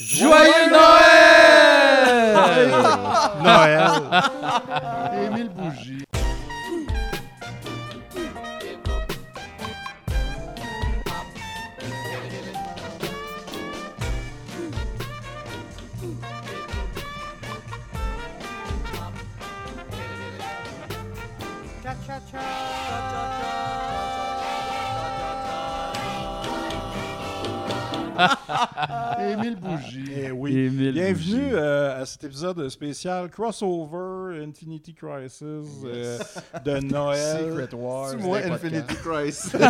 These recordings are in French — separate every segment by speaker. Speaker 1: Joyeux Noël
Speaker 2: Noël.
Speaker 3: Et mille bougies. Et mille bougies.
Speaker 2: Eh oui.
Speaker 1: Et mille
Speaker 2: Bienvenue
Speaker 1: bougies.
Speaker 2: euh, à cet épisode spécial crossover Infinity Crisis euh, de Noël.
Speaker 3: Secret Wars.
Speaker 4: C'est moi,
Speaker 3: des podcasts.
Speaker 4: Infinity Christ.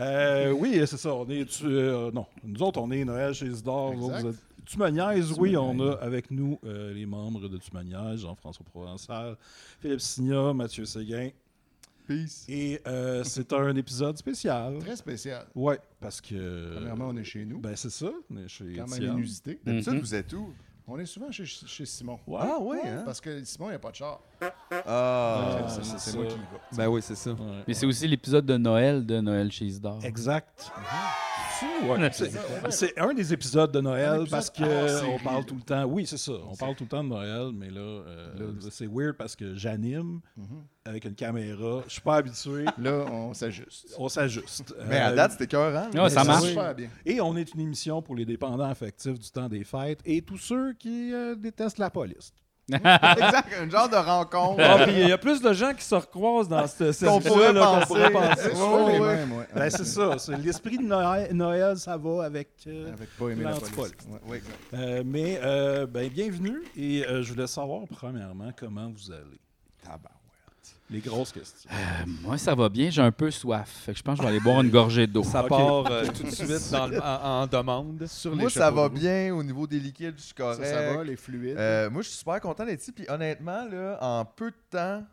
Speaker 2: Euh, oui, c'est ça. On est tu- euh, non, nous autres on est Noël chez Isidore. Vous autres,
Speaker 3: Exact.
Speaker 2: vous êtes- Tu me niaises, oui,
Speaker 1: me
Speaker 2: on
Speaker 1: niaises.
Speaker 2: a avec nous euh, les membres de Tu me niaises, Jean-François Provençal, Philippe Signa, Mathieu Séguin.
Speaker 3: Peace.
Speaker 2: Et euh, c'est un épisode spécial.
Speaker 3: Très spécial.
Speaker 2: Ouais, parce que.
Speaker 3: Premièrement, on est chez nous.
Speaker 2: Ben c'est ça, on est chez
Speaker 3: Quand même
Speaker 2: Étienne. Mm-hmm.
Speaker 3: inusité.
Speaker 5: Mhm.
Speaker 4: D'habitude, vous êtes où?
Speaker 3: On est souvent chez, chez Simon.
Speaker 2: Ouais.
Speaker 4: Ah, oui, hein?
Speaker 3: Parce que Simon, il n'y a pas de char.
Speaker 4: Ah,
Speaker 2: Ah, c'est
Speaker 4: c'est
Speaker 2: ça.
Speaker 4: moi qui y va.
Speaker 5: Ben oui, c'est ça.
Speaker 2: Ouais.
Speaker 1: Mais c'est aussi l'épisode de Noël de Noël chez Isidore.
Speaker 2: Exact. hein. C'est- ouais, c'est- C'est un des épisodes de
Speaker 3: Un
Speaker 2: Noël
Speaker 3: épisode
Speaker 2: parce
Speaker 3: hors série,
Speaker 2: qu'on parle
Speaker 3: là.
Speaker 2: tout le temps. Oui, c'est ça. On parle tout le temps de Noël, mais là, euh, c'est weird parce que j'anime avec une caméra. Je suis pas habitué.
Speaker 3: Là, on s'ajuste.
Speaker 2: On s'ajuste.
Speaker 4: Mais à
Speaker 2: Euh,
Speaker 4: date, c'était cœur, hein?
Speaker 1: Ouais, ça
Speaker 2: c'est
Speaker 1: marche.
Speaker 2: oui.
Speaker 3: super bien.
Speaker 2: Et on est une émission pour les dépendants affectifs du temps des fêtes et tous ceux qui euh, détestent la police.
Speaker 4: Exact, un genre de rencontre.
Speaker 5: Ah, puis il y a plus de gens qui se recroisent dans ce
Speaker 4: Qu'on
Speaker 5: service-là là, qu'on
Speaker 4: penser.
Speaker 5: pourrait penser.
Speaker 3: C'est
Speaker 4: Ouais,
Speaker 3: souvent
Speaker 4: ouais,
Speaker 3: les
Speaker 4: ouais.
Speaker 3: mêmes, ouais.
Speaker 2: Ben, c'est ça. C'est L'esprit de Noël, Noël, ça va avec. euh,
Speaker 3: Avec pas aimé la
Speaker 2: L'antipolis.
Speaker 3: police. Ouais.
Speaker 4: Oui, exact.
Speaker 2: euh, mais euh, ben, bienvenue. Et euh, je voulais savoir, premièrement, comment vous allez. Les grosses questions.
Speaker 1: Moi, ça va bien, j'ai un peu soif. Fait que je pense que je vais aller boire une gorgée d'eau.
Speaker 5: Ça part euh, tout de suite dans le- en, en demande.
Speaker 3: Sur les
Speaker 4: Moi, ça
Speaker 3: chapeaux
Speaker 4: va
Speaker 3: de roue.
Speaker 4: bien au niveau des liquides, je suis
Speaker 3: Ça,
Speaker 4: correct.
Speaker 3: ça va, les fluides.
Speaker 4: Euh, moi, je suis super content d'être ici. Puis honnêtement, là, en peu de temps,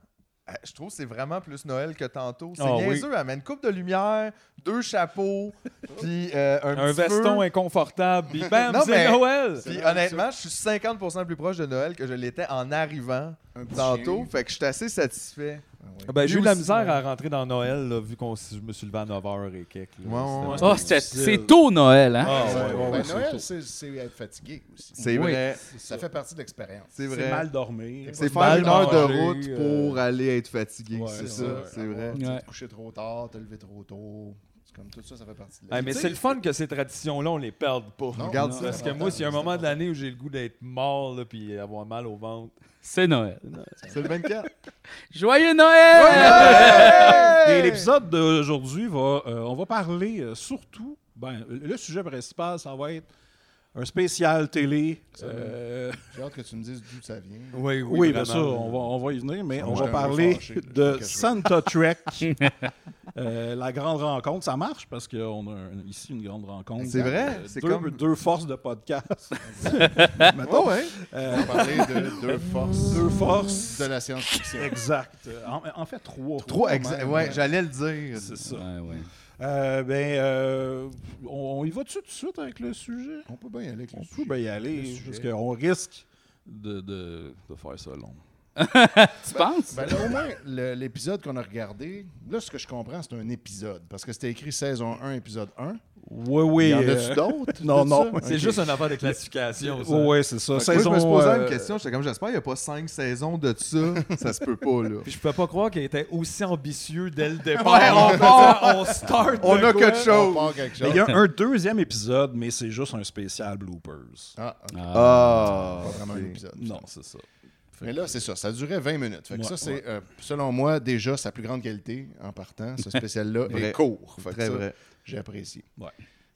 Speaker 4: euh, je trouve que c'est vraiment plus Noël que tantôt. C'est
Speaker 5: Ah oui.
Speaker 4: niaiseux, hein, mais une coupe de lumière, deux chapeaux, puis euh, un,
Speaker 5: Un
Speaker 4: petit
Speaker 5: veston
Speaker 4: feu.
Speaker 5: inconfortable, puis bam,
Speaker 4: Non,
Speaker 5: c'est
Speaker 4: mais-
Speaker 5: Noël!
Speaker 3: C'est
Speaker 4: Puis
Speaker 3: vraiment
Speaker 4: honnêtement, je suis 50% plus proche de Noël que je l'étais en arrivant
Speaker 3: un petit
Speaker 4: tantôt.
Speaker 3: chien.
Speaker 4: Fait que je suis assez satisfait.
Speaker 3: Ah ouais.
Speaker 5: Ben, j'ai eu de la
Speaker 4: aussi,
Speaker 5: misère à rentrer dans Noël, là, vu que je me suis levé à 9h et quelques. là.
Speaker 4: Ouais, ouais,
Speaker 5: C'était-
Speaker 1: Oh, c'est- c'est tôt Noël, hein?
Speaker 5: Ah, ouais,
Speaker 3: Ben,
Speaker 5: ouais, ouais, c'est
Speaker 3: Noël,
Speaker 5: tôt.
Speaker 3: c'est c'est être fatigué aussi.
Speaker 4: C'est
Speaker 1: Oui.
Speaker 4: vrai.
Speaker 3: Ça fait partie de l'expérience.
Speaker 4: C'est
Speaker 2: C'est
Speaker 4: vrai.
Speaker 2: mal dormir.
Speaker 4: C'est faire
Speaker 5: mal
Speaker 4: une heure de
Speaker 5: mangé,
Speaker 4: route
Speaker 5: euh,
Speaker 4: pour aller être fatigué.
Speaker 2: Ouais,
Speaker 4: c'est
Speaker 2: ouais,
Speaker 4: ça,
Speaker 2: ouais.
Speaker 4: c'est vrai.
Speaker 3: Tu
Speaker 1: Ouais.
Speaker 3: te coucher trop tard, te lever trop tôt. C'est comme tout ça, ça fait partie de la
Speaker 5: Ah, mais
Speaker 2: Tu sais-
Speaker 5: c'est le fun que ces traditions-là, on les perde pas.
Speaker 3: Non,
Speaker 4: Regarde
Speaker 3: non,
Speaker 4: ça.
Speaker 5: Parce que
Speaker 3: non,
Speaker 5: moi,
Speaker 3: non,
Speaker 5: s'il y a un
Speaker 3: c'est
Speaker 5: moment de
Speaker 3: important.
Speaker 5: l'année où j'ai le goût d'être mort, là, puis avoir mal au ventre.
Speaker 1: C'est Noël.
Speaker 4: C'est le 24.
Speaker 1: Joyeux Noël!
Speaker 2: Et l'épisode d'aujourd'hui va. euh, on va parler euh, surtout. Ben, le sujet principal, ça va être un spécial télé.
Speaker 3: Ça
Speaker 2: Euh,
Speaker 3: J'ai hâte que tu me dises d'où ça vient.
Speaker 5: Oui,
Speaker 2: oui, bien sûr, on va, on va y venir, mais
Speaker 3: Ça
Speaker 2: on
Speaker 3: va,
Speaker 2: va
Speaker 3: j'étais un peu
Speaker 2: parler
Speaker 3: fâché, là, je sais
Speaker 2: de
Speaker 3: que je vais.
Speaker 2: Santa Trek, Euh, la grande rencontre. Ça marche parce qu'on a un- ici une grande rencontre.
Speaker 4: C'est vrai,
Speaker 2: Euh,
Speaker 4: c'est
Speaker 2: deux,
Speaker 4: comme-
Speaker 2: deux forces de podcast.
Speaker 4: Oh, ouais.
Speaker 2: Euh,
Speaker 3: On va parler de deux forces
Speaker 2: deux forces.
Speaker 3: de la science-fiction.
Speaker 2: Exact. En, en fait, trois.
Speaker 4: Trois,
Speaker 2: Quand
Speaker 4: exa-
Speaker 2: même,
Speaker 4: ouais, j'allais le dire.
Speaker 2: C'est ça.
Speaker 1: Ouais, ouais.
Speaker 2: Euh, ben, euh, on, on y va-tu tout de suite avec le sujet?
Speaker 3: On peut bien y aller avec le
Speaker 2: On
Speaker 3: sujet.
Speaker 2: peut bien y
Speaker 3: Le
Speaker 2: aller,
Speaker 3: sujet.
Speaker 2: parce qu'on risque de, de, de faire ça long.
Speaker 1: Tu penses?
Speaker 3: Ben là, au moins, le- l'épisode qu'on a regardé, là, ce que je comprends, c'est un épisode. Parce que c'était écrit saison 1, épisode 1.
Speaker 2: Oui,
Speaker 3: Il
Speaker 2: oui.
Speaker 3: y en
Speaker 2: euh,
Speaker 3: a-tu d'autres?
Speaker 2: non,
Speaker 3: de
Speaker 2: non.
Speaker 3: ça?
Speaker 5: C'est
Speaker 3: Ok.
Speaker 5: juste un affaire de classification. ça.
Speaker 2: ouais, c'est ça.
Speaker 4: Fait que
Speaker 2: Saison,
Speaker 4: moi, je me suis posé
Speaker 2: euh,
Speaker 4: une question. J'étais comme, j'espère qu'il n'y a pas cinq saisons de ça. ça se peut pas, là.
Speaker 5: Puis je peux pas croire qu'il était aussi ambitieux dès le départ.
Speaker 4: Ouais, on
Speaker 5: En faisant, on, start.
Speaker 4: On
Speaker 5: de
Speaker 4: a
Speaker 5: quoi?
Speaker 4: quelque
Speaker 3: On
Speaker 4: chose.
Speaker 3: part quelque
Speaker 2: Mais
Speaker 3: chose.
Speaker 2: il y a un deuxième épisode, mais c'est juste un spécial bloopers.
Speaker 3: Ah, ok.
Speaker 4: Ah.
Speaker 3: pas vraiment un
Speaker 4: ok.
Speaker 3: épisode.
Speaker 2: Non, c'est ça.
Speaker 3: Mais là, c'est ça. Ça durait 20 minutes. Fait que
Speaker 2: Ouais,
Speaker 3: ça, c'est, euh, selon moi, déjà sa plus grande qualité en partant. Ce spécial-là
Speaker 4: Vrai.
Speaker 3: est court. Fait que
Speaker 4: Très
Speaker 3: ça,
Speaker 4: vrai.
Speaker 3: J'ai apprécié.
Speaker 2: Ouais.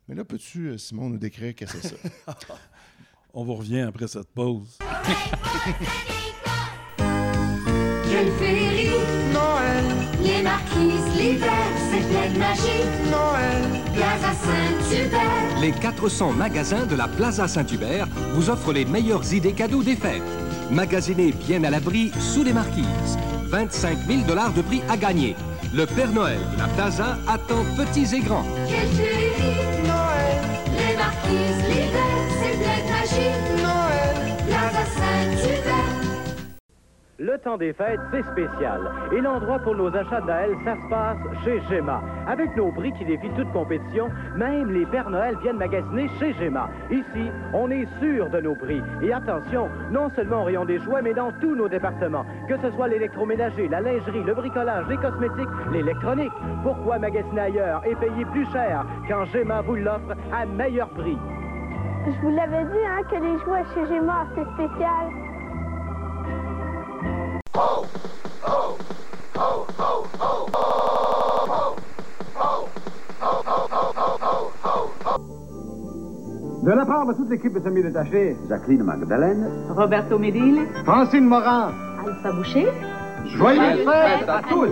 Speaker 3: Mais là, peux-tu, euh, Simon, nous décrire qu'est-ce que c'est ça?
Speaker 2: On vous revient après cette pause.
Speaker 6: Quelle féerie Noël Les marquises, l'hiver, c'est plein de magie Noël Plaza Saint-Hubert
Speaker 7: Les 400 magasins de la Plaza Saint-Hubert vous offrent les meilleures idées cadeaux des fêtes. Magasinez bien à l'abri sous les marquises. 25 000 dollars de prix à gagner. Le Père Noël de la Plaza attend petits et grands.
Speaker 6: Quelle féerie Noël Les marquises, l'hiver, c'est plein de magie Noël Plaza Saint-Hubert
Speaker 8: le temps des fêtes, c'est spécial. Et l'endroit pour nos achats de Noël, ça se passe chez GEMA. Avec nos prix qui défient toute compétition, même les Pères Noël viennent magasiner chez GEMA. Ici, on est sûr de nos prix. Et attention, non seulement au rayon des jouets, mais dans tous nos départements. Que ce soit l'électroménager, la lingerie, le bricolage, les cosmétiques, l'électronique. Pourquoi magasiner ailleurs et payer plus cher quand GEMA vous l'offre à meilleur prix?
Speaker 9: Je vous l'avais dit, hein, que les jouets chez Gémar, c'est spécial.
Speaker 8: De la part de toute l'équipe de Semi Détaché,
Speaker 7: Jacqueline Magdalene.
Speaker 10: Roberto Medil,
Speaker 8: Francine Morin,
Speaker 10: Alpha Boucher.
Speaker 8: joyeux
Speaker 10: fêtes
Speaker 8: à tous!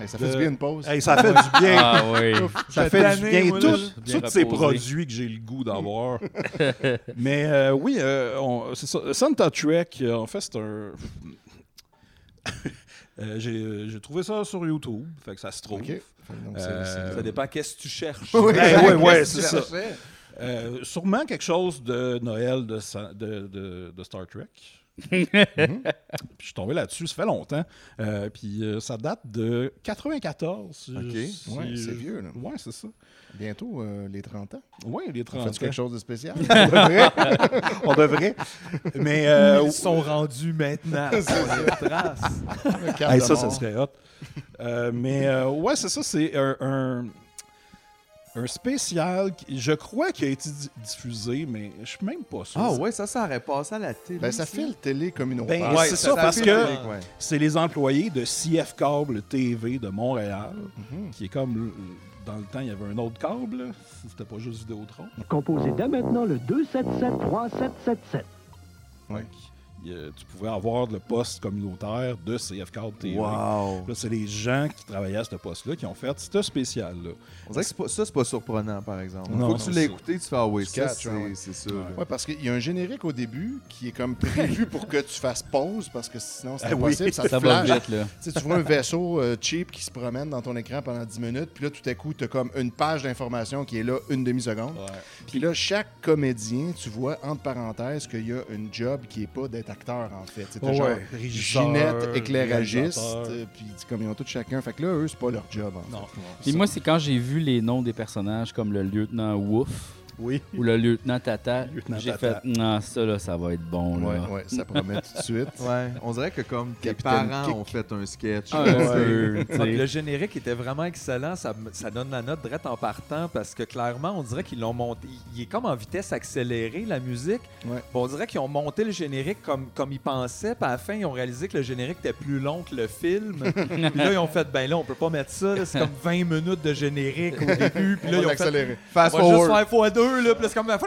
Speaker 3: Hey, ça fait du bien une pause.
Speaker 2: Hey, ça fait du bien.
Speaker 1: Ah oui.
Speaker 2: Ça
Speaker 5: Cette
Speaker 2: fait du
Speaker 5: année,
Speaker 2: bien.
Speaker 5: moi, là,
Speaker 2: Tout-
Speaker 1: j'ai bien
Speaker 2: Tous ces
Speaker 1: reposé.
Speaker 2: produits que j'ai le goût d'avoir. Mais euh, oui, euh, on- c'est ça. Santa Trek, euh, en fait, c'est un. Euh, j'ai j'ai trouvé ça sur YouTube. Fait que ça se trouve.
Speaker 3: OK. Fait que donc, c'est-
Speaker 2: Euh,
Speaker 3: c'est-
Speaker 5: Ça dépend qu'est-ce que tu cherches.
Speaker 2: Ben ouais, ouais, c'est
Speaker 3: Qu'est-ce que
Speaker 2: ça.
Speaker 3: tu cherchais?
Speaker 2: Euh, sûrement quelque chose de Noël de, Sa- de- de- de Star Trek. Mhm. Puis je suis tombé là-dessus, ça fait longtemps. Euh, puis euh, ça date de 94. si-
Speaker 4: Ok.
Speaker 2: si-
Speaker 3: Ouais, c'est vieux, là.
Speaker 2: Euh, Ouais, c'est ça.
Speaker 3: Bientôt, euh, les 30 ans.
Speaker 2: Ouais, les
Speaker 3: On
Speaker 2: 30
Speaker 3: fait-tu quelque
Speaker 2: ans.
Speaker 3: chose de spécial? Pour de vrai?
Speaker 2: On devrait. Mais euh,
Speaker 5: Ils sont rendus maintenant. On les trace.
Speaker 3: Le quart
Speaker 2: Hey,
Speaker 3: de
Speaker 2: ça, ça
Speaker 3: mort.
Speaker 2: serait hot. Euh, mais euh, ouais, c'est ça, c'est un, un, un spécial, qui- je crois, qui a été di- diffusé, mais je suis même pas sûr.
Speaker 4: Ah ouais, ça, ça aurait passé à la télé.
Speaker 3: Ben, ça file télé communautaire.
Speaker 2: Ben,
Speaker 4: Ouais,
Speaker 2: c'est ça, parce
Speaker 4: file
Speaker 2: que
Speaker 4: télé, ouais.
Speaker 2: c'est les employés de CF Câble TV de Montréal,
Speaker 4: Mhm.
Speaker 2: qui est comme, le- dans le temps, il y avait un autre câble, là. c'était pas juste Vidéotron.
Speaker 8: Composez dès maintenant le 277-3777.
Speaker 3: Ouais.
Speaker 2: Donc, il y a- tu pouvais avoir le poste communautaire de CF Câble TV.
Speaker 4: Wow.
Speaker 2: Là, c'est les gens qui travaillaient à ce poste-là qui ont fait ce spécial-là.
Speaker 4: On dirait que c'est pas- ça, c'est pas surprenant, par exemple.
Speaker 2: Non,
Speaker 4: Faut que tu
Speaker 2: non,
Speaker 4: l'aies
Speaker 2: c'est-
Speaker 4: écouté, tu fais Ah oui,
Speaker 3: Tu
Speaker 4: ça,
Speaker 3: catches, ouais.
Speaker 4: c'est c'est ça. là.
Speaker 3: Ouais, parce qu'il y a un générique au début qui est comme prévu pour que tu fasses pause parce que sinon c'est
Speaker 2: Ah oui,
Speaker 3: impossible, ça te
Speaker 1: Ça va
Speaker 3: flash.
Speaker 1: vite, là.
Speaker 3: Tu sais, tu vois un vaisseau euh, cheap qui se promène dans ton écran pendant 10 minutes, puis là tout à coup tu as comme une page d'information qui est là une demi-seconde. Puis là chaque comédien, tu vois entre parenthèses qu'il y a une job qui est pas d'être acteur en fait. C'est
Speaker 2: Ouais.
Speaker 3: genre
Speaker 2: Régisseur,
Speaker 3: Ginette éclairagiste,
Speaker 2: réalisateur.
Speaker 3: euh, puis c'est comme ils ont tous chacun. Fait que là eux c'est pas leur job. En
Speaker 2: Non.
Speaker 1: Puis moi, c'est quand j'ai vu les noms des personnages comme le lieutenant Wolf
Speaker 2: Oui.
Speaker 1: ou le lieutenant Tata,
Speaker 2: Lieutenant
Speaker 1: j'ai fait
Speaker 2: Tata.
Speaker 1: non, ça là, ça va être bon
Speaker 3: fait.
Speaker 1: là.
Speaker 3: Ouais, ouais, ça promet tout de suite.
Speaker 4: Ouais, on dirait que comme tes
Speaker 3: Capitaine
Speaker 4: parents
Speaker 3: Kick.
Speaker 4: ont fait un sketch.
Speaker 1: Un
Speaker 4: là,
Speaker 1: peu, tu
Speaker 5: Ah, puis
Speaker 1: sais.
Speaker 5: le générique était vraiment excellent. Ça, me- ça donne la note drette en partant parce que clairement, on dirait qu'ils l'ont monté. Il est comme en vitesse accélérée, la musique.
Speaker 3: Ouais.
Speaker 5: Puis on dirait qu'ils ont monté le générique comme, comme ils pensaient. Puis à la fin, ils ont réalisé que le générique était plus long que le film. puis là, ils ont fait ben là, on peut pas mettre ça. là. C'est comme 20 minutes de générique au début. Puis
Speaker 3: On
Speaker 5: là, ils
Speaker 3: va
Speaker 5: ont fait.
Speaker 3: l'accélérer.
Speaker 4: Fast
Speaker 5: On va juste
Speaker 4: forward.
Speaker 5: faire fois deux, là. Puis là, c'est comme. ben,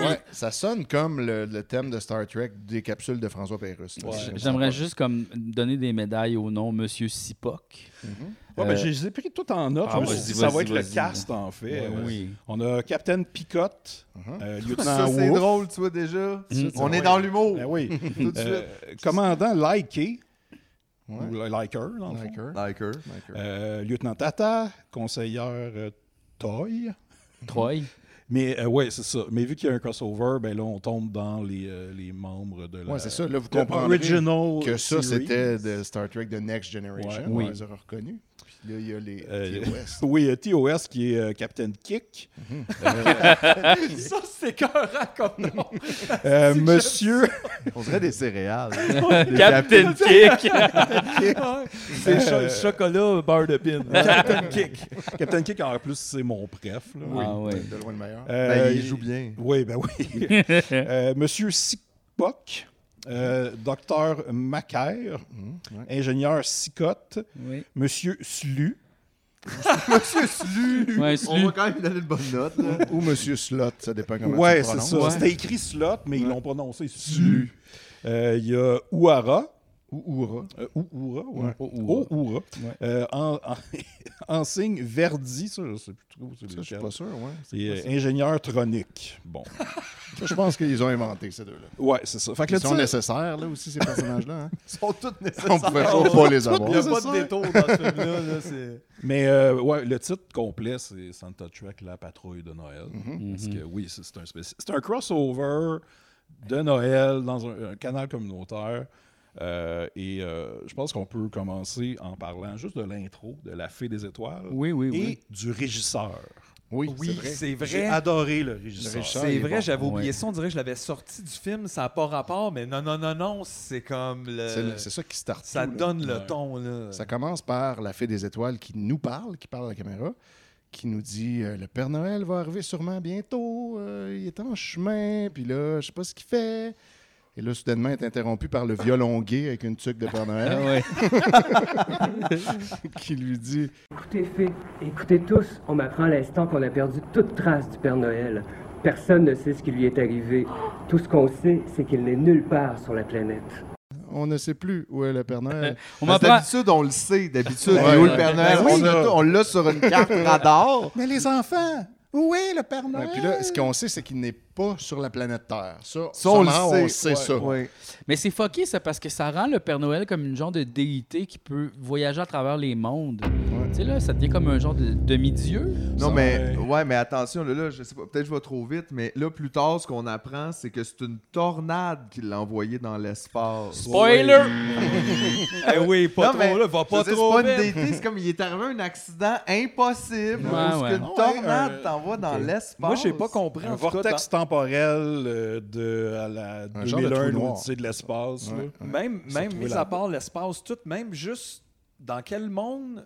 Speaker 3: Ouais, ça sonne comme le, le thème de Star Trek des capsules de François Pérusse. là.
Speaker 2: Ouais.
Speaker 1: J'aimerais juste comme donner des médailles au nom Monsieur Sipoc.
Speaker 2: Ouais, ben,
Speaker 1: Euh,
Speaker 2: je les ai pris tout en note.
Speaker 1: ah,
Speaker 2: Je me suis
Speaker 1: vas-y,
Speaker 2: dit, ça va
Speaker 1: vas-y,
Speaker 2: être le
Speaker 1: vas-y.
Speaker 2: cast, en fait.
Speaker 1: Ouais,
Speaker 2: Euh,
Speaker 1: oui.
Speaker 2: On a Captain Picotte,
Speaker 3: Mhm.
Speaker 2: euh, Lieutenant
Speaker 4: Ça, c'est
Speaker 2: Wolf.
Speaker 4: drôle, tu vois, déjà.
Speaker 1: Mm.
Speaker 4: On est dans l'humour.
Speaker 2: Ben oui.
Speaker 4: Tout de suite.
Speaker 2: Euh, commandant Likey,
Speaker 3: Ouais.
Speaker 2: ou li- Liker, dans le fond.
Speaker 3: Liker.
Speaker 4: Liker.
Speaker 3: Liker.
Speaker 2: Euh, Lieutenant Tata, conseillère euh, Toy.
Speaker 1: Troy.
Speaker 2: Mais euh, ouais, c'est ça. Mais vu qu'il y a un crossover, ben là, on tombe dans les, euh, les membres de la.
Speaker 3: Ouais, c'est ça. Là, vous
Speaker 2: de
Speaker 3: comprendrez
Speaker 2: original
Speaker 3: que ça,
Speaker 2: series.
Speaker 3: c'était de Star Trek The Next Generation.
Speaker 2: Ouais.
Speaker 3: On
Speaker 1: Oui.
Speaker 3: les aura reconnus. Puis là, il y a les
Speaker 2: Euh,
Speaker 3: TOS.
Speaker 2: Oui, euh, TOS qui est euh, Captain Kick.
Speaker 5: Mm-hmm. Ça, c'est écœurant comme nom.
Speaker 2: Euh, monsieur.
Speaker 4: On dirait des céréales.
Speaker 1: Captain Kick.
Speaker 5: c'est cho- chocolat, beurre de pin.
Speaker 2: Euh, Captain Kick. Captain Kick, en plus, c'est mon préf. là.
Speaker 1: Ah ouais.
Speaker 3: De loin le meilleur.
Speaker 2: Euh,
Speaker 4: Ben, il joue bien.
Speaker 2: Oui, ben oui. Euh, Monsieur Sipoc, euh, docteur Macaire,
Speaker 4: Mmh,
Speaker 2: ingénieur Sicotte,
Speaker 1: Oui.
Speaker 2: Monsieur Slu,
Speaker 4: Monsieur Slu.
Speaker 1: Ouais,
Speaker 4: On
Speaker 1: Slu.
Speaker 4: va quand même lui donner une bonne note. là.
Speaker 3: Ou Monsieur Slot, ça dépend comment tu
Speaker 2: ouais,
Speaker 3: le
Speaker 2: c'est
Speaker 3: prononces.
Speaker 2: ça.
Speaker 1: Ouais.
Speaker 2: C'était écrit Slot, mais ils l'ont prononcé Slu. Euh, Il y a Ouara.
Speaker 3: Ou Oura.
Speaker 2: euh, Ou- Oura, ouais.
Speaker 1: Ou-
Speaker 2: Oh,
Speaker 1: Oura.
Speaker 2: Oura. Euh, en, en, en signe Verdi, ça, je sais plus trop. c'est
Speaker 3: Ça, je suis
Speaker 2: lequel.
Speaker 3: pas sûr, ouais.
Speaker 2: C'est euh, ingénieur tronique. Bon.
Speaker 3: Ça, je pense qu'ils ont inventé ces deux-là.
Speaker 2: Ouais, c'est ça. Fait que
Speaker 3: Ils
Speaker 2: le
Speaker 3: sont
Speaker 2: titre-
Speaker 3: nécessaires, là, aussi, ces personnages-là. hein.
Speaker 4: Ils sont tous nécessaires.
Speaker 3: On pouvait toujours pas les avoir.
Speaker 4: Il n'y a pas de détour dans ce film-là. là, c'est-
Speaker 2: Mais euh, ouais, le titre complet, c'est Santa Trek, la patrouille de Noël. Parce
Speaker 5: Mm-hmm.
Speaker 2: que oui, c'est c'est un spéci- C'est un crossover de Noël dans un, un canal communautaire. Euh, et euh, je pense qu'on peut commencer en parlant juste de l'intro de La Fée des Étoiles
Speaker 1: Oui, oui,
Speaker 2: et
Speaker 1: oui.
Speaker 2: du régisseur.
Speaker 3: Oui,
Speaker 5: Oui, c'est
Speaker 2: J'ai
Speaker 5: vrai.
Speaker 2: adoré le régisseur.
Speaker 5: C'est vrai, j'avais oublié
Speaker 1: Ouais.
Speaker 5: ça. On dirait que je l'avais sorti du film, ça n'a pas rapport, mais non, non, non, non, c'est comme le.
Speaker 3: C'est le- c'est ça qui starte.
Speaker 5: Euh, ça
Speaker 3: tout, là.
Speaker 5: donne le
Speaker 2: Ouais.
Speaker 5: ton, là.
Speaker 3: Ça commence par la fée des étoiles qui nous parle, qui parle à la caméra, qui nous dit euh, le Père Noël va arriver sûrement bientôt, euh, il est en chemin, puis là, je sais pas ce qu'il fait. Et là, soudainement, elle est interrompu par le violon gay avec une tuque de Père
Speaker 1: Ah
Speaker 3: Noël
Speaker 1: ouais.
Speaker 4: Ah
Speaker 3: qui lui dit
Speaker 11: Écoutez, Fée, écoutez tous, on m'apprend à l'instant qu'on a perdu toute trace du Père Noël. Personne ne sait ce qui lui est arrivé. Tout ce qu'on sait, c'est qu'il n'est nulle part sur la planète.
Speaker 3: On ne sait plus où est le
Speaker 5: euh,
Speaker 3: Père Noël.
Speaker 1: On
Speaker 4: Parce que
Speaker 1: m'apprend.
Speaker 4: D'habitude, Euh, on le sait. D'habitude,
Speaker 3: Ouais,
Speaker 4: il est où le
Speaker 3: ouais.
Speaker 4: Père Noël?
Speaker 3: Ben oui,
Speaker 4: On l'a-
Speaker 3: ça.
Speaker 4: on l'a sur une carte radar.
Speaker 2: Mais les enfants, où est le Père
Speaker 3: Ouais,
Speaker 2: Noël?
Speaker 3: puis là, ce qu'on sait, c'est qu'il n'est pas sur la planète Terre. Ça,
Speaker 4: Ça, on le
Speaker 3: sûrement,
Speaker 4: sait.
Speaker 3: on sait
Speaker 4: Ouais,
Speaker 3: ça.
Speaker 4: ouais.
Speaker 1: Mais c'est fucké, ça, parce que ça rend le Père Noël comme une genre de déité qui peut voyager à travers les mondes. Tu sais, là, ça devient comme un genre de demi-dieu.
Speaker 4: Non,
Speaker 2: Ça,
Speaker 4: mais,
Speaker 2: ouais.
Speaker 4: ouais, mais attention, là, là, je sais pas, peut-être que je vais trop vite, mais là, plus tard, ce qu'on apprend, c'est que c'est une tornade qui l'a envoyé dans l'espace.
Speaker 1: Spoiler!
Speaker 5: Eh oui, pas
Speaker 4: Non,
Speaker 5: trop,
Speaker 4: mais
Speaker 5: là, va
Speaker 4: Je veux
Speaker 5: pas
Speaker 4: dire,
Speaker 5: trop.
Speaker 4: C'est pas une
Speaker 5: vite.
Speaker 4: déité, c'est comme il est arrivé un accident impossible
Speaker 1: Ouais,
Speaker 4: parce
Speaker 1: ouais.
Speaker 4: qu'une
Speaker 2: Ouais,
Speaker 4: tornade
Speaker 2: euh,
Speaker 4: t'envoie dans l'espace.
Speaker 5: Moi, j'ai pas compris.
Speaker 2: Un
Speaker 5: en tout cas,
Speaker 2: vortex temporel euh, de à la
Speaker 3: Un genre de
Speaker 2: 2001,
Speaker 3: trou noir.
Speaker 2: l'Odyssée de l'espace. là.
Speaker 5: dans- Même,
Speaker 2: Se
Speaker 5: même
Speaker 2: trouver
Speaker 5: mis
Speaker 2: là.
Speaker 5: à part l'espace, tout, même juste dans quel monde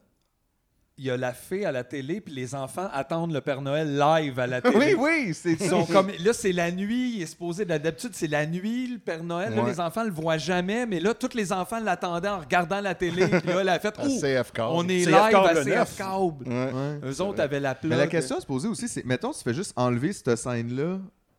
Speaker 5: il y a la fée à la télé, puis les enfants attendent le Père Noël live à la télé.
Speaker 4: Oui, oui, c'est
Speaker 5: Ils sont comme là c'est la nuit, il est supposé d'habitude c'est la nuit le Père Noël, là,
Speaker 3: Ouais.
Speaker 5: les enfants le voient jamais mais là tous les enfants l'attendaient en regardant la télé puis là elle a fait
Speaker 3: À
Speaker 5: Ouh,
Speaker 3: CF Card.
Speaker 5: on est
Speaker 2: CF
Speaker 5: live à
Speaker 2: câble neuf.
Speaker 5: CF Câble.
Speaker 3: Ouais.
Speaker 5: Eux autres avaient la plug.
Speaker 4: Mais la question à se poser aussi, c'est mettons, tu fais juste enlever cette scène-là,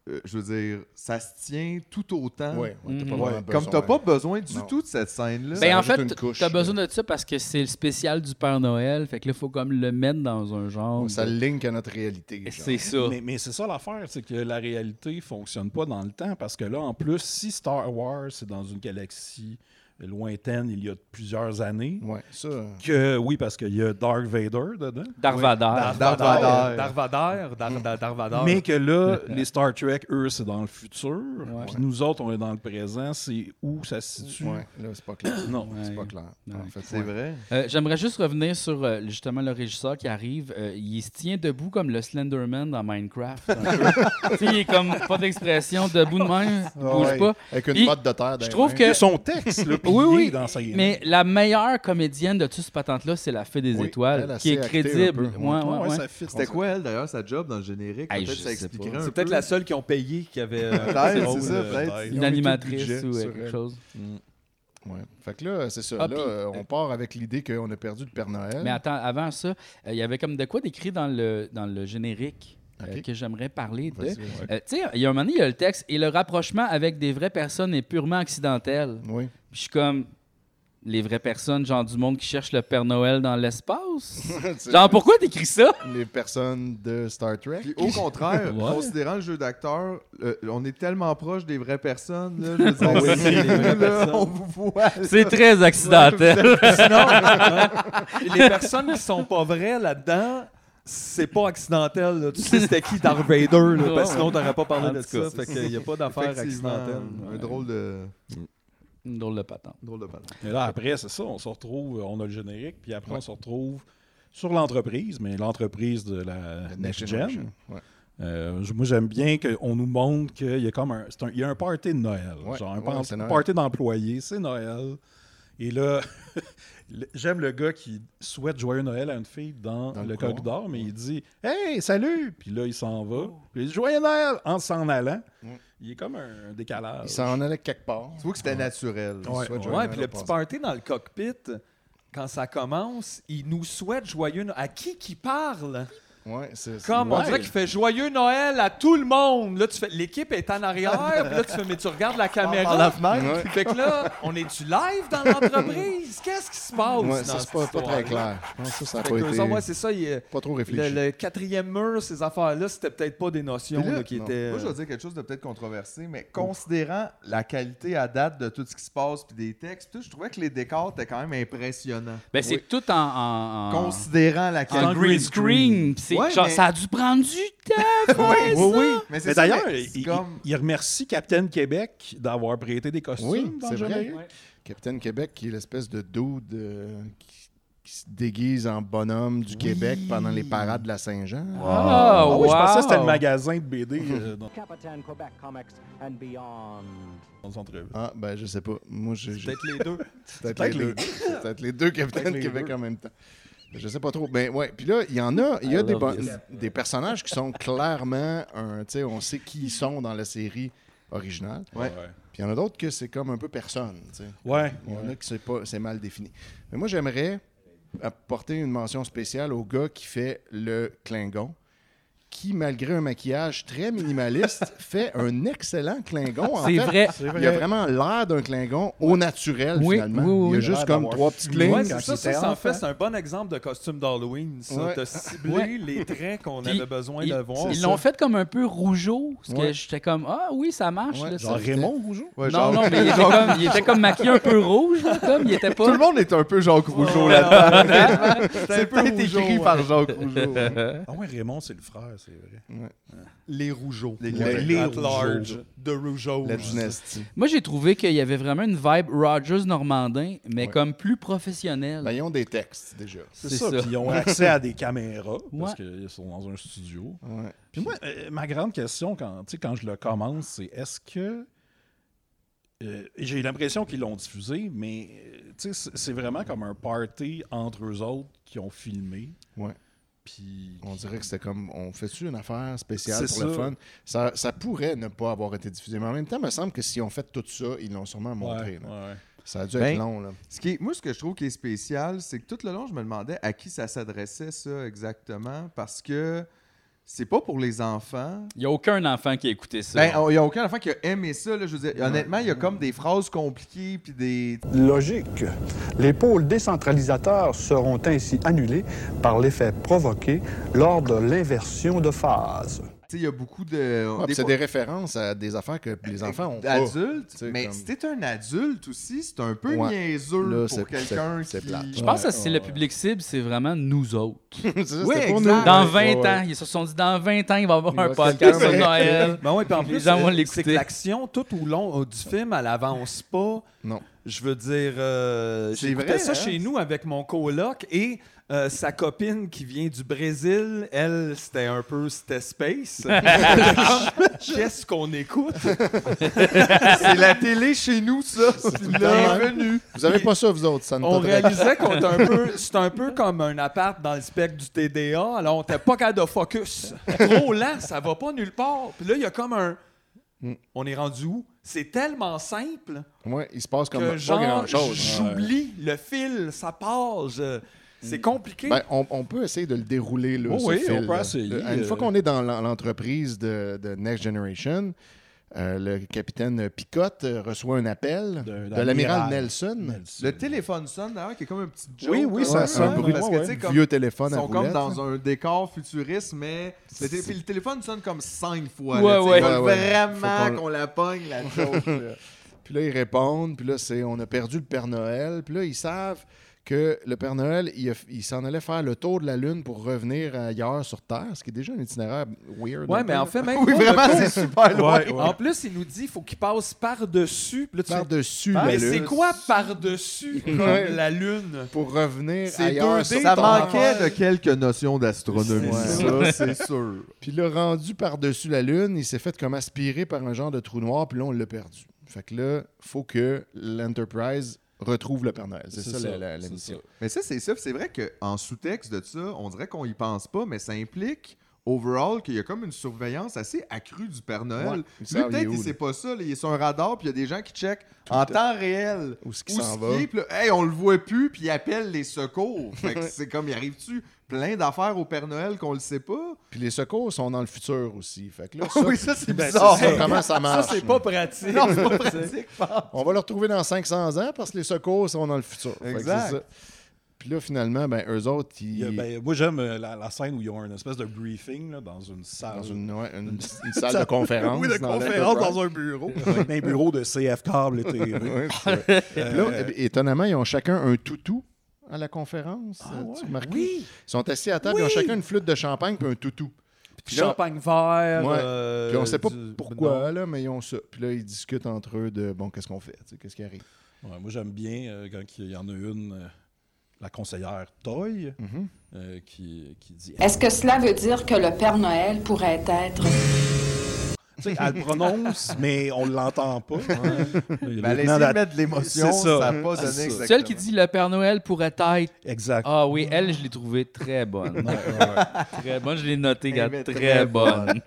Speaker 4: euh, je veux dire, ça se tient tout autant.
Speaker 3: Ouais, ouais, t'as pas
Speaker 1: Mhm.
Speaker 3: vraiment
Speaker 4: Comme t'as
Speaker 3: besoin.
Speaker 4: pas besoin du
Speaker 3: Non.
Speaker 4: tout de cette scène-là.
Speaker 3: Ça
Speaker 1: Ben, en
Speaker 3: rajoute
Speaker 1: fait,
Speaker 3: une couche,
Speaker 1: t'as
Speaker 3: là.
Speaker 1: besoin de ça parce que c'est le spécial du Père Noël. Fait que là, faut comme le mettre dans un genre.
Speaker 3: Ça
Speaker 1: de-
Speaker 3: le link à notre réalité. genre.
Speaker 1: C'est ça.
Speaker 2: Mais, mais c'est ça l'affaire, c'est que la réalité fonctionne pas dans le temps parce que là, en plus, si Star Wars c'est dans une galaxie lointaine, il y a plusieurs années,
Speaker 3: Ouais, ça.
Speaker 2: que oui, parce qu'il y a Dark Vader dedans,
Speaker 1: Darvadar.
Speaker 4: Darvader.
Speaker 5: Darvader, Dar- Dar- Darvader.
Speaker 2: mais que là, les Star Trek, eux, c'est dans le futur,
Speaker 1: Ouais.
Speaker 2: puis nous autres, on est dans le présent, c'est où ça se situe.
Speaker 3: Ouais, là, c'est pas clair.
Speaker 2: Non.
Speaker 3: C'est
Speaker 1: Ouais.
Speaker 3: pas clair. En fait,
Speaker 4: C'est
Speaker 3: ouais.
Speaker 4: vrai.
Speaker 1: Euh, J'aimerais juste revenir sur euh, justement le régisseur qui arrive. Euh, il se tient debout comme le Slenderman dans Minecraft. un peu. Tu sais, il est comme pas d'expression, debout de même, il
Speaker 3: Ah
Speaker 1: bouge
Speaker 3: ouais,
Speaker 1: pas.
Speaker 3: Avec une
Speaker 1: Il-
Speaker 3: botte de terre. dans
Speaker 1: Je
Speaker 3: les
Speaker 1: trouve
Speaker 3: mains.
Speaker 1: que.
Speaker 2: Son texte, le
Speaker 1: Oui, oui,
Speaker 2: dans sa
Speaker 1: Mais la meilleure comédienne de toute cette patente-là, c'est la Fée des
Speaker 3: Oui,
Speaker 1: Étoiles,
Speaker 3: elle, elle
Speaker 1: qui est
Speaker 3: sait acter un
Speaker 1: crédible.
Speaker 3: peu.
Speaker 1: Ouais,
Speaker 2: Ouais,
Speaker 1: ouais, ouais.
Speaker 2: ça fit.
Speaker 4: C'était quoi, elle, d'ailleurs, sa job dans le générique?
Speaker 1: Hey,
Speaker 4: Peut-être
Speaker 1: je
Speaker 4: ça
Speaker 1: sais
Speaker 4: expliquerait
Speaker 1: pas.
Speaker 4: un
Speaker 5: c'est
Speaker 4: peu.
Speaker 5: peut-être la seule qui ont payé qui avait euh, ce
Speaker 4: Peut-être,
Speaker 5: rôle,
Speaker 4: c'est ça,
Speaker 5: euh,
Speaker 1: Une
Speaker 3: Ils
Speaker 4: peut-être.
Speaker 3: ont mis tout le
Speaker 1: animatrice
Speaker 3: budget
Speaker 1: ou euh,
Speaker 3: sur
Speaker 1: quelque
Speaker 3: elle. Mm.
Speaker 1: chose.
Speaker 3: Ouais. Fait que là, c'est ça.
Speaker 1: Ah,
Speaker 3: là,
Speaker 1: puis-
Speaker 3: euh, on part avec l'idée qu'on a perdu le Père Noël.
Speaker 1: Mais attends, avant ça, euh, il y avait comme de quoi d'écrit dans le, dans le générique euh,
Speaker 3: Ok.
Speaker 1: que j'aimerais parler de.
Speaker 3: Vas-y,
Speaker 1: Euh,
Speaker 3: ouais.
Speaker 1: tu sais, il y a un moment donné, il y a le texte et le rapprochement avec des vraies personnes est purement accidentel.
Speaker 3: Oui.
Speaker 1: Puis je suis comme les vraies personnes, genre du monde qui cherche le Père Noël dans l'espace.
Speaker 3: C'est
Speaker 1: genre pourquoi t'écris ça
Speaker 3: Les personnes de Star Trek.
Speaker 4: Puis au contraire,
Speaker 1: Ouais.
Speaker 4: considérant le jeu d'acteur, euh, on est tellement proche des vraies personnes. Là, je veux dire,
Speaker 5: Ah oui,
Speaker 4: c'est-
Speaker 5: des vraies
Speaker 4: là,
Speaker 5: personnes.
Speaker 4: on vous voit.
Speaker 1: C'est très accidentel. euh,
Speaker 5: Sinon, les personnes qui sont pas vraies là-dedans, c'est pas accidentel. là. Tu sais c'était qui Darth Vader, là,
Speaker 1: Ouais,
Speaker 5: parce
Speaker 1: ouais.
Speaker 5: que sinon t'aurais pas parlé
Speaker 1: En
Speaker 5: de
Speaker 1: tout cas,
Speaker 5: ça. Fait qu'il y a pas d'affaire
Speaker 4: Effectivement,
Speaker 5: accidentelle.
Speaker 4: un drôle de,
Speaker 1: Mm. Une drôle de patente.
Speaker 4: drôle de patente.
Speaker 2: Mais là, après, c'est ça, on se retrouve, euh, on a le générique, puis après, on se retrouve sur l'entreprise, mais l'entreprise de la Next Gen.
Speaker 3: Ouais.
Speaker 2: Euh, j- moi, j'aime bien qu'on nous montre qu'il y a comme un, c'est un- il y a un party de Noël.
Speaker 3: Ouais,
Speaker 2: genre un
Speaker 3: ouais,
Speaker 2: pan-
Speaker 3: c'est Noël.
Speaker 2: party d'employés, c'est Noël. Et là, le- j'aime le gars qui souhaite joyeux Noël à une fille dans,
Speaker 3: Dans le
Speaker 2: le
Speaker 3: coin.
Speaker 2: corridor, mais il dit Hey, salut Puis là, il s'en va. Puis il dit Joyeux Noël en s'en allant. Mm. Il est comme un décalage.
Speaker 3: Il s'en allait quelque part.
Speaker 4: Tu vois que c'était naturel.
Speaker 2: Ouais.
Speaker 3: Soit Joyeux
Speaker 5: Ouais,
Speaker 3: Noël
Speaker 5: puis le
Speaker 3: au
Speaker 5: petit
Speaker 3: passé.
Speaker 5: party dans le cockpit, quand ça commence, il nous souhaite joyeux Noël. À qui qui parle
Speaker 3: Ouais, c'est-
Speaker 5: Comme, on
Speaker 3: ouais.
Speaker 5: dirait qu'il fait joyeux Noël à tout le monde. Là, tu fais, l'équipe est en arrière, puis là, tu fais, mais tu regardes la caméra.
Speaker 3: par la fenêtre. Ouais.
Speaker 5: Fait que là, on est du live dans l'entreprise. Qu'est-ce qui se passe?
Speaker 3: Ouais,
Speaker 5: dans
Speaker 3: ça, c'est
Speaker 5: cette
Speaker 3: pas, pas très
Speaker 5: histoire-là?
Speaker 3: clair. Je pense que ça, ça a pas
Speaker 5: Fait que eux
Speaker 3: été-
Speaker 5: autres, ouais, c'est ça. il-
Speaker 3: Pas trop
Speaker 5: le,
Speaker 3: réfléchi.
Speaker 5: le quatrième mur, ces affaires-là, c'était peut-être pas des notions
Speaker 4: Puis là,
Speaker 5: là, qui
Speaker 4: non.
Speaker 5: étaient. euh,
Speaker 4: Moi, je vais dire quelque chose de peut-être controversé, mais considérant la qualité à date de tout ce qui se passe puis des textes, tout, je trouvais que les décors étaient quand même impressionnants.
Speaker 1: Ben, c'est tout en, en- en-
Speaker 4: Considérant la qualité.
Speaker 1: en green screen. pis c'est-
Speaker 4: Ouais,
Speaker 1: genre,
Speaker 4: mais-
Speaker 1: Ça a dû prendre du temps.
Speaker 4: Oui,
Speaker 2: Oui, oui.
Speaker 4: Mais
Speaker 2: Mais,
Speaker 4: c'est ça,
Speaker 2: d'ailleurs,
Speaker 4: mais
Speaker 2: il,
Speaker 4: c'est comme-
Speaker 2: il- il remercie Captain Québec d'avoir prêté des costumes
Speaker 3: Oui,
Speaker 2: dans
Speaker 3: c'est
Speaker 2: le
Speaker 3: vrai.
Speaker 2: générique.
Speaker 3: Capitaine Québec, qui est l'espèce de dude euh, qui, qui se déguise en bonhomme du Québec pendant les parades de la Saint-Jean.
Speaker 2: Ah, oui, je pensais que c'était
Speaker 1: wow.
Speaker 2: le magasin de BD euh, dans,
Speaker 12: Captain Quebec Comics and beyond.
Speaker 2: dans euh, son entrevue.
Speaker 3: Ah, ben, je sais pas. Moi, j'ai. j'ai-
Speaker 5: Peut-être les deux.
Speaker 3: Peut-être
Speaker 2: Peut-être
Speaker 3: les
Speaker 2: les
Speaker 3: deux. Peut-être les deux Capitaines
Speaker 2: Peut-être les
Speaker 3: Québec
Speaker 2: deux.
Speaker 3: en même temps. Je sais pas trop. Ben ouais. Puis là, il y en a,
Speaker 2: Ah,
Speaker 3: il y a
Speaker 1: I
Speaker 3: des,
Speaker 1: love
Speaker 3: bon-
Speaker 1: this.
Speaker 3: des personnages qui sont clairement un. Tu sais, on sait qui ils sont dans la série originale.
Speaker 4: Ouais.
Speaker 3: Puis il y en a d'autres que c'est comme un peu personne. tu sais.
Speaker 2: Ouais.
Speaker 3: Il y en a qui c'est pas c'est mal défini. Mais moi j'aimerais apporter une mention spéciale au gars qui fait le Klingon, qui malgré un maquillage très minimaliste fait un excellent Klingon. En
Speaker 1: C'est
Speaker 3: fait,
Speaker 1: vrai.
Speaker 3: Il a vraiment l'air d'un Klingon au naturel
Speaker 1: Oui,
Speaker 3: finalement.
Speaker 1: oui, oui,
Speaker 3: Il y a
Speaker 1: oui.
Speaker 3: juste
Speaker 2: l'air
Speaker 3: comme
Speaker 2: d'avoir
Speaker 3: trois petits
Speaker 2: fumé.
Speaker 3: clés.
Speaker 5: Ouais,
Speaker 2: Quand
Speaker 5: c'est ça,
Speaker 2: il
Speaker 5: ça,
Speaker 2: était
Speaker 5: ça, en
Speaker 2: enfant.
Speaker 5: fait, c'est un bon exemple de costume d'Halloween. Ça
Speaker 3: Ouais.
Speaker 5: T'as ciblé
Speaker 1: Ouais.
Speaker 5: les traits qu'on
Speaker 1: Puis,
Speaker 5: avait besoin
Speaker 1: ils-
Speaker 5: de voir.
Speaker 1: Ils l'ont fait comme un peu rougeau. Parce que
Speaker 3: Ouais.
Speaker 1: j'étais comme, ah oui, ça marche.
Speaker 3: Ouais,
Speaker 1: là,
Speaker 2: Genre
Speaker 1: ça-
Speaker 2: Raymond Rougeau?
Speaker 4: Ouais,
Speaker 1: Non,
Speaker 4: genre-
Speaker 1: non, mais il était comme, il était comme maquillé un peu rouge. là, comme, il était pas...
Speaker 4: Tout le monde est un peu Jacques Rougeau
Speaker 5: Ouais,
Speaker 4: là-dedans.
Speaker 5: C'est un
Speaker 4: Oh. C'est
Speaker 5: peu
Speaker 4: peut-être
Speaker 5: Rougeau,
Speaker 4: écrit
Speaker 5: ouais.
Speaker 4: par Jacques Rougeau. hein.
Speaker 2: Ah ouais, Raymond, c'est le frère, c'est vrai.
Speaker 5: Les Rougeaux.
Speaker 4: Les-
Speaker 5: Ouais.
Speaker 2: les
Speaker 5: At
Speaker 2: Rougeaux.
Speaker 5: large. De Rougeaux.
Speaker 3: La dynastie.
Speaker 1: Moi, j'ai trouvé qu'il y avait vraiment une vibe Rogers Normandin, mais
Speaker 3: Ouais.
Speaker 1: comme plus professionnelle.
Speaker 3: Ben, ils ont des textes déjà.
Speaker 1: C'est
Speaker 2: C'est ça.
Speaker 1: ça.
Speaker 2: Puis ils ont accès à des caméras
Speaker 1: Ouais.
Speaker 2: parce qu'ils sont dans un studio.
Speaker 3: Ouais.
Speaker 2: Puis moi, euh, ma grande question quand, tu sais, quand je le commence, c'est est-ce que. euh, J'ai l'impression qu'ils l'ont diffusé, mais euh, tu sais, c'est c'est vraiment comme un party entre eux autres qui ont filmé.
Speaker 3: Ouais.
Speaker 2: Puis.
Speaker 3: On dirait que c'était comme on fait-tu une affaire spéciale pour
Speaker 2: C'est
Speaker 3: le
Speaker 2: ça.
Speaker 3: fun? Ça, ça pourrait ne pas avoir été diffusé. Mais en même temps, il me semble que si on fait tout ça, ils l'ont sûrement montré.
Speaker 2: Ouais,
Speaker 3: là.
Speaker 2: ouais.
Speaker 3: Ça a dû
Speaker 4: Ben,
Speaker 3: être long, là.
Speaker 4: Ce qui est- moi, ce que je trouve qui est spécial, c'est que tout le long, je me demandais à qui ça s'adressait, ça, exactement, parce que c'est pas pour les enfants.
Speaker 1: Il n'y a aucun enfant qui a écouté ça.
Speaker 4: Ben, il n'y a aucun enfant qui a aimé ça, là, je veux dire. Honnêtement, il y a comme des phrases compliquées, puis des...
Speaker 13: Logique. Les pôles décentralisateurs seront ainsi annulés par l'effet provoqué lors de l'inversion de phase.
Speaker 4: Tu sais, il y a beaucoup de...
Speaker 3: Ouais, Ah, puis
Speaker 4: des
Speaker 3: c'est
Speaker 4: fois-
Speaker 3: des références à des affaires que les enfants ont pas.
Speaker 4: Adulte,
Speaker 3: tu sais,
Speaker 4: mais
Speaker 3: comme-
Speaker 4: si t'es un adulte aussi, c'est un peu
Speaker 3: Ouais.
Speaker 4: niaiseux
Speaker 3: Là,
Speaker 4: pour
Speaker 3: c'est-
Speaker 4: quelqu'un
Speaker 3: c'est- c'est
Speaker 4: qui...
Speaker 3: plate.
Speaker 1: Je pense que c'est le public cible, c'est vraiment nous autres.
Speaker 3: C'est ça,
Speaker 4: Oui,
Speaker 3: c'était pour
Speaker 4: exact.
Speaker 3: nous.
Speaker 1: Dans 20
Speaker 3: Ouais, ouais.
Speaker 1: ans, ils se sont dit dans 20 ans, il va y avoir
Speaker 3: Il
Speaker 1: un
Speaker 3: va
Speaker 1: podcast sur
Speaker 3: quelqu'un-
Speaker 1: Noël.
Speaker 5: Ben ouais, puis en
Speaker 1: Les
Speaker 5: plus,
Speaker 1: gens vont
Speaker 5: euh,
Speaker 1: l'écouter.
Speaker 5: c'est que l'action tout au long euh, du film, elle avance pas.
Speaker 3: Non.
Speaker 5: Je veux dire, euh,
Speaker 4: C'est
Speaker 5: j'écoutais
Speaker 4: vrai,
Speaker 5: ça
Speaker 4: hein?
Speaker 5: chez nous avec mon coloc et euh, sa copine qui vient du Brésil, elle, c'était un peu c'était space. Qu'est-ce qu'on écoute
Speaker 4: C'est la télé chez nous, ça. C'est
Speaker 3: temps, hein.
Speaker 4: revenu.
Speaker 3: Vous avez pas ça, vous autres, ça ne
Speaker 5: On
Speaker 3: t'intéresse pas.
Speaker 5: réalisait qu'on était un peu, c'était un peu comme un appart dans le spectre du TDA. Alors on était pas capable de focus. Trop lent, ça va pas nulle part. Puis là il y a comme un,
Speaker 3: Hmm.
Speaker 5: on est rendu où C'est tellement simple.
Speaker 3: Ouais, il se passe comme
Speaker 5: que
Speaker 3: pas
Speaker 5: genre,
Speaker 3: grand-chose.
Speaker 5: j'oublie le fil, ça part. je- C'est compliqué.
Speaker 3: Ben, on, on peut essayer de le dérouler, là,
Speaker 2: Oh
Speaker 3: ce
Speaker 2: oui, on
Speaker 3: fil,
Speaker 2: peut
Speaker 3: là.
Speaker 2: essayer,
Speaker 3: Euh, Une
Speaker 2: euh.
Speaker 3: fois qu'on est dans l'en- l'entreprise de, de Next Generation, euh, le capitaine Picotte euh, reçoit un appel de,
Speaker 2: De-
Speaker 3: l'amiral
Speaker 2: d'amiral
Speaker 3: Nelson.
Speaker 4: Le téléphone sonne, d'ailleurs, qui est comme un petit joke.
Speaker 2: Oui, oui,
Speaker 4: hein,
Speaker 2: ça
Speaker 4: ouais,
Speaker 2: sonne,
Speaker 4: hein,
Speaker 2: bruit de
Speaker 4: Parce que,
Speaker 2: fond,
Speaker 4: tu sais,
Speaker 2: ouais.
Speaker 4: comme...
Speaker 3: Vieux téléphone
Speaker 4: Ils
Speaker 3: à
Speaker 4: sont comme
Speaker 3: roulette, là.
Speaker 4: dans un décor futuriste, mais le, té- puis le téléphone sonne comme cinq fois.
Speaker 1: Ouais,
Speaker 4: là, tu sais,
Speaker 1: ouais.
Speaker 4: Ils veulent
Speaker 3: Ouais, ouais.
Speaker 4: vraiment
Speaker 3: Faut qu'on-
Speaker 4: qu'on la pogne, la joke. là.
Speaker 3: Puis là, ils répondent, puis là, c'est on a perdu le Père Noël. Puis là, ils savent que le Père Noël, il, a- il s'en allait faire le tour de la Lune pour revenir ailleurs sur Terre, ce qui est déjà un itinéraire weird.
Speaker 5: ouais,
Speaker 3: un
Speaker 5: mais
Speaker 3: peu,
Speaker 5: en
Speaker 3: là.
Speaker 5: fait, même.
Speaker 4: oui,
Speaker 5: pas,
Speaker 4: vraiment,
Speaker 5: le
Speaker 4: c'est super loin.
Speaker 2: Ouais, ouais.
Speaker 5: En plus, il nous dit qu'il faut qu'il passe par-dessus. Puis là, tu fais,
Speaker 3: Par-dessus
Speaker 5: Mais
Speaker 3: la
Speaker 5: c'est
Speaker 3: Lune.
Speaker 5: quoi par-dessus comme
Speaker 3: Ouais.
Speaker 5: la Lune?
Speaker 3: Pour revenir
Speaker 5: C'est
Speaker 3: ailleurs
Speaker 5: 2D,
Speaker 3: sur
Speaker 4: Ça
Speaker 3: Terre.
Speaker 4: manquait de quelques notions d'astronomie,
Speaker 3: Ouais.
Speaker 4: ça, c'est sûr.
Speaker 3: Puis là, rendu par-dessus la Lune, il s'est fait comme aspirer par un genre de trou noir, puis là, on l'a perdu. Fait que là, faut que l'Enterprise retrouve le Père Noël. C'est ça, la, la- la
Speaker 2: c'est
Speaker 3: mission.
Speaker 2: ça.
Speaker 4: Mais ça, c'est ça. C'est vrai qu'en sous-texte de ça, on dirait qu'on y pense pas, mais ça implique overall qu'il y a comme une surveillance assez accrue du Père
Speaker 3: Ouais,
Speaker 4: Noël.
Speaker 3: ils
Speaker 4: Lui,
Speaker 3: savent, il est
Speaker 4: peut-être,
Speaker 3: où,
Speaker 4: il
Speaker 3: là.
Speaker 4: sait pas ça. là, il est sur un radar, puis il y a des gens qui checkent en temps réel
Speaker 3: Où est-ce qu'il
Speaker 4: où
Speaker 3: s'en
Speaker 4: ce
Speaker 3: va.
Speaker 4: qu'il est, puis là, hey, on le voit plus, puis il appelle les secours. Fait que c'est comme, il arrive-tu plein d'affaires au Père Noël qu'on le sait pas?
Speaker 3: Puis les secours sont dans le futur aussi. Fait que là,
Speaker 4: Ah Oui, ça, c'est
Speaker 3: Ben,
Speaker 4: bizarre.
Speaker 3: c'est ça, comment ça
Speaker 4: Ça,
Speaker 3: marche?
Speaker 4: c'est
Speaker 3: là.
Speaker 4: pas pratique. Non, c'est pas pratique,
Speaker 3: On va le retrouver dans 500 ans parce que les secours sont dans le futur. Fait que
Speaker 2: Exact.
Speaker 3: c'est ça. Puis là, finalement, ben, eux autres,
Speaker 2: Il y a-
Speaker 3: ils.
Speaker 2: ben, moi, j'aime euh, la, la scène où ils ont une espèce de briefing là, dans une salle.
Speaker 3: Dans une, ouais, une- une salle de conférence.
Speaker 2: Oui, de
Speaker 3: dans
Speaker 2: conférence
Speaker 3: l'Enterprise.
Speaker 2: dans un bureau. dans un bureau de CF Cable et TV.
Speaker 3: Ouais, c'est vrai. Puis là, é- étonnamment, ils ont chacun un toutou à la conférence.
Speaker 1: Ah
Speaker 3: euh, tu remarques? Ils sont assis à table, ils ont
Speaker 5: Oui.
Speaker 3: chacun une flûte de champagne puis un toutou.
Speaker 5: Puis
Speaker 3: là-
Speaker 5: champagne vert.
Speaker 3: Ouais.
Speaker 5: euh,
Speaker 3: Puis on sait pas
Speaker 5: du-
Speaker 3: pourquoi, là, mais ils ont ça. Puis là, ils discutent entre eux de bon, qu'est-ce qu'on fait, tu sais, qu'est-ce qui arrive.
Speaker 2: Ouais, moi, j'aime bien euh, quand il y en a une, euh, la conseillère Toy,
Speaker 4: Mhm.
Speaker 2: euh, qui, qui dit. Ah,
Speaker 14: Est-ce que cela veut dire que le Père Noël pourrait être...
Speaker 2: Tu sais, elle le prononce, mais on l'entend pas.
Speaker 4: Mais
Speaker 2: Ben,
Speaker 4: elle essaie de Ben, mettre de l'émotion, ça a pas donné exactement.
Speaker 1: Celle qui dit le Père Noël pourrait être.
Speaker 2: Exact.
Speaker 1: Ah oui, elle, je l'ai trouvée très bonne. très bonne, je l'ai notée, gars,
Speaker 3: Eh, Mais
Speaker 1: très, bonne.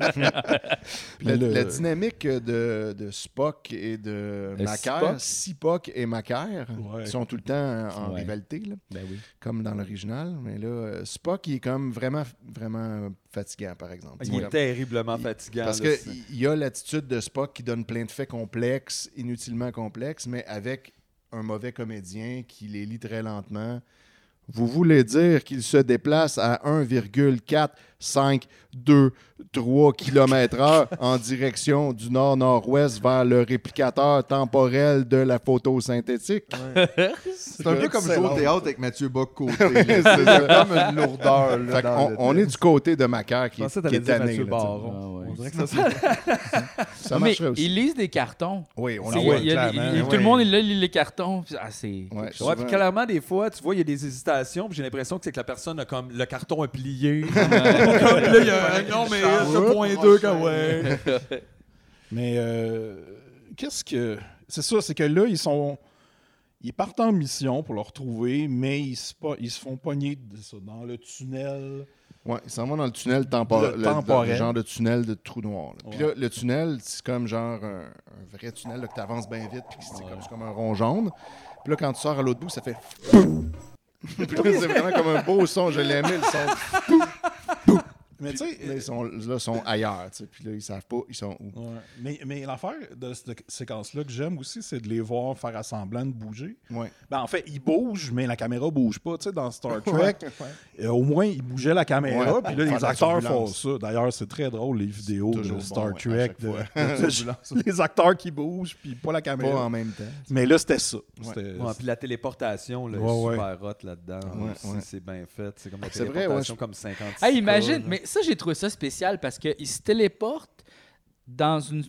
Speaker 3: Puis la, la dynamique de, de Spock et de
Speaker 1: Euh,
Speaker 3: Macaire,
Speaker 1: Spock.
Speaker 3: Spock et Macaire,
Speaker 2: Ouais.
Speaker 3: ils sont tout le temps en
Speaker 2: Ouais.
Speaker 3: rivalité, là,
Speaker 2: Ben oui.
Speaker 3: comme dans l'original. Mais là, euh, Spock, il est comme vraiment, vraiment fatigant, par exemple.
Speaker 5: Il est
Speaker 3: Ouais.
Speaker 5: terriblement fatigant.
Speaker 3: Parce
Speaker 5: là,
Speaker 3: que
Speaker 5: c'est-
Speaker 3: il- il y a l'attitude de Spock qui donne plein de faits complexes, inutilement complexes, mais avec un mauvais comédien qui les lit très lentement. Vous voulez dire qu'il se déplace à 1,453 km heure en direction du nord-nord-ouest vers le réplicateur temporel de la photosynthétique?
Speaker 4: C'est un peu comme jouer au
Speaker 3: Excellent.
Speaker 4: théâtre avec Mathieu Bock-Côté.
Speaker 3: Ouais,
Speaker 4: c'est
Speaker 3: c'est ça.
Speaker 4: comme une lourdeur. là,
Speaker 3: Fait
Speaker 4: dans
Speaker 3: qu'on-
Speaker 4: le
Speaker 3: on, est
Speaker 4: texte.
Speaker 3: du côté de Macaire qui,
Speaker 5: Je pensais
Speaker 3: est-
Speaker 5: que
Speaker 3: qui est
Speaker 5: t'allais dire
Speaker 3: tanné. là, tu
Speaker 5: Mathieu
Speaker 3: sais.
Speaker 5: Baron.
Speaker 1: Ah ouais.
Speaker 5: On dirait que ça serait-
Speaker 3: Ça
Speaker 1: Non, mais
Speaker 3: marcherait aussi.
Speaker 1: Ils lisent des cartons.
Speaker 3: Oui, on
Speaker 1: C'est-
Speaker 3: le voit,
Speaker 1: il y a- il-
Speaker 3: clairement.
Speaker 1: il-
Speaker 3: Ouais.
Speaker 1: Tout le monde, il lit les cartons. puis- Ah, c'est.
Speaker 3: Ouais,
Speaker 1: quelque chose.
Speaker 5: Ouais,
Speaker 3: souvent.
Speaker 5: puis clairement, des fois, tu vois, il y a des hésitations, puis j'ai l'impression que c'est que la personne a comme le carton est plié. comme là, il y a un non, mais ce point 2 quand ouais.
Speaker 2: Mais euh, qu'est-ce que. C'est ça, c'est que là, ils sont. Ils partent en mission pour le retrouver, mais ils se, po- ils se font pogner de ça, dans le tunnel.
Speaker 3: Ouais, ils s'en vont dans le tunnel temporel.
Speaker 2: Le
Speaker 3: Le, le-
Speaker 2: temporel.
Speaker 3: le genre de tunnel de trou noir. là. Puis
Speaker 2: Ouais.
Speaker 3: là, le tunnel, c'est comme genre un, un vrai tunnel là, que tu avances bien vite, puis c'est comme, c'est comme un rond jaune. Puis là, quand tu sors à l'autre bout, ça fait. Poum! Puis là, c'est vraiment comme un beau son. Je l'ai aimé, le son. Poum! Poum!
Speaker 2: Mais tu sais,
Speaker 3: Puis Là, ils sont, là, ils sont ailleurs. tu sais. Puis là, ils savent pas, ils sont où.
Speaker 2: Ouais. Mais, mais l'affaire de cette séquence-là que j'aime aussi, c'est de les voir faire à semblant de bouger.
Speaker 3: Ouais.
Speaker 2: Ben, en fait, ils bougent, mais la caméra bouge pas. Tu sais, dans Star Trek,
Speaker 3: Ouais,
Speaker 2: euh, au moins, ils bougeaient la caméra,
Speaker 3: Ouais.
Speaker 2: puis là,
Speaker 3: Faire de
Speaker 2: les
Speaker 3: la
Speaker 2: acteurs font
Speaker 3: turbulence.
Speaker 2: ça. D'ailleurs, c'est très drôle, les vidéos de
Speaker 3: toujours
Speaker 2: Star
Speaker 3: bon, ouais, à
Speaker 2: Trek.
Speaker 3: chaque
Speaker 2: de-
Speaker 3: fois.
Speaker 2: de- les acteurs qui bougent, puis pas la
Speaker 3: Pas
Speaker 2: caméra.
Speaker 3: en même temps.
Speaker 2: Mais là, c'était ça. C'était-
Speaker 5: Ouais, puis la téléportation, là,
Speaker 2: Ouais,
Speaker 5: est super hot là-dedans.
Speaker 3: Ouais,
Speaker 5: aussi,
Speaker 3: ouais.
Speaker 5: C'est bien fait. C'est comme
Speaker 1: Ah,
Speaker 5: la
Speaker 3: C'est vrai, ouais,
Speaker 5: téléportation
Speaker 3: je-
Speaker 5: comme 50
Speaker 1: Hey, imagine, mais ça, j'ai trouvé ça spécial parce qu'ils se téléportent dans un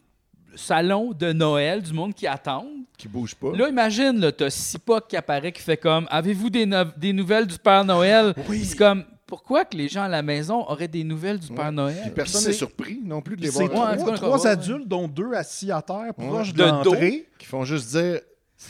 Speaker 1: salon de Noël, du monde qui attend.
Speaker 3: Qui bougent pas.
Speaker 1: Là, imagine, là, t'as Sipoc qui apparaît, qui fait comme Avez-vous des, no- des nouvelles du Père Noël Puis C'est comme Pourquoi que les gens à la maison auraient des nouvelles du Père
Speaker 3: Puis
Speaker 1: Noël
Speaker 3: personne
Speaker 2: c'est-
Speaker 3: n'est surpris non plus de les
Speaker 2: Puis
Speaker 3: voir.
Speaker 2: c'est trois,
Speaker 1: Ouais, c'est pas
Speaker 2: trois
Speaker 1: encore, ouais.
Speaker 2: adultes, dont deux assis à terre, proches
Speaker 1: De
Speaker 2: de l'entrée.
Speaker 3: Qui font juste dire.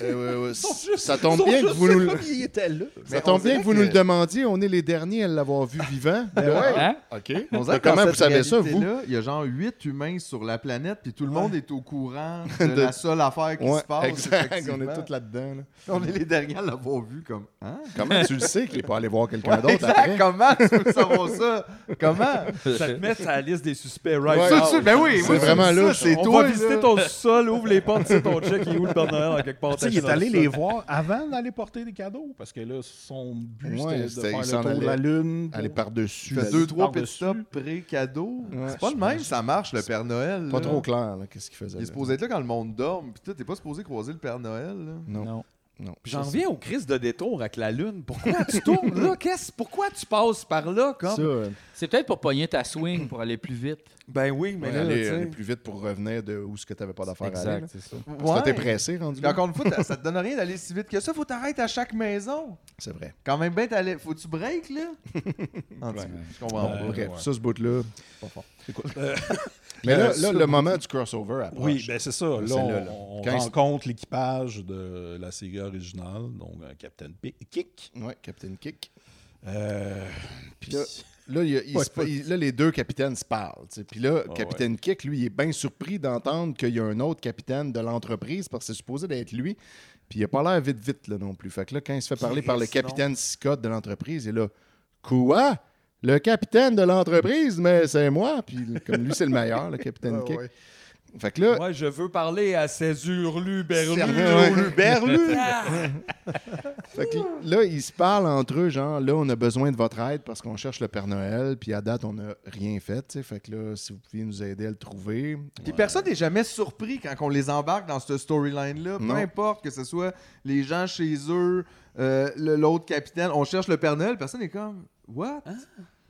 Speaker 3: euh, euh,
Speaker 2: Ils sont juste-
Speaker 3: ça tombe
Speaker 2: ils sont
Speaker 3: bien que
Speaker 2: juste
Speaker 3: vous nous.
Speaker 2: comme ils étaient là.
Speaker 3: Ça tombe bien que vous nous le demandiez, on est les derniers à l'avoir vu vivant.
Speaker 2: Ben
Speaker 3: Là,
Speaker 2: ouais.
Speaker 1: Hein?
Speaker 3: OK.
Speaker 4: On dirait
Speaker 3: Mais
Speaker 4: que dans
Speaker 3: comment vous
Speaker 4: cette
Speaker 3: savez ça, vous?
Speaker 4: réalité-là, Il y a genre 8 humains sur la planète, puis tout le monde est au courant de,
Speaker 3: De-
Speaker 4: la seule affaire qui
Speaker 3: Ouais,
Speaker 4: se passe.
Speaker 3: exact, on
Speaker 4: effectivement.
Speaker 3: est tous là-dedans. là.
Speaker 4: On est les derniers à l'avoir vu comme. Hein?
Speaker 3: Comment tu le sais qu'il n'est pas allé voir quelqu'un
Speaker 4: Ouais,
Speaker 3: d'autre
Speaker 4: exact,
Speaker 3: après?
Speaker 4: Comment tu peux savoir ça? Comment?
Speaker 5: Ça te met sur la liste des suspects, right?
Speaker 3: Ouais.
Speaker 4: Ça,
Speaker 5: now.
Speaker 4: tu- ben oui,
Speaker 3: C'est
Speaker 4: moi,
Speaker 3: vraiment
Speaker 4: ça,
Speaker 3: louche.
Speaker 4: C'est
Speaker 5: On
Speaker 4: toi.
Speaker 5: va visiter
Speaker 4: là.
Speaker 5: ton sol, ouvre les portes, c'est ton check, il est où le Père Noël, en quelque part.
Speaker 2: Tu sais, il est
Speaker 5: t'as
Speaker 2: allé
Speaker 5: ça.
Speaker 2: les voir avant d'aller porter des cadeaux, parce que là, son but,
Speaker 3: Ouais, c'était-
Speaker 2: c'était de
Speaker 3: il
Speaker 2: faire
Speaker 3: s'en
Speaker 2: le tour de la
Speaker 3: allait-
Speaker 2: Lune.
Speaker 3: Aller
Speaker 2: pour-
Speaker 3: par-dessus.
Speaker 4: Tu fais
Speaker 3: la-
Speaker 4: deux, trois petits
Speaker 2: par-dessus.
Speaker 4: stops pré-cadeaux.
Speaker 3: Ouais,
Speaker 4: c'est pas
Speaker 3: je
Speaker 4: le même,
Speaker 3: pense.
Speaker 4: ça marche, le Père Noël.
Speaker 3: Pas
Speaker 4: là.
Speaker 3: trop clair, là, qu'est-ce qu'il faisait.
Speaker 4: Il est
Speaker 3: là.
Speaker 4: supposé être là quand le monde dorme, puis toi, t'es pas supposé croiser le Père Noël. là.
Speaker 3: Non.
Speaker 1: Non.
Speaker 3: non.
Speaker 5: Puis J'en
Speaker 3: Ça,
Speaker 5: reviens au crise de détour avec la Lune. Pourquoi tu tournes là? Qu'est-ce- Pourquoi tu passes par là?
Speaker 3: c'est- Ça,
Speaker 5: Comme...
Speaker 3: euh,
Speaker 1: C'est peut-être pour pogner ta swing pour aller plus vite.
Speaker 5: Ben oui, mais
Speaker 3: ouais,
Speaker 5: là, tu
Speaker 3: aller,
Speaker 5: sais.
Speaker 3: aller plus vite pour revenir de où ce que tu n'avais pas d'affaire à aller. là.
Speaker 1: c'est ça.
Speaker 3: Parce que
Speaker 4: Ouais.
Speaker 3: t'es pressé, rendu
Speaker 4: Puis
Speaker 3: là.
Speaker 4: encore une fois, t'as- ça te donne rien d'aller si vite que ça. Faut t'arrêter à chaque maison.
Speaker 3: C'est vrai.
Speaker 4: Quand même, ben, t'allais- faut-tu break, là? En tout cas, je comprends
Speaker 2: Ouais.
Speaker 4: pas.
Speaker 3: Bref,
Speaker 2: ouais.
Speaker 3: ça, ce bout-là.
Speaker 2: Pas fort.
Speaker 3: Mais là,
Speaker 2: Euh,
Speaker 3: là,
Speaker 2: ça,
Speaker 3: le moment du crossover approche.
Speaker 2: Oui, ben c'est ça. Là,
Speaker 3: C'est
Speaker 2: on,
Speaker 3: là, là.
Speaker 2: on
Speaker 3: Quand ils-
Speaker 2: rencontre l'équipage de la série originale, donc euh, Captain Pi- Kick.
Speaker 3: Ouais, Captain Kick.
Speaker 2: Euh, puis
Speaker 3: là, Là, il y a- il
Speaker 2: Ouais,
Speaker 3: se-
Speaker 2: pas-
Speaker 3: il- là, les deux capitaines se parlent. tu sais. Puis là,
Speaker 2: ouais.
Speaker 3: Capitaine Kick, lui, il est bien surpris d'entendre qu'il y a un autre capitaine de l'entreprise parce que c'est supposé d'être lui. Puis il a pas l'air vite, vite, là, non plus. Fait que là, quand il se fait parler par le
Speaker 2: Christ, non.
Speaker 3: capitaine Scott de l'entreprise, il est là, quoi? Le capitaine de l'entreprise, mais c'est moi. Puis comme lui, c'est le meilleur, le capitaine
Speaker 5: Ouais,
Speaker 3: Kick.
Speaker 5: ouais.
Speaker 3: Fait que là,
Speaker 5: Ouais, je veux parler à ces hurlus, berlus,
Speaker 3: Sérieux, Ah, ouais.
Speaker 5: hurlus, berlus.
Speaker 3: Ah! Fait que là, ils se parlent entre eux, genre, là, on a besoin de votre aide parce qu'on cherche le Père Noël, puis à date, on n'a rien fait, tu sais. Fait que là, si vous pouviez nous aider à le trouver.
Speaker 4: Puis personne n'est jamais surpris quand on les embarque dans cette storyline-là. Peu
Speaker 3: Non.
Speaker 4: importe que ce soit les gens chez eux, euh, le- l'autre capitaine, on cherche le Père Noël, personne n'est comme What?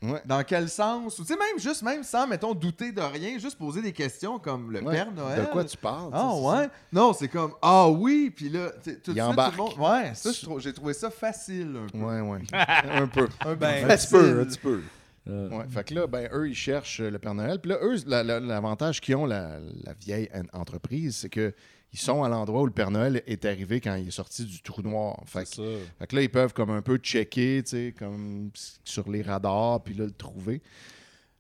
Speaker 3: Ouais.
Speaker 4: Dans quel sens? Ou tu sais, même juste, même sans, mettons, douter de rien, juste poser des questions comme le
Speaker 3: Ouais,
Speaker 4: Père Noël.
Speaker 3: de quoi tu parles, tu sais,
Speaker 4: Ah
Speaker 3: c'est
Speaker 4: ouais? Non, c'est comme Ah oui! Puis là, tu sais, tout
Speaker 3: Il
Speaker 4: de suite,
Speaker 3: embarque.
Speaker 4: tout le monde. Ouais, ça, je trou- j'ai trouvé ça facile un peu.
Speaker 3: Ouais, ouais. un peu.
Speaker 4: Un, ben,
Speaker 3: petit peu, un
Speaker 4: facile.
Speaker 3: petit peu. Ouais, fait que là, ben, eux, ils cherchent euh, le Père Noël. Puis là, eux, la- la- l'avantage qu'ils ont, la, la vieille en- entreprise, c'est que ils sont à l'endroit où le Père Noël est arrivé quand il est sorti du trou noir. Fait que, fait que là, ils peuvent comme un peu checker, tu sais, comme s- sur les radars, puis là, le trouver.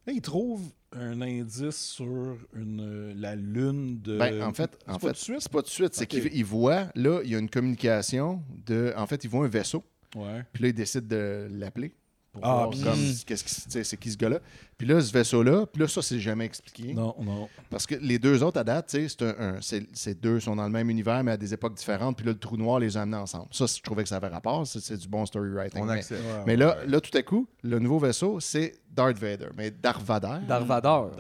Speaker 2: Là, ils trouvent un indice sur une, euh, la lune de.
Speaker 3: Ben, en fait,
Speaker 2: C'est
Speaker 3: en
Speaker 2: pas
Speaker 3: fait,
Speaker 2: de Suisse?
Speaker 3: c'est pas de suite. C'est
Speaker 2: Ok.
Speaker 3: qu'ils ils voient, là, il y a une communication de. En fait, ils voient un vaisseau.
Speaker 2: Ouais.
Speaker 3: Puis là, ils décident de l'appeler. Pour
Speaker 2: Ah,
Speaker 3: voir
Speaker 2: puis-
Speaker 3: comme, qu'est-ce qui- tu sais, c'est qui ce gars-là. Puis là, ce vaisseau-là, puis là, ça, c'est jamais expliqué.
Speaker 2: Non, non.
Speaker 3: Parce que les deux autres, à date, tu sais, c'est un- un- c'est- ces deux sont dans le même univers, mais à des époques différentes. Puis là, le trou noir les a amenés ensemble. Ça, je trouvais que ça avait rapport. C'est, c'est du bon story writing.
Speaker 4: On
Speaker 3: mais
Speaker 4: accepte. Ouais,
Speaker 3: mais
Speaker 4: ouais,
Speaker 3: là, là, tout à coup, le nouveau vaisseau, c'est Darth Vader. Mais Darth Vader.
Speaker 5: Darvador.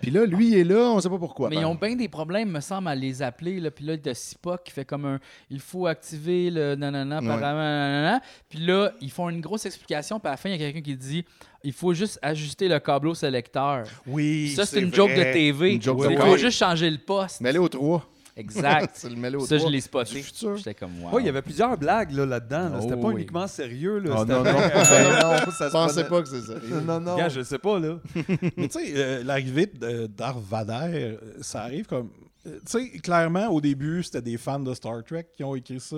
Speaker 3: Puis là, lui, il est là, on sait pas pourquoi.
Speaker 1: Mais
Speaker 3: par
Speaker 1: ils ont bien des problèmes, me semble, à les appeler. Là. Puis là, de Sipoc qui fait comme un il faut activer le nanana,
Speaker 3: Ouais.
Speaker 1: apparemment, nanana. Puis là, ils font une grosse explication. Puis à la fin, il y a quelqu'un qui dit il faut juste ajuster le câble au sélecteur.
Speaker 2: Oui.
Speaker 1: ça, c'est
Speaker 3: c'est
Speaker 1: une joke de
Speaker 3: vrai.
Speaker 1: TV.
Speaker 3: Une joke de
Speaker 1: il
Speaker 3: TV.
Speaker 1: faut juste changer le poste.
Speaker 3: Mêlé au 3.
Speaker 1: Exact.
Speaker 3: c'est le mêlé au 3.
Speaker 1: ça, je l'ai spoté.
Speaker 3: Du futur.
Speaker 1: J'étais comme moi.
Speaker 5: Ouais, il y avait plusieurs blagues là, là-dedans.
Speaker 2: Ah
Speaker 5: là. C'était
Speaker 1: Oh
Speaker 5: pas
Speaker 1: oui.
Speaker 5: uniquement sérieux. Là.
Speaker 3: Oh
Speaker 5: C'était-
Speaker 3: non, non.
Speaker 5: Euh,
Speaker 3: Ben non, ça se Pensez prenait- pas que c'est sérieux.
Speaker 4: Non, non.
Speaker 5: Gars, je sais pas, là.
Speaker 2: Mais tu sais, euh, l'arrivée de Darth Vader, euh, ça arrive comme. euh, Tu sais, clairement, au début, c'était des fans de Star Trek qui ont écrit ça.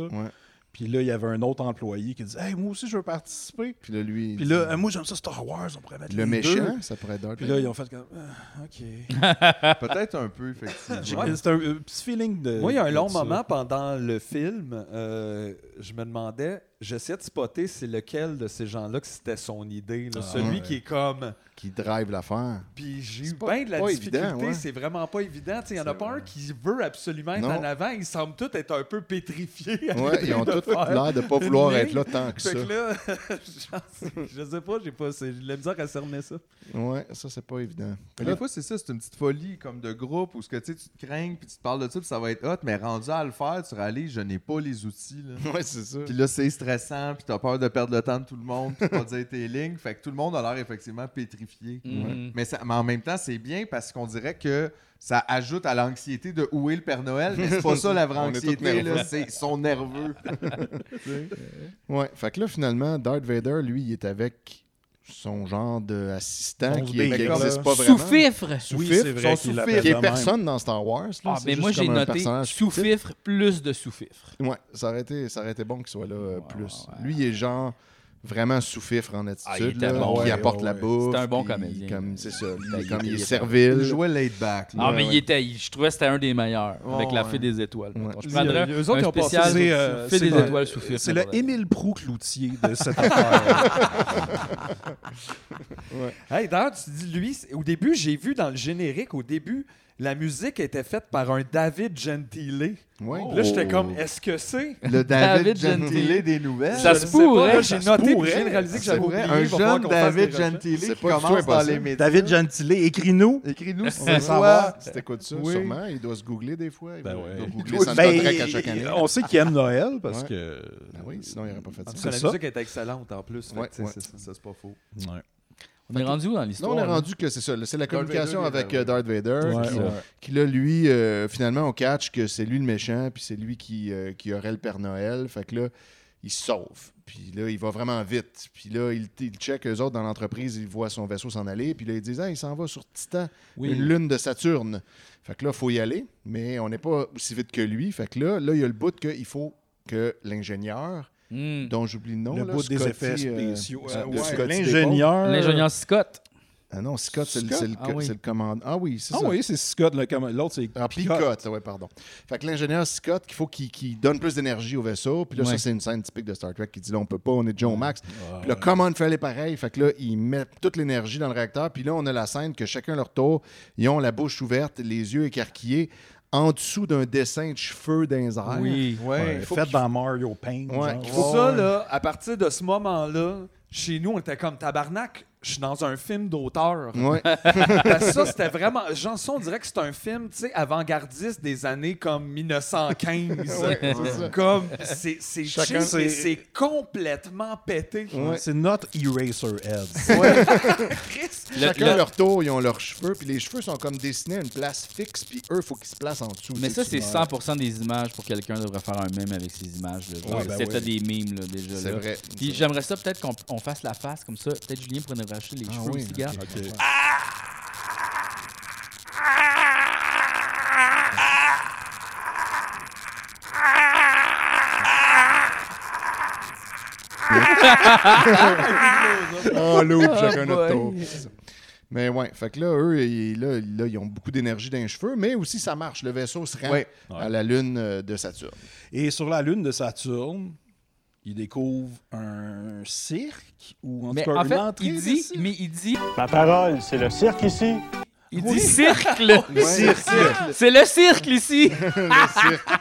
Speaker 2: Puis là, il y avait un autre employé qui disait Hey, moi aussi, je veux participer.
Speaker 3: Puis là, lui. il
Speaker 2: Puis là,
Speaker 3: dit-
Speaker 2: euh, moi, j'aime ça Star Wars, on pourrait mettre
Speaker 3: Le
Speaker 2: les
Speaker 3: méchant,
Speaker 2: deux.
Speaker 3: ça pourrait être Darth
Speaker 2: Puis là,
Speaker 3: Vader.
Speaker 2: ils ont fait comme Ah, OK.
Speaker 4: Peut-être un peu, effectivement.
Speaker 2: J'ai- C'est un euh, petit feeling de.
Speaker 5: Moi, il y a un long
Speaker 2: de ça.
Speaker 5: moment pendant le film, euh, je me demandais, j'essayais de spotter c'est lequel de ces gens-là que c'était son idée.
Speaker 3: Ah,
Speaker 5: là. Celui
Speaker 3: ouais.
Speaker 5: qui est comme.
Speaker 3: Qui drive l'affaire.
Speaker 5: Puis j'ai eu
Speaker 3: C'est pas-
Speaker 5: bien Ben, de la
Speaker 3: pas
Speaker 5: difficulté,
Speaker 3: évident, ouais.
Speaker 5: c'est vraiment pas évident. Tu sais, Il y en a pas un qui veut absolument être
Speaker 3: Non.
Speaker 5: en avant, ils semblent tous être un peu pétrifiés. à
Speaker 3: Ouais,
Speaker 5: l'idée
Speaker 3: ils ont
Speaker 5: de
Speaker 3: tous
Speaker 5: faire
Speaker 3: l'air de pas
Speaker 5: une
Speaker 3: vouloir
Speaker 5: ligne.
Speaker 3: être là tant que
Speaker 5: Fait
Speaker 3: ça.
Speaker 5: là, genre, je sais pas, j'ai pas, c'est- j'ai de la misère à cerner ça.
Speaker 3: Ouais, ça, c'est pas évident.
Speaker 4: Mais Des fois, c'est ça, c'est une petite folie comme de groupe où ce que, tu sais, tu te craignes puis tu te parles de ça, puis ça va être hot, mais rendu à le faire, tu réalises, je n'ai pas les outils. Là.
Speaker 3: Ouais, c'est ça.
Speaker 4: Puis là, c'est stressant, puis t'as peur de perdre le temps de tout le monde, puis de pas dire tes lignes. Fait que tout le monde a l'air effectivement pétrifié.
Speaker 5: Mm-hmm.
Speaker 1: Mhm.
Speaker 4: Mais, ça- mais en même temps, c'est bien parce qu'on dirait que ça ajoute à l'anxiété de où est le Père Noël, mais c'est pas ça la vraie
Speaker 3: On est tous
Speaker 4: anxiété, là,
Speaker 3: nerveux.
Speaker 4: c'est ils sont nerveux. Tu sais?
Speaker 3: Ouais, fait que là, finalement, Darth Vader, lui, il est avec son genre d'assistant
Speaker 2: On
Speaker 3: qui
Speaker 2: se baigne, là.
Speaker 3: n'existe pas vraiment.
Speaker 1: Sous-fifre.
Speaker 3: Sous-fifre.
Speaker 2: Oui, c'est vrai
Speaker 3: Son
Speaker 2: qu'il
Speaker 3: sous-fifre,
Speaker 2: l'appelle
Speaker 3: Qui
Speaker 2: de
Speaker 3: est
Speaker 2: même.
Speaker 3: personne dans Star Wars. là.
Speaker 1: Ah,
Speaker 3: C'est
Speaker 1: mais
Speaker 3: juste
Speaker 1: moi, j'ai
Speaker 3: comme un
Speaker 1: noté
Speaker 3: personnage fictif.
Speaker 1: sous-fifre plus de sous-fifre.
Speaker 3: Ouais, ça aurait été, ça aurait été bon qu'il soit là euh, plus. Lui, il est genre vraiment sous-fifre en
Speaker 1: Ah, il
Speaker 3: attitude,
Speaker 1: était
Speaker 3: là,
Speaker 1: bon,
Speaker 3: qui
Speaker 1: ouais,
Speaker 3: apporte
Speaker 1: ouais,
Speaker 3: la
Speaker 1: ouais.
Speaker 3: bouffe.
Speaker 1: C'était un bon
Speaker 3: puis
Speaker 1: comédien.
Speaker 3: Comme, c'est
Speaker 1: Il
Speaker 3: ça, il, est
Speaker 1: était-
Speaker 3: Ben, comme,
Speaker 1: il
Speaker 3: il est
Speaker 1: était-
Speaker 4: Il
Speaker 3: servile.
Speaker 4: jouait laid back. là.
Speaker 1: Ah, mais
Speaker 3: ouais.
Speaker 1: il était, il- je trouvais que c'était un des meilleurs
Speaker 4: Ouais,
Speaker 1: avec la
Speaker 4: ouais.
Speaker 1: fée des étoiles. mettons. Je
Speaker 5: Lui,
Speaker 1: prendrais
Speaker 5: euh, eux autres,
Speaker 1: un
Speaker 5: ils ont passé
Speaker 1: spécial
Speaker 2: C'est, euh,
Speaker 1: fée
Speaker 2: c'est
Speaker 1: des
Speaker 2: le-
Speaker 1: étoiles sous fifre.
Speaker 2: C'est le
Speaker 1: n'importe
Speaker 2: Émile Prou cloutier de cette affaire.
Speaker 5: Hey, d'ailleurs, tu dis lui, c'est- au début, j'ai vu dans le générique, au début, la musique était faite par un David Gentile.
Speaker 3: Ouais.
Speaker 5: Là, j'étais comme, est-ce que c'est?
Speaker 4: Oh. Le
Speaker 1: David
Speaker 4: David, Gentile
Speaker 1: Gentile.
Speaker 4: des nouvelles.
Speaker 1: Ça
Speaker 5: Je
Speaker 1: se
Speaker 5: sais pas,
Speaker 1: pourrait,
Speaker 5: là,
Speaker 1: ça
Speaker 5: J'ai
Speaker 2: se
Speaker 5: noté, puis
Speaker 2: pourrait.
Speaker 5: je viens de réaliser que
Speaker 4: C'est
Speaker 5: j'avais
Speaker 4: vrai,
Speaker 5: oublié.
Speaker 4: un
Speaker 5: il va falloir
Speaker 4: jeune
Speaker 5: qu'on fasse
Speaker 4: David
Speaker 5: des recherches.
Speaker 3: C'est
Speaker 4: Gentile qui
Speaker 3: pas du tout
Speaker 4: commence dans
Speaker 3: impossible.
Speaker 4: les médias.
Speaker 2: David Gentilé, écris-nous.
Speaker 4: Écris-nous si
Speaker 2: On
Speaker 4: c'est
Speaker 2: veut
Speaker 4: toi.
Speaker 2: savoir.
Speaker 3: C'était quoi de ça,
Speaker 4: Oui.
Speaker 3: sûrement? Il doit se googler des fois. Il
Speaker 2: Ben
Speaker 3: doit-
Speaker 2: ouais.
Speaker 3: il doit
Speaker 2: Il
Speaker 3: googler
Speaker 2: doit-
Speaker 3: Santa
Speaker 2: Ben,
Speaker 3: Trek à chaque année.
Speaker 2: on sait qu'il aime Noël parce
Speaker 3: Ouais.
Speaker 2: que.
Speaker 3: Ben oui, sinon il n'aurait pas fait
Speaker 5: En
Speaker 3: ça.
Speaker 5: plus,
Speaker 2: C'est
Speaker 5: la
Speaker 2: ça.
Speaker 5: musique est excellente en plus. fait que,
Speaker 3: Ouais,
Speaker 5: tu sais,
Speaker 3: ouais.
Speaker 5: c'est- c'est- Ça, c'est pas faux.
Speaker 2: Ouais.
Speaker 1: quoi. On est rendu où dans
Speaker 3: Non,
Speaker 1: l'histoire?
Speaker 3: on est
Speaker 1: là?
Speaker 3: rendu que c'est ça. là, C'est la
Speaker 4: Darth
Speaker 3: communication
Speaker 4: Vader,
Speaker 3: avec
Speaker 4: ouais.
Speaker 3: euh, Darth Vader.
Speaker 2: Ouais,
Speaker 3: qui,
Speaker 2: ouais.
Speaker 3: qui là, lui, euh, finalement, on catch que c'est lui le méchant, puis c'est lui qui, euh, qui aurait le Père Noël. Fait que là, il se sauve. Puis là, il va vraiment vite. Puis là, il, il check eux autres dans l'entreprise, ils voient son vaisseau s'en aller. Puis là, ils disent Ah, il s'en va sur Titan,
Speaker 2: Oui.
Speaker 3: une lune de Saturne. Fait que là, il faut y aller, mais on n'est pas aussi vite que lui. Fait que là, là il y a le bout qu'il faut que l'ingénieur
Speaker 1: Hmm.
Speaker 3: dont j'oublie le nom.
Speaker 2: Le
Speaker 3: là,
Speaker 2: bout des
Speaker 3: Scotty,
Speaker 2: effets
Speaker 3: euh,
Speaker 2: spéciaux.
Speaker 3: Sc-
Speaker 2: Euh,
Speaker 3: de
Speaker 2: ouais,
Speaker 3: Scotty
Speaker 2: l'ingénieur-
Speaker 3: Dépôt.
Speaker 1: euh,
Speaker 2: L'ingénieur
Speaker 1: Scott.
Speaker 3: Ah non, Scott, c'est le,
Speaker 2: Scott?
Speaker 3: c'est le,
Speaker 2: Ah oui.
Speaker 3: c'est le commande. Ah oui, c'est
Speaker 2: Ah
Speaker 3: ça.
Speaker 2: oui, c'est Scott, le commande- l'autre c'est
Speaker 3: Ah, Picotte, ouais, pardon. Fait que l'ingénieur Scott, qu'il faut qu'il qu'il donne plus d'énergie au vaisseau. Puis là,
Speaker 2: Ouais.
Speaker 3: ça, c'est une scène typique de Star Trek qui dit là, on peut pas, on est Joe Max.
Speaker 2: Ah,
Speaker 3: puis là,
Speaker 2: ouais.
Speaker 3: comment il fallait pareil? Fait que là, ils mettent toute l'énergie dans le réacteur. Puis là, on a la scène que chacun leur tour, ils ont la bouche ouverte, les yeux écarquillés, en dessous d'un dessin de cheveux dans les airs.
Speaker 2: Oui. Ouais,
Speaker 3: Faut
Speaker 2: fait
Speaker 3: qu'il-
Speaker 2: dans Mario Paint.
Speaker 3: Ouais,
Speaker 2: genre.
Speaker 3: qu'il
Speaker 5: Pour ça, là, à partir de ce moment-là, chez nous, on était comme tabarnak. Je suis dans un film d'auteur.
Speaker 3: Ouais.
Speaker 5: Parce que ça, c'était vraiment. Janson, on dirait que c'est un film, tu sais, avant-gardiste des années comme 1915.
Speaker 2: Ouais, c'est ça.
Speaker 5: Comme, c'est c'est
Speaker 2: Chacun
Speaker 5: cheap, mais
Speaker 2: ses-
Speaker 5: c'est complètement pété.
Speaker 2: Ouais, C'est notre Eraserhead.
Speaker 3: Ouais.
Speaker 5: Chris.
Speaker 3: Chacun
Speaker 1: le-
Speaker 3: leur tour, ils ont leurs cheveux, puis les cheveux sont comme dessinés à une place fixe, puis eux, faut qu'ils se placent en dessous.
Speaker 1: Mais ça, c'est
Speaker 3: souvent-
Speaker 1: 100% des images pour quelqu'un devrait faire un mème avec ces images. Là.
Speaker 3: Ouais, ben
Speaker 1: C'était
Speaker 3: oui.
Speaker 1: des mimes là, déjà.
Speaker 3: C'est
Speaker 1: là.
Speaker 3: vrai.
Speaker 1: Puis j'aimerais ça peut-être qu'on on fasse la face comme ça. Peut-être Julien pourrait nous racheter les
Speaker 3: Ah
Speaker 1: cheveux
Speaker 3: oui,
Speaker 1: aussi,
Speaker 3: ok,
Speaker 1: gars.
Speaker 3: ok. oh, loop, chacun
Speaker 1: Ah,
Speaker 3: notre tour. C'est ça. Mais ouais, fait que là, eux, ils, là, là, ils ont beaucoup d'énergie dans les cheveux, mais aussi ça marche. Le vaisseau se rend
Speaker 2: Ouais.
Speaker 3: à la lune euh, de Saturne.
Speaker 2: Et sur la lune de Saturne, il découvre un cirque ou en
Speaker 1: Mais
Speaker 2: tout cas
Speaker 1: en
Speaker 2: une
Speaker 1: fait,
Speaker 2: entrée
Speaker 1: il
Speaker 2: de
Speaker 1: dit,
Speaker 2: cirque.
Speaker 1: mais il dit,
Speaker 13: Ma parole, c'est le cirque ici.
Speaker 1: il
Speaker 2: Oui.
Speaker 1: dit cirque. là.
Speaker 2: Oui, cirque.
Speaker 1: C'est le cirque ici.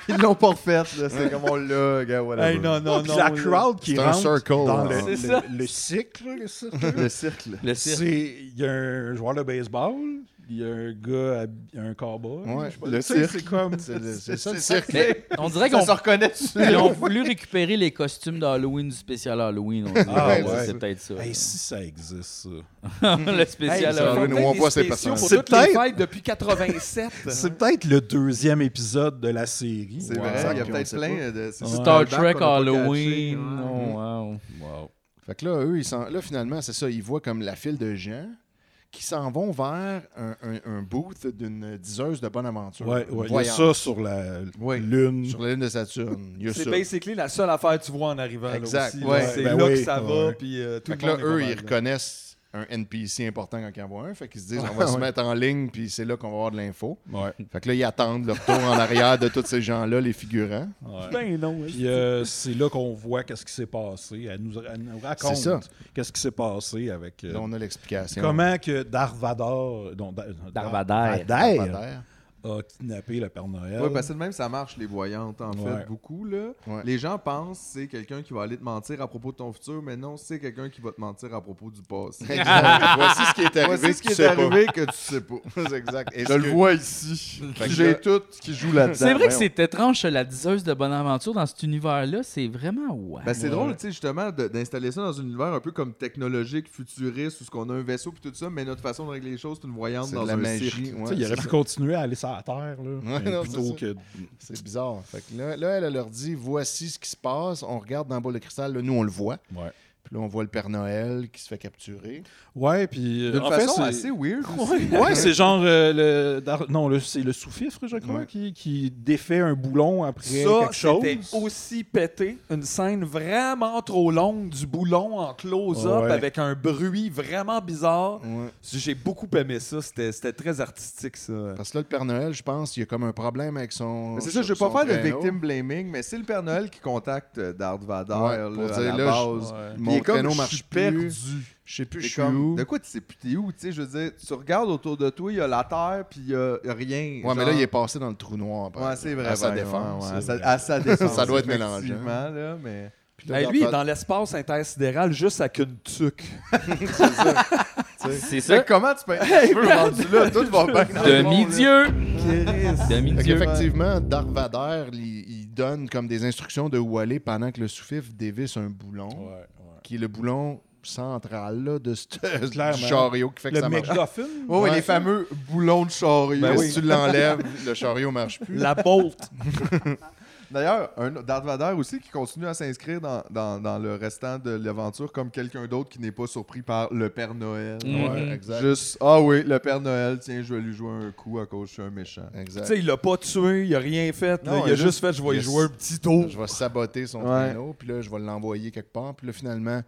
Speaker 4: Ils l'ont pas refait, là. C'est comme on l'a, gars, voilà.
Speaker 5: Hey, non,
Speaker 3: Oh,
Speaker 5: non,
Speaker 2: Puis
Speaker 5: non.
Speaker 2: la
Speaker 5: là.
Speaker 2: crowd qui
Speaker 3: C'est un
Speaker 2: rentre
Speaker 3: circle,
Speaker 2: dans
Speaker 3: hein.
Speaker 2: le,
Speaker 5: C'est
Speaker 2: le-
Speaker 5: ça.
Speaker 2: le cycle, le cirque,
Speaker 4: Le cirque, là.
Speaker 1: Le
Speaker 2: c'est-
Speaker 1: cirque.
Speaker 2: il y a un joueur de baseball, il y a un gars, hab- un cowboy.
Speaker 3: Ouais,
Speaker 2: je sais pas,
Speaker 3: le
Speaker 2: tu sais,
Speaker 3: cirque.
Speaker 2: C'est comme.
Speaker 3: C'est le- c'est ça, le cirque.
Speaker 1: Mais on dirait
Speaker 4: Ça
Speaker 1: qu'on
Speaker 4: se reconnaît dessus.
Speaker 1: ils ont voulu récupérer les costumes d'Halloween du spécial Halloween. On dirait.
Speaker 2: Ah,
Speaker 1: Ouais,
Speaker 2: ouais.
Speaker 1: C'est peut-être ça.
Speaker 2: Hey, si ça existe, ça.
Speaker 1: le
Speaker 5: Hey,
Speaker 1: spécial
Speaker 5: ils
Speaker 3: alors,
Speaker 5: ont
Speaker 3: là,
Speaker 1: Halloween.
Speaker 3: nous,
Speaker 5: fait
Speaker 3: on
Speaker 5: des
Speaker 3: voit ces
Speaker 5: spéciaux
Speaker 3: personnages.
Speaker 5: pour
Speaker 2: C'est
Speaker 5: toutes les
Speaker 2: peut-être-
Speaker 5: fêtes depuis 87.
Speaker 2: C'est peut-être le deuxième épisode de la série.
Speaker 4: C'est
Speaker 2: Wow.
Speaker 4: vrai, il y a
Speaker 3: Puis on
Speaker 4: peut-être
Speaker 3: sait
Speaker 4: plein de. c'est-
Speaker 2: Ouais.
Speaker 1: Star
Speaker 4: le bac
Speaker 1: Trek
Speaker 4: qu'on a pas
Speaker 1: Halloween.
Speaker 4: catché, ouais.
Speaker 1: Oh, wow.
Speaker 2: Wow.
Speaker 3: Fait que là, eux, ils sont... là, finalement, c'est ça, ils voient comme la file de gens qui s'en vont vers un, un- un booth d'une diseuse de bonne aventure.
Speaker 2: Ouais, ouais, il y a
Speaker 3: Voyante.
Speaker 2: ça sur la
Speaker 4: Ouais.
Speaker 2: lune.
Speaker 3: Sur la lune de Saturne. Il y a
Speaker 5: C'est
Speaker 3: ça.
Speaker 5: basically la seule affaire que tu vois en arrivant là
Speaker 3: Exact,
Speaker 5: aussi.
Speaker 3: ouais.
Speaker 5: là. C'est
Speaker 2: Ben
Speaker 5: là
Speaker 2: oui.
Speaker 5: que ça va.
Speaker 2: Ouais.
Speaker 5: Puis, euh, tout
Speaker 3: Fait
Speaker 5: le
Speaker 3: que là,
Speaker 5: monde est pas
Speaker 3: eux,
Speaker 5: mal,
Speaker 3: ils
Speaker 5: là.
Speaker 3: reconnaissent un NPC important quand ils en voient un. Fait qu'ils se disent, on va
Speaker 2: Ouais,
Speaker 3: se
Speaker 2: ouais.
Speaker 3: mettre en ligne, puis c'est là qu'on va avoir de l'info.
Speaker 2: Ouais.
Speaker 3: Fait que là, ils attendent leur tour en arrière de tous ces gens-là, les figurants.
Speaker 2: ouais.
Speaker 5: Ben non.
Speaker 3: hein,
Speaker 5: ouais.
Speaker 2: Puis euh, c'est là qu'on voit qu'est-ce qui s'est passé. Elle nous, elle nous
Speaker 3: C'est ça.
Speaker 2: raconte qu'est-ce qui s'est passé avec. euh,
Speaker 3: Là, on a l'explication.
Speaker 2: comment que Darvador. non, Da-
Speaker 1: Darvader.
Speaker 2: Darvader a kidnappé le Père Noël.
Speaker 4: Oui, parce que de même, ça marche, les voyantes, en
Speaker 2: Ouais.
Speaker 4: fait, beaucoup. Là.
Speaker 3: Ouais.
Speaker 4: Les gens pensent que c'est quelqu'un qui va aller te mentir à propos de ton futur, mais non, c'est quelqu'un qui va te mentir à propos du passé.
Speaker 3: Exact. Voici ce qui est arrivé.
Speaker 4: Voici ce
Speaker 3: que
Speaker 4: qui
Speaker 3: tu sais
Speaker 4: est arrivé que tu sais pas.
Speaker 3: pas. C'est exact. Est-ce
Speaker 4: Je le
Speaker 3: que-
Speaker 4: vois ici.
Speaker 3: Fait que là-
Speaker 4: J'ai tout qui joue là-dedans.
Speaker 1: C'est vrai que
Speaker 4: Voyons.
Speaker 1: c'est étrange, la diseuse de Bonaventure dans cet univers-là. C'est vraiment ouais.
Speaker 4: Ben, c'est drôle, tu sais, justement, de- d'installer ça dans un univers un peu comme technologique, futuriste, où ce qu'on a un vaisseau puis tout ça, mais notre façon de régler les choses, c'est une voyante
Speaker 3: C'est
Speaker 4: dans
Speaker 3: de la
Speaker 4: un
Speaker 3: magie.
Speaker 4: cirque.
Speaker 3: ouais,
Speaker 2: Tu sais, il
Speaker 3: c'est
Speaker 2: aurait
Speaker 3: ça.
Speaker 2: pu continuer à aller sur la Terre, là,
Speaker 3: Ouais,
Speaker 2: mais
Speaker 3: non, c'est
Speaker 2: plutôt
Speaker 3: ça.
Speaker 2: que
Speaker 3: C'est bizarre. Fait que là, là, elle, elle leur dit voici ce qui se passe. On regarde dans le bol de cristal. Là, nous, on le voit.
Speaker 2: Ouais.
Speaker 3: Puis là, on voit le Père Noël qui se fait capturer.
Speaker 2: Ouais, puis euh,
Speaker 4: D'une
Speaker 2: en fait,
Speaker 4: façon
Speaker 2: c'est-
Speaker 4: assez weird. aussi.
Speaker 2: Ouais, c'est genre euh, le Dar- non, le- c'est le sous-fifre, je crois,
Speaker 3: Ouais.
Speaker 2: qui, qui défait un boulon après
Speaker 5: Ça,
Speaker 2: quelque chose.
Speaker 5: c'était aussi pété. Une scène vraiment trop longue du boulon en close-up
Speaker 2: Ouais.
Speaker 5: avec un bruit vraiment bizarre.
Speaker 3: Ouais.
Speaker 5: J'ai beaucoup aimé ça. C'était c'était très artistique, ça.
Speaker 3: Parce que là, le Père Noël, je pense, il y a comme un problème avec son.
Speaker 4: Mais C'est ça, je veux
Speaker 3: son
Speaker 4: pas faire de
Speaker 3: traîneau.
Speaker 4: victim blaming, mais c'est le Père Noël qui contacte euh, Darth Vader
Speaker 3: Ouais,
Speaker 4: là,
Speaker 3: pour
Speaker 4: à
Speaker 3: dire,
Speaker 4: la
Speaker 3: là, je-
Speaker 4: base.
Speaker 2: Ouais.
Speaker 4: Puis il
Speaker 3: Mon
Speaker 4: est comme,
Speaker 3: traîneau
Speaker 4: je
Speaker 3: marche
Speaker 4: suis perdu.
Speaker 3: plus. Je sais plus, je
Speaker 4: C'est
Speaker 3: suis
Speaker 4: comme,
Speaker 3: où.
Speaker 4: De quoi tu sais plus t'es où, tu sais, je veux dire, tu regardes autour de toi, il y a la terre, puis il y a rien.
Speaker 3: Ouais, mais là, il est
Speaker 4: genre.
Speaker 3: passé dans le trou noir. par
Speaker 4: Ouais,
Speaker 3: exemple,
Speaker 4: c'est vrai.
Speaker 3: À sa
Speaker 4: ouais,
Speaker 3: défense.
Speaker 4: ouais,
Speaker 3: c'est
Speaker 4: à, sa,
Speaker 3: vrai.
Speaker 4: à sa défense.
Speaker 3: Ça doit être hein. mélangeant.
Speaker 4: effectivement, Là, mais...
Speaker 3: Puis là,
Speaker 5: Hey,
Speaker 3: dans
Speaker 5: Ben, lui, il
Speaker 3: le-
Speaker 5: est dans l'espace intersidéral juste avec une tuque.
Speaker 1: C'est
Speaker 4: Fait
Speaker 1: ça.
Speaker 4: que comment tu peux être cheveux rendu là? Tout va bien. dans le monde, là.
Speaker 1: Demi-dieu.
Speaker 3: Fait
Speaker 1: Demi-dieu.
Speaker 3: qu'effectivement, Darvader, il, il donne comme des instructions de où aller pendant que le soufif dévisse un boulon,
Speaker 2: Ouais,
Speaker 3: qui est le boulon central là, de ce
Speaker 2: Clairement.
Speaker 3: du chariot qui fait que
Speaker 2: ouais. Le
Speaker 3: ça marche.
Speaker 2: McGuffin.
Speaker 4: Ouais, ouais,
Speaker 3: Ouais.
Speaker 4: les fameux boulons de chariot.
Speaker 3: Ben, si tu l'enlèves, le chariot marche plus.
Speaker 5: La bolt.
Speaker 4: D'ailleurs, un Darth Vader aussi qui continue à s'inscrire dans, dans- dans le restant de l'aventure comme quelqu'un d'autre qui n'est pas surpris par le Père Noël.
Speaker 3: Mhm. Ouais, exact.
Speaker 4: Juste, ah oui, le Père Noël, tiens, je vais lui jouer un coup à cause que je suis un méchant.
Speaker 3: Exact.
Speaker 5: Tu sais, il l'a pas tué, il a rien fait. là.
Speaker 3: Non,
Speaker 5: il a juste fait, je vais
Speaker 3: il
Speaker 5: y
Speaker 3: a-
Speaker 5: jouer un petit tour.
Speaker 3: Je vais saboter son
Speaker 5: Ouais.
Speaker 3: traîneau, puis là, je vais l'envoyer quelque part. Puis là, finalement,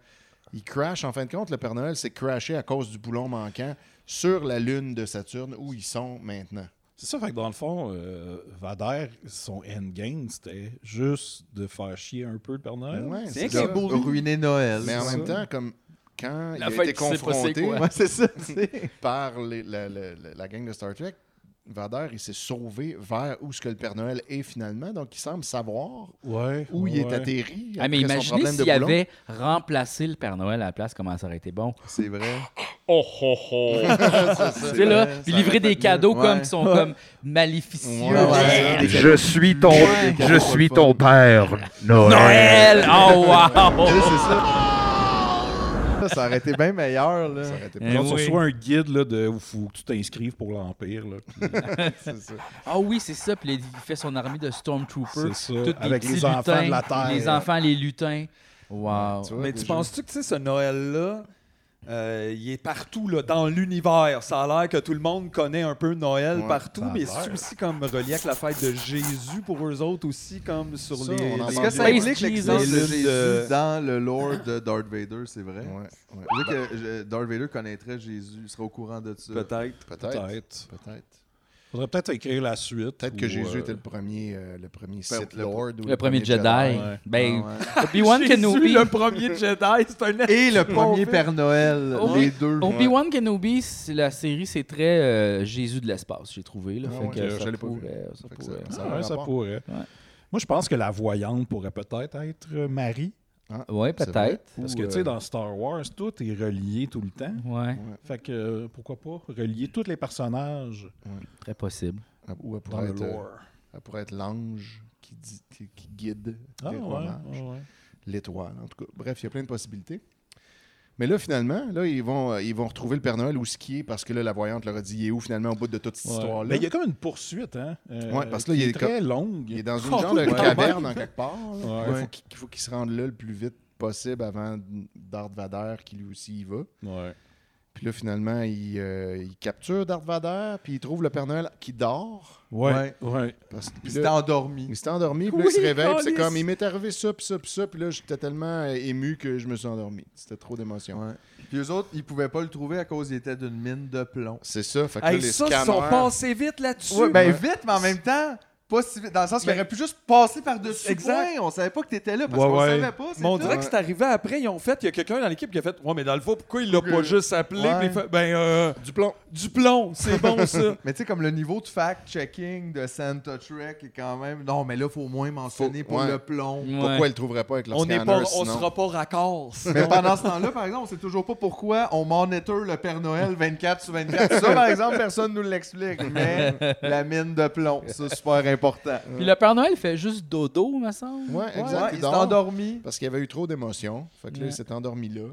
Speaker 3: il crash. En fin de compte, le Père Noël s'est crashé à cause du boulon manquant sur la lune de Saturne où ils sont maintenant.
Speaker 2: C'est ça, fait que dans le fond, euh, Vader, son endgame, c'était juste de faire chier un peu le Père Noël.
Speaker 3: Ouais,
Speaker 4: C'est de ruiner Noël.
Speaker 3: Mais en
Speaker 4: C'est
Speaker 3: même
Speaker 4: ça.
Speaker 3: temps, comme quand
Speaker 4: La
Speaker 3: il a
Speaker 4: fête
Speaker 3: été
Speaker 4: qui sait pas c'est
Speaker 3: confronté
Speaker 4: quoi. Ouais, c'est ça, tu sais.
Speaker 3: par les- la, la- la- la gang de Star Trek, Vader, il s'est sauvé vers où ce que le Père Noël est finalement. Donc, il semble savoir
Speaker 2: Ouais,
Speaker 3: où il est
Speaker 2: ouais.
Speaker 3: atterri.
Speaker 1: Ah, mais
Speaker 3: après son
Speaker 1: imaginez
Speaker 3: problème de
Speaker 1: s'il y
Speaker 3: boulon.
Speaker 1: avait remplacé le Père Noël à la place, comment ça aurait été bon.
Speaker 4: C'est vrai.
Speaker 1: Oh, oh, oh. Tu sais, là, puis livrer des cadeaux comme qui sont comme maléficieux.
Speaker 3: Ouais, ouais.
Speaker 1: Des
Speaker 15: Je
Speaker 1: cadeaux.
Speaker 15: suis ton,
Speaker 1: Ouais.
Speaker 15: je suis ton père, Noël.
Speaker 1: Noël! Oh, wow!
Speaker 4: Tu sais, c'est Ça, ça aurait été bien meilleur. Là.
Speaker 2: Par contre,
Speaker 4: Eh
Speaker 2: Tu reçois un guide là, de où faut que tu t'inscrives pour l'Empire. là, puis-
Speaker 1: Ah oui, c'est ça. Puis il fait son armée de Stormtroopers.
Speaker 2: C'est ça,
Speaker 1: Tous
Speaker 2: avec
Speaker 1: petits
Speaker 2: les enfants
Speaker 1: lutins,
Speaker 2: de la Terre.
Speaker 1: Les enfants, les lutins. Wow.
Speaker 5: Mais tu penses-tu que tu sais, ce Noël-là, euh, il est partout là, dans l'univers. Ça a l'air que tout le monde connaît un peu Noël
Speaker 3: Ouais,
Speaker 5: partout,
Speaker 3: ça a
Speaker 5: mais
Speaker 3: l'air.
Speaker 5: c'est aussi comme relié avec la fête de Jésus pour eux autres aussi, comme sur
Speaker 3: Ça,
Speaker 5: les.
Speaker 3: on en
Speaker 5: les-
Speaker 4: Est-ce que ça
Speaker 5: les-
Speaker 4: implique
Speaker 5: les
Speaker 4: l'existence de
Speaker 5: lunes
Speaker 4: Jésus
Speaker 5: de-
Speaker 4: dans le lore de Darth Vader, c'est vrai?
Speaker 3: ouais.
Speaker 4: Je veux que euh, Darth Vader connaîtrait Jésus, il serait au courant de ça.
Speaker 5: Peut-être.
Speaker 2: Peut-être.
Speaker 3: Peut-être.
Speaker 2: Faudrait peut-être écrire la suite.
Speaker 3: Peut-être que Jésus était le premier, euh, le premier Sith
Speaker 4: le-
Speaker 3: Lord. ou
Speaker 1: Ben, Le premier Jedi.
Speaker 3: Ouais.
Speaker 1: Ben,
Speaker 4: Ah ouais.
Speaker 1: Obi-Wan
Speaker 4: Jésus,
Speaker 1: Kenobi.
Speaker 4: le
Speaker 5: premier Jedi, c'est un
Speaker 4: Et le premier Père Noël,
Speaker 1: Obi-
Speaker 4: les deux.
Speaker 1: Obi-Wan Kenobi, c'est- la série, c'est très euh, Jésus de l'espace, j'ai trouvé. Là,
Speaker 3: Ah
Speaker 1: fait
Speaker 3: ouais,
Speaker 1: que
Speaker 3: je
Speaker 1: ça
Speaker 3: l'ai pas vu.
Speaker 1: pourrait, ça
Speaker 3: Fait que ça-
Speaker 1: pourrait.
Speaker 3: ça
Speaker 2: Ah ouais, ça
Speaker 3: rapport.
Speaker 2: pourrait. Moi, je pense que la voyante pourrait peut-être être euh, Marie.
Speaker 3: Ah,
Speaker 1: Ouais,
Speaker 2: C'est vrai.
Speaker 1: peut-être.
Speaker 2: Parce
Speaker 1: Ou,
Speaker 2: que, tu sais,
Speaker 1: euh,
Speaker 2: dans Star Wars, tout est relié tout le temps.
Speaker 1: Ouais.
Speaker 2: Fait que, euh, pourquoi pas relier tous les personnages
Speaker 1: Très possible.
Speaker 3: Ou
Speaker 2: dans
Speaker 3: elle pourrait,
Speaker 2: le
Speaker 3: être, euh,
Speaker 2: lore.
Speaker 3: elle pourrait être l'ange qui, dit- qui- qui guide
Speaker 2: Ah,
Speaker 3: les
Speaker 2: ouais,
Speaker 3: romages.
Speaker 2: ouais, ouais.
Speaker 3: L'étoile, en tout cas. Bref, il y a plein de possibilités. Mais là, finalement, là, ils, vont, euh, ils vont retrouver le Père Noël où skier parce que là, la voyante leur a dit il est où finalement au bout de toute cette
Speaker 2: Ouais.
Speaker 3: histoire-là
Speaker 2: Mais il y a comme une poursuite, hein? euh,
Speaker 3: Ouais, parce que là,
Speaker 2: qui
Speaker 3: il est
Speaker 2: très
Speaker 3: comme-
Speaker 2: longue.
Speaker 3: Il est dans une
Speaker 2: Oh,
Speaker 3: genre de
Speaker 2: ouais.
Speaker 3: caverne
Speaker 4: Ah,
Speaker 2: Ouais.
Speaker 3: en quelque part. là.
Speaker 2: Ouais.
Speaker 3: Puis là, faut qu'il- Il faut qu'il se rende là le plus vite possible avant Darth Vader qui lui aussi y va. Puis là, finalement, il, euh, il capture Darth Vader, puis il trouve le Père Noël qui dort.
Speaker 2: Ouais, ouais.
Speaker 3: Parce que-
Speaker 4: Il
Speaker 3: puis
Speaker 4: s'est
Speaker 3: là-
Speaker 4: endormi.
Speaker 3: Il s'est endormi, puis là, il se
Speaker 4: Oui,
Speaker 3: réveille, puis c'est
Speaker 4: câlisse.
Speaker 3: comme, il m'est arrivé ça, puis ça, puis ça, puis là, j'étais tellement euh, ému que je me suis endormi. C'était trop d'émotion.
Speaker 4: Puis eux autres, ils pouvaient pas le trouver à cause qu'il était d'une mine de plomb.
Speaker 3: C'est ça, fait que là,
Speaker 5: Hey,
Speaker 3: les
Speaker 5: ça, ils
Speaker 3: scanners...
Speaker 5: sont passés vite là-dessus.
Speaker 4: Ouais, ben vite, mais en même temps, pas si vite. Dans le sens qu'il
Speaker 5: Ben,
Speaker 4: aurait pu juste passer par-dessus.
Speaker 5: exact.
Speaker 4: Exact. On savait pas que t'étais là parce
Speaker 5: Ouais,
Speaker 4: qu'on
Speaker 5: ouais.
Speaker 4: savait pas. c'est
Speaker 5: Mais on
Speaker 4: tout.
Speaker 5: dirait que c'est arrivé après, ils ont fait, il y a quelqu'un dans l'équipe qui a fait Ouais, mais dans le fond, pourquoi il l'a pas juste appelé
Speaker 4: Ouais.
Speaker 5: Puis il fait, Ben, euh,
Speaker 3: Du plomb.
Speaker 5: Du plomb, c'est bon ça.
Speaker 4: mais tu sais, comme le niveau de fact-checking de Santa Trek est quand même. Non, mais là, faut au moins mentionner
Speaker 3: Faut-
Speaker 4: pour
Speaker 3: ouais.
Speaker 4: le plomb.
Speaker 3: Pourquoi il le trouverait pas avec leur
Speaker 5: on
Speaker 3: scanner,
Speaker 5: n'est pas, on
Speaker 3: sinon?
Speaker 5: sera pas raccord.
Speaker 4: Mais pendant ce temps-là, par exemple, on sait toujours pas pourquoi on monitor le Père Noël 24 sur 24. Ça, par exemple, personne nous l'explique. Mais la mine de plomb, ça, c'est super important.
Speaker 1: Puis le Père Noël fait juste dodo, me semble.
Speaker 3: Ouais, exact.
Speaker 4: ouais, il s'est endormi.
Speaker 3: Parce qu'il y avait eu trop d'émotions. Fait que là,
Speaker 1: Ouais.
Speaker 3: il s'est endormi là.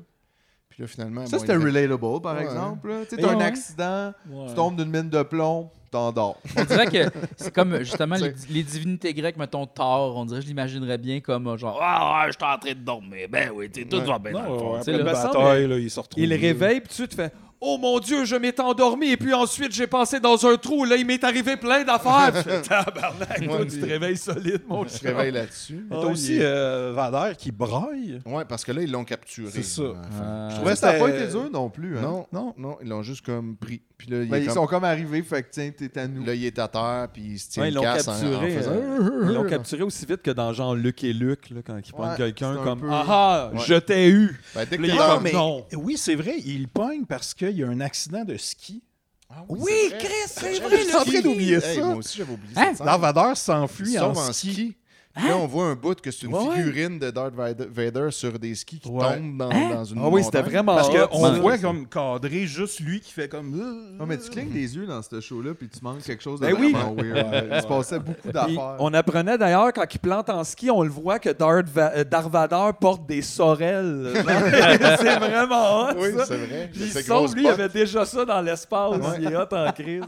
Speaker 3: Puis là, finalement.
Speaker 4: Ça,
Speaker 3: bon,
Speaker 4: c'était
Speaker 3: il devait-
Speaker 4: relatable, par
Speaker 3: Ouais.
Speaker 4: exemple. là. Tu sais,
Speaker 3: Et
Speaker 4: t'as un
Speaker 3: ouais.
Speaker 4: accident,
Speaker 3: Ouais.
Speaker 4: tu tombes d'une mine de plomb, t'endors.
Speaker 1: On dirait que c'est comme justement les,
Speaker 4: Tu
Speaker 1: les divinités grecques, mettons Thor, on dirait je l'imaginerais bien comme euh, genre Ah, ah, je suis en train de dormir. Ben oui, tu sais, tout
Speaker 2: Ouais.
Speaker 1: va bien. dans le
Speaker 2: Non,
Speaker 1: fond.
Speaker 2: ouais,
Speaker 1: Tu sais,
Speaker 2: après
Speaker 1: là,
Speaker 16: Ah,
Speaker 2: le
Speaker 1: me semble-
Speaker 2: bataille, là, il se retrouve.
Speaker 5: Il réveille, puis tu te fais Oh mon Dieu, je m'étais endormi, et puis ensuite j'ai passé dans un trou, là il m'est arrivé plein d'affaires. Tu fais, Tabarnak, toi,
Speaker 3: Ouais,
Speaker 5: tu
Speaker 3: puis-
Speaker 5: te réveilles solide, mon
Speaker 3: Il se
Speaker 5: chat.
Speaker 3: réveille là-dessus.
Speaker 2: Mais t'as aussi euh, Vader qui braille.
Speaker 3: Ouais, parce que là, ils l'ont capturé.
Speaker 2: C'est ça.
Speaker 3: Enfin,
Speaker 4: Je
Speaker 3: je
Speaker 4: trouvais que ça n'a pas été dur non plus. hein.
Speaker 3: Non, non, non, ils l'ont juste comme pris. Puis là, il
Speaker 4: Ben,
Speaker 3: est
Speaker 4: ils
Speaker 3: comme-
Speaker 4: sont comme arrivés, fait que tiens, t'es à nous.
Speaker 3: là, il est à terre, puis il se tient
Speaker 5: Ouais, ils
Speaker 3: le
Speaker 5: l'ont
Speaker 3: casse en-
Speaker 5: capturé,
Speaker 3: en faisant-
Speaker 5: euh, ils l'ont capturé aussi vite que dans genre Luc et Luc, là, quand ils prennent
Speaker 4: Ouais,
Speaker 5: quelqu'un
Speaker 4: c'est un
Speaker 5: comme
Speaker 4: peu-
Speaker 5: Ah ah,
Speaker 4: Ouais.
Speaker 5: je t'ai eu.
Speaker 3: Ben, dès
Speaker 5: Puis
Speaker 3: que
Speaker 5: là,
Speaker 3: t'es
Speaker 5: il
Speaker 3: dans-
Speaker 5: est comme, Non.
Speaker 2: Oui, c'est vrai, il pogne parce qu'il y a un accident de ski.
Speaker 3: Ah
Speaker 5: Oui, Chris, c'est
Speaker 3: J'avais
Speaker 5: vrai,
Speaker 3: juste
Speaker 5: le
Speaker 3: oublié
Speaker 5: ski.
Speaker 3: d'oublier
Speaker 2: Hey,
Speaker 3: ça.
Speaker 2: moi
Speaker 3: aussi, j'avais oublié
Speaker 2: Hein?
Speaker 3: ça.
Speaker 2: Darth Vader
Speaker 3: Ils
Speaker 2: s'enfuit
Speaker 3: sont
Speaker 2: en,
Speaker 3: en
Speaker 2: ski.
Speaker 3: ski.
Speaker 5: Hein?
Speaker 3: Puis Là, on voit un bout que c'est une figurine de Darth Vader- Vader sur des skis qui tombent dans,
Speaker 2: Hein?
Speaker 3: dans une
Speaker 5: Ah oui, c'était
Speaker 3: montagne.
Speaker 5: vraiment
Speaker 2: Parce
Speaker 5: hot,
Speaker 2: qu'on
Speaker 5: ça.
Speaker 2: voit comme cadré juste lui qui fait comme.
Speaker 4: Non, mais tu clignes des yeux dans ce show-là, puis tu manques quelque chose de
Speaker 5: Ben oui.
Speaker 4: vraiment weird. Il se passait beaucoup
Speaker 5: Puis,
Speaker 4: d'affaires.
Speaker 5: on apprenait d'ailleurs quand il plante en ski, on le voit que Darth, Va- euh, Darth Vader porte des sorelles. c'est vraiment hot.
Speaker 3: Oui,
Speaker 5: ça.
Speaker 3: c'est vrai.
Speaker 5: Puis
Speaker 3: Ces
Speaker 5: il semble,
Speaker 3: grosses
Speaker 5: lui, il
Speaker 3: bottes.
Speaker 5: avait déjà ça dans l'espace.
Speaker 3: Ouais.
Speaker 5: Il est hot en crise.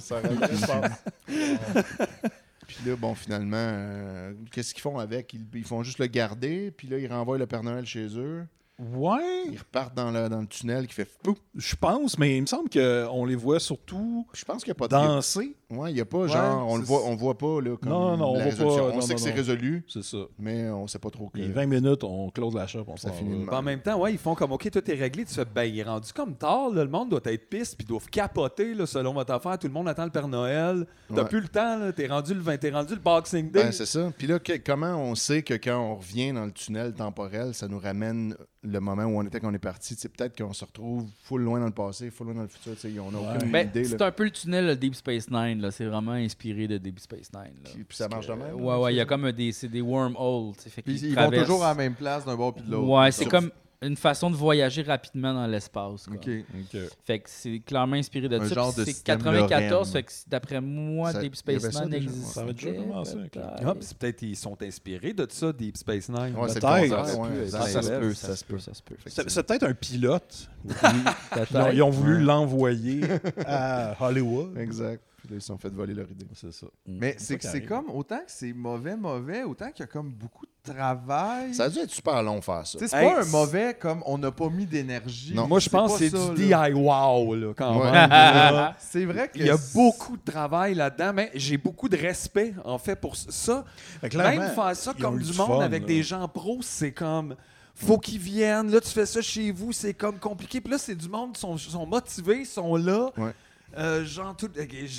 Speaker 3: Ça aurait dû se passer. Euh, Puis Puis là, bon, finalement, euh, qu'est-ce qu'ils font avec? Ils, ils font juste le garder, puis là, ils renvoient le Père Noël chez eux.
Speaker 2: Ouais.
Speaker 3: Ils repartent dans le, dans le tunnel qui fait fou.
Speaker 2: Je pense, mais il me semble qu'on les voit surtout
Speaker 3: Je pense qu'il n'y a pas de
Speaker 2: danser.
Speaker 3: Ouais, il n'y a pas genre, on le voit, on voit pas là, comme
Speaker 2: Non, non, on
Speaker 3: la
Speaker 2: voit
Speaker 3: résolution.
Speaker 2: pas,
Speaker 3: On
Speaker 2: non,
Speaker 3: sait
Speaker 2: non,
Speaker 3: que c'est
Speaker 2: non.
Speaker 3: résolu,
Speaker 2: C'est ça.
Speaker 3: mais on sait pas trop que.
Speaker 2: Les 20 minutes, on close la shop, on
Speaker 3: Ça
Speaker 2: s'en va.
Speaker 3: finit de même.
Speaker 5: Puis en même temps, ouais, ils font comme OK, tout est réglé. Tu fais, ben, il est rendu comme tard. là, le monde doit être pisse, puis ils doivent capoter là, selon votre affaire. Tout le monde attend le Père Noël. T'as
Speaker 3: Ouais.
Speaker 5: plus le temps. là, T'es rendu le 20, t'es rendu le Boxing Day.
Speaker 3: Ben, c'est ça. Puis là, que- comment on sait que quand on revient dans le tunnel temporel, ça nous ramène le moment où on était quand on est parti? Tu sais, Peut-être qu'on se retrouve full loin dans le passé, full loin dans le futur. tu sais, On n'a aucune
Speaker 1: Ben,
Speaker 3: idée. là.
Speaker 1: c'est un peu le tunnel de Deep Space Nine. là. C'est vraiment inspiré de Deep Space Nine. là.
Speaker 3: Puis ça marche de même.
Speaker 1: Ouais, ouais, il y a comme des, c'est des wormholes. tu sais, fait
Speaker 4: Puis
Speaker 1: qu'ils
Speaker 4: ils vont
Speaker 1: traversent.
Speaker 4: toujours à la même place d'un bord puis de l'autre.
Speaker 1: Ouais, c'est
Speaker 4: Sauf-
Speaker 1: comme une façon de voyager rapidement dans l'espace. quoi.
Speaker 4: OK.
Speaker 1: Fait que c'est clairement inspiré de
Speaker 4: Un
Speaker 1: ça.
Speaker 4: genre
Speaker 1: puis
Speaker 4: de
Speaker 1: c'est
Speaker 4: système
Speaker 1: 94,
Speaker 4: Lorraine.
Speaker 1: fait que c'est- d'après moi,
Speaker 3: Ça-
Speaker 1: Deep
Speaker 3: il y avait
Speaker 1: Space
Speaker 3: ça
Speaker 1: Nine
Speaker 3: déjà, ouais.
Speaker 1: existe.
Speaker 2: Ça avait déjà commencé avec le-
Speaker 5: Ah, puis c'est peut-être qu'ils sont inspirés de ça, Deep Space Nine.
Speaker 3: Ouais, c'est le
Speaker 2: Peut-être.
Speaker 3: contraire,
Speaker 2: Ça se
Speaker 3: ouais.
Speaker 2: peut,
Speaker 3: Ça,
Speaker 2: ça
Speaker 3: se
Speaker 2: se
Speaker 3: peut,
Speaker 1: Ça se peut, ça se peut.
Speaker 2: C'est c'est peut-être un pilote. Puis ils, ont,
Speaker 1: Peut-être.
Speaker 2: ils ont voulu l'envoyer à Hollywood.
Speaker 3: Exact. Puis là, ils se sont fait voler leur idée.
Speaker 2: C'est ça.
Speaker 4: Mais c'est que
Speaker 2: qui
Speaker 4: c'est
Speaker 2: arrive.
Speaker 4: comme, autant que c'est mauvais, mauvais, autant qu'il y a comme beaucoup de travail.
Speaker 3: Ça a dû être super long faire ça.
Speaker 4: Tu sais, c'est
Speaker 5: Hey,
Speaker 4: pas un
Speaker 5: c'est-
Speaker 4: mauvais comme on n'a pas mis d'énergie.
Speaker 3: Non.
Speaker 5: Moi, je pense
Speaker 4: pas
Speaker 5: que c'est
Speaker 4: ça,
Speaker 5: du
Speaker 4: là.
Speaker 5: DIY, là, quand
Speaker 3: Ouais.
Speaker 5: même. là.
Speaker 4: C'est vrai que
Speaker 5: Il y a beaucoup de travail là-dedans, mais j'ai beaucoup de respect, en fait, pour ça.
Speaker 2: Fait que clairement,
Speaker 5: Même faire ça
Speaker 2: ils ont
Speaker 5: comme
Speaker 2: eu
Speaker 5: du
Speaker 2: du
Speaker 5: monde
Speaker 2: fun,
Speaker 5: avec
Speaker 2: là.
Speaker 5: des gens pros, c'est comme. Faut qu'ils viennent, là, tu fais ça chez vous, c'est comme compliqué. Puis là, c'est du monde, sont, sont motivés, sont là.
Speaker 3: Ouais.
Speaker 5: Euh, genre, tout-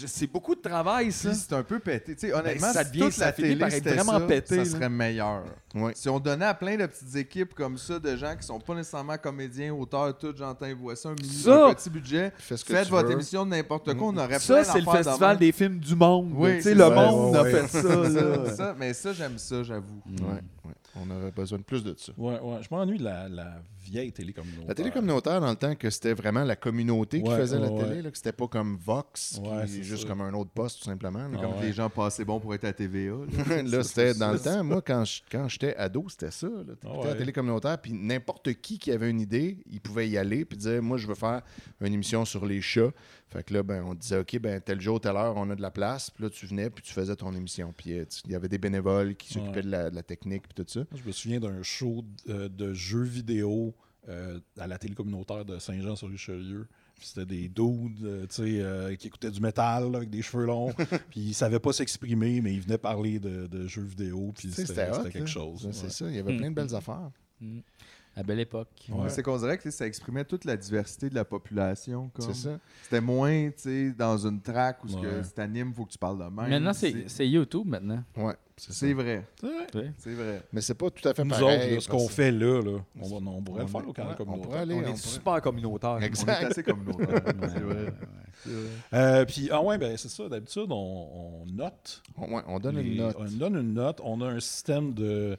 Speaker 5: c'est beaucoup de travail, ça. Ben,
Speaker 4: Puis c'est un peu pété. Tu sais, honnêtement,
Speaker 5: ça
Speaker 4: si
Speaker 5: devient-
Speaker 4: toute
Speaker 5: ça
Speaker 4: la
Speaker 5: finit
Speaker 4: télé
Speaker 5: par être
Speaker 4: c'était
Speaker 5: vraiment
Speaker 4: ça,
Speaker 5: pété,
Speaker 4: ça
Speaker 5: là.
Speaker 4: serait meilleur.
Speaker 3: Ouais.
Speaker 4: Si on donnait à plein de petites équipes comme ça, de gens qui sont pas nécessairement comédiens, auteurs, tout, j'entends, voici un, mini-
Speaker 5: Ça!
Speaker 4: un petit budget,
Speaker 3: Fais ce que
Speaker 4: faites
Speaker 3: tu
Speaker 4: votre
Speaker 3: veux. Mm.
Speaker 4: émission de n'importe quoi, on aurait
Speaker 5: Ça,
Speaker 4: plein
Speaker 5: c'est le
Speaker 4: d'affaires de
Speaker 5: festival
Speaker 4: même.
Speaker 5: des films du monde.
Speaker 4: Oui,
Speaker 5: là. Tu
Speaker 4: c'est
Speaker 5: sais, le
Speaker 4: ça.
Speaker 5: monde
Speaker 2: Ouais,
Speaker 5: a
Speaker 2: ouais,
Speaker 5: fait ça. là.
Speaker 4: ça, ça, mais ça, j'aime ça, j'avoue.
Speaker 3: Ouais, ouais. On aurait besoin de plus de ça.
Speaker 2: Ouais, ouais. Je m'ennuie de la, la vieille télé communautaire.
Speaker 3: La télé communautaire, dans le temps que c'était vraiment la communauté qui
Speaker 2: Ouais,
Speaker 3: faisait la
Speaker 2: ouais,
Speaker 3: télé, là, que c'était pas comme Vox,
Speaker 2: Ouais,
Speaker 3: qui est
Speaker 2: c'est
Speaker 3: juste
Speaker 2: ça.
Speaker 3: comme un autre poste, tout simplement. là.
Speaker 2: Ah
Speaker 4: Comme
Speaker 2: ouais.
Speaker 4: les gens passaient bon pour être à TVA. là.
Speaker 3: là, c'était dans le temps. Moi, quand je- quand j'étais ado, c'était ça. là. T'écoutais
Speaker 2: Ah ouais.
Speaker 3: la télé communautaire, puis n'importe qui qui avait une idée, il pouvait y aller, puis dire Moi, je veux faire une émission sur les chats. Fait que là, ben, on disait Ok, ben, tel jour, telle heure, on a de la place. Puis là, tu venais, puis tu faisais ton émission. Puis euh, tu- il y avait des bénévoles qui s'occupaient
Speaker 2: Ouais.
Speaker 3: de, la, de la technique, puis tout ça.
Speaker 2: Je me souviens d'un show de, de jeux vidéo euh, à la télé communautaire de Saint-Jean-sur-Richelieu. Puis C'était des dudes euh, tu sais, euh, qui écoutaient du métal là, avec des cheveux longs. puis ils savaient pas s'exprimer, mais ils venaient parler de, de jeux vidéo. Puis
Speaker 3: Tu sais,
Speaker 2: c'était
Speaker 3: hot,
Speaker 2: c'était
Speaker 3: là.
Speaker 2: quelque chose.
Speaker 3: C'est
Speaker 2: ouais.
Speaker 3: ça, il y avait plein de belles affaires.
Speaker 1: Mm-hmm. À belle époque.
Speaker 2: Ouais.
Speaker 4: C'est qu'on dirait que tu sais, ça exprimait toute la diversité de la population. comme.
Speaker 3: C'est ça.
Speaker 4: C'était moins, tu sais, dans une track où ce que
Speaker 2: Ouais.
Speaker 4: si t'animes, faut que tu parles de même.
Speaker 1: Maintenant, c'est
Speaker 4: C'est-
Speaker 1: c'est YouTube, maintenant.
Speaker 3: Ouais, c'est ça.
Speaker 4: C'est vrai.
Speaker 1: Ouais.
Speaker 4: C'est vrai.
Speaker 3: Mais c'est pas tout à fait
Speaker 2: Nous
Speaker 3: pareil.
Speaker 2: autres, là, ce
Speaker 3: parce
Speaker 2: qu'on
Speaker 3: que-
Speaker 2: fait là, là, on, va- on pourrait
Speaker 3: On
Speaker 2: le faire
Speaker 3: est-
Speaker 2: au
Speaker 3: ouais,
Speaker 2: canal
Speaker 3: on
Speaker 2: communautaire.
Speaker 3: pourrait aller.
Speaker 5: On
Speaker 3: on
Speaker 5: est
Speaker 3: pourrait-
Speaker 5: super communautaire.
Speaker 4: On est
Speaker 3: Exact.
Speaker 4: assez communautaire. c'est vrai.
Speaker 2: Euh, puis, ah ouais, ben, c'est ça, d'habitude, on, on note.
Speaker 3: On, ouais, on donne
Speaker 2: les-
Speaker 3: une note.
Speaker 2: On donne une note. On a un système de.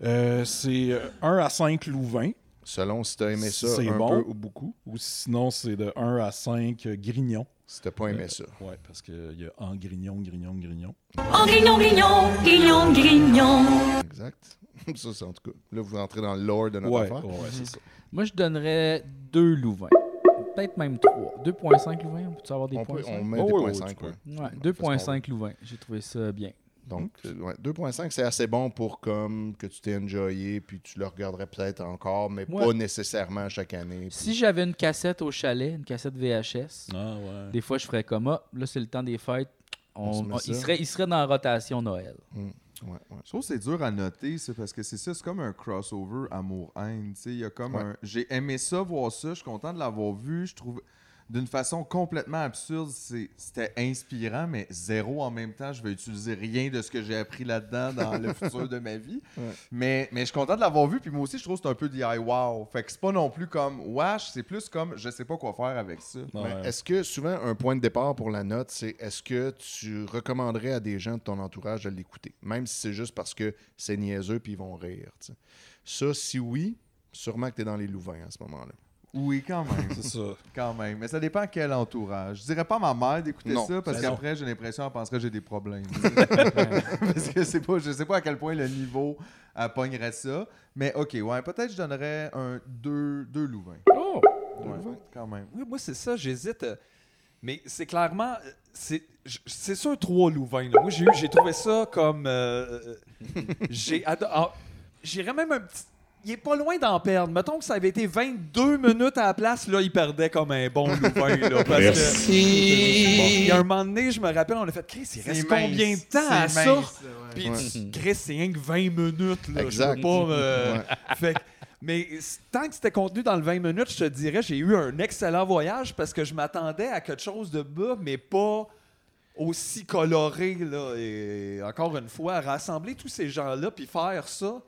Speaker 2: euh, c'est euh, 1 à 5 Louvain,
Speaker 3: Selon si t'as aimé ça
Speaker 2: C'est
Speaker 3: un
Speaker 2: bon.
Speaker 3: peu ou beaucoup,
Speaker 2: ou sinon, c'est de 1 à 5 Grignon.
Speaker 3: si t'as pas aimé ça.
Speaker 2: Euh, Ouais, parce qu'il y a en Grignon, Grignon, Grignon.
Speaker 6: En grignon, grignon, grignon, grignon.
Speaker 3: Exact. ça, c'est en tout cas. Là, vous rentrez dans le lore de notre
Speaker 2: Ouais,
Speaker 3: affaire.
Speaker 2: ouais, c'est ça.
Speaker 1: Moi, je donnerais 2 Louvains. Peut-être même 3. 2.5 Louvains, on peut avoir des
Speaker 3: On,
Speaker 1: points
Speaker 3: peut, on
Speaker 1: cinq?
Speaker 3: met
Speaker 2: Ouais,
Speaker 3: des
Speaker 2: ouais,
Speaker 3: points
Speaker 2: ouais,
Speaker 3: 5.
Speaker 2: Oh, tu
Speaker 3: ouais.
Speaker 1: Ouais, 2.5 Louvain. J'ai trouvé ça bien.
Speaker 3: Donc, euh, ouais, 2.5, c'est assez bon pour comme que tu t'es enjoyé, puis tu le regarderais peut-être encore, mais
Speaker 1: Ouais.
Speaker 3: pas nécessairement chaque année.
Speaker 1: Si j'avais une cassette au chalet, une cassette VHS,
Speaker 2: Ah ouais.
Speaker 1: des fois, je ferais comme Ah, là, c'est le temps des fêtes. On-
Speaker 3: On se met
Speaker 1: on-
Speaker 3: ça.
Speaker 1: il,
Speaker 3: Hmm.
Speaker 1: serait, il serait dans la rotation Noël.
Speaker 3: Ouais, ouais.
Speaker 4: Je trouve que c'est dur à noter, ça, parce que c'est ça, c'est comme un crossover amour-haine. tu sais. Il y a comme
Speaker 3: Ouais.
Speaker 4: un. J'ai aimé ça, voir ça, je suis content de l'avoir vu. Je trouve. D'une façon complètement absurde, c'est- c'était inspirant, mais zéro en même temps. Je vais utiliser rien de ce que j'ai appris là-dedans dans le futur de ma vie.
Speaker 3: Ouais.
Speaker 4: Mais, mais je suis content de l'avoir vu, puis moi aussi, je trouve que c'est un peu DIY. Fait que c'est pas non plus comme wash, c'est plus comme je sais pas quoi faire avec ça.
Speaker 3: Mais
Speaker 2: Ouais.
Speaker 3: Est-ce que souvent un point de départ pour la note, c'est est-ce que tu recommanderais à des gens de ton entourage de l'écouter, même si c'est juste parce que c'est niaiseux puis ils vont rire. tu sais. Ça, si oui, sûrement que tu es dans les Louvains à ce moment-là.
Speaker 4: Oui, quand même.
Speaker 2: C'est ça.
Speaker 4: Quand même. Mais ça dépend quel entourage. Je dirais pas à ma mère d'écouter
Speaker 3: Non,
Speaker 4: ça parce
Speaker 2: ça, non.
Speaker 4: qu'après, j'ai l'impression qu'elle penserait que j'ai des problèmes. parce que c'est pas, je sais pas à quel point le niveau elle pognerait ça. Mais ok, ouais, peut-être je donnerais un 2 deux, deux Louvain.
Speaker 1: Oh!
Speaker 4: Ouais, quand même.
Speaker 5: Oui, moi, c'est ça, j'hésite. euh, Mais c'est clairement. euh, C'est j- c'est sûr trois Louvain. là. Moi, j'ai eu- j'ai trouvé ça comme. euh, euh, j'ai ado- ah, J'irais même un petit. Il est pas loin d'en perdre. Mettons que ça avait été 22 minutes à la place, là, il perdait comme un bon Louvain. Là, parce Que,
Speaker 6: Merci.
Speaker 5: il y a un moment donné, je me rappelle, on a fait Chris, il
Speaker 6: C'est
Speaker 5: reste
Speaker 6: mince,
Speaker 5: combien de temps
Speaker 6: c'est
Speaker 5: à ça
Speaker 6: mince, ouais.
Speaker 5: Puis tu-
Speaker 6: Ouais.
Speaker 5: Chris, c'est rien que 20 minutes. Là,
Speaker 3: Exact.
Speaker 5: Je veux pas, euh,
Speaker 3: Ouais.
Speaker 5: fait que- mais c- tant que c'était contenu dans le 20 minutes, je te dirais, j'ai eu un excellent voyage parce que je m'attendais à quelque chose de bas, mais pas aussi coloré. Là, et encore une fois, rassembler tous ces gens-là puis faire ça,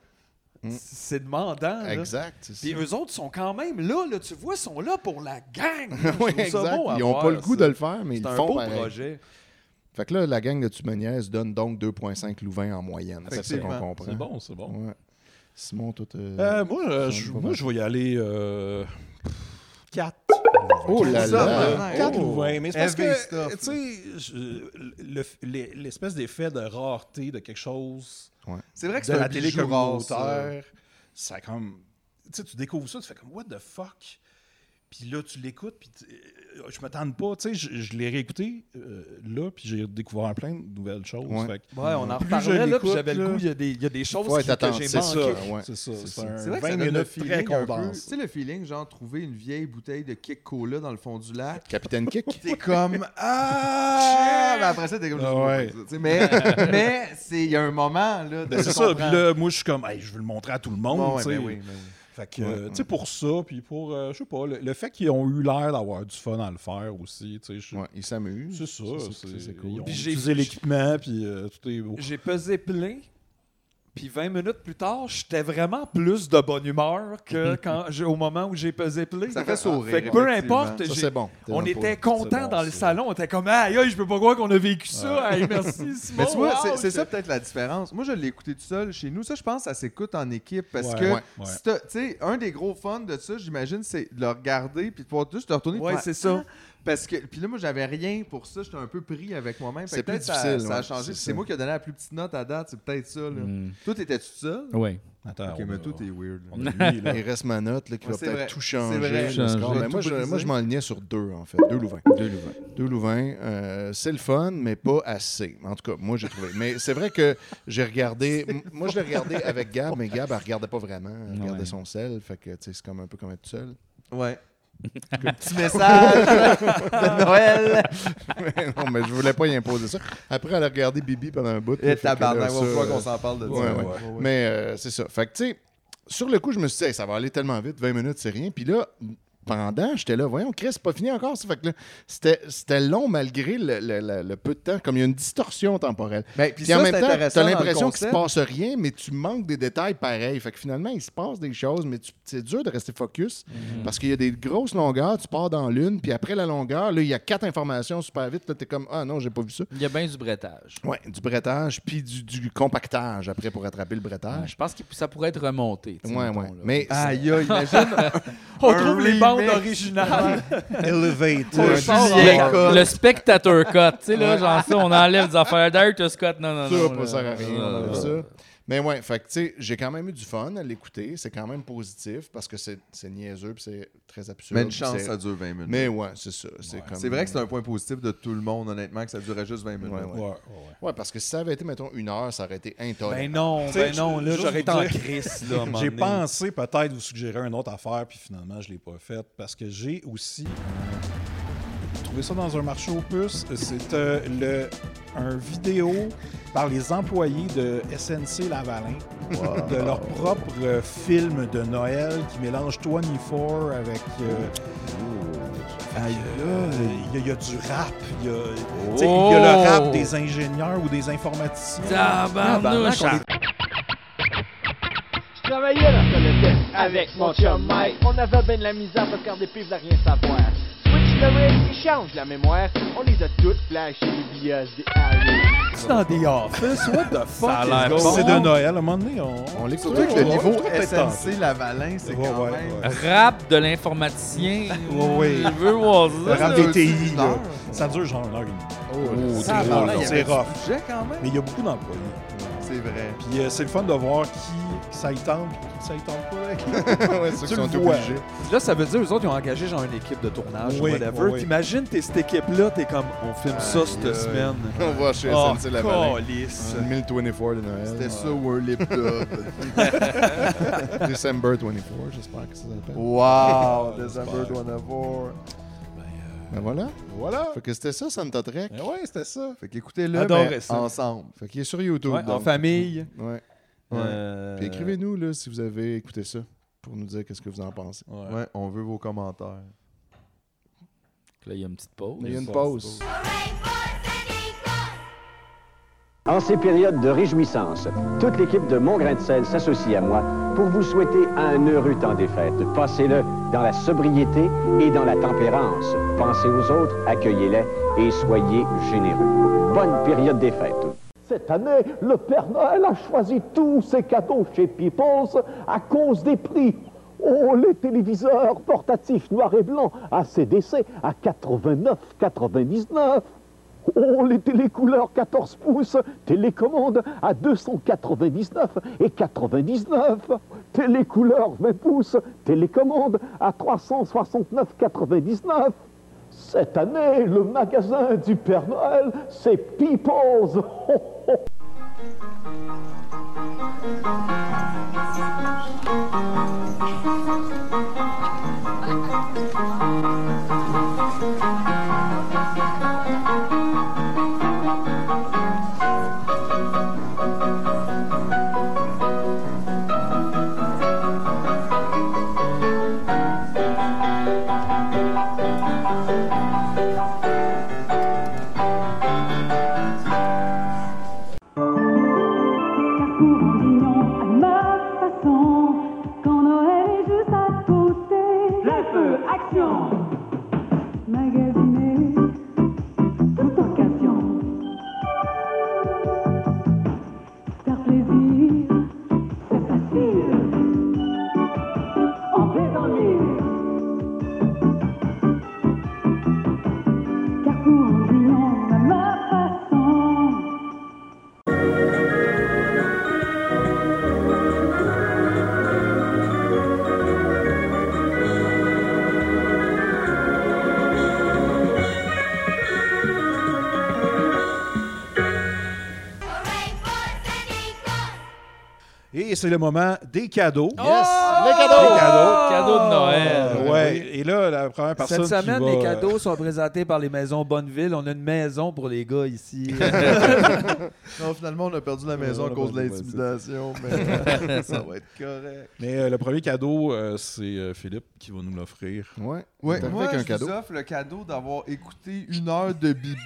Speaker 5: c- c'est demandant. là.
Speaker 3: Mm. Exact, c'est ça.
Speaker 5: Puis eux autres sont quand même là, là, tu vois, sont là pour la gang. là. Je
Speaker 3: Oui,
Speaker 5: trouve ça
Speaker 3: exact.
Speaker 5: beau à
Speaker 3: Ils n'ont
Speaker 5: voir,
Speaker 3: pas le goût
Speaker 5: ça.
Speaker 3: de le faire, mais ils
Speaker 5: C'est
Speaker 3: le
Speaker 5: un
Speaker 3: font
Speaker 5: beau
Speaker 3: pareil.
Speaker 5: projet.
Speaker 3: Fait que là, la gang de Tumoniaise donne donc 2,5 Louvain en moyenne. C'est ça qu'on
Speaker 2: Effectivement.
Speaker 3: comprend.
Speaker 2: C'est bon, c'est bon.
Speaker 3: Ouais. Simon, toi, t'as-
Speaker 2: Euh, moi, euh,
Speaker 3: t'as
Speaker 2: je,
Speaker 3: pas
Speaker 2: moi,
Speaker 3: mal.
Speaker 2: je vais y aller. Euh... 4.
Speaker 3: Oh là là!
Speaker 2: 4
Speaker 3: Oh.
Speaker 2: Louvain. Mais c'est parce
Speaker 4: Heavy
Speaker 2: que,
Speaker 4: stuff.
Speaker 2: tu sais, je- le- le- l'espèce d'effet de rareté de quelque chose.
Speaker 3: Ouais.
Speaker 4: C'est vrai que
Speaker 2: de
Speaker 4: c'est un
Speaker 2: la
Speaker 4: bijou
Speaker 2: télé
Speaker 4: rare,
Speaker 2: communautaire. Ça, comme. Tu sais, tu découvres ça, tu fais comme, what the fuck? Puis là, tu l'écoutes, puis tu- euh, je m'attends pas. Tu sais, je, je l'ai réécouté euh, là, puis j'ai découvert plein de nouvelles choses.
Speaker 3: Ouais.
Speaker 2: Fait que
Speaker 5: Ouais, on en
Speaker 2: plus je
Speaker 5: reparlait là, puis
Speaker 2: l'écoute,
Speaker 5: j'avais le goût, il y a des, il y a des choses
Speaker 3: Faut
Speaker 5: qui-
Speaker 3: être
Speaker 5: que
Speaker 3: attentif,
Speaker 5: j'ai
Speaker 3: c'est
Speaker 5: manquées.
Speaker 3: ça, ouais.
Speaker 2: C'est ça.
Speaker 3: C'est
Speaker 2: C'est
Speaker 3: ça.
Speaker 2: un
Speaker 4: C'est vrai que
Speaker 2: 20
Speaker 4: ça donne le
Speaker 2: minutes très
Speaker 4: feeling un peu. Tu
Speaker 2: condensé.
Speaker 4: sais, le feeling, genre, trouver une vieille bouteille de Kick Cola dans le fond du lac.
Speaker 3: Capitaine Kick?
Speaker 4: T'es comme Ah! Mais après ça, t'es comme je sais pas
Speaker 2: Ouais.
Speaker 4: quoi dire, tu sais, Mais mais c'est- il y a un moment, là. de
Speaker 2: Ben, c'est
Speaker 4: se
Speaker 2: ça. Puis
Speaker 4: comprendre.
Speaker 2: là, moi, je suis comme, Hey, je veux le montrer à tout le monde.
Speaker 4: Ouais, ouais,
Speaker 2: tu sais.
Speaker 4: ben oui, ben oui.
Speaker 2: Fait que,
Speaker 4: Ouais,
Speaker 2: euh,
Speaker 4: ouais.
Speaker 2: tu sais, pour ça, puis pour, euh, je sais pas, le, le fait qu'ils ont eu l'air d'avoir du fun à le faire aussi, tu sais. je-
Speaker 3: Ouais, ils s'amusent.
Speaker 2: C'est ça. C'est,
Speaker 3: c'est cool.
Speaker 2: Ils ont
Speaker 5: Puis j'ai-
Speaker 2: utilisé l'équipement, puis euh, tout est beau.
Speaker 5: J'ai pesé plein. Puis 20 minutes plus tard, j'étais vraiment plus de bonne humeur
Speaker 4: Mhm.
Speaker 5: que quand j'ai- au moment où j'ai pesé play.
Speaker 4: Ça fait sourire,
Speaker 5: Fait que peu
Speaker 4: effectivement.
Speaker 5: importe,
Speaker 4: Ça,
Speaker 5: j'ai-
Speaker 4: c'est bon. T'es
Speaker 5: on
Speaker 4: dans
Speaker 5: était
Speaker 4: le
Speaker 5: contents
Speaker 4: C'est bon,
Speaker 5: dans le salon. On était comme, aïe, aïe, je peux pas croire qu'on a vécu ça. Aïe, merci, Simon.
Speaker 4: Mais tu vois,
Speaker 5: Wow,
Speaker 4: c'est- c'est
Speaker 5: je-
Speaker 4: ça peut-être la différence. Moi, je l'ai écouté tout seul chez nous. Ça, je pense, ça s'écoute en équipe parce
Speaker 5: Ouais.
Speaker 4: que,
Speaker 5: Ouais.
Speaker 4: si t'as- tu sais, un des gros fun de ça, j'imagine, c'est de le regarder puis de pouvoir juste te retourner. puis
Speaker 5: Ouais,
Speaker 4: faire,
Speaker 5: c'est ça.
Speaker 4: Ah! Parce que, puis là, moi, j'avais rien pour ça. J'étais un peu pris avec moi-même. Fait
Speaker 3: C'est
Speaker 4: que peut-être
Speaker 3: plus
Speaker 4: ça,
Speaker 3: difficile,
Speaker 4: ça a
Speaker 3: ouais,
Speaker 4: changé.
Speaker 3: c'est
Speaker 4: Puis C'est
Speaker 3: ça.
Speaker 4: moi qui ai donné la plus petite note à date. C'est peut-être ça. Là.
Speaker 3: Mm.
Speaker 4: Toi, t'étais-tu seul?
Speaker 1: Oui.
Speaker 2: Attends,
Speaker 4: Ok, mais toi, t'es weird.
Speaker 2: on a lui, là.
Speaker 3: Il reste ma note là, qui
Speaker 4: Ouais,
Speaker 3: va
Speaker 4: c'est
Speaker 3: peut-être
Speaker 4: vrai.
Speaker 3: tout
Speaker 4: C'est
Speaker 3: changer.
Speaker 4: vrai.
Speaker 3: le
Speaker 4: Tout changer.
Speaker 3: score. Mais moi, je,
Speaker 4: Tout
Speaker 3: moi,
Speaker 4: briser.
Speaker 3: je m'enlignais sur deux, en fait. Deux Louvain. Deux Louvain. Deux Louvain. euh, c'est le fun, mais pas assez. En tout cas, moi, j'ai trouvé. Mais c'est vrai que j'ai regardé. m- Moi, je l'ai regardé avec Gab, mais Gab, elle regardait pas vraiment. Elle regardait
Speaker 1: Ouais.
Speaker 3: son sel. Fait que, tu sais, c'est comme un peu comme être tout seul.
Speaker 4: Ouais. Un petit message de Noël.
Speaker 3: Mais non, mais je voulais pas y imposer ça. Après, elle a regardé Bibi pendant un bout.
Speaker 4: Et
Speaker 3: là, fait que
Speaker 4: Eh, tabarnak,
Speaker 3: là,
Speaker 4: va falloir
Speaker 3: ça, euh,
Speaker 4: qu'on s'en parle de
Speaker 3: ouais,
Speaker 4: ça.
Speaker 3: ouais.
Speaker 4: Ouais, ouais.
Speaker 3: Mais euh, c'est ça. Fait que, tu sais, sur le coup, je me suis dit, Hey, ça va aller tellement vite, 20 minutes, c'est rien. Puis là, pendant, j'étais là, voyons, Chris, c'est pas fini encore. ça. Fait que là, c'était, c'était long malgré le, le- le- le peu de temps, comme il y a une distorsion temporelle.
Speaker 4: Ben, puis
Speaker 3: puis
Speaker 4: ça,
Speaker 3: en
Speaker 4: c'est
Speaker 3: même temps,
Speaker 4: intéressant
Speaker 3: t'as
Speaker 4: dans le
Speaker 3: l'impression qu'il se
Speaker 4: concept.
Speaker 3: passe rien, mais tu manques des détails pareils. Fait que finalement, il se passe des choses, mais tu- c'est dur de rester focus
Speaker 4: Mhm.
Speaker 3: parce qu'il y a des grosses longueurs, tu pars dans l'une, puis après la longueur, là, il y a quatre informations super vite. Là, t'es comme, ah non, j'ai pas vu ça.
Speaker 1: Il y a bien du brettage.
Speaker 3: Ouais, du brettage, puis du, du compactage après pour attraper le
Speaker 1: Ouais,
Speaker 3: brettage.
Speaker 1: Je pense que ça pourrait être remonté. tu sais,
Speaker 3: Ouais,
Speaker 1: mettons,
Speaker 3: ouais.
Speaker 1: là.
Speaker 3: Mais
Speaker 4: Aïe, aïe, imagine.
Speaker 5: On
Speaker 4: un
Speaker 5: trouve les bandes
Speaker 4: remix.
Speaker 5: originales.
Speaker 2: Elevator.
Speaker 5: On le hein. sort en-
Speaker 4: Julien
Speaker 1: Le-
Speaker 4: Cotte.
Speaker 1: Le spectateur cut, tu sais, là, genre ça, on enlève des affaires d'Art Scott. Non, non,
Speaker 3: ça,
Speaker 1: non.
Speaker 3: pas
Speaker 1: là.
Speaker 3: ça sert à rien, on enlève
Speaker 1: Non, non, non.
Speaker 3: ça. Mais ouais, fait que tu sais, j'ai quand même eu du fun à l'écouter. C'est quand même positif parce que c'est c'est niaiseux puis c'est très absurde.
Speaker 4: Mais une chance,
Speaker 3: puis c'est-
Speaker 4: ça dure 20 minutes.
Speaker 3: Mais ouais, c'est ça. C'est comme-
Speaker 4: C'est vrai que c'est un point positif de tout le monde, honnêtement, que ça durait juste 20 minutes.
Speaker 3: Ouais, ouais. Ouais, parce que si ça avait été, mettons, une heure, ça aurait été intolérable.
Speaker 5: Ben non,
Speaker 2: Tu sais,
Speaker 5: ben non,
Speaker 2: je-
Speaker 5: là,
Speaker 2: juste
Speaker 5: j'aurais été
Speaker 2: vous
Speaker 5: en
Speaker 2: dire,
Speaker 5: crise, là, à un moment
Speaker 2: J'ai
Speaker 5: donné.
Speaker 2: pensé peut-être vous suggérer une autre affaire, puis finalement, je ne l'ai pas faite parce que j'ai aussi trouvé ça dans un marché aux puces. C'est euh, le un vidéo par les employés de SNC Lavalin de leur propre euh, film de Noël qui mélange 24 avec. euh, Aïe, là, il y a- il y, a du rap, il y a, tu sais, il y a le
Speaker 1: Oh!
Speaker 2: rap des ingénieurs ou des informaticiens. bah, Ah
Speaker 1: Tabarnouche,
Speaker 2: Tabarnak, on est
Speaker 17: Je travaillais dans le test avec mon chum Mike. On avait ben de la misère parce qu'en dépit, de rien savoir. Switch le rig, il change la mémoire. On les a toutes flashées les bios des aliens.
Speaker 5: C'est dans des offices, what the fuck? is going
Speaker 2: C'est de
Speaker 5: on?
Speaker 2: Noël, à un moment donné, on, on
Speaker 3: l'écoute.
Speaker 4: Surtout que le
Speaker 2: Ouais,
Speaker 4: niveau
Speaker 2: je trouve peut-être
Speaker 4: SNC Lavalin, c'est
Speaker 2: Ouais,
Speaker 4: quand
Speaker 2: ouais,
Speaker 4: même.
Speaker 2: ouais.
Speaker 1: Rap de l'informaticien.
Speaker 2: ouais.
Speaker 1: Je veux voir
Speaker 2: Le
Speaker 1: ça.
Speaker 2: rap
Speaker 1: là.
Speaker 2: des TI, là. Ça dure genre une heure et demie.
Speaker 3: Oh,
Speaker 2: c'est
Speaker 4: Tabarnak,
Speaker 2: drôle,
Speaker 4: il y
Speaker 2: c'est
Speaker 4: avait du
Speaker 2: rough.
Speaker 4: sujet quand même.
Speaker 2: Mais il y a beaucoup d'employés.
Speaker 4: C'est C'est vrai.
Speaker 2: Puis euh, c'est le fun de voir qui ça y tente et qui ça y tente pas.
Speaker 5: Ouais,
Speaker 2: Tu
Speaker 5: ceux qui
Speaker 2: le
Speaker 5: sont
Speaker 2: vois.
Speaker 5: obligés. Là, ça veut dire eux autres, ils ont engagé genre une équipe de tournage ou
Speaker 2: Oui,
Speaker 5: whatever.
Speaker 2: oui, oui.
Speaker 5: T'imagines, t'es cette équipe-là, t'es comme, on filme ça
Speaker 3: Aïe,
Speaker 5: cette
Speaker 3: aïe.
Speaker 5: semaine.
Speaker 3: On va chez
Speaker 5: Oh,
Speaker 3: SNC Lavalin.
Speaker 5: calice.
Speaker 3: Le 1024 de Noël.
Speaker 4: C'était ça
Speaker 3: Ouais.
Speaker 4: ou un lip dub.
Speaker 3: December 24, j'espère que ça s'appelle.
Speaker 4: Wow, December 24.
Speaker 3: Ben voilà.
Speaker 2: Voilà.
Speaker 3: Fait que c'était ça, Santa Trek. ben,
Speaker 2: Ben ouais, c'était ça.
Speaker 4: Fait qu'écoutez-le
Speaker 3: Adorez
Speaker 4: mais
Speaker 3: ça.
Speaker 4: ensemble.
Speaker 3: Fait qu'il est sur YouTube.
Speaker 4: Ouais, en
Speaker 3: donc.
Speaker 5: famille.
Speaker 3: Ouais. Ouais.
Speaker 4: Euh,
Speaker 3: Puis écrivez-nous là, si vous avez écouté ça pour nous dire qu'est-ce que vous en pensez.
Speaker 4: Ouais, on veut vos commentaires.
Speaker 1: Là, il y a une petite pause.
Speaker 3: Il y a une pause.
Speaker 12: En ces périodes de réjouissance, toute l'équipe de Mon Grain de Sel s'associe à moi pour vous souhaiter un heureux temps des fêtes. Passez-le dans la sobriété et dans la tempérance. Pensez aux autres, accueillez-les et soyez généreux. Bonne période des fêtes.
Speaker 18: Cette année, le Père Noël a choisi tous ses cadeaux chez People's à cause des prix. Oh, les téléviseurs portatifs noir et blanc à CDC à 89,99. Oh, les télécouleurs 14 pouces, télécommande à 299 et 99. Télécouleurs 20 pouces, télécommande à 369,99. Cette année, le magasin du Père Noël, c'est People's. Oh, oh.
Speaker 6: Carrefour en dînant à ma façon, quand Noël est juste à côté. Le feu, action Magasiner, tout en cation. Faire plaisir, c'est facile. En plein dans le mille. Carrefour en dînant à ma façon.
Speaker 2: Et c'est le moment des cadeaux. Yes!
Speaker 5: les cadeaux!
Speaker 2: Les
Speaker 4: Oh,
Speaker 2: cadeaux!
Speaker 5: Cadeaux de Noël.
Speaker 2: Ouais.
Speaker 5: Oui.
Speaker 2: Euh, Et là, la première personne.
Speaker 5: Cette semaine,
Speaker 2: qui va- euh,
Speaker 5: les cadeaux sont présentés par les maisons Bonneville. On a une maison pour les gars ici.
Speaker 4: non, finalement, on a perdu la maison à
Speaker 2: on a
Speaker 4: cause de
Speaker 2: perdu la
Speaker 4: l'intimidation, mais ça va être correct.
Speaker 2: Mais euh, le premier cadeau, euh, c'est euh, Philippe qui va nous l'offrir.
Speaker 3: Ouais.
Speaker 4: Ouais,
Speaker 2: T'as
Speaker 4: moi,
Speaker 2: fait
Speaker 4: je
Speaker 2: un cadeau.
Speaker 4: vous offre le cadeau d'avoir écouté une heure de Bibi.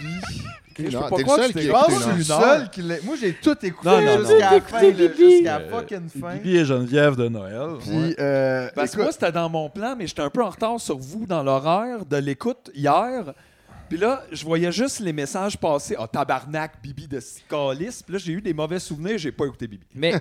Speaker 3: Une
Speaker 4: Je sais
Speaker 3: heure.
Speaker 4: pas
Speaker 3: T'es le
Speaker 4: quoi
Speaker 3: seul
Speaker 4: tu
Speaker 3: qui
Speaker 4: t'es-
Speaker 3: a écouté
Speaker 4: Je
Speaker 3: une
Speaker 4: suis le
Speaker 3: heure.
Speaker 4: seul qui l'a... Moi, j'ai tout écouté
Speaker 2: Non, non, non.
Speaker 4: jusqu'à la
Speaker 2: Tout
Speaker 4: fin,
Speaker 2: écouté,
Speaker 4: là,
Speaker 2: Bibi.
Speaker 4: jusqu'à la
Speaker 2: Euh,
Speaker 4: fucking fin.
Speaker 2: Bibi et Geneviève de Noël.
Speaker 4: Puis, euh,
Speaker 5: Parce que moi, c'était dans mon plan, mais j'étais un peu en retard sur vous dans l'horaire de l'écoute hier. Puis là, je voyais juste les messages passer. Ah, tabarnak, Bibi de Scalis. Puis là, j'ai eu des mauvais souvenirs, j'ai pas écouté Bibi.
Speaker 1: Mais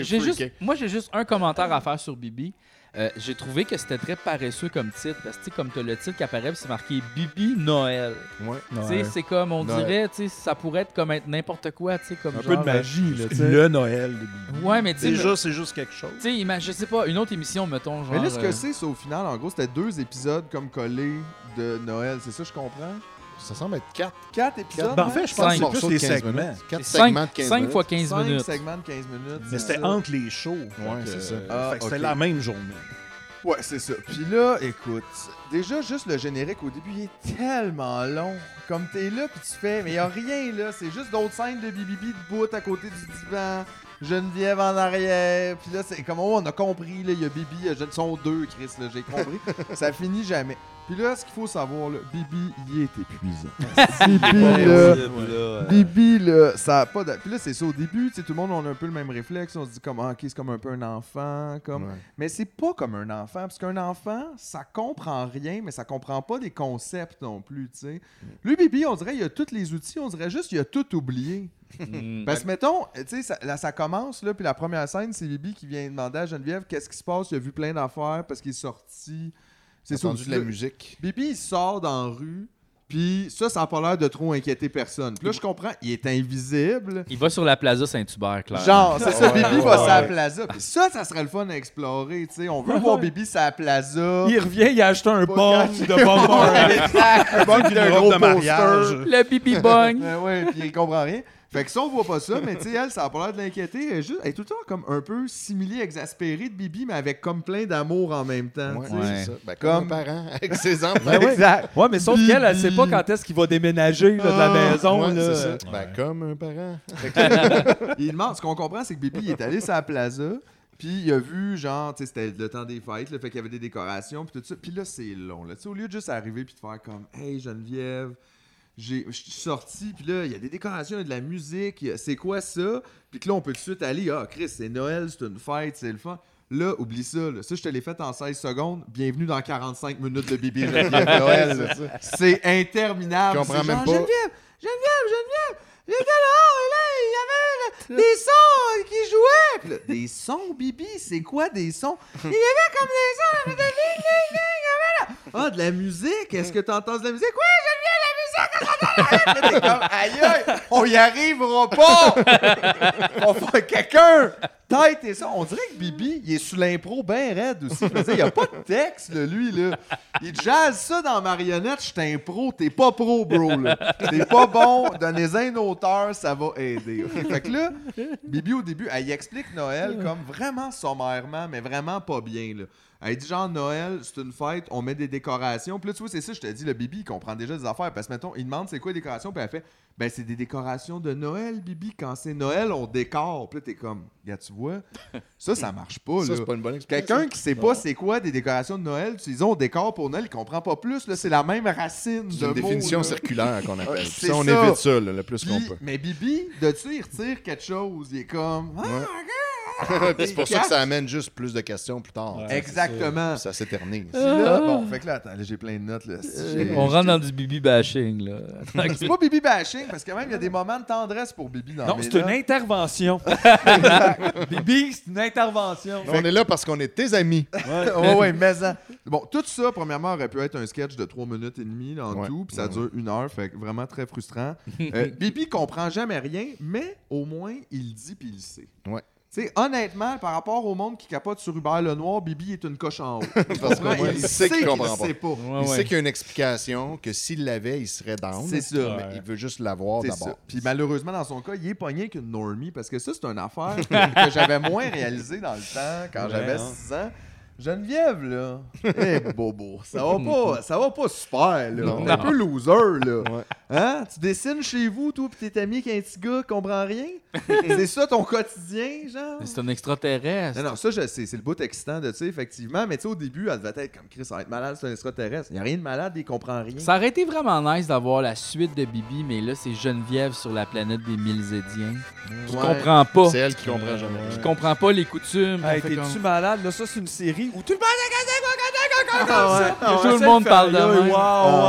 Speaker 1: J'ai juste, moi, j'ai juste un commentaire à faire sur Bibi. Euh, j'ai trouvé que c'était très paresseux comme titre parce que tu sais, comme t'as le titre qui apparaît, puis c'est marqué Bibi Noël.
Speaker 3: Ouais.
Speaker 1: Tu sais, c'est comme on
Speaker 2: Noël.
Speaker 1: dirait, tu sais, ça pourrait être comme être n'importe quoi, tu sais, comme
Speaker 2: Un peu
Speaker 1: genre,
Speaker 2: de magie, là.
Speaker 1: euh,
Speaker 2: tu sais. Le Noël de Bibi.
Speaker 1: Ouais, mais tu sais,
Speaker 2: C'est
Speaker 1: le-
Speaker 2: juste, c'est juste quelque chose.
Speaker 1: Tu sais, ima- je sais pas, une autre émission, mettons, genre.
Speaker 4: Mais là, ce que
Speaker 1: euh,
Speaker 4: c'est, c'est au final, en gros, c'était deux épisodes comme collés de Noël. C'est ça, je comprends?
Speaker 3: Ça semble être quatre.
Speaker 4: Quatre épisodes? hein?
Speaker 2: Quatre- Ben, en fait, je pense que c'est plus les segments.
Speaker 3: Quatre
Speaker 1: Cinq-
Speaker 3: segments de 15
Speaker 1: cinq
Speaker 3: minutes.
Speaker 1: fois 15
Speaker 4: Cinq
Speaker 1: minutes.
Speaker 4: segments de 15 minutes.
Speaker 2: Mais c'était
Speaker 4: ça.
Speaker 2: entre les shows.
Speaker 3: Ouais, c'est ça.
Speaker 2: Ah, fait que c'était
Speaker 4: ok.
Speaker 2: la même journée.
Speaker 4: Ouais, c'est ça. Puis là, écoute, déjà, juste le générique au début, il est tellement long. Comme t'es là, puis tu fais, mais y a rien là. C'est juste d'autres scènes de Bibibi de bout à côté du divan. Geneviève en arrière. Puis là, c'est comme, oh, on a compris, là, il y a Bibi, il y a Geneviève. Ils sont deux, Chris, là, j'ai compris. ça finit jamais. Puis là, ce qu'il faut savoir, là, Bibi, il est épuisant. Bibi, là, Bibi, là, ça a pas de... Puis là, c'est ça au début, tu sais, tout le monde, on a un peu le même réflexe. On se dit comme, ah, ok, c'est comme un peu un enfant. comme
Speaker 3: Ouais.
Speaker 4: Mais c'est pas comme un enfant, parce qu'un enfant, ça comprend rien, mais ça comprend pas des concepts non plus, tu sais.
Speaker 3: Mm.
Speaker 4: Lui, Bibi, on dirait, il a tous les outils, on dirait juste, il a tout oublié. Parce que, mettons, tu sais, ça, là, ça commence, là, puis la première scène, c'est Bibi qui vient demander à Geneviève qu'est-ce qui se passe, il a vu plein d'affaires parce qu'il est sorti.
Speaker 3: Entendu
Speaker 4: ça,
Speaker 3: de la
Speaker 4: là,
Speaker 3: musique.
Speaker 4: Bibi, il sort dans la rue. Puis ça, ça n'a pas l'air de trop inquiéter personne. Puis là, je comprends, il est invisible.
Speaker 1: Il va sur la Plaza Saint-Hubert, clairement.
Speaker 4: Genre, c'est ça,
Speaker 1: Ouais,
Speaker 4: Bibi
Speaker 1: ouais,
Speaker 4: va sur la
Speaker 1: ouais.
Speaker 4: plaza. Puis ça, ça serait le fun à explorer, tu sais. On veut voir Bibi sur la plaza.
Speaker 5: Il revient, il a acheté un bong de Bob Marley.
Speaker 4: Exact, un bong
Speaker 5: Une
Speaker 4: d'un
Speaker 5: robe
Speaker 4: gros
Speaker 5: de mariage.
Speaker 4: poster.
Speaker 5: Le Bibi bong.
Speaker 4: Ben ouais, puis il comprend rien. Fait que ça, on voit pas ça, mais tu sais, elle, ça a pas l'air de l'inquiéter. Elle est juste, elle est tout le temps comme un peu similée, exaspérée de Bibi, mais avec comme plein d'amour en même temps.
Speaker 3: Ouais,
Speaker 4: tu sais.
Speaker 3: c'est ça. Ben, comme un parent avec ses enfants.
Speaker 4: Ben oui. Exact.
Speaker 5: Ouais, mais sauf qu'elle, elle sait pas quand est-ce qu'il va déménager là, de la
Speaker 3: Ah,
Speaker 5: maison.
Speaker 3: ouais, c'est
Speaker 5: là.
Speaker 3: ça. Ben, comme un parent.
Speaker 4: il demande, ce qu'on comprend, c'est que Bibi il est allé sur la plaza, puis il a vu, genre, tu sais, c'était le temps des fêtes, le fait qu'il y avait des décorations, puis tout ça. Puis là, c'est long. Là. Tu sais, Au lieu de juste arriver puis de faire comme, hey Geneviève, j'ai- je suis sorti, puis là, il y a des décorations, il y a de la musique, il y a- c'est quoi ça? Puis que là, on peut tout de suite aller, ah, Chris, c'est Noël, c'est une fête, c'est le fun. Là, oublie ça. Là. Ça, je te l'ai fait en 16 secondes. Bienvenue dans 45 minutes de Bibi Geneviève Noël.
Speaker 3: C'est ça.
Speaker 4: C'est interminable.
Speaker 3: Je comprends
Speaker 4: C'est
Speaker 3: même
Speaker 4: genre,
Speaker 3: pas.
Speaker 4: Geneviève, Geneviève, Geneviève, j'étais là, et là, il y avait des sons Oh, qui jouaient. Puis là, des sons, Bibi, c'est quoi des sons? Il y avait comme des sons, il y avait des ding, ding, ding, il y avait là. Ah, de la musique, est-ce que t'entends de la musique? Oui, j'aime bien la musique, j'entends de la musique. Là, t'es comme, aïe, aïe, on y arrivera pas. on va faire quelqu'un. Tête et ça. On dirait que Bibi, il est sous l'impro bien raide aussi. Je veux dire, Il n'y a pas de texte, là, lui. Là. Il jazz ça dans Marionnette. Je suis un pro. T'es pas pro, bro. là. T'es pas bon. Donnez-en un auteur, ça va aider. Fait que là, Bibi, au début, elle y explique Noël comme vraiment sommairement, mais vraiment pas bien. Là. Elle dit genre, Noël, c'est une fête, on met des décorations. Puis là, tu vois, c'est ça, je te dis, le Bibi, il comprend déjà des affaires. Parce que, mettons, il demande c'est quoi les décorations, puis elle fait, ben, c'est des décorations de Noël, Bibi. Quand c'est Noël, on décore. Puis là, t'es comme, gars, tu vois, ça, ça marche pas.
Speaker 3: Ça,
Speaker 4: là.
Speaker 3: c'est pas une bonne explication.
Speaker 4: Quelqu'un qui sait pas
Speaker 3: Non.
Speaker 4: c'est quoi des décorations de Noël, tu dis, on décore pour Noël, il comprend pas plus. là. C'est la même racine.
Speaker 3: C'est
Speaker 4: de
Speaker 3: une
Speaker 4: mots,
Speaker 3: définition
Speaker 4: là.
Speaker 3: circulaire qu'on appelle.
Speaker 4: Ah,
Speaker 3: Puis
Speaker 4: c'est
Speaker 3: ça, on évite ça, là, le plus qu'on
Speaker 4: Puis-
Speaker 3: peut.
Speaker 4: Mais Bibi, de dessus il retire quelque chose. Il est comme, ah,
Speaker 3: Ouais.
Speaker 4: regarde.
Speaker 3: Puis c'est pour
Speaker 4: Il
Speaker 3: ça que
Speaker 4: cache
Speaker 3: ça amène juste plus de questions plus tard.
Speaker 4: Ouais, Exactement.
Speaker 3: Ça s'éternise.
Speaker 4: Puis là, bon, fait que là, attends, là, j'ai plein de notes. Là. Si j'ai-
Speaker 1: Euh, On rentre dans du bibi bashing, là.
Speaker 4: C'est pas Bibi bashing, parce que même, il y a des moments de tendresse pour Bibi dans
Speaker 5: Non,
Speaker 4: mes
Speaker 5: c'est une
Speaker 4: notes.
Speaker 5: intervention. Bibi, c'est une intervention.
Speaker 3: On est là parce qu'on est tes amis.
Speaker 4: ouais, ouais, mais en- Bon, tout ça, premièrement, aurait pu être un sketch de 3 minutes et demie là, en tout, puis ça dure une heure, fait que vraiment très frustrant. Euh, Bibi comprend jamais rien, mais au moins, il dit puis il sait.
Speaker 3: Ouais.
Speaker 4: Tu sais, honnêtement, par rapport au monde qui capote sur Hubert Lenoir, Bibi est une coche en haut. Il
Speaker 3: Parce
Speaker 4: comprend,
Speaker 3: qu'il sait qu'il comprend pas.
Speaker 4: sait pas.
Speaker 3: il sait qu'il y a une explication, que s'il l'avait, il serait down.
Speaker 4: C'est ça.
Speaker 3: Mais il veut juste l'avoir
Speaker 4: C'est
Speaker 3: d'abord.
Speaker 4: ça. Puis malheureusement, dans son cas, il est pogné qu'une normie parce que ça, c'est une affaire que j'avais moins réalisée dans le temps quand
Speaker 3: Ouais,
Speaker 4: j'avais
Speaker 3: hein.
Speaker 4: 6 ans. Geneviève, là, eh bobo, ça va pas, ça va pas super, là.
Speaker 3: Non.
Speaker 4: On est un peu loser, là. Hein? Tu dessines chez vous, toi, pis t'es ami qu'un petit gars comprend rien? c'est ça ton quotidien, genre?
Speaker 1: C'est un extraterrestre.
Speaker 4: Non, non, ça, je sais. C'est le bout excitant de ça, effectivement. Mais tu sais, au début, elle devait être comme Chris, ça va être malade, c'est un extraterrestre. Il n'y a rien de malade, il comprend rien.
Speaker 1: Ça aurait été vraiment nice d'avoir la suite de Bibi, mais là, c'est Geneviève sur la planète des Milzédiens qui
Speaker 4: Ouais.
Speaker 1: comprend pas.
Speaker 3: C'est elle qui comprend jamais.
Speaker 1: Qui comprend pas les coutumes.
Speaker 5: Hey,
Speaker 1: Fait
Speaker 5: t'es-tu
Speaker 1: comme-
Speaker 5: malade? Là, ça, c'est une série où tout le monde
Speaker 4: Ah ouais, ah ouais.
Speaker 1: Tout le monde parle de
Speaker 5: Wow,
Speaker 1: même.
Speaker 5: wow.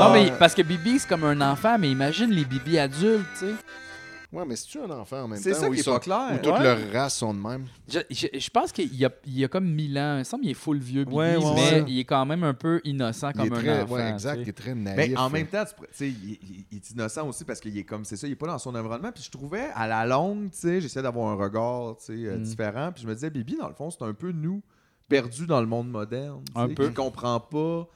Speaker 1: Non, mais parce que Bibi, c'est comme un enfant, mais imagine les Bibi adultes, tu sais.
Speaker 3: Ouais, mais c'est-tu un enfant en même temps?
Speaker 4: C'est ça
Speaker 3: où
Speaker 4: qui
Speaker 3: ils
Speaker 4: est
Speaker 3: sont-
Speaker 4: pas clair.
Speaker 3: Où toutes
Speaker 4: Ouais.
Speaker 3: leurs races sont de même.
Speaker 1: Je, je- je pense qu'il y a, il y a comme 1000 ans. Il me semble qu'il est full vieux, Bibi,
Speaker 5: Ouais, ouais,
Speaker 1: mais
Speaker 5: ouais.
Speaker 1: il est quand même un peu innocent
Speaker 3: Il est
Speaker 1: comme un
Speaker 3: très,
Speaker 1: enfant.
Speaker 3: ouais, exact,
Speaker 1: tu sais.
Speaker 3: il est très naïf.
Speaker 4: Mais en même temps, tu pourrais- tu sais, il, il- il est innocent aussi parce qu'il est comme c'est ça, il est pas dans son environnement. Puis je trouvais à la longue, tu sais, j'essayais d'avoir un regard, tu sais, euh,
Speaker 1: Mm.
Speaker 4: différent. Puis je me disais, Bibi, dans le fond, c'est un peu nous perdus dans le monde moderne, tu
Speaker 1: Un
Speaker 4: sais,
Speaker 1: peu.
Speaker 4: qui comprend pas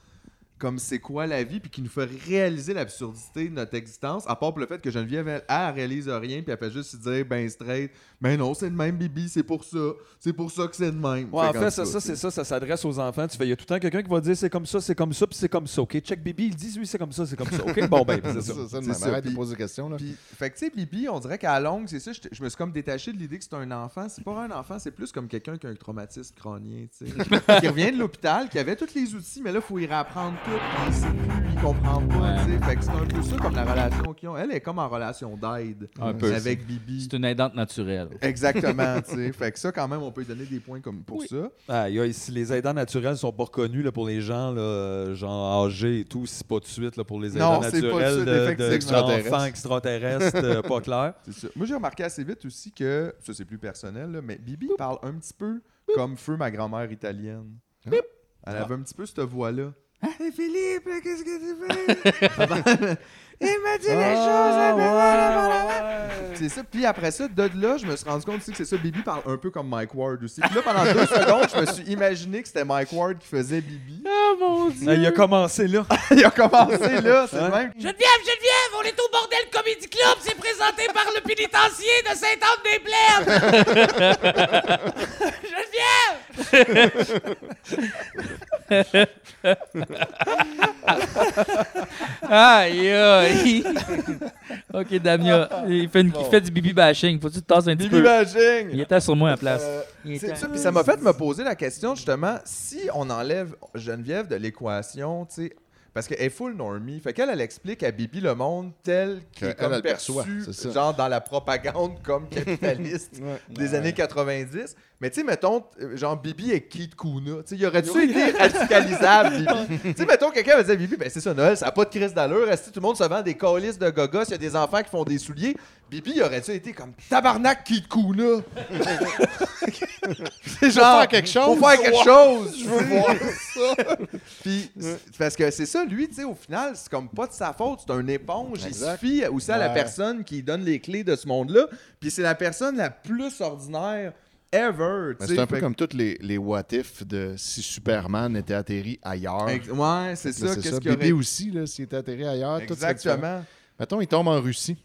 Speaker 4: comme c'est quoi la vie, puis qui nous fait réaliser l'absurdité de notre existence, à part pour le fait que Geneviève, elle, elle réalise rien, puis elle fait juste se dire, ben straight, ben non, c'est le même Bibi, c'est pour ça, c'est pour ça que c'est le même.
Speaker 5: Ouais, en
Speaker 4: comme
Speaker 5: fait, ça, ça,
Speaker 4: tu
Speaker 5: c'est
Speaker 4: sais.
Speaker 5: ça, ça s'adresse aux enfants. Tu fais, il y a tout le temps quelqu'un qui va dire c'est comme ça, c'est comme ça, puis c'est comme ça. OK, check Bibi, il dit oui, c'est comme ça, c'est comme ça. OK, bon, ben, c'est ça.
Speaker 3: C'est ça, de
Speaker 4: C'est
Speaker 3: même.
Speaker 4: ça,
Speaker 3: Arrête de
Speaker 4: puis-
Speaker 3: poser des questions. Là.
Speaker 4: Puis, fait que, tu sais, Bibi, on dirait qu'à la longue, c'est ça, j'étais- je me suis comme détaché de l'idée que c'est un enfant. C'est pas un enfant, c'est plus comme quelqu'un qui a un traumatisme crânien, tu sais. qui revient de l'hôpital, qui avait tous les outils, mais là, faut y réapprendre tout, puis il sait plus, il comprend pas, tu sais. Fait que c'est un peu ça comme la relation qu'ils ont. Elle est comme en relation d'aide
Speaker 1: Un peu.
Speaker 4: avec Bibi.
Speaker 1: C'est une aidante naturelle.
Speaker 4: Exactement, tu sais. Fait que ça, quand même, on peut lui donner des points comme pour ça.
Speaker 5: Ah, y a- si les aidants naturels sont pas reconnus là, pour les gens là, euh, genre âgés et tout, c'est pas de suite là, pour les aidants
Speaker 4: Non, c'est pas de
Speaker 5: naturels
Speaker 4: suite,
Speaker 5: de, de,
Speaker 4: effectivement.
Speaker 5: extraterrestres. extraterrestres, euh, pas clair.
Speaker 4: C'est ça. Moi, j'ai remarqué assez vite aussi que, ça c'est plus personnel, là, mais Bibi Ah, parle un petit peu comme feu ma grand-mère italienne. Elle avait un petit peu cette voix-là.
Speaker 19: Mais Philippe, là, qu'est-ce que tu fais? Il m'a dit les
Speaker 4: Ah,
Speaker 19: choses, hein, la
Speaker 4: ouais,
Speaker 19: banane, la banane.
Speaker 4: C'est ça. Puis après ça, de là, je me suis rendu compte aussi que c'est ça. Bibi parle un peu comme Mike Ward aussi. Puis là, pendant deux secondes, je me suis imaginé que c'était Mike Ward qui faisait Bibi.
Speaker 19: Ah, mon
Speaker 4: Ah,
Speaker 5: Il a commencé là.
Speaker 4: Il a commencé là, c'est le même.
Speaker 19: Geneviève, Geneviève, on est au Bordel Comedy Club. C'est présenté par le pénitencier de Sainte-Anne-des-Plaines. Geneviève!
Speaker 1: Aïe, aïe. ok, Damien, il fait, une-
Speaker 4: Bon.
Speaker 1: il fait du bibi bashing. Faut-tu te tasses un petit
Speaker 4: Bibi
Speaker 1: peu?
Speaker 4: bashing!
Speaker 1: Il était sur moi à la place.
Speaker 4: Euh,
Speaker 1: Il
Speaker 4: c'est
Speaker 1: était
Speaker 4: ça,
Speaker 1: à-
Speaker 4: puis ça m'a fait me poser la question justement si on enlève Geneviève de l'équation, tu sais, parce qu'elle est full normie, fait qu'elle elle explique à Bibi le monde tel qu'il
Speaker 3: Que
Speaker 4: est comme
Speaker 3: elle, elle
Speaker 4: perçu,
Speaker 3: perçoit, c'est ça.
Speaker 4: genre dans la propagande comme capitaliste des années 90. Mais tu sais, mettons, euh, genre Bibi est Keith Kuna, tu sais, il aurait dû
Speaker 5: Oui.
Speaker 4: été radicalisable, Bibi. tu sais, mettons quelqu'un me disait Bibi, ben c'est ça Noël, ça a pas de crise d'allure, est-ce que tout le monde se vend des colis de gogos, il y a des enfants qui font des souliers. Bibi il aurait dû été comme tabarnak Keith Kuna.
Speaker 19: Faut
Speaker 4: C'est genre,
Speaker 19: faire quelque chose.
Speaker 4: Faut faire quelque
Speaker 19: Ouais.
Speaker 4: chose.
Speaker 19: Je veux voir
Speaker 4: ça. Puis, c'est- parce que c'est ça, lui, tu sais, au final, c'est comme pas de sa faute. C'est un éponge.
Speaker 5: Exact.
Speaker 4: Il suffit aussi à la
Speaker 5: Ouais.
Speaker 4: personne qui donne les clés de ce monde-là. Puis c'est la personne la plus ordinaire
Speaker 3: Mais
Speaker 4: ever. tu sais.
Speaker 3: Ben, C'est un peu
Speaker 4: Fait-
Speaker 3: comme tous les, les what if de si Superman était atterri ailleurs. Ben,
Speaker 4: Ex- ouais, c'est ça,
Speaker 3: Mais
Speaker 4: qu'est-ce qu'il
Speaker 3: Bébé
Speaker 4: aurait-
Speaker 3: aussi, là, s'il était atterri ailleurs. tout serait différent.
Speaker 4: Exactement.
Speaker 3: Mettons, il tombe en Russie.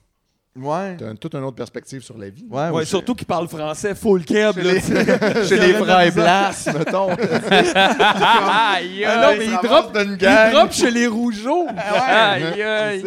Speaker 4: Ouais.
Speaker 3: T'as une- toute une autre perspective sur la vie.
Speaker 5: Ouais, Ouais, ou- surtout qu'il parle français full keb.
Speaker 3: Chez
Speaker 5: là,
Speaker 3: les-
Speaker 5: tu sais.
Speaker 3: chez les
Speaker 5: Il aurait
Speaker 3: frères
Speaker 5: de la
Speaker 3: Blas,
Speaker 5: misère.
Speaker 3: mettons.
Speaker 1: Aïe,
Speaker 5: Ah non,
Speaker 1: aïe.
Speaker 5: mais
Speaker 1: Ça
Speaker 5: il drop,
Speaker 1: avance d'une
Speaker 5: il
Speaker 1: gang.
Speaker 5: drop chez les Rougeaux.
Speaker 1: Aïe, aïe.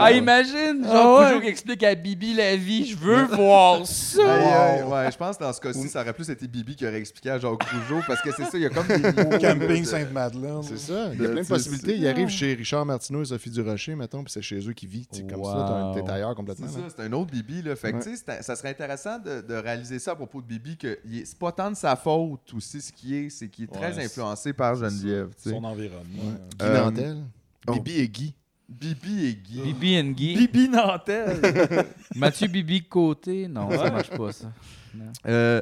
Speaker 1: Ah, imagine, genre,
Speaker 5: Ah ouais.
Speaker 1: Peugeot qui explique à Bibi la vie, je veux voir ça.
Speaker 4: Aïe, aïe, ouais, je pense que dans ce cas-ci, ça aurait plus été Bibi qui aurait expliqué à Jacques Rougeau parce que c'est ça, il y a comme des
Speaker 3: Au camping
Speaker 4: Sainte-Madeleine. C'est
Speaker 3: ça, Il y a plein de possibilités. Il arrive chez Richard Martineau et Sophie Durocher, mettons, puis c'est chez eux qui vit. tu sais, Comme ça, t'as un- t'es ailleurs complètement. hein.
Speaker 4: C'est
Speaker 3: là.
Speaker 4: ça, c'est un autre Bibi. Là. Fait que,
Speaker 3: Ouais.
Speaker 4: tu sais, c'est- ça serait intéressant de, de réaliser ça à propos de Bibi, que il est- c'est pas tant de sa faute aussi, ce qui est, c'est qu'il est très
Speaker 2: Ouais,
Speaker 4: influencé par Geneviève. tu sais.
Speaker 2: Son environnement.
Speaker 3: Guy
Speaker 4: Euh,
Speaker 3: Nantel.
Speaker 4: oh.
Speaker 3: Bibi et Guy.
Speaker 4: Bibi et Guy.
Speaker 1: Bibi and Guy.
Speaker 5: Bibi Nantel.
Speaker 1: Mathieu Bibi côté. Non, ça
Speaker 4: Ouais.
Speaker 1: marche pas, ça. Non.
Speaker 4: Euh,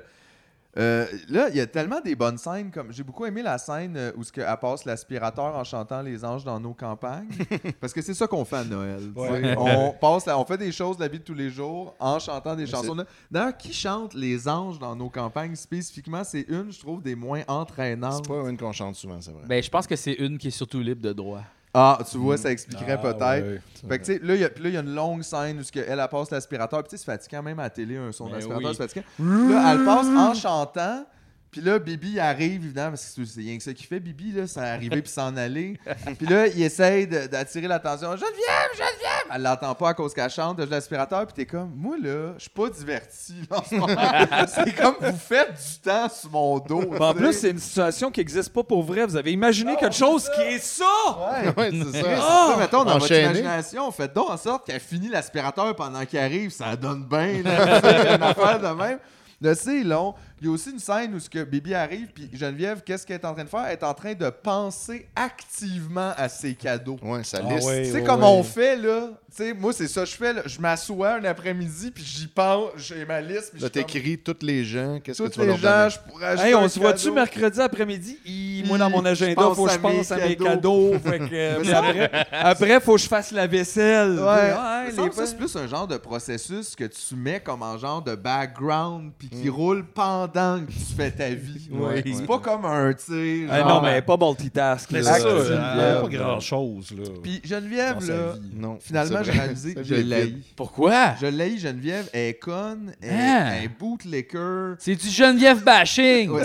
Speaker 4: euh, là, il y a tellement des bonnes scènes. comme J'ai beaucoup aimé la scène euh, où ce que, elle passe l'aspirateur en chantant Les anges dans nos campagnes. Parce que c'est ça qu'on fait à Noël. tu sais.
Speaker 5: Ouais.
Speaker 4: On, passe la- on fait des choses de la vie de tous les jours en chantant des
Speaker 5: c'est-
Speaker 4: chansons. de- D'ailleurs, qui chante Les anges dans nos campagnes spécifiquement C'est une, je trouve, des moins entraînantes. C'est
Speaker 3: pas une qu'on chante souvent, c'est vrai.
Speaker 1: Ben, je pense que c'est une qui est surtout libre de droit.
Speaker 4: Ah, tu vois, ça expliquerait peut-être.
Speaker 1: Hmm. Ah, ouais.
Speaker 4: Fait que, tu sais, là, il y a- puis là, il y a une longue scène où ce que elle, elle passe l'aspirateur. Puis, tu sais, c'est fatigant, même à la télé, un son
Speaker 1: Ben
Speaker 4: d'aspirateur,
Speaker 1: oui.
Speaker 4: c'est fatigant. Là, elle passe en chantant. Puis là, Bibi arrive, évidemment, parce que c'est- c'est rien que ça qu'il fait, Bibi, là, ça arriver puis s'en aller. Puis là, il essaye de- d'attirer l'attention. Geneviève, Geneviève! Elle l'entend pas à cause qu'elle chante, de l'aspirateur, puis t'es comme, moi, là, je suis pas diverti. là, en ce moment. c'est comme, vous faites du temps sur mon dos.
Speaker 5: Ben, en
Speaker 4: tu sais. Ah,
Speaker 5: plus, c'est une situation qui n'existe pas pour vrai. Vous avez imaginé quelque chose qui est ça!
Speaker 4: Ouais,
Speaker 3: ouais, c'est
Speaker 4: Chris,
Speaker 5: Ah!
Speaker 4: ça, mettons, dans
Speaker 3: Enchaîné.
Speaker 4: votre imagination, faites donc en sorte qu'elle finit l'aspirateur pendant qu'il arrive. Ça donne bien. là. C'est une affaire de même. Là, c'est long. Il y a aussi une scène où ce que Bibi arrive, puis Geneviève, qu'est-ce qu'elle est en train de faire? Elle est en train de penser activement à ses cadeaux.
Speaker 3: Ah Ouais, ça
Speaker 5: Ah
Speaker 4: C'est
Speaker 3: liste.
Speaker 4: comme on fait, là. Tu sais, moi, c'est ça que je fais. là. Je m'assois un après-midi, puis j'y pense. J'ai ma liste, puis
Speaker 3: Là,
Speaker 4: je
Speaker 3: t'écris toutes les gens, qu'est-ce que
Speaker 4: Toutes
Speaker 3: tu vas
Speaker 4: les
Speaker 3: leur donner.
Speaker 4: gens, je pourrais acheter
Speaker 5: Hey,
Speaker 4: un
Speaker 5: on se voit-tu
Speaker 4: cadeau.
Speaker 5: mercredi après-midi? Hi, Moi, dans mon
Speaker 4: Je
Speaker 5: agenda,
Speaker 4: pense
Speaker 5: faut que
Speaker 4: à
Speaker 5: je pense
Speaker 4: mes
Speaker 5: à mes
Speaker 4: cadeaux.
Speaker 5: cadeaux. Fait que, euh,
Speaker 4: Mais
Speaker 5: puis
Speaker 4: ça-
Speaker 5: après, après, faut que je fasse la vaisselle.
Speaker 4: Ouais.
Speaker 5: Ouais,
Speaker 4: Il
Speaker 5: les
Speaker 4: me semble que
Speaker 5: fois-
Speaker 4: ça, c'est plus un genre de processus que tu mets comme un genre de background puis qui roule pendant que tu fais ta vie.
Speaker 5: Mm. Ouais.
Speaker 4: C'est pas comme un, tu sais,
Speaker 5: Ah, non,
Speaker 4: genre-
Speaker 5: mais pas multitask.
Speaker 4: Mais
Speaker 5: là.
Speaker 4: c'est ça,
Speaker 5: Active,
Speaker 4: euh,
Speaker 5: là.
Speaker 2: Pas grand-chose, là.
Speaker 4: Puis Geneviève,
Speaker 2: Dans sa
Speaker 4: là,
Speaker 2: vie.
Speaker 3: Non,
Speaker 4: finalement,
Speaker 2: c'est
Speaker 4: j'ai
Speaker 2: vrai.
Speaker 4: réalisé
Speaker 2: Sa
Speaker 4: que
Speaker 2: vie
Speaker 4: je
Speaker 2: est
Speaker 4: l'ai.
Speaker 2: vide.
Speaker 1: Pourquoi?
Speaker 4: Je l'ai, Geneviève, elle est conne, elle,
Speaker 1: Hein?
Speaker 4: elle est bootlicker.
Speaker 1: C'est du Geneviève bashing.
Speaker 4: Ouais,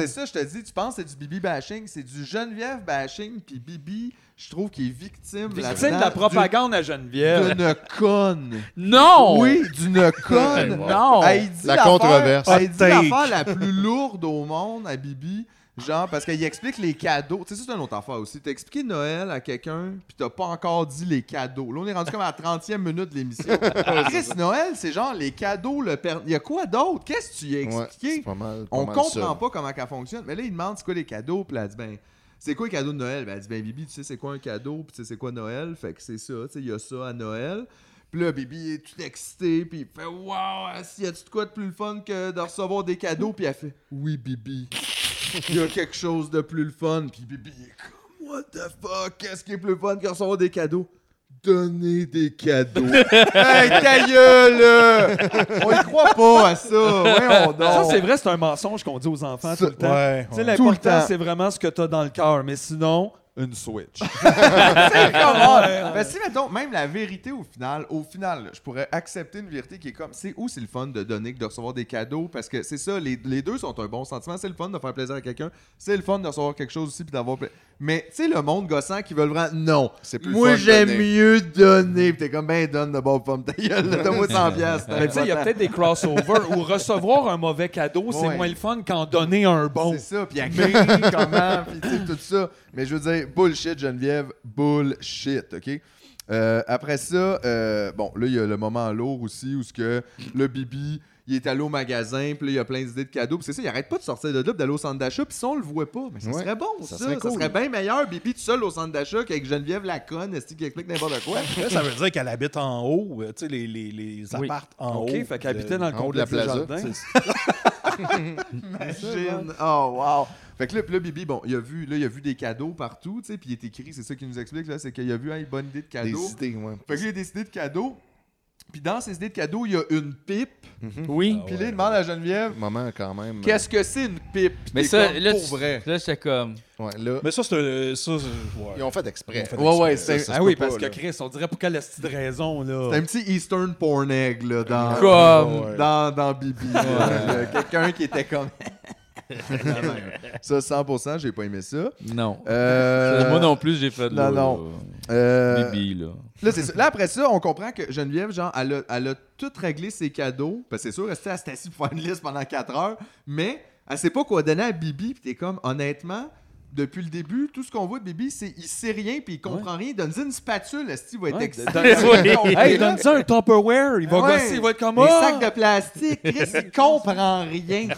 Speaker 4: c'est ça, je te dis, tu penses que c'est du Bibi bashing, c'est du Geneviève bashing, puis Bibi, je trouve qu'il est victime,
Speaker 5: Victime de
Speaker 4: là-dedans
Speaker 5: la propagande à Geneviève.
Speaker 4: d'une conne.
Speaker 1: Non!
Speaker 4: Oui, d'une conne.
Speaker 1: Non!
Speaker 4: Elle dit
Speaker 1: La
Speaker 4: l'affaire-
Speaker 1: controverse.
Speaker 4: Elle dit
Speaker 1: Hot take.
Speaker 4: l'affaire la plus lourde au monde à Bibi. Genre, parce qu'il explique les cadeaux. Tu sais, ça, c'est une autre affaire aussi. T'as expliqué Noël à quelqu'un, puis t'as pas encore dit les cadeaux. Là, on est rendu comme à la 30e minute de l'émission. Chris, Noël, c'est genre les cadeaux, le père. Il y a quoi d'autre? Qu'est-ce que tu y as
Speaker 3: Ouais,
Speaker 4: expliqué?
Speaker 3: c'est pas mal- pas
Speaker 4: on
Speaker 3: mal
Speaker 4: comprend
Speaker 3: ça.
Speaker 4: pas comment ça fonctionne. Mais là, il demande c'est quoi les cadeaux, puis elle dit, ben. C'est quoi les cadeaux de Noël? Ben, elle dit, ben, Bibi, tu sais, c'est quoi un cadeau? Puis, tu sais, c'est quoi Noël? Fait que c'est ça, tu sais, il y a ça à Noël. Puis là, Bibi est tout excité, puis il fait Waouh, s'il y a-tu de quoi de plus le fun que de recevoir des cadeaux? Puis elle fait Oui, Bibi, il y a quelque chose de plus le fun. Puis Bibi est comme What the fuck? Qu'est-ce qui est plus fun que recevoir des cadeaux? Donner des cadeaux. hey, ta gueule! là! On y croit pas à ça. Voyons donc.
Speaker 5: Ça, c'est vrai, c'est un mensonge qu'on dit aux enfants tout le temps.
Speaker 4: ouais,
Speaker 5: Tu sais,
Speaker 4: ouais. Tout le
Speaker 5: l'important,
Speaker 4: temps.
Speaker 5: c'est vraiment ce que t'as dans le cœur. Mais sinon, une Switch. euh,
Speaker 4: C'est comme, ah,
Speaker 5: Ouais.
Speaker 4: ben, si, mettons, même la vérité au final, au final, je pourrais accepter une vérité qui est comme, c'est où c'est le fun de donner que de recevoir des cadeaux parce que c'est ça, les, les deux sont un bon sentiment. C'est le fun de faire plaisir à quelqu'un, c'est le fun de recevoir quelque chose aussi puis d'avoir. pla- Mais tu sais, le monde gossant qui veut vraiment. Non,
Speaker 3: c'est plus
Speaker 4: moi
Speaker 3: fun de
Speaker 4: j'aime
Speaker 3: donner.
Speaker 4: mieux donner. Puis t'es comme, ben donne de bonne pomme ta gueule, là, donne-moi 100 piastres.
Speaker 5: Mais tu sais, il y a peut-être des crossovers où recevoir un mauvais cadeau, c'est
Speaker 4: Ouais.
Speaker 5: moins le fun qu'en donner un bon.
Speaker 4: C'est ça, puis à qui, comment, puis tu sais, tout ça. Mais je veux dire, bullshit, Geneviève, bullshit, OK? Euh, après ça, euh, bon, là, il y a le moment lourd aussi où ce que le bibi, il est allé au magasin, puis là, il y a plein d'idées de cadeaux. Puis c'est ça, il arrête pas de sortir de là, puis d'aller au centre d'achat, puis ça, on le voit pas. Mais ça
Speaker 3: Ouais.
Speaker 4: serait bon,
Speaker 3: Ça
Speaker 4: ça.
Speaker 3: serait
Speaker 4: ça
Speaker 3: cool.
Speaker 4: serait bien meilleur, bibi tout seul au centre d'achat qu'avec Geneviève la conne, est-ce qu'il explique n'importe quoi?
Speaker 2: Là, ça veut dire qu'elle habite en haut, euh, tu sais, les, les, les
Speaker 5: Oui.
Speaker 2: appartes en
Speaker 5: OK,
Speaker 2: haut.
Speaker 5: fait qu'elle habitait dans le
Speaker 3: en haut de la
Speaker 5: complexe des
Speaker 3: plaza.
Speaker 5: jardins.
Speaker 4: hein. Imagine. Oh, wow. Fait que là, puis là, Bibi, bon, il a vu, là, il a vu des cadeaux partout, tu sais, puis il est écrit, c'est ça qu'il nous explique, là, c'est qu'il a vu, hey, bonne idée de
Speaker 3: Des
Speaker 4: cadeau.
Speaker 3: idées, ouais.
Speaker 4: Fait que là, il a des idées de cadeaux. Puis dans ces idées de cadeaux, il y a une pipe.
Speaker 1: Oui.
Speaker 4: Puis là, il demande à Geneviève,
Speaker 3: Moment quand même.
Speaker 4: qu'est-ce que c'est une pipe? Puis
Speaker 1: Mais
Speaker 4: t'es
Speaker 1: ça,
Speaker 4: comme,
Speaker 1: là,
Speaker 4: pour
Speaker 1: tu-
Speaker 4: vrai.
Speaker 1: là, j'étais comme.
Speaker 3: Ouais, là,
Speaker 2: Mais ça, c'est un. Ça, c'est- ouais.
Speaker 3: euh, ils ont fait exprès.
Speaker 2: Ils ont fait
Speaker 4: Ouais, ouais,
Speaker 2: exprès.
Speaker 4: c'est
Speaker 3: Ça, ça
Speaker 5: Ah
Speaker 3: se
Speaker 5: oui,
Speaker 3: peut
Speaker 5: parce
Speaker 3: pas,
Speaker 5: que
Speaker 3: là.
Speaker 5: Chris, on dirait pour quelle est-ce de raison, là?
Speaker 4: C'est un petit Eastern porn egg, là, dans,
Speaker 1: Comme-
Speaker 4: Ouais. dans, dans Bibi. là. Euh, Quelqu'un qui était comme. ça, 100%, j'ai pas aimé ça.
Speaker 1: Non.
Speaker 4: Euh,
Speaker 1: Moi non plus, j'ai fait
Speaker 4: Non,
Speaker 1: le-
Speaker 4: non. Euh,
Speaker 1: Bibi, là.
Speaker 4: Là, c'est ça. Là, après ça, on comprend que Geneviève, genre, elle a, elle a tout réglé ses cadeaux. Parce que c'est sûr, elle s'est assise pour faire une liste pendant 4 heures. Mais elle sait pas quoi donner à Bibi. Puis t'es comme, honnêtement, depuis le début, tout ce qu'on voit de Bibi, c'est il sait rien. Puis il comprend rien. Donne-lui une spatule. Esti, il va être
Speaker 5: Ouais,
Speaker 4: excité.
Speaker 1: donne-
Speaker 4: Il
Speaker 5: Hey,
Speaker 4: est là,
Speaker 5: donne-nous un Tupperware. Il va
Speaker 4: Ben Ouais.
Speaker 5: gosser, il va être comme
Speaker 4: Des
Speaker 5: Ah!
Speaker 4: sacs de plastique. Chris, il comprend rien.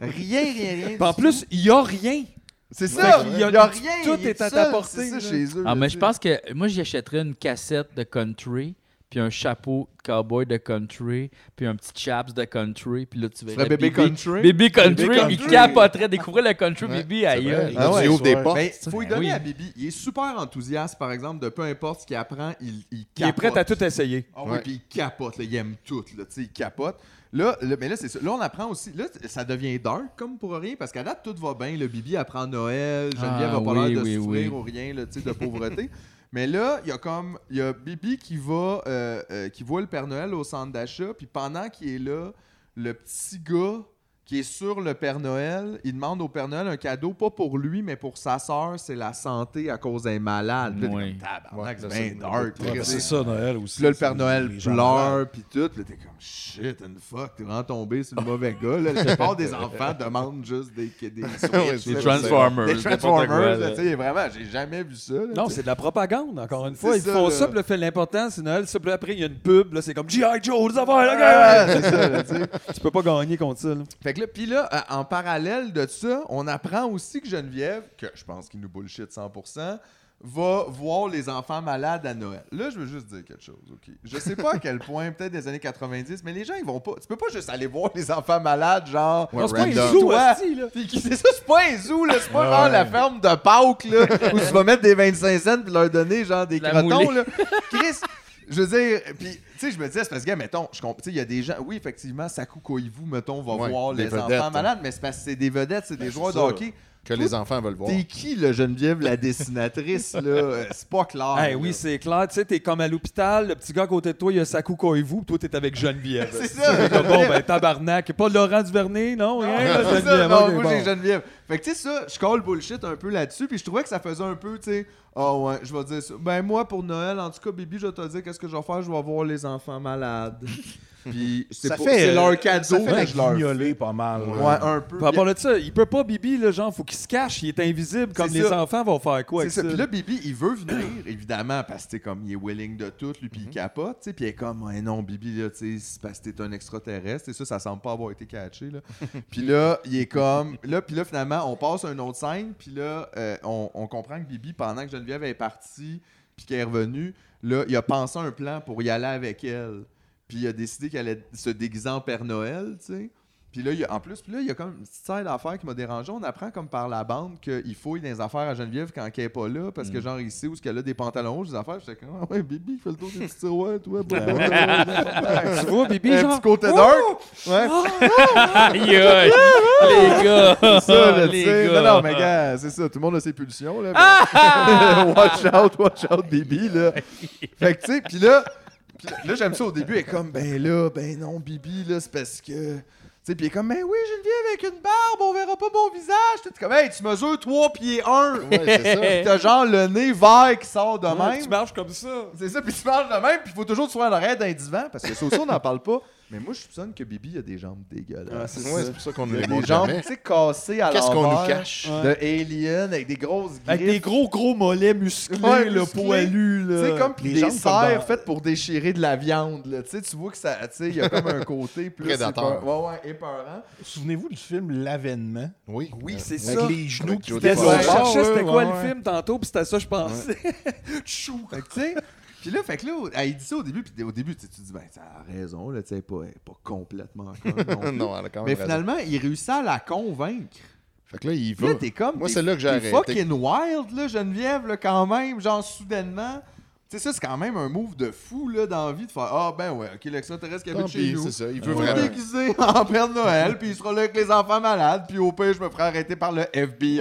Speaker 4: Rien, rien, rien.
Speaker 5: Puis En plus, il n'y a rien.
Speaker 4: c'est ça.
Speaker 5: fait
Speaker 4: Il
Speaker 5: qu'il
Speaker 4: y
Speaker 5: y
Speaker 4: a,
Speaker 5: a-
Speaker 4: rien.
Speaker 5: tout
Speaker 4: il
Speaker 5: est à
Speaker 4: seul,
Speaker 5: ta portée,
Speaker 4: C'est ça
Speaker 5: là.
Speaker 4: chez eux.
Speaker 1: Ah,
Speaker 4: là,
Speaker 1: mais
Speaker 4: tu
Speaker 1: je
Speaker 4: sais.
Speaker 1: pense que moi, j'achèterais une cassette de country, puis un chapeau de cowboy de country, puis un petit chaps de country, puis là, tu verrais
Speaker 4: ferais bébé
Speaker 1: Bibi-
Speaker 4: country?
Speaker 1: Bébé country,
Speaker 4: Bébé
Speaker 1: il
Speaker 4: country.
Speaker 1: capoterait, découvrir le country, Bibi,
Speaker 3: C'est
Speaker 1: aïe.
Speaker 3: vrai,
Speaker 1: aïe.
Speaker 3: là,
Speaker 4: Ah
Speaker 3: tu
Speaker 4: ouais,
Speaker 3: ouvres des
Speaker 4: ouais.
Speaker 3: portes.
Speaker 4: Ben, faut lui
Speaker 1: Ben
Speaker 4: donner
Speaker 1: oui.
Speaker 4: à Bibi. Il est super enthousiaste, par exemple, de peu importe ce qu'il apprend, il, il capote.
Speaker 5: Il est prêt à tout essayer.
Speaker 4: Ah oui,
Speaker 3: Ouais.
Speaker 4: puis il capote, là, il aime tout, là, tu sais, il capote. Là, le- mais là, c'est ça. Là, on apprend aussi. Là, t- ça devient dark comme pour rien, parce qu'à date, tout va bien. Le Bibi apprend Noël, Geneviève
Speaker 1: Ah,
Speaker 4: a pas
Speaker 1: oui,
Speaker 4: l'air de
Speaker 1: oui,
Speaker 4: souffrir
Speaker 1: oui.
Speaker 4: ou rien, là, tu sais, de pauvreté. mais là, il y a comme. Il y a Bibi qui va. euh, euh, qui voit le Père Noël au centre d'achat, puis pendant qu'il est là, le petit gars qui est sur le Père Noël, il demande au Père Noël un cadeau, pas pour lui, mais pour sa sœur, c'est la santé à cause d'un malade. Puis là, t'es
Speaker 1: Oui.
Speaker 4: comme, Tabarnak,
Speaker 3: Ouais,
Speaker 4: c'est
Speaker 3: ça,
Speaker 4: bien dark.
Speaker 2: Ouais, ben,
Speaker 4: Chris.
Speaker 2: c'est ça, Noël aussi.
Speaker 4: Puis là, le
Speaker 2: c'est-
Speaker 4: Père Noël
Speaker 2: les gens pleurent.
Speaker 4: pleure, puis tout. Puis là, t'es comme shit, and fuck, t'es vraiment tombé sur le mauvais gars. Là, la plupart des enfants demandent juste des, des, des, Switch,
Speaker 1: Des
Speaker 4: là,
Speaker 1: Transformers.
Speaker 4: Des
Speaker 1: n'importe
Speaker 4: Transformers,
Speaker 1: quoi,
Speaker 4: là,
Speaker 1: là.
Speaker 4: tu sais, vraiment, j'ai jamais vu ça. là,
Speaker 5: Non,
Speaker 4: tu sais.
Speaker 5: c'est de la propagande, encore une
Speaker 4: C'est
Speaker 5: fois. Ils
Speaker 4: ça,
Speaker 5: font
Speaker 4: là.
Speaker 5: ça, puis le fait l'important, c'est Noël. Ça, puis là, après, il y a une pub, là, c'est comme G.I. Joe, les affaires, la guerre!
Speaker 4: Ah, c'est ça, là, tu sais.
Speaker 5: Tu peux pas gagner contre ça, là.
Speaker 4: Fait que là, puis là, à- en parallèle de ça, on apprend aussi que Geneviève, que je pense qu'il nous bullshit 100%, va voir les enfants malades à Noël. Là, je veux juste dire quelque chose, OK? Je sais pas à quel point, peut-être des années 90, mais les gens, ils vont pas... Tu peux pas juste aller voir les enfants malades, genre...
Speaker 3: Ouais,
Speaker 5: Non, c'est pas un
Speaker 3: random.
Speaker 5: zoo,
Speaker 4: Toi,
Speaker 5: hostie, là.
Speaker 4: Puis qui- C'est ça, c'est pas un zoo, là. C'est pas genre la ferme de Pâques, là, où tu vas mettre des 25 cents puis leur donner, genre, des
Speaker 1: La
Speaker 4: crotons,
Speaker 1: moulée.
Speaker 4: là. Chris, je veux dire, puis, tu sais, je me disais, c'est parce que, gars, mettons, je comp- tu sais, il y a des gens, oui, effectivement, Saku Koivu, mettons, va
Speaker 3: Ouais,
Speaker 4: voir
Speaker 3: des
Speaker 4: les
Speaker 3: vedettes,
Speaker 4: enfants
Speaker 3: hein. Ben,
Speaker 4: malades, mais c'est parce que c'est des vedettes, c'est des joueurs de
Speaker 3: ça.
Speaker 4: hockey.
Speaker 3: Que les enfants veulent voir.
Speaker 4: T'es qui, le Geneviève, la dessinatrice, là? Euh, C'est pas clair.
Speaker 5: Eh
Speaker 4: là.
Speaker 5: oui, c'est clair. Tu sais, t'es comme à l'hôpital, le petit gars à côté de toi, il y a Saku Koivu, puis toi, t'es avec Geneviève.
Speaker 4: C'est ça.
Speaker 5: Fait que bon, ben, tabarnak. Pas Laurent Duvernay, non?
Speaker 4: Non,
Speaker 5: rien, là,
Speaker 4: c'est ça,
Speaker 5: Geneviève.
Speaker 4: non,
Speaker 5: ok,
Speaker 4: moi
Speaker 5: bon.
Speaker 4: j'ai Geneviève. Fait que tu sais ça, je call bullshit un peu là-dessus, puis je trouvais que ça faisait un peu, tu sais, ah ouais, je vais dire ça. Ben moi pour Noël, en tout cas, Bibi, je vais te dire qu'est-ce que je vais faire, je vais voir les enfants malades. puis c'est
Speaker 2: Ça
Speaker 4: pour-
Speaker 2: fait,
Speaker 4: c'est
Speaker 2: euh,
Speaker 4: leur cadeau,
Speaker 2: Ça fait
Speaker 4: fait
Speaker 2: la
Speaker 4: que je leur
Speaker 2: guignolée pas mal.
Speaker 4: Ouais,
Speaker 2: là.
Speaker 4: un peu.
Speaker 5: Par rapport à ça, il peut pas, Bibi, là, genre, faut qu'il se cache, il est invisible, comme
Speaker 4: C'est
Speaker 5: les
Speaker 4: ça.
Speaker 5: enfants vont faire quoi
Speaker 4: C'est
Speaker 5: avec
Speaker 4: ça.
Speaker 5: ça?
Speaker 4: Puis là, Bibi, il veut venir, évidemment, parce que t'sais, comme il est willing de tout, lui, puis
Speaker 5: Mm-hmm.
Speaker 4: il capote, tu sais, puis il est comme, Ouais, non, Bibi, là, tu sais, c'est parce que t'es un extraterrestre, et ça, ça semble pas avoir été catché, là. puis là, il est comme, là, puis là, finalement, on passe à une autre scène, puis là, euh, on, on comprend que Bibi, pendant que Geneviève est partie, puis qu'elle est revenue, là, il a pensé un plan pour y aller avec elle. Puis il a décidé qu'elle allait se déguiser en Père Noël, tu sais. Puis là, il y a- en plus, puis là, il y a comme une petite scène d'affaires qui m'a dérangé. On apprend comme par la bande qu'il fouille des affaires à Geneviève quand elle n'est pas là, parce que genre, il sait où est-ce qu'elle a des pantalons rouges, des affaires. J'étais comme, ah ouais, Bibi, fait le tour des petits tiroirs, toi.
Speaker 2: Ben
Speaker 4: bon, bon, bon, bon. ben,
Speaker 19: Tu vois, Bibi,
Speaker 4: Un
Speaker 19: genre,
Speaker 4: petit côté
Speaker 19: Ouh!
Speaker 4: dark. Ouais.
Speaker 19: Aïe, aïe. Les gars.
Speaker 4: Ça, là,
Speaker 19: Les
Speaker 4: tu sais.
Speaker 19: gars.
Speaker 4: Non, non, mais gars, c'est ça. Tout le monde a ses pulsions, là.
Speaker 19: Ah!
Speaker 4: mais- watch out, watch out, Bibi, là. Fait que, tu sais, puis là, puis là- là, j'aime ça au début. Elle est comme, ben là, ben non, Bibi, là, c'est parce que. Tu sais, puis elle est comme, ben oui, Geneviève, avec une barbe, on verra pas mon visage. Tu sais, t'es comme, hey, tu mesures 3 pieds 1.
Speaker 19: Ouais, c'est ça.
Speaker 4: Puis t'as genre le nez vert qui sort de
Speaker 5: Ouais,
Speaker 4: même.
Speaker 5: tu marches comme ça.
Speaker 4: C'est ça, puis tu marches de même, puis il faut toujours te soigner l'oreille d'un divan, parce que ça aussi, on n'en parle pas. Mais moi, je soupçonne que Bibi a des jambes dégueulasses.
Speaker 3: Ah, c'est Ouais, ça. c'est pour ça qu'on
Speaker 4: Il
Speaker 3: ne
Speaker 4: a
Speaker 3: les
Speaker 4: des
Speaker 3: montre
Speaker 4: jambes,
Speaker 3: jamais.
Speaker 4: tu sais, cassées à
Speaker 3: Qu'est-ce qu'on
Speaker 4: l'envers,
Speaker 3: nous cache?
Speaker 4: De Alien, avec des grosses griffes.
Speaker 5: Avec des gros, gros mollets musclés,
Speaker 4: Ouais,
Speaker 5: là,
Speaker 4: musclés.
Speaker 5: poilus,
Speaker 4: Tu
Speaker 5: là.
Speaker 4: sais, comme
Speaker 5: Les
Speaker 4: des
Speaker 5: jambes comme
Speaker 4: serres
Speaker 5: dans-
Speaker 4: faites pour déchirer de la viande, là. Tu sais, tu vois que ça, tu sais, il y a comme un côté plus...
Speaker 2: Prédateur.
Speaker 4: Ouais, ouais, épeurant.
Speaker 2: Souvenez-vous du film L'avènement?
Speaker 3: Oui.
Speaker 4: Oui, c'est
Speaker 2: Euh, Avec
Speaker 4: ça.
Speaker 2: les genoux qui
Speaker 4: Avec
Speaker 5: C'était
Speaker 2: étaient
Speaker 5: ça,
Speaker 2: sur le
Speaker 5: je
Speaker 2: bord,
Speaker 5: cherchais
Speaker 2: là,
Speaker 5: c'était quoi
Speaker 2: ouais,
Speaker 5: le
Speaker 2: ouais.
Speaker 5: film tantôt, puis c'était ça je pensais. Tchou!
Speaker 4: Fait que, tu sais, puis là, fait que là, elle il dit ça au début, puis au début, tu sais, tu dis, ben, ça a raison, là, tu sais, elle est pas, elle est pas complètement con. non plus.
Speaker 3: Non, elle a quand même
Speaker 4: Mais
Speaker 3: raison.
Speaker 4: finalement, il réussit à la convaincre.
Speaker 3: Fait que là, il
Speaker 4: Puis là,
Speaker 3: va.
Speaker 4: t'es comme.
Speaker 3: Moi,
Speaker 4: t'es-
Speaker 3: c'est là que j'ai arrêté.
Speaker 4: t'es fucking wild, là, Geneviève, là, quand même, genre, soudainement. Tu sais, ça, c'est quand même un move de fou, là, dans la vie, de faire Ah, ben ouais, ok, l'extraterrestre qui
Speaker 3: Tant
Speaker 4: habite chez
Speaker 3: pis,
Speaker 4: nous.
Speaker 3: c'est ça, il veut
Speaker 4: on va
Speaker 3: vraiment.
Speaker 4: déguiser en Père Noël, puis il sera là avec les enfants malades, puis au pire, je me ferai arrêter par le FBI.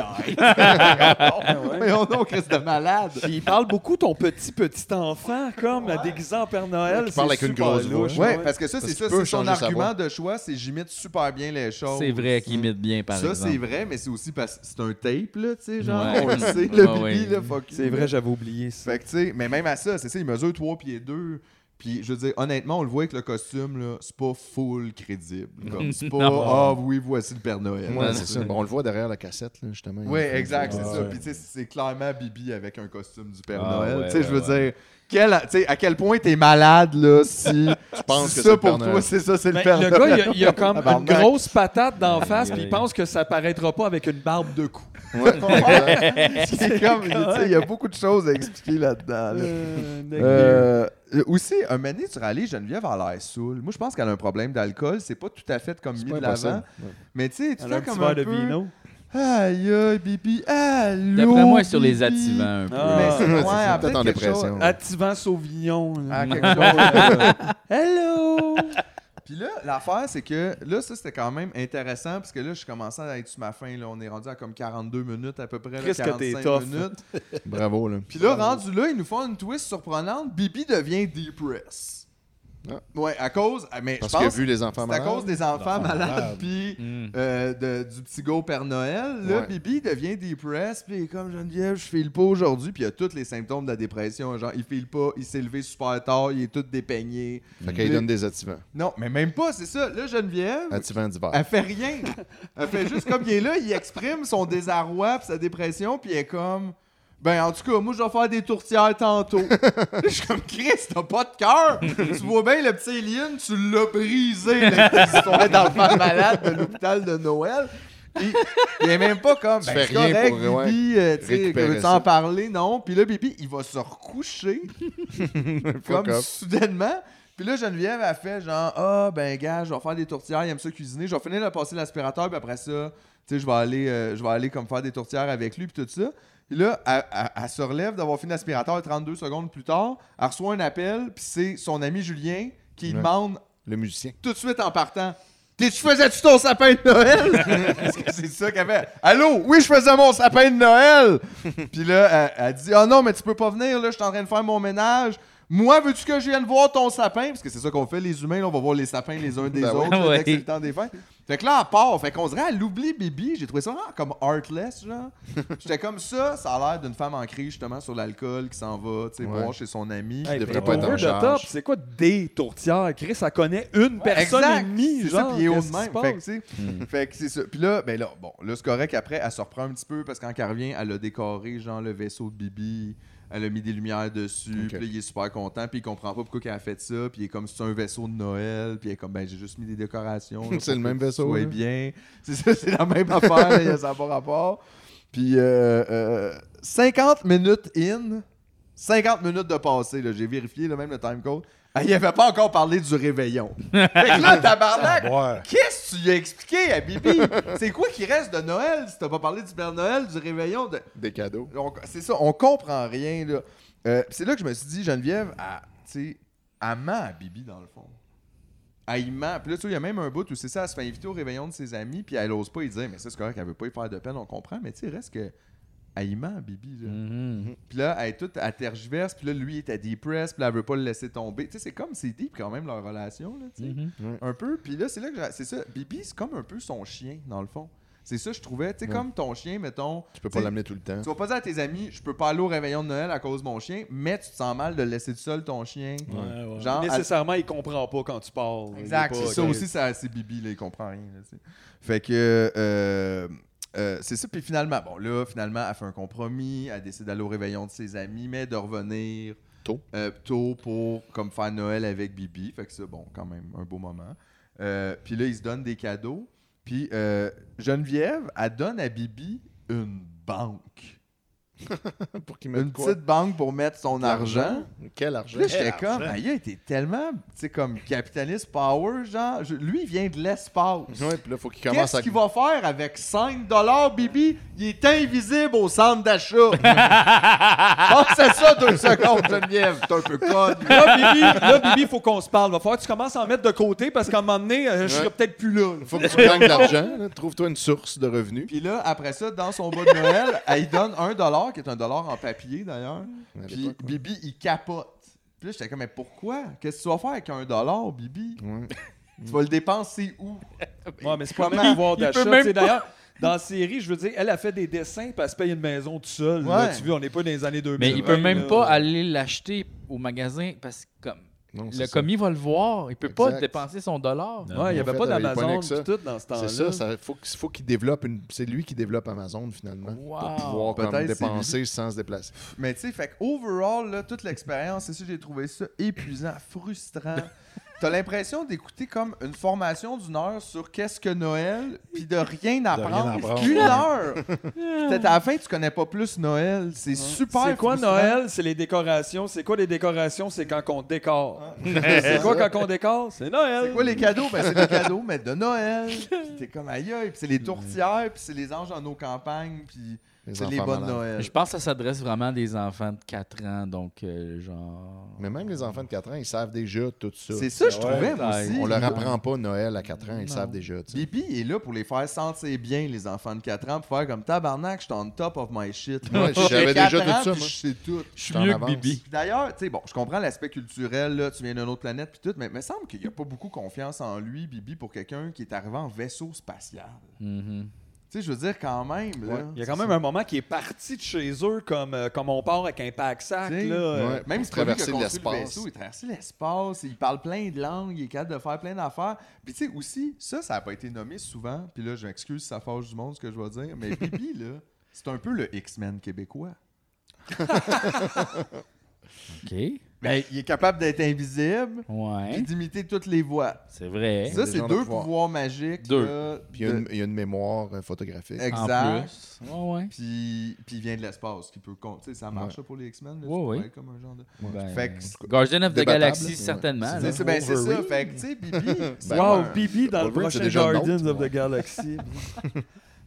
Speaker 4: Mais on donc, reste de malade.
Speaker 5: Ah, Puis il parle beaucoup ton petit petit enfant comme la déguisé en Père Noël.
Speaker 4: Qui
Speaker 5: c'est super louche,
Speaker 4: Ouais, parce que ça, c'est ça,
Speaker 3: qu'il peut
Speaker 4: c'est son
Speaker 3: changer sa
Speaker 4: argument
Speaker 3: voix.
Speaker 4: de choix, c'est j'imite super bien les choses.
Speaker 1: C'est vrai qu'il
Speaker 4: Mm.
Speaker 1: imite bien, par
Speaker 4: Ça,
Speaker 1: exemple.
Speaker 4: c'est vrai, mais c'est aussi parce que c'est un tape, là, tu sais, genre,
Speaker 1: Ouais.
Speaker 4: on le sait, le
Speaker 1: Ah ouais.
Speaker 4: bibi, là, fuck you,
Speaker 5: C'est vrai,
Speaker 4: là.
Speaker 5: j'avais oublié ça.
Speaker 4: Fait que, tu sais, mais même à ça, c'est ça, il mesure 3 pieds 2. Puis, je veux dire, honnêtement, on le voit avec le costume, là, c'est pas full crédible. Comme, c'est pas,
Speaker 3: Non.
Speaker 4: ah oui, voici le Père Noël.
Speaker 3: Ouais, c'est ça. Bon, on le voit derrière la cassette, là, justement.
Speaker 4: Oui,
Speaker 3: Il-
Speaker 4: exact, c'est
Speaker 3: Ah,
Speaker 4: ça.
Speaker 3: ouais.
Speaker 4: Puis, tu sais, c'est clairement Bibi avec un costume du Père
Speaker 3: Ah,
Speaker 4: Noël.
Speaker 3: ouais,
Speaker 4: tu sais, je veux
Speaker 3: ouais, ouais.
Speaker 4: dire, quel- tu sais, à quel point t'es malade, là, si.
Speaker 3: Tu penses
Speaker 4: si
Speaker 3: que c'est
Speaker 4: ça
Speaker 3: le
Speaker 4: pour
Speaker 3: Père
Speaker 4: toi,
Speaker 3: Noël.
Speaker 4: c'est ça, c'est
Speaker 5: Ben,
Speaker 4: le Père
Speaker 5: le
Speaker 4: Noël.
Speaker 5: gars, il y a, il y a comme une
Speaker 4: Tabarnak.
Speaker 5: grosse patate d'en face, puis il pense que ça paraîtra pas avec une barbe de cou.
Speaker 4: euh, c'est comme, tu sais, il y a beaucoup de choses à expliquer là-dedans. là.
Speaker 5: Euh, nec-
Speaker 4: Euh, aussi, un mané, tu rallies Geneviève à l'air saoul. Moi, je pense qu'elle a un problème d'alcool. C'est pas tout à fait comme mis
Speaker 3: pas
Speaker 4: de l'avant.
Speaker 3: impossible. Ouais.
Speaker 4: Mais tu sais, tu
Speaker 5: Elle a
Speaker 4: fais
Speaker 5: un petit
Speaker 4: comme
Speaker 5: verre
Speaker 4: un
Speaker 5: de
Speaker 4: peu...
Speaker 5: vino.
Speaker 4: Aïe, aïe, bibi, allô,
Speaker 1: D'après moi, elle est sur les
Speaker 4: bibi.
Speaker 1: attivants un peu.
Speaker 5: Ah.
Speaker 4: Mais c'est
Speaker 3: C'est
Speaker 4: ouais,
Speaker 3: ça,
Speaker 4: elle a
Speaker 3: peut-être en
Speaker 4: quelque chose-
Speaker 3: dépression.
Speaker 5: Activant Sauvignon. là.
Speaker 4: Ah, quelque chose, euh,
Speaker 5: Hello!
Speaker 4: Puis là, l'affaire, c'est que là, ça, c'était quand même intéressant parce que là, je suis commençant à être sur ma fin. Là. On est rendu à comme 42 minutes à peu près. Là,
Speaker 5: Qu'est-ce que t'es
Speaker 4: 45
Speaker 5: tough.
Speaker 4: minutes.
Speaker 3: Bravo, là.
Speaker 4: Puis là, rendu là, ils nous font une twist surprenante. Bibi devient depressed.
Speaker 3: Ah.
Speaker 4: Ouais, à cause. ah, Mais
Speaker 3: Parce
Speaker 4: je
Speaker 3: qu'il a
Speaker 4: pense
Speaker 3: vu les enfants
Speaker 4: c'est à
Speaker 3: malades.
Speaker 4: cause des enfants
Speaker 2: Des enfants
Speaker 4: malades,
Speaker 2: malades.
Speaker 4: puis
Speaker 1: Mm.
Speaker 4: euh, de- du petit go Père Noël. Là,
Speaker 3: Ouais.
Speaker 4: Bibi devient depressed, puis il est comme Geneviève, je file pas aujourd'hui, puis il a tous les symptômes de la dépression. Genre, il file pas, il s'est levé super tard, il est tout dépeigné.
Speaker 3: Fait qu'il
Speaker 4: Puis-
Speaker 3: donne des attivants.
Speaker 4: Non, mais même pas, c'est ça. Là, Geneviève,
Speaker 3: Attivants d'hiver.
Speaker 4: elle fait rien. Elle fait juste comme il est là, il exprime son désarroi puis sa dépression, puis elle est comme ben en tout cas, moi je vais faire des tourtières tantôt. je suis comme Chris, t'as pas de cœur. tu vois bien le petit alien, tu l'as brisé là, avec tes histoires d'enfants malades de l'hôpital de Noël. Puis, il est même pas comme
Speaker 3: Tu
Speaker 4: ben,
Speaker 3: fais
Speaker 4: c'est
Speaker 3: rien
Speaker 4: correct,
Speaker 3: pour, ouais,
Speaker 4: Bibi, euh, tu sais,
Speaker 3: récupérer
Speaker 4: veux-tu
Speaker 3: ça.
Speaker 4: en parler non, puis là Bibi, il va se recoucher
Speaker 3: Fuck
Speaker 4: comme
Speaker 3: off.
Speaker 4: soudainement. Puis là, Geneviève a fait genre Ah, ben gars, je vais faire des tourtières, il aime ça cuisiner, je vais finir de passer l'aspirateur, puis après ça, tu sais, je vais aller, euh, je vais aller comme faire des tourtières avec lui, puis tout ça. Puis là, elle, elle- elle se relève d'avoir fini l'aspirateur 32 secondes plus tard, elle reçoit un appel, puis c'est son ami Julien qui lui
Speaker 3: Ouais.
Speaker 4: demande
Speaker 3: Le musicien.
Speaker 4: tout de suite en partant. T'es- Tu faisais-tu ton sapin de Noël? Parce que c'est ça qu'elle fait. Allô? Oui, je faisais mon sapin de Noël! Puis là, elle, elle dit Ah non, mais tu peux pas venir, là, je suis en train de faire mon ménage. Moi, veux-tu que je vienne voir ton sapin? Parce que c'est ça qu'on fait, les humains, là, on va voir les sapins les uns des
Speaker 3: Ben
Speaker 4: autres,
Speaker 1: oui.
Speaker 4: là, dès que
Speaker 1: Ouais.
Speaker 4: c'est le temps des fêtes. Fait que là, elle part. Fait qu'on dirait, elle oublie Bibi. J'ai trouvé ça vraiment comme heartless, genre. J'étais comme ça, ça a l'air d'une femme en crise, justement, sur l'alcool qui s'en va, tu sais,
Speaker 3: Ouais.
Speaker 4: boire chez son ami.
Speaker 5: Hey,
Speaker 3: devrait
Speaker 5: mais
Speaker 3: pas être en
Speaker 5: over the
Speaker 3: charge.
Speaker 5: top, C'est quoi des tourtières? Chris, ça connaît une personne
Speaker 4: Exact.
Speaker 5: et demie.
Speaker 4: C'est
Speaker 5: Genre,
Speaker 4: ça, puis il est haut
Speaker 5: qu'est-ce
Speaker 4: de
Speaker 5: qui se
Speaker 4: même.
Speaker 5: passe?
Speaker 4: Fait que, tu sais, fait que c'est ça. Puis là, ben là, bon, là, c'est correct. Après, elle se reprend un petit peu parce qu'en elle revient, elle a décoré, genre, le vaisseau de Bibi. Elle a mis des lumières dessus.
Speaker 3: Ok.
Speaker 4: Puis là, il est super content. Puis il comprend pas pourquoi elle a fait ça. Puis il est comme, c'est un vaisseau de Noël. Puis il est comme, ben, j'ai juste mis des décorations. là,
Speaker 3: C'est le
Speaker 4: pour que
Speaker 3: même
Speaker 4: tu
Speaker 3: vaisseau,
Speaker 4: sois
Speaker 3: là.
Speaker 4: bien. C'est ça, c'est la même affaire. là, il y a ça par rapport. Puis euh, euh, 50 minutes in, 50 minutes de passé, là, j'ai vérifié là, même le timecode. Ah, Il avait pas encore parlé du réveillon. fait que là, tabarnak, qu'est-ce que tu lui as expliqué à Bibi? C'est quoi qui reste de Noël si t'as pas parlé du Père Noël, du réveillon? de-
Speaker 3: Des cadeaux.
Speaker 4: On- C'est ça, on comprend rien. là. Euh, c'est là que je me suis dit, Geneviève, à, tu sais, elle ment à Bibi dans le fond. Elle y ment. Puis là, tu sais, il y a même un bout où c'est ça, elle se fait inviter au réveillon de ses amis, puis elle ose pas y dire, mais ça, c'est correct, elle veut pas y faire de peine, on comprend, mais tu sais, reste que. Elle y ment, Bibi. Là.
Speaker 3: Mm-hmm.
Speaker 4: Puis là, elle est toute, elle tergiverse, puis là, lui, il est à depress, puis là, elle veut pas le laisser tomber. Tu sais, c'est comme, c'est deep quand même, leur relation, là, tu sais.
Speaker 3: Mm-hmm.
Speaker 4: Un peu. Puis là, c'est là que j'ai- c'est ça. Bibi, c'est comme un peu son chien, dans le fond. C'est ça, je trouvais. Tu sais,
Speaker 3: Ouais.
Speaker 4: comme ton chien, mettons.
Speaker 3: Tu peux pas
Speaker 4: sais,
Speaker 3: l'amener tout le temps.
Speaker 4: Tu vas pas dire à tes amis, je peux pas aller au réveillon de Noël à cause de mon chien, mais tu te sens mal de laisser tout seul ton chien.
Speaker 5: Ouais, ouais.
Speaker 4: Genre, elle-
Speaker 5: Nécessairement, il comprend pas quand tu parles.
Speaker 4: Exact, c'est ça aussi, ça- c'est Bibi, là, il comprend rien. là, tu sais. fait que euh, euh, c'est ça. Puis finalement, bon, là, finalement, elle fait un compromis, elle décide d'aller au réveillon de ses amis, mais de revenir
Speaker 3: tôt,
Speaker 4: Euh, tôt pour comme faire Noël avec Bibi. Fait que c'est bon, quand même, un beau moment. Euh, puis là, ils se donnent des cadeaux. Puis euh, Geneviève, elle donne à Bibi une banque.
Speaker 3: pour qu'il
Speaker 4: Une
Speaker 3: mette quoi?
Speaker 4: petite banque pour mettre son
Speaker 3: De l'argent?
Speaker 4: argent.
Speaker 3: Quel argent?
Speaker 4: Puis Là, j'étais
Speaker 3: Quel
Speaker 4: comme,
Speaker 3: argent?
Speaker 4: aïe, t'es tellement, tu sais, comme capitaliste power, genre, je- lui, il vient de l'espace.
Speaker 3: Ouais, puis là, faut qu'il commence
Speaker 4: Qu'est-ce
Speaker 3: à-
Speaker 4: qu'il va faire avec 5 Bibi? Il est invisible au centre d'achat. Pense à ça deux secondes, Geneviève. T'es un peu conne.
Speaker 5: Là, Bibi, là, Bibi, faut qu'on se parle. Va falloir que tu commences à en mettre de côté parce qu'à un moment donné, euh, je serai
Speaker 3: Ouais.
Speaker 5: peut-être plus là. là.
Speaker 3: Faut que tu gagnes de l'argent. là. Trouve-toi une source de revenus.
Speaker 4: Puis là, après ça, dans son bas de Noël, elle lui donne un dollar, qui est un dollar en papier d'ailleurs.
Speaker 3: À
Speaker 4: Puis
Speaker 3: l'époque,
Speaker 4: Bibi, il capote. Puis là, j'étais comme, mais pourquoi? Qu'est-ce que tu vas faire avec un dollar, Bibi? Tu vas le dépenser où?
Speaker 5: Ouais, mais c'est pas
Speaker 4: Comment?
Speaker 5: même pouvoir
Speaker 4: Il peut
Speaker 5: d'achat.
Speaker 4: même
Speaker 5: Tu sais,
Speaker 4: pas-
Speaker 5: D'ailleurs, dans la série, je veux dire, elle a fait des dessins parce qu'elle se paye une maison toute seule. là.
Speaker 4: Ouais.
Speaker 5: tu vois, on n'est pas dans les années 2000.
Speaker 1: Mais il peut même pas aller l'acheter au magasin parce que comme
Speaker 5: Non, c'est
Speaker 1: le
Speaker 5: ça.
Speaker 1: commis va le voir, il peut pas
Speaker 3: Exact.
Speaker 1: dépenser son dollar.
Speaker 5: Ouais, il y avait
Speaker 3: euh,
Speaker 5: pas d'Amazon
Speaker 3: pis
Speaker 5: pis tout dans ce temps-là.
Speaker 3: C'est ça, ça faut, qu'il- faut qu'il développe une. C'est lui qui développe Amazon finalement. Pour pouvoir comme,
Speaker 4: Peut-être c'est
Speaker 3: dépenser sans se déplacer.
Speaker 4: Mais tu sais, fait que overall, là, toute l'expérience, c'est ça, j'ai trouvé ça épuisant, frustrant. T'as l'impression d'écouter comme une formation d'une heure sur qu'est-ce que Noël, puis de rien apprendre.
Speaker 5: apprendre,
Speaker 4: Une
Speaker 5: ouais.
Speaker 4: heure! Peut-être à la fin, tu connais pas plus Noël. C'est super
Speaker 5: C'est quoi
Speaker 4: frustrant.
Speaker 5: Noël? C'est les décorations. C'est quoi les décorations? C'est quand on décore. c'est quoi quand on décore? C'est Noël.
Speaker 4: C'est quoi les cadeaux? Ben, c'est des cadeaux, mais de Noël. Puis t'es comme aïe, aïe. Puis c'est les tourtières, puis c'est les anges dans nos campagnes, puis c'est les bonnes Noël.
Speaker 1: Je pense que ça s'adresse vraiment à des enfants de 4 ans, donc euh, genre.
Speaker 3: Mais même les enfants de 4 ans, ils savent déjà tout ça.
Speaker 4: C'est ça, je trouvais, moi aussi.
Speaker 3: On leur apprend pas Noël à 4 ans, ils
Speaker 4: Non.
Speaker 3: savent déjà. tu sais.
Speaker 4: Bibi est là pour les faire sentir bien, les enfants de 4 ans, pour faire comme tabarnak, je suis on top of my shit.
Speaker 3: Ouais,
Speaker 4: J'ai
Speaker 3: j'avais
Speaker 4: 4
Speaker 3: déjà tout
Speaker 4: ans,
Speaker 3: ça,
Speaker 4: puis
Speaker 3: moi.
Speaker 4: Je sais tout.
Speaker 3: Je suis J'étais en mieux que avance. Bibi.
Speaker 4: Puis D'ailleurs, tu sais, bon, je comprends l'aspect culturel, là, tu viens d'une autre planète, puis tout, mais il me semble qu'il n'y a pas beaucoup confiance en lui, Bibi, pour quelqu'un qui est arrivé en vaisseau spatial.
Speaker 5: Mhm.
Speaker 4: Tu sais, je veux dire, quand même, là.
Speaker 5: Ouais. Il y a quand même un moment qui est parti de chez eux comme, euh, comme on part avec un pack sac. Là,
Speaker 4: T'sais,
Speaker 5: euh,
Speaker 4: ouais, même si traverser l'espace. Il traverse l'espace, il parle plein de langues, il est capable de faire plein d'affaires. Puis tu sais aussi, ça, ça n'a pas été nommé souvent. Puis là, je m'excuse si ça fâche du monde ce que je vais dire, mais Bibi, là, c'est un peu le X-Men québécois.
Speaker 1: OK.
Speaker 4: Ben, il est capable d'être invisible,
Speaker 1: Ouais.
Speaker 4: puis d'imiter toutes les voix.
Speaker 1: C'est vrai.
Speaker 4: Ça,
Speaker 3: Des
Speaker 4: c'est
Speaker 3: gens de
Speaker 4: deux
Speaker 3: pouvoir.
Speaker 4: pouvoirs magiques.
Speaker 1: Deux.
Speaker 4: là,
Speaker 3: Puis il y, a
Speaker 4: de-
Speaker 3: une, il y a une mémoire euh, photographique.
Speaker 4: Exact.
Speaker 1: Ouais, ouais.
Speaker 4: Puis, puis il vient de l'espace, qui peut compter. Tu sais, ça marche ça, pour les X-Men. là, tu
Speaker 1: Ouais,
Speaker 4: pourrais
Speaker 1: ouais.
Speaker 4: comme un genre de.
Speaker 1: Ouais. Ben,
Speaker 4: Fait que-
Speaker 1: Guardian of the Débattable, Galaxy, là. certainement,
Speaker 4: C'est
Speaker 1: là.
Speaker 4: c'est- ben, c'est ça.
Speaker 1: Wolverine.
Speaker 4: Fait que, tu sais, Bibi. c'est
Speaker 5: wow,
Speaker 4: un-
Speaker 5: Bibi dans le
Speaker 4: Wolverine, c'est
Speaker 5: prochain
Speaker 4: déjà le
Speaker 5: Guardians
Speaker 4: nôtre,
Speaker 5: of the Galaxy.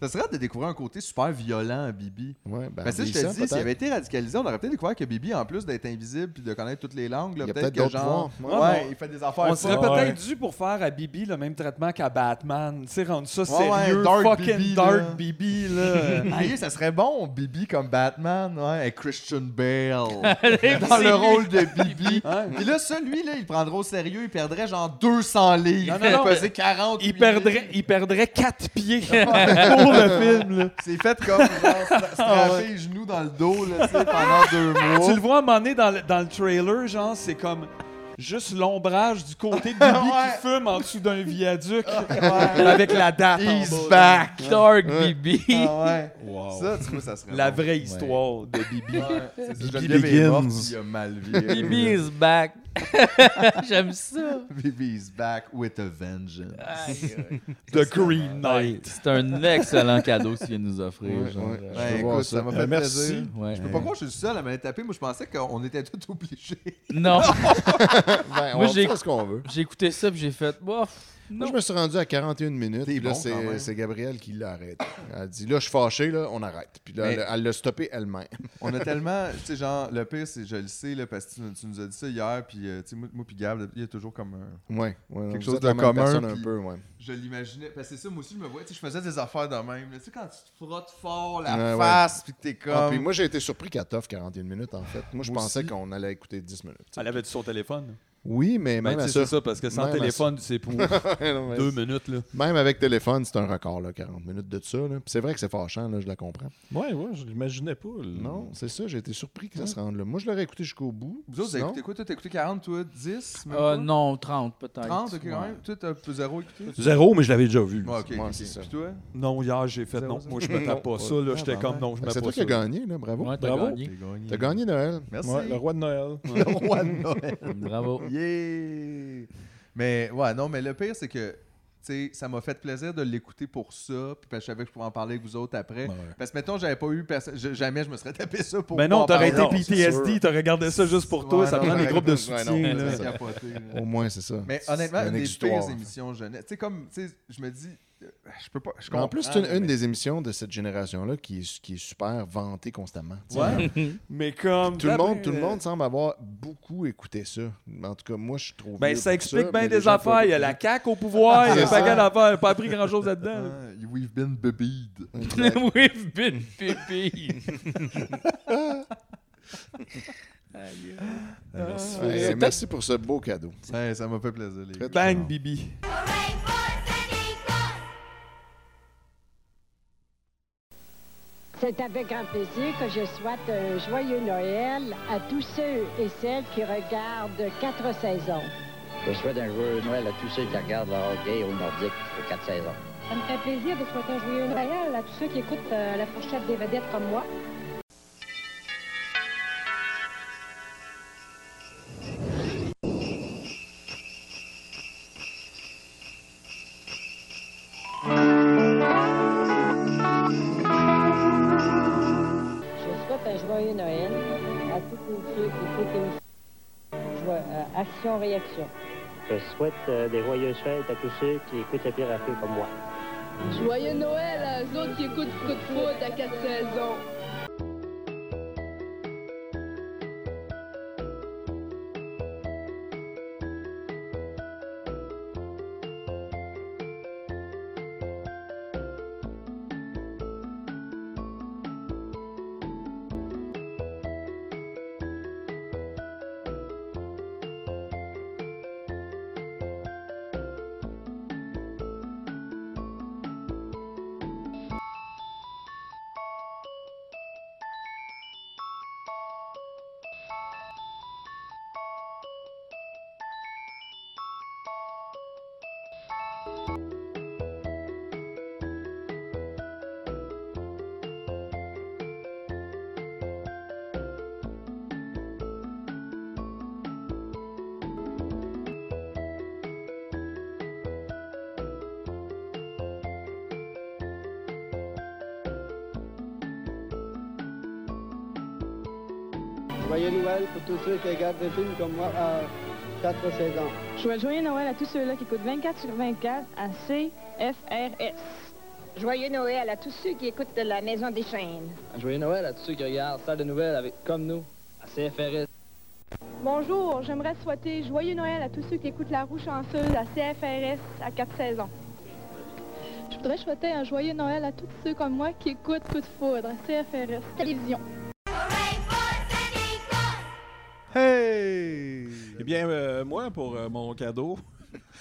Speaker 4: Ça serait hâte de découvrir un côté super violent à Bibi.
Speaker 3: Ouais, ben,
Speaker 4: Parce que je te
Speaker 3: vieillissant,
Speaker 4: dis, s'il
Speaker 3: peut-être.
Speaker 4: avait été radicalisé, on aurait peut-être découvert que Bibi, en plus d'être invisible puis de connaître toutes les langues, là,
Speaker 3: Il y a
Speaker 4: peut-être
Speaker 3: peut-être
Speaker 4: que genre.
Speaker 3: d'autres
Speaker 4: Ouais,
Speaker 3: voies. Ouais,
Speaker 4: ouais, il fait des affaires.
Speaker 5: On serait
Speaker 4: folles.
Speaker 5: peut-être dû pour faire à Bibi le même traitement qu'à Batman. Tu sais, rendre ça
Speaker 4: Ouais, ouais,
Speaker 5: sérieux,
Speaker 4: dark
Speaker 5: fucking
Speaker 4: Bibi,
Speaker 5: dark
Speaker 4: là. Ah,
Speaker 5: Bibi. Là.
Speaker 4: Aïe, ça serait bon, Bibi comme Batman, ouais, et Christian Bale.
Speaker 5: Allez,
Speaker 4: dans
Speaker 5: c'est lui.
Speaker 4: le rôle de Bibi. Puis là, celui là, il prendrait au sérieux, il perdrait genre 200 livres.
Speaker 5: Non, non, non,
Speaker 4: il pesait
Speaker 5: mais
Speaker 4: 40
Speaker 5: il perdrait, il perdrait quatre pieds pour le film. là.
Speaker 4: C'est fait comme genre stra-
Speaker 5: Ah ouais.
Speaker 4: strapper les genoux dans le dos là, tu sais, pendant deux mois.
Speaker 5: Tu le vois à un moment donné dans le, dans le trailer, genre, c'est comme juste l'ombrage du côté de Bibi qui fume en dessous d'un viaduc avec la date.
Speaker 4: He's
Speaker 5: en bas, là.
Speaker 4: back.
Speaker 1: Dark
Speaker 4: Oh, Ouais.
Speaker 1: Bibi.
Speaker 4: Ah ouais.
Speaker 5: Wow.
Speaker 4: Ça, tu vois, ça serait
Speaker 5: La
Speaker 4: bon.
Speaker 5: vraie histoire de Bibi.
Speaker 4: Ouais, c'est ça.
Speaker 5: Bibi
Speaker 4: Geneviève est morte,
Speaker 5: Begins.
Speaker 4: il a mal viré.
Speaker 1: Bibi is back. J'aime ça.
Speaker 4: Baby's back with a vengeance.
Speaker 1: Aïe, aïe.
Speaker 2: The Green Knight.
Speaker 1: C'est un excellent cadeau que tu viens de nous offrir.
Speaker 4: Ouais,
Speaker 1: genre.
Speaker 4: ouais.
Speaker 1: Euh,
Speaker 4: Ben,
Speaker 1: je veux
Speaker 4: écoute,
Speaker 1: voir
Speaker 4: ça m'a fait
Speaker 1: Euh,
Speaker 4: plaisir.
Speaker 1: Ouais.
Speaker 4: Je peux pas croire que je suis le seul à m'être tapé. Moi, je pensais qu'on était tous obligés.
Speaker 1: Non.
Speaker 3: Ben, on
Speaker 1: Moi,
Speaker 3: fait
Speaker 1: j'ai-
Speaker 3: ce qu'on veut.
Speaker 1: J'ai écouté ça puis j'ai fait bof.
Speaker 3: Moi, je me suis rendu à 41 minutes. Puis là,
Speaker 4: bon quand même.
Speaker 3: c'est c'est Gabrielle qui l'a arrêté. Elle a dit Là, je suis fâché, là, on arrête. Puis là,
Speaker 4: Mais-
Speaker 3: elle- elle l'a stoppé elle-même.
Speaker 4: On a tellement, tu sais, genre, le pire, c'est, je le sais, là, parce que tu, tu nous as dit ça hier, puis, euh, tu sais, moi, moi puis Gab, il y a toujours comme un-
Speaker 3: Ouais, ouais,
Speaker 4: quelque
Speaker 3: vous
Speaker 4: chose
Speaker 3: êtes
Speaker 4: de
Speaker 3: la même
Speaker 4: commun.
Speaker 3: personne un
Speaker 4: puis
Speaker 3: peu, ouais.
Speaker 4: Je l'imaginais, parce que c'est ça, moi aussi, je me voyais, tu sais, je faisais des affaires de même. là. Tu sais, quand tu te frottes fort la
Speaker 3: Ouais, ouais.
Speaker 4: face, puis que t'es comme.
Speaker 3: Ah, puis moi, j'ai été surpris qu'elle t'offre 41 minutes, en fait. Moi, je
Speaker 4: Moi
Speaker 3: pensais
Speaker 4: aussi.
Speaker 3: qu'on allait écouter 10 minutes.
Speaker 5: Elle avait du son téléphone.
Speaker 3: Oui, mais même
Speaker 5: Ben, tu
Speaker 3: à
Speaker 5: sais,
Speaker 3: ça.
Speaker 5: c'est ça, parce que sans
Speaker 3: même à
Speaker 5: téléphone,
Speaker 3: ça.
Speaker 5: c'est pour
Speaker 3: Non, mais
Speaker 5: deux
Speaker 3: c'est-
Speaker 5: minutes, là.
Speaker 3: Même avec téléphone, c'est un record, là, 40 minutes de ça. là. Puis c'est vrai que c'est fâchant, là, je la comprends.
Speaker 2: Ouais, ouais, je l'imaginais pas. là.
Speaker 3: Non, c'est ça, j'ai été surpris que ça se rende là. Moi, je l'aurais écouté jusqu'au bout.
Speaker 4: Vous autres, vous avez
Speaker 3: sinon-
Speaker 4: écouté quoi? Toi, t'as écouté 40, toi, 10? même
Speaker 1: Euh,
Speaker 4: pas?
Speaker 1: non, 30 peut-être.
Speaker 4: 30, ok, quand
Speaker 1: Ouais.
Speaker 4: même. Toi, t'as zéro écouté?
Speaker 2: Zéro, mais je l'avais déjà
Speaker 5: Ah,
Speaker 2: vu.
Speaker 4: Ouais, ok,
Speaker 3: Ouais,
Speaker 4: ok.
Speaker 3: c'est ça.
Speaker 4: Puis toi?
Speaker 5: Non, hier, j'ai fait non. Ah, ben, Moi, je me tape pas ça, là. J'étais comme non, je me
Speaker 3: C'est
Speaker 5: tape
Speaker 3: toi
Speaker 5: pas
Speaker 3: qui as
Speaker 5: ça.
Speaker 3: gagné, là, bravo.
Speaker 1: Ouais, t'as
Speaker 2: Bravo.
Speaker 1: gagné.
Speaker 3: T'as gagné Noël.
Speaker 4: Merci.
Speaker 2: Ouais, le roi de Noël.
Speaker 4: Le roi de Noël.
Speaker 1: Bravo.
Speaker 4: Yeah! Mais ouais, non, mais le pire, c'est que tu sais, ça m'a fait plaisir de l'écouter pour ça, puis parce que je savais que je pouvais en parler avec vous autres après.
Speaker 2: Ouais.
Speaker 4: Parce que, mettons, j'avais pas eu personne, je- jamais je me serais tapé ça pour.
Speaker 5: Ben
Speaker 4: pas
Speaker 5: non,
Speaker 4: en
Speaker 5: t'aurais été
Speaker 4: parler.
Speaker 5: PTSD, t'aurais regardé ça juste pour toi.
Speaker 4: Ouais,
Speaker 5: Ça
Speaker 4: non,
Speaker 5: prend des
Speaker 4: j'aurais-
Speaker 5: groupes de
Speaker 3: ouais, non,
Speaker 5: soutien,
Speaker 3: c'est
Speaker 5: là.
Speaker 3: ça.
Speaker 4: Capoté, là.
Speaker 3: Au moins, c'est ça.
Speaker 4: Mais
Speaker 3: C'est
Speaker 4: honnêtement,
Speaker 3: un
Speaker 4: une des
Speaker 3: exutoire, en
Speaker 4: pires
Speaker 3: fait.
Speaker 4: émissions jeunesse. Tu sais, comme, tu sais, je me dis, euh, je peux pas, je
Speaker 3: Mais
Speaker 4: comprends.
Speaker 3: en plus, c'est une, une
Speaker 4: mais-
Speaker 3: des émissions de cette génération-là qui, est- qui est super vantée constamment. tu sais.
Speaker 5: Ouais. Mais comme.
Speaker 3: Tout, le monde, tout le
Speaker 5: euh,
Speaker 3: monde semble avoir beaucoup écouté ça. En tout cas, moi, je trouve.
Speaker 5: Ben,
Speaker 3: vieux
Speaker 5: ça
Speaker 3: pour
Speaker 5: explique
Speaker 3: mais
Speaker 5: bien
Speaker 3: les
Speaker 5: des
Speaker 3: gens
Speaker 5: affaires.
Speaker 3: peuvent-
Speaker 5: Il y a la CAQ au pouvoir, il y a un
Speaker 3: C'est ça.
Speaker 5: paquet d'affaires. Il a Ah, pas appris grand-chose là-dedans. là.
Speaker 4: Ah, We've been babied.
Speaker 3: Exact.
Speaker 1: We've been pipi.
Speaker 5: Ah,
Speaker 3: Ouais, merci pour ce beau cadeau.
Speaker 4: Ouais, Ah, ça m'a fait plaisir, les euh,
Speaker 3: Très,
Speaker 4: gars.
Speaker 3: très
Speaker 5: Bang,
Speaker 3: bon.
Speaker 5: Bibi.
Speaker 10: C'est avec grand plaisir que je souhaite un joyeux Noël à tous ceux et celles qui regardent Quatre saisons.
Speaker 20: Je souhaite un joyeux Noël à tous ceux qui regardent le hockey au Nordique de 4 saisons.
Speaker 10: Ça me fait plaisir de souhaiter un joyeux Noël à tous ceux qui écoutent euh, la fourchette des vedettes comme moi. Je souhaite un joyeux Noël à tous ceux qui écoutent l'émission. Joie- euh, Action-réaction.
Speaker 20: Je souhaite euh, des joyeuses fêtes à tous ceux qui écoutent la pierre à feu comme moi.
Speaker 10: Joyeux Noël à eux autres qui écoutent Coup de foudre à 4 saisons.
Speaker 20: Joyeux Noël pour tous ceux qui regardent des films comme moi à 4 saisons.
Speaker 10: Je souhaite joyeux Noël à tous ceux-là qui écoutent 24 sur 24 à CFRS. Joyeux Noël à tous ceux qui écoutent de la Maison des Chaînes.
Speaker 20: Joyeux Noël à tous ceux qui regardent Salle de Nouvelles avec comme nous à CFRS.
Speaker 10: Bonjour, j'aimerais souhaiter joyeux Noël à tous ceux qui écoutent La Roue Chanceuse à CFRS à 4 saisons. Je voudrais souhaiter un joyeux Noël à tous ceux comme moi qui écoutent Coup de foudre à CFRS Télévision.
Speaker 2: Hey! Eh bien, euh, moi, pour euh, mon cadeau,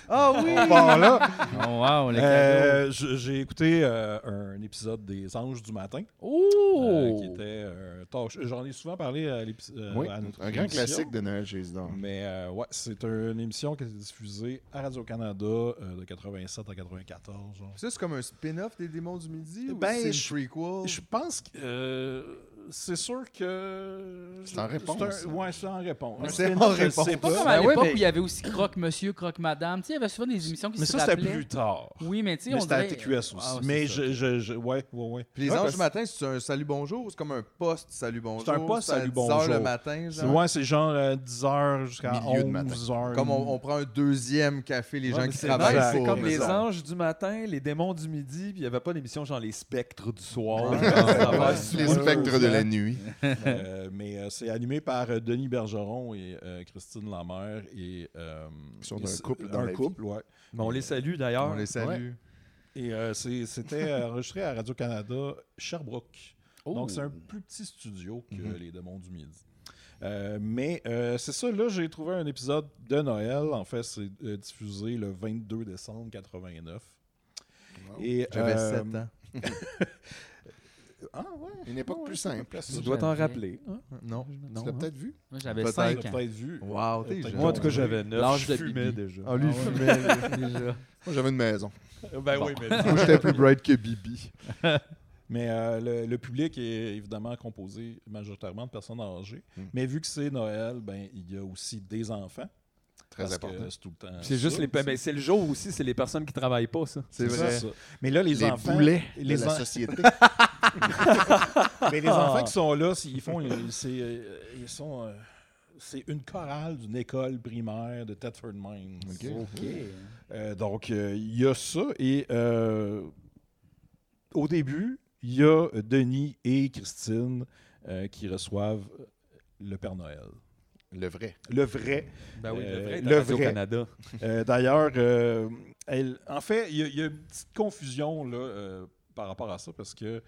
Speaker 4: Ah oui!
Speaker 2: bon là,
Speaker 1: Oh, wow, les cadeaux.
Speaker 2: euh, j- j'ai écouté euh, un épisode des Anges du matin. euh, qui
Speaker 1: Oh!
Speaker 2: était euh, tâche- J'en ai souvent parlé à, l'épis- euh,
Speaker 3: Oui,
Speaker 2: à notre
Speaker 3: un grand
Speaker 2: émission.
Speaker 3: classique de Noël chez Isidore.
Speaker 2: Mais euh, ouais, c'est une émission qui a été diffusée à Radio-Canada euh, de 87 à 94. genre.
Speaker 4: Ça, c'est comme un spin-off des démons du midi ou
Speaker 2: Ben,
Speaker 4: c'est une
Speaker 2: je-
Speaker 4: prequel?
Speaker 2: Je pense que euh, c'est sûr que.
Speaker 3: C'est en réponse,
Speaker 2: un-
Speaker 3: ça.
Speaker 2: Ouais, c'est en réponse.
Speaker 3: Ouais,
Speaker 2: Un
Speaker 3: c'est
Speaker 2: spin-off,
Speaker 3: en
Speaker 2: je le sais
Speaker 3: réponse.
Speaker 1: Pas comme
Speaker 2: Ben
Speaker 1: à
Speaker 2: ouais,
Speaker 1: l'époque
Speaker 2: mais-
Speaker 1: où il y avait aussi Croque Monsieur, Croque Madame. Tu sais, il y avait souvent des émissions qui
Speaker 2: Mais
Speaker 1: se
Speaker 2: ça, c'était
Speaker 1: rappelaient.
Speaker 2: plus tard.
Speaker 1: Oui, mais tu sais,
Speaker 2: Mais
Speaker 1: on
Speaker 2: c'était à
Speaker 1: dirait-
Speaker 2: TQS aussi.
Speaker 1: Ah, c'est
Speaker 2: mais
Speaker 1: ça.
Speaker 2: je, je, je- Ouais, ouais, ouais.
Speaker 4: Puis les
Speaker 2: Ouais,
Speaker 4: anges
Speaker 2: parce-
Speaker 4: du matin, c'est un salut bonjour, c'est comme un poste salut bonjour.
Speaker 2: C'est un poste,
Speaker 4: à
Speaker 2: salut,
Speaker 4: 10 heures
Speaker 2: bonjour.
Speaker 4: le matin,
Speaker 2: C'est-
Speaker 4: genre.
Speaker 2: Ouais, c'est genre 10h jusqu'à
Speaker 4: Milieu de matin.
Speaker 2: 11h.
Speaker 4: Comme on, on prend un deuxième café, les
Speaker 5: Ouais,
Speaker 4: gens
Speaker 5: mais
Speaker 4: qui
Speaker 5: c'est
Speaker 4: travaillent.
Speaker 5: nice, C'est
Speaker 4: pour, euh,
Speaker 5: comme les
Speaker 4: mettons.
Speaker 5: anges du matin, les démons du midi, puis il n'y avait pas d'émission genre les spectres du soir.
Speaker 2: Ah,
Speaker 4: Ouais.
Speaker 5: genre, ça va
Speaker 4: Les
Speaker 5: sous-
Speaker 4: spectres de la
Speaker 3: nuit.
Speaker 2: Euh, mais euh, c'est animé par euh, Denis Bergeron et euh, Christine Lamère. Et, euh,
Speaker 3: Ils sont
Speaker 2: et
Speaker 3: un
Speaker 2: c'est-
Speaker 3: couple dans
Speaker 2: un
Speaker 3: la vie.
Speaker 2: couple, ouais.
Speaker 5: Mais on les salue d'ailleurs.
Speaker 4: On les salue.
Speaker 2: Ouais. Et euh, c'est- c'était enregistré à Radio-Canada Sherbrooke.
Speaker 4: Oh.
Speaker 2: Donc, c'est un plus petit studio que
Speaker 4: Mhm.
Speaker 2: Les Démons du Midi. Euh, mais euh, c'est ça, là, j'ai trouvé un épisode de Noël. En fait, c'est euh, diffusé le 22 décembre 89. Et,
Speaker 4: J'avais
Speaker 2: euh,
Speaker 4: sept ans.
Speaker 2: ah ouais.
Speaker 3: Une époque plus simple.
Speaker 5: Tu dois t'en rappeler. hein?
Speaker 4: Non.
Speaker 3: Tu l'as peut-être vu?
Speaker 1: Moi, j'avais
Speaker 2: Peut-être,
Speaker 1: 5 ans.
Speaker 2: peut-être vu.
Speaker 4: Wow, t'es
Speaker 2: Peut-être
Speaker 4: jeune.
Speaker 5: Moi, en tout cas, j'avais neuf.
Speaker 1: L'âge de
Speaker 5: Je fumais
Speaker 1: Bibi.
Speaker 5: déjà.
Speaker 4: Ah, lui, il
Speaker 1: Ah ouais.
Speaker 4: fumait.
Speaker 1: Déjà.
Speaker 3: Moi, j'avais une maison.
Speaker 5: Ben oui, mais.
Speaker 4: Moi, j'étais plus bright que Bibi.
Speaker 2: Mais euh, le, le public est évidemment composé majoritairement de personnes âgées.
Speaker 4: Hmm.
Speaker 3: Mm.
Speaker 2: Mais vu que c'est Noël, ben, il y a aussi des enfants.
Speaker 3: Très
Speaker 2: parce que
Speaker 3: important.
Speaker 2: C'est tout le temps.
Speaker 5: C'est juste
Speaker 2: ça.
Speaker 5: les. Mais c'est le jour aussi, c'est les personnes qui travaillent pas, ça.
Speaker 4: C'est
Speaker 2: C'est
Speaker 4: vrai.
Speaker 2: ça. Mais là, les,
Speaker 3: Les
Speaker 2: enfants.
Speaker 3: boulets
Speaker 2: les
Speaker 3: de la
Speaker 2: en-
Speaker 3: société.
Speaker 2: Mais les enfants qui sont là, s'ils font. une- c'est, euh, Ils sont. euh, C'est une chorale d'une école primaire de Thetford Mines. Euh, donc, euh, il y a ça. Et euh, au début, il y a euh, Denis et Christine euh, qui reçoivent le Père Noël.
Speaker 3: Le vrai.
Speaker 2: Le vrai.
Speaker 5: Ben oui, le
Speaker 2: Euh,
Speaker 5: vrai.
Speaker 2: le
Speaker 5: Le vrai.
Speaker 2: vrai.
Speaker 5: Canada.
Speaker 2: Euh, D'ailleurs, euh, elle- en fait, il y, a- il y a une petite confusion là, euh, par rapport à ça parce que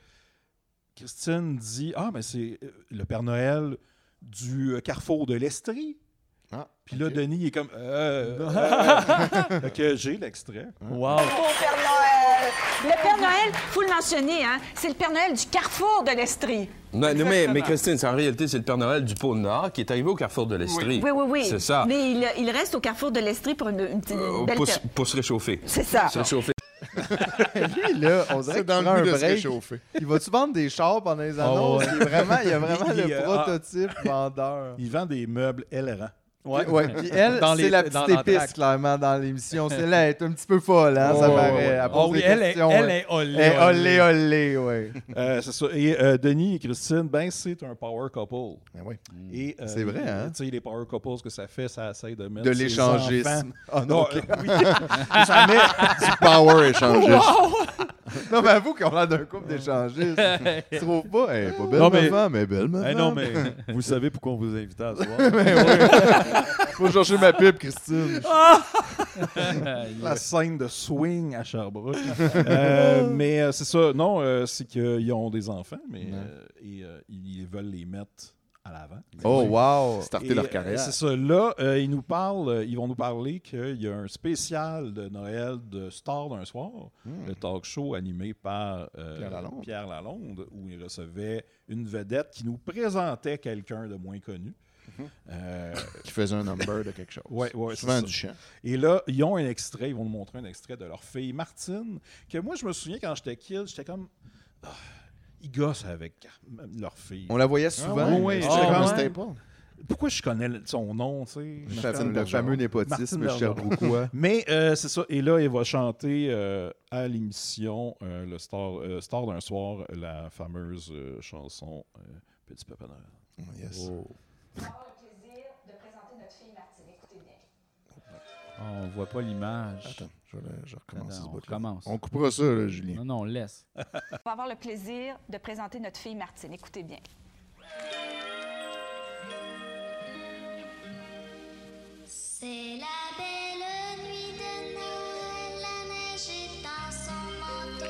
Speaker 2: Christine dit Ah, mais c'est euh, le Père Noël du euh, carrefour de l'Estrie.
Speaker 3: Ah,
Speaker 2: Puis là,
Speaker 3: ok.
Speaker 2: Denis est comme Euh, euh, Fait que j'ai l'extrait. hein.
Speaker 5: Wow.
Speaker 21: Au Père Noël. Le Père Noël, faut le mentionner, hein, c'est le Père Noël du carrefour de l'Estrie.
Speaker 22: Non, non, mais,
Speaker 21: Exactement.
Speaker 22: mais Christine, c'est en réalité, c'est le Père Noël du pôle Nord qui est arrivé au carrefour de l'Estrie.
Speaker 21: Oui, oui, oui.
Speaker 22: C'est ça.
Speaker 21: Mais il, il reste au carrefour de l'Estrie pour une, une petite
Speaker 22: Euh,
Speaker 21: belle
Speaker 22: pour,
Speaker 21: période.
Speaker 22: pour se réchauffer.
Speaker 21: C'est ça.
Speaker 22: Se réchauffer.
Speaker 4: Lui, là, on dirait
Speaker 3: C'est dans
Speaker 4: qu'il
Speaker 3: le but
Speaker 4: prend un
Speaker 3: de se
Speaker 4: break.
Speaker 3: réchauffer.
Speaker 4: Il va-tu vendre des chars pendant les
Speaker 5: Ah,
Speaker 4: annonces?
Speaker 2: Ah, ouais.
Speaker 4: Il, est vraiment, il y a vraiment
Speaker 2: Il- il,
Speaker 4: le
Speaker 2: euh,
Speaker 4: prototype vendeur.
Speaker 2: Il vend des meubles ailerons.
Speaker 4: Ouais. ouais. Puis elle,
Speaker 5: Dans
Speaker 4: c'est
Speaker 5: les-
Speaker 4: la
Speaker 5: dans
Speaker 4: petite épice,
Speaker 5: l'entracte.
Speaker 4: clairement, dans l'émission. Celle-là elle est un petit peu folle, hein, ça
Speaker 5: Oh,
Speaker 4: paraît.
Speaker 5: ouais.
Speaker 4: Elle pose
Speaker 2: Ah
Speaker 5: Oh oui,
Speaker 4: des
Speaker 5: elle est-
Speaker 4: questions,
Speaker 5: elle
Speaker 4: ouais.
Speaker 5: est olé,
Speaker 4: Elle est
Speaker 5: olé.
Speaker 4: olé, olé, ouais.
Speaker 2: Euh, c'est ça. Et euh, Denis et Christine, ben, c'est un power couple.
Speaker 3: Ben oui.
Speaker 2: Et, euh,
Speaker 4: C'est vrai,
Speaker 2: les-
Speaker 4: hein?
Speaker 2: Tu sais, les power couples, ce que ça fait, ça essaie de mettre.
Speaker 4: De
Speaker 2: ses
Speaker 4: l'échangisme.
Speaker 2: enfants-
Speaker 4: Ah non, ok.
Speaker 2: euh, oui. ça met.
Speaker 3: Du power échangiste.
Speaker 4: Non, mais avoue qu'on a l'air d'un couple d'échangistes. tu trouves pas? Elle est Eh, pas belle,
Speaker 5: Non,
Speaker 4: ma
Speaker 5: mais-
Speaker 4: femme, mais belle, ma
Speaker 5: Eh
Speaker 4: femme.
Speaker 5: non, mais vous savez pourquoi on vous invite à ce soir.
Speaker 4: Faut chercher ma pipe, Christine.
Speaker 2: La scène de swing à Sherbrooke. Euh, mais euh, c'est ça. Non, euh, c'est qu'ils ont des enfants, mais euh, et, euh, ils veulent les mettre à l'avant.
Speaker 4: Oh, wow.
Speaker 3: Starter
Speaker 2: Et,
Speaker 3: leur
Speaker 2: euh,
Speaker 3: carrière.
Speaker 2: C'est ça. Là, euh, ils nous parlent, euh, ils vont nous parler qu'il y a un spécial de Noël de Star d'un soir, le talk show animé par euh,
Speaker 3: Hmm. Pierre Lalonde.
Speaker 2: Pierre Lalonde, où il recevait une vedette qui nous présentait quelqu'un de moins connu.
Speaker 3: Mhm.
Speaker 2: Euh,
Speaker 3: Qui faisait un number de quelque chose.
Speaker 2: Ouais, ouais,
Speaker 3: Souvent
Speaker 2: c'est ça.
Speaker 3: du chant.
Speaker 2: et là, ils ont un extrait, ils vont nous montrer un extrait de leur fille Martine, que moi, je me souviens quand j'étais kid, j'étais comme. Ah, ils gossent avec Car- leur fille.
Speaker 4: On la voyait souvent.
Speaker 2: Ah ouais,
Speaker 4: mais
Speaker 2: je
Speaker 4: c'était
Speaker 2: sais
Speaker 4: comme-
Speaker 2: comment
Speaker 3: C'était pas.
Speaker 2: Pourquoi je connais le- son nom, tu sais?
Speaker 4: Le fameux- le
Speaker 3: Bergeron.
Speaker 4: fameux
Speaker 2: Martine
Speaker 4: népotisme
Speaker 2: Bergeron.
Speaker 4: sherbrookois.
Speaker 2: Mais euh, c'est ça. Et là, il va chanter euh, à l'émission euh, le Star, euh, Star d'un soir, la fameuse euh, chanson euh, Petit Papa Noël. Oh.
Speaker 3: Yes.
Speaker 1: Ah, on voit pas l'image.
Speaker 3: Attends, je, vais le- je recommence
Speaker 1: Attends,
Speaker 3: ce
Speaker 1: on
Speaker 3: bout-là.
Speaker 1: recommence.
Speaker 3: On coupera ça, là, Julien.
Speaker 1: Non, non, on le laisse.
Speaker 21: On va avoir le plaisir de présenter notre fille Martine. Écoutez bien.
Speaker 16: C'est la belle nuit de Noël, la neige est dans son manteau blanc, et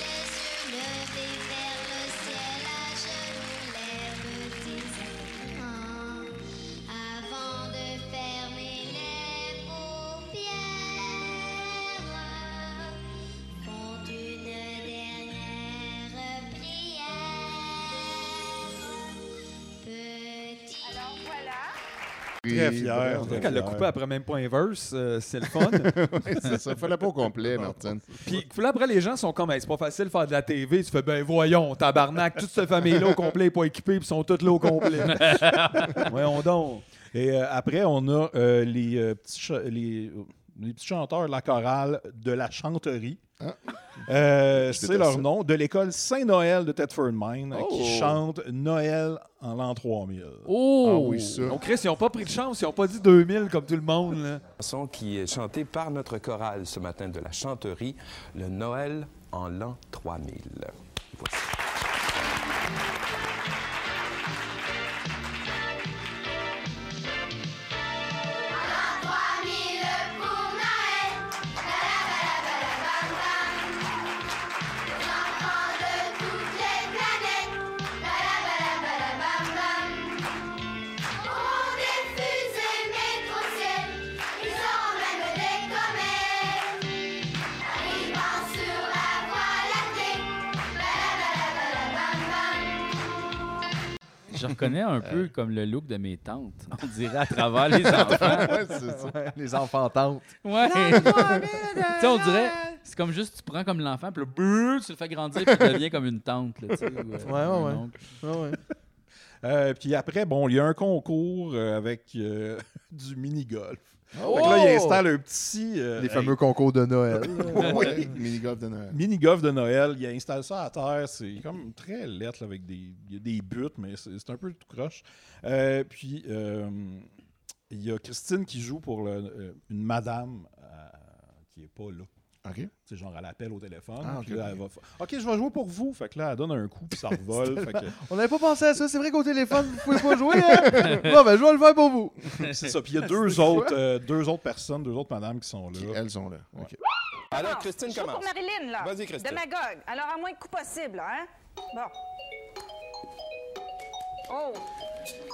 Speaker 16: les yeux levés vers le ciel, à genoux les petits enfants. Avant de fermer les paupières, font une dernière prière. Petit
Speaker 21: Alors voilà,
Speaker 2: Très fier.
Speaker 5: Quand elle l'a coupé après même pas un verse, euh, c'est le fun.
Speaker 3: Ouais, c'est ça. Fallait pas au complet, Martine.
Speaker 5: Puis puis là, après, les gens sont comme, Hey, c'est pas facile de faire de la TV. Tu fais, ben voyons, tabarnak, toute cette famille-là au complet n'est pas équipée, puis sont toutes là au complet. Voyons donc.
Speaker 2: Et euh, après, on a euh, les, euh, petits cha- les, euh, les petits chanteurs de la chorale de la chanterie.
Speaker 5: Ah.
Speaker 2: Euh, c'est leur nom, de l'école Saint-Noël de Thetford Mine,
Speaker 5: Oh.
Speaker 2: qui chante Noël en l'an 3000.
Speaker 3: Ah
Speaker 5: Oh! Donc, Chris, ils n'ont pas pris de chance, ils n'ont pas dit 2000 comme tout le monde. là.
Speaker 22: chanson qui est chantée par notre chorale ce matin de la chanterie, le Noël en l'an 3000. Voici.
Speaker 16: On est fusées, mais trop ciel, ils auront même des comètes. Arrivant sur la voie lactée, balabalabam.
Speaker 1: Je reconnais un peu comme le look de mes tantes, on dirait à travers les enfants.
Speaker 4: Euh. Ouais, c'est ça. Les enfants tantes.
Speaker 1: Ouais. tu sais, on dirait, c'est comme juste, tu prends comme l'enfant, puis là, brrr, tu le fais grandir, puis il devient comme une tante. Là, tu sais, ou, euh, un
Speaker 2: ouais.
Speaker 1: oncle.
Speaker 2: Euh, puis après, bon, il y a un concours euh, avec euh, du mini-golf.
Speaker 3: Oh!
Speaker 2: Fait que là, il installe un petit... euh,
Speaker 3: Les
Speaker 2: un-
Speaker 3: fameux concours de Noël.
Speaker 2: Oui.
Speaker 3: Mini-golf de Noël.
Speaker 2: Mini-golf de Noël, il installe ça à terre, c'est comme très lettre là, avec des, il y a des buts, mais c'est c'est un peu tout croche. Euh, puis, euh, il y a Christine qui joue pour le- euh, une madame euh, qui n'est pas là.
Speaker 3: OK.
Speaker 2: C'est genre, elle appelle au téléphone,
Speaker 4: Ah,
Speaker 2: puis
Speaker 4: ok,
Speaker 2: là,
Speaker 4: ok.
Speaker 2: elle va fa- OK, je vais jouer pour vous. » Fait que là, elle donne un coup, puis ça revole. fait que-
Speaker 4: On n'avait pas pensé à ça. C'est vrai qu'au téléphone, vous pouvez pas jouer. Hein? Bon, ben, je vais le faire pour vous.
Speaker 2: C'est ça. Puis il y a deux autres, euh, deux autres personnes, deux autres madames qui sont là.
Speaker 3: elles sont là.
Speaker 22: Alors, Christine
Speaker 14: Je joue pour
Speaker 22: commence.
Speaker 14: Marilyn, là.
Speaker 22: Vas-y, Christine.
Speaker 14: Démagogue. Alors, à moins de coup possible, là, hein? Bon. Oh!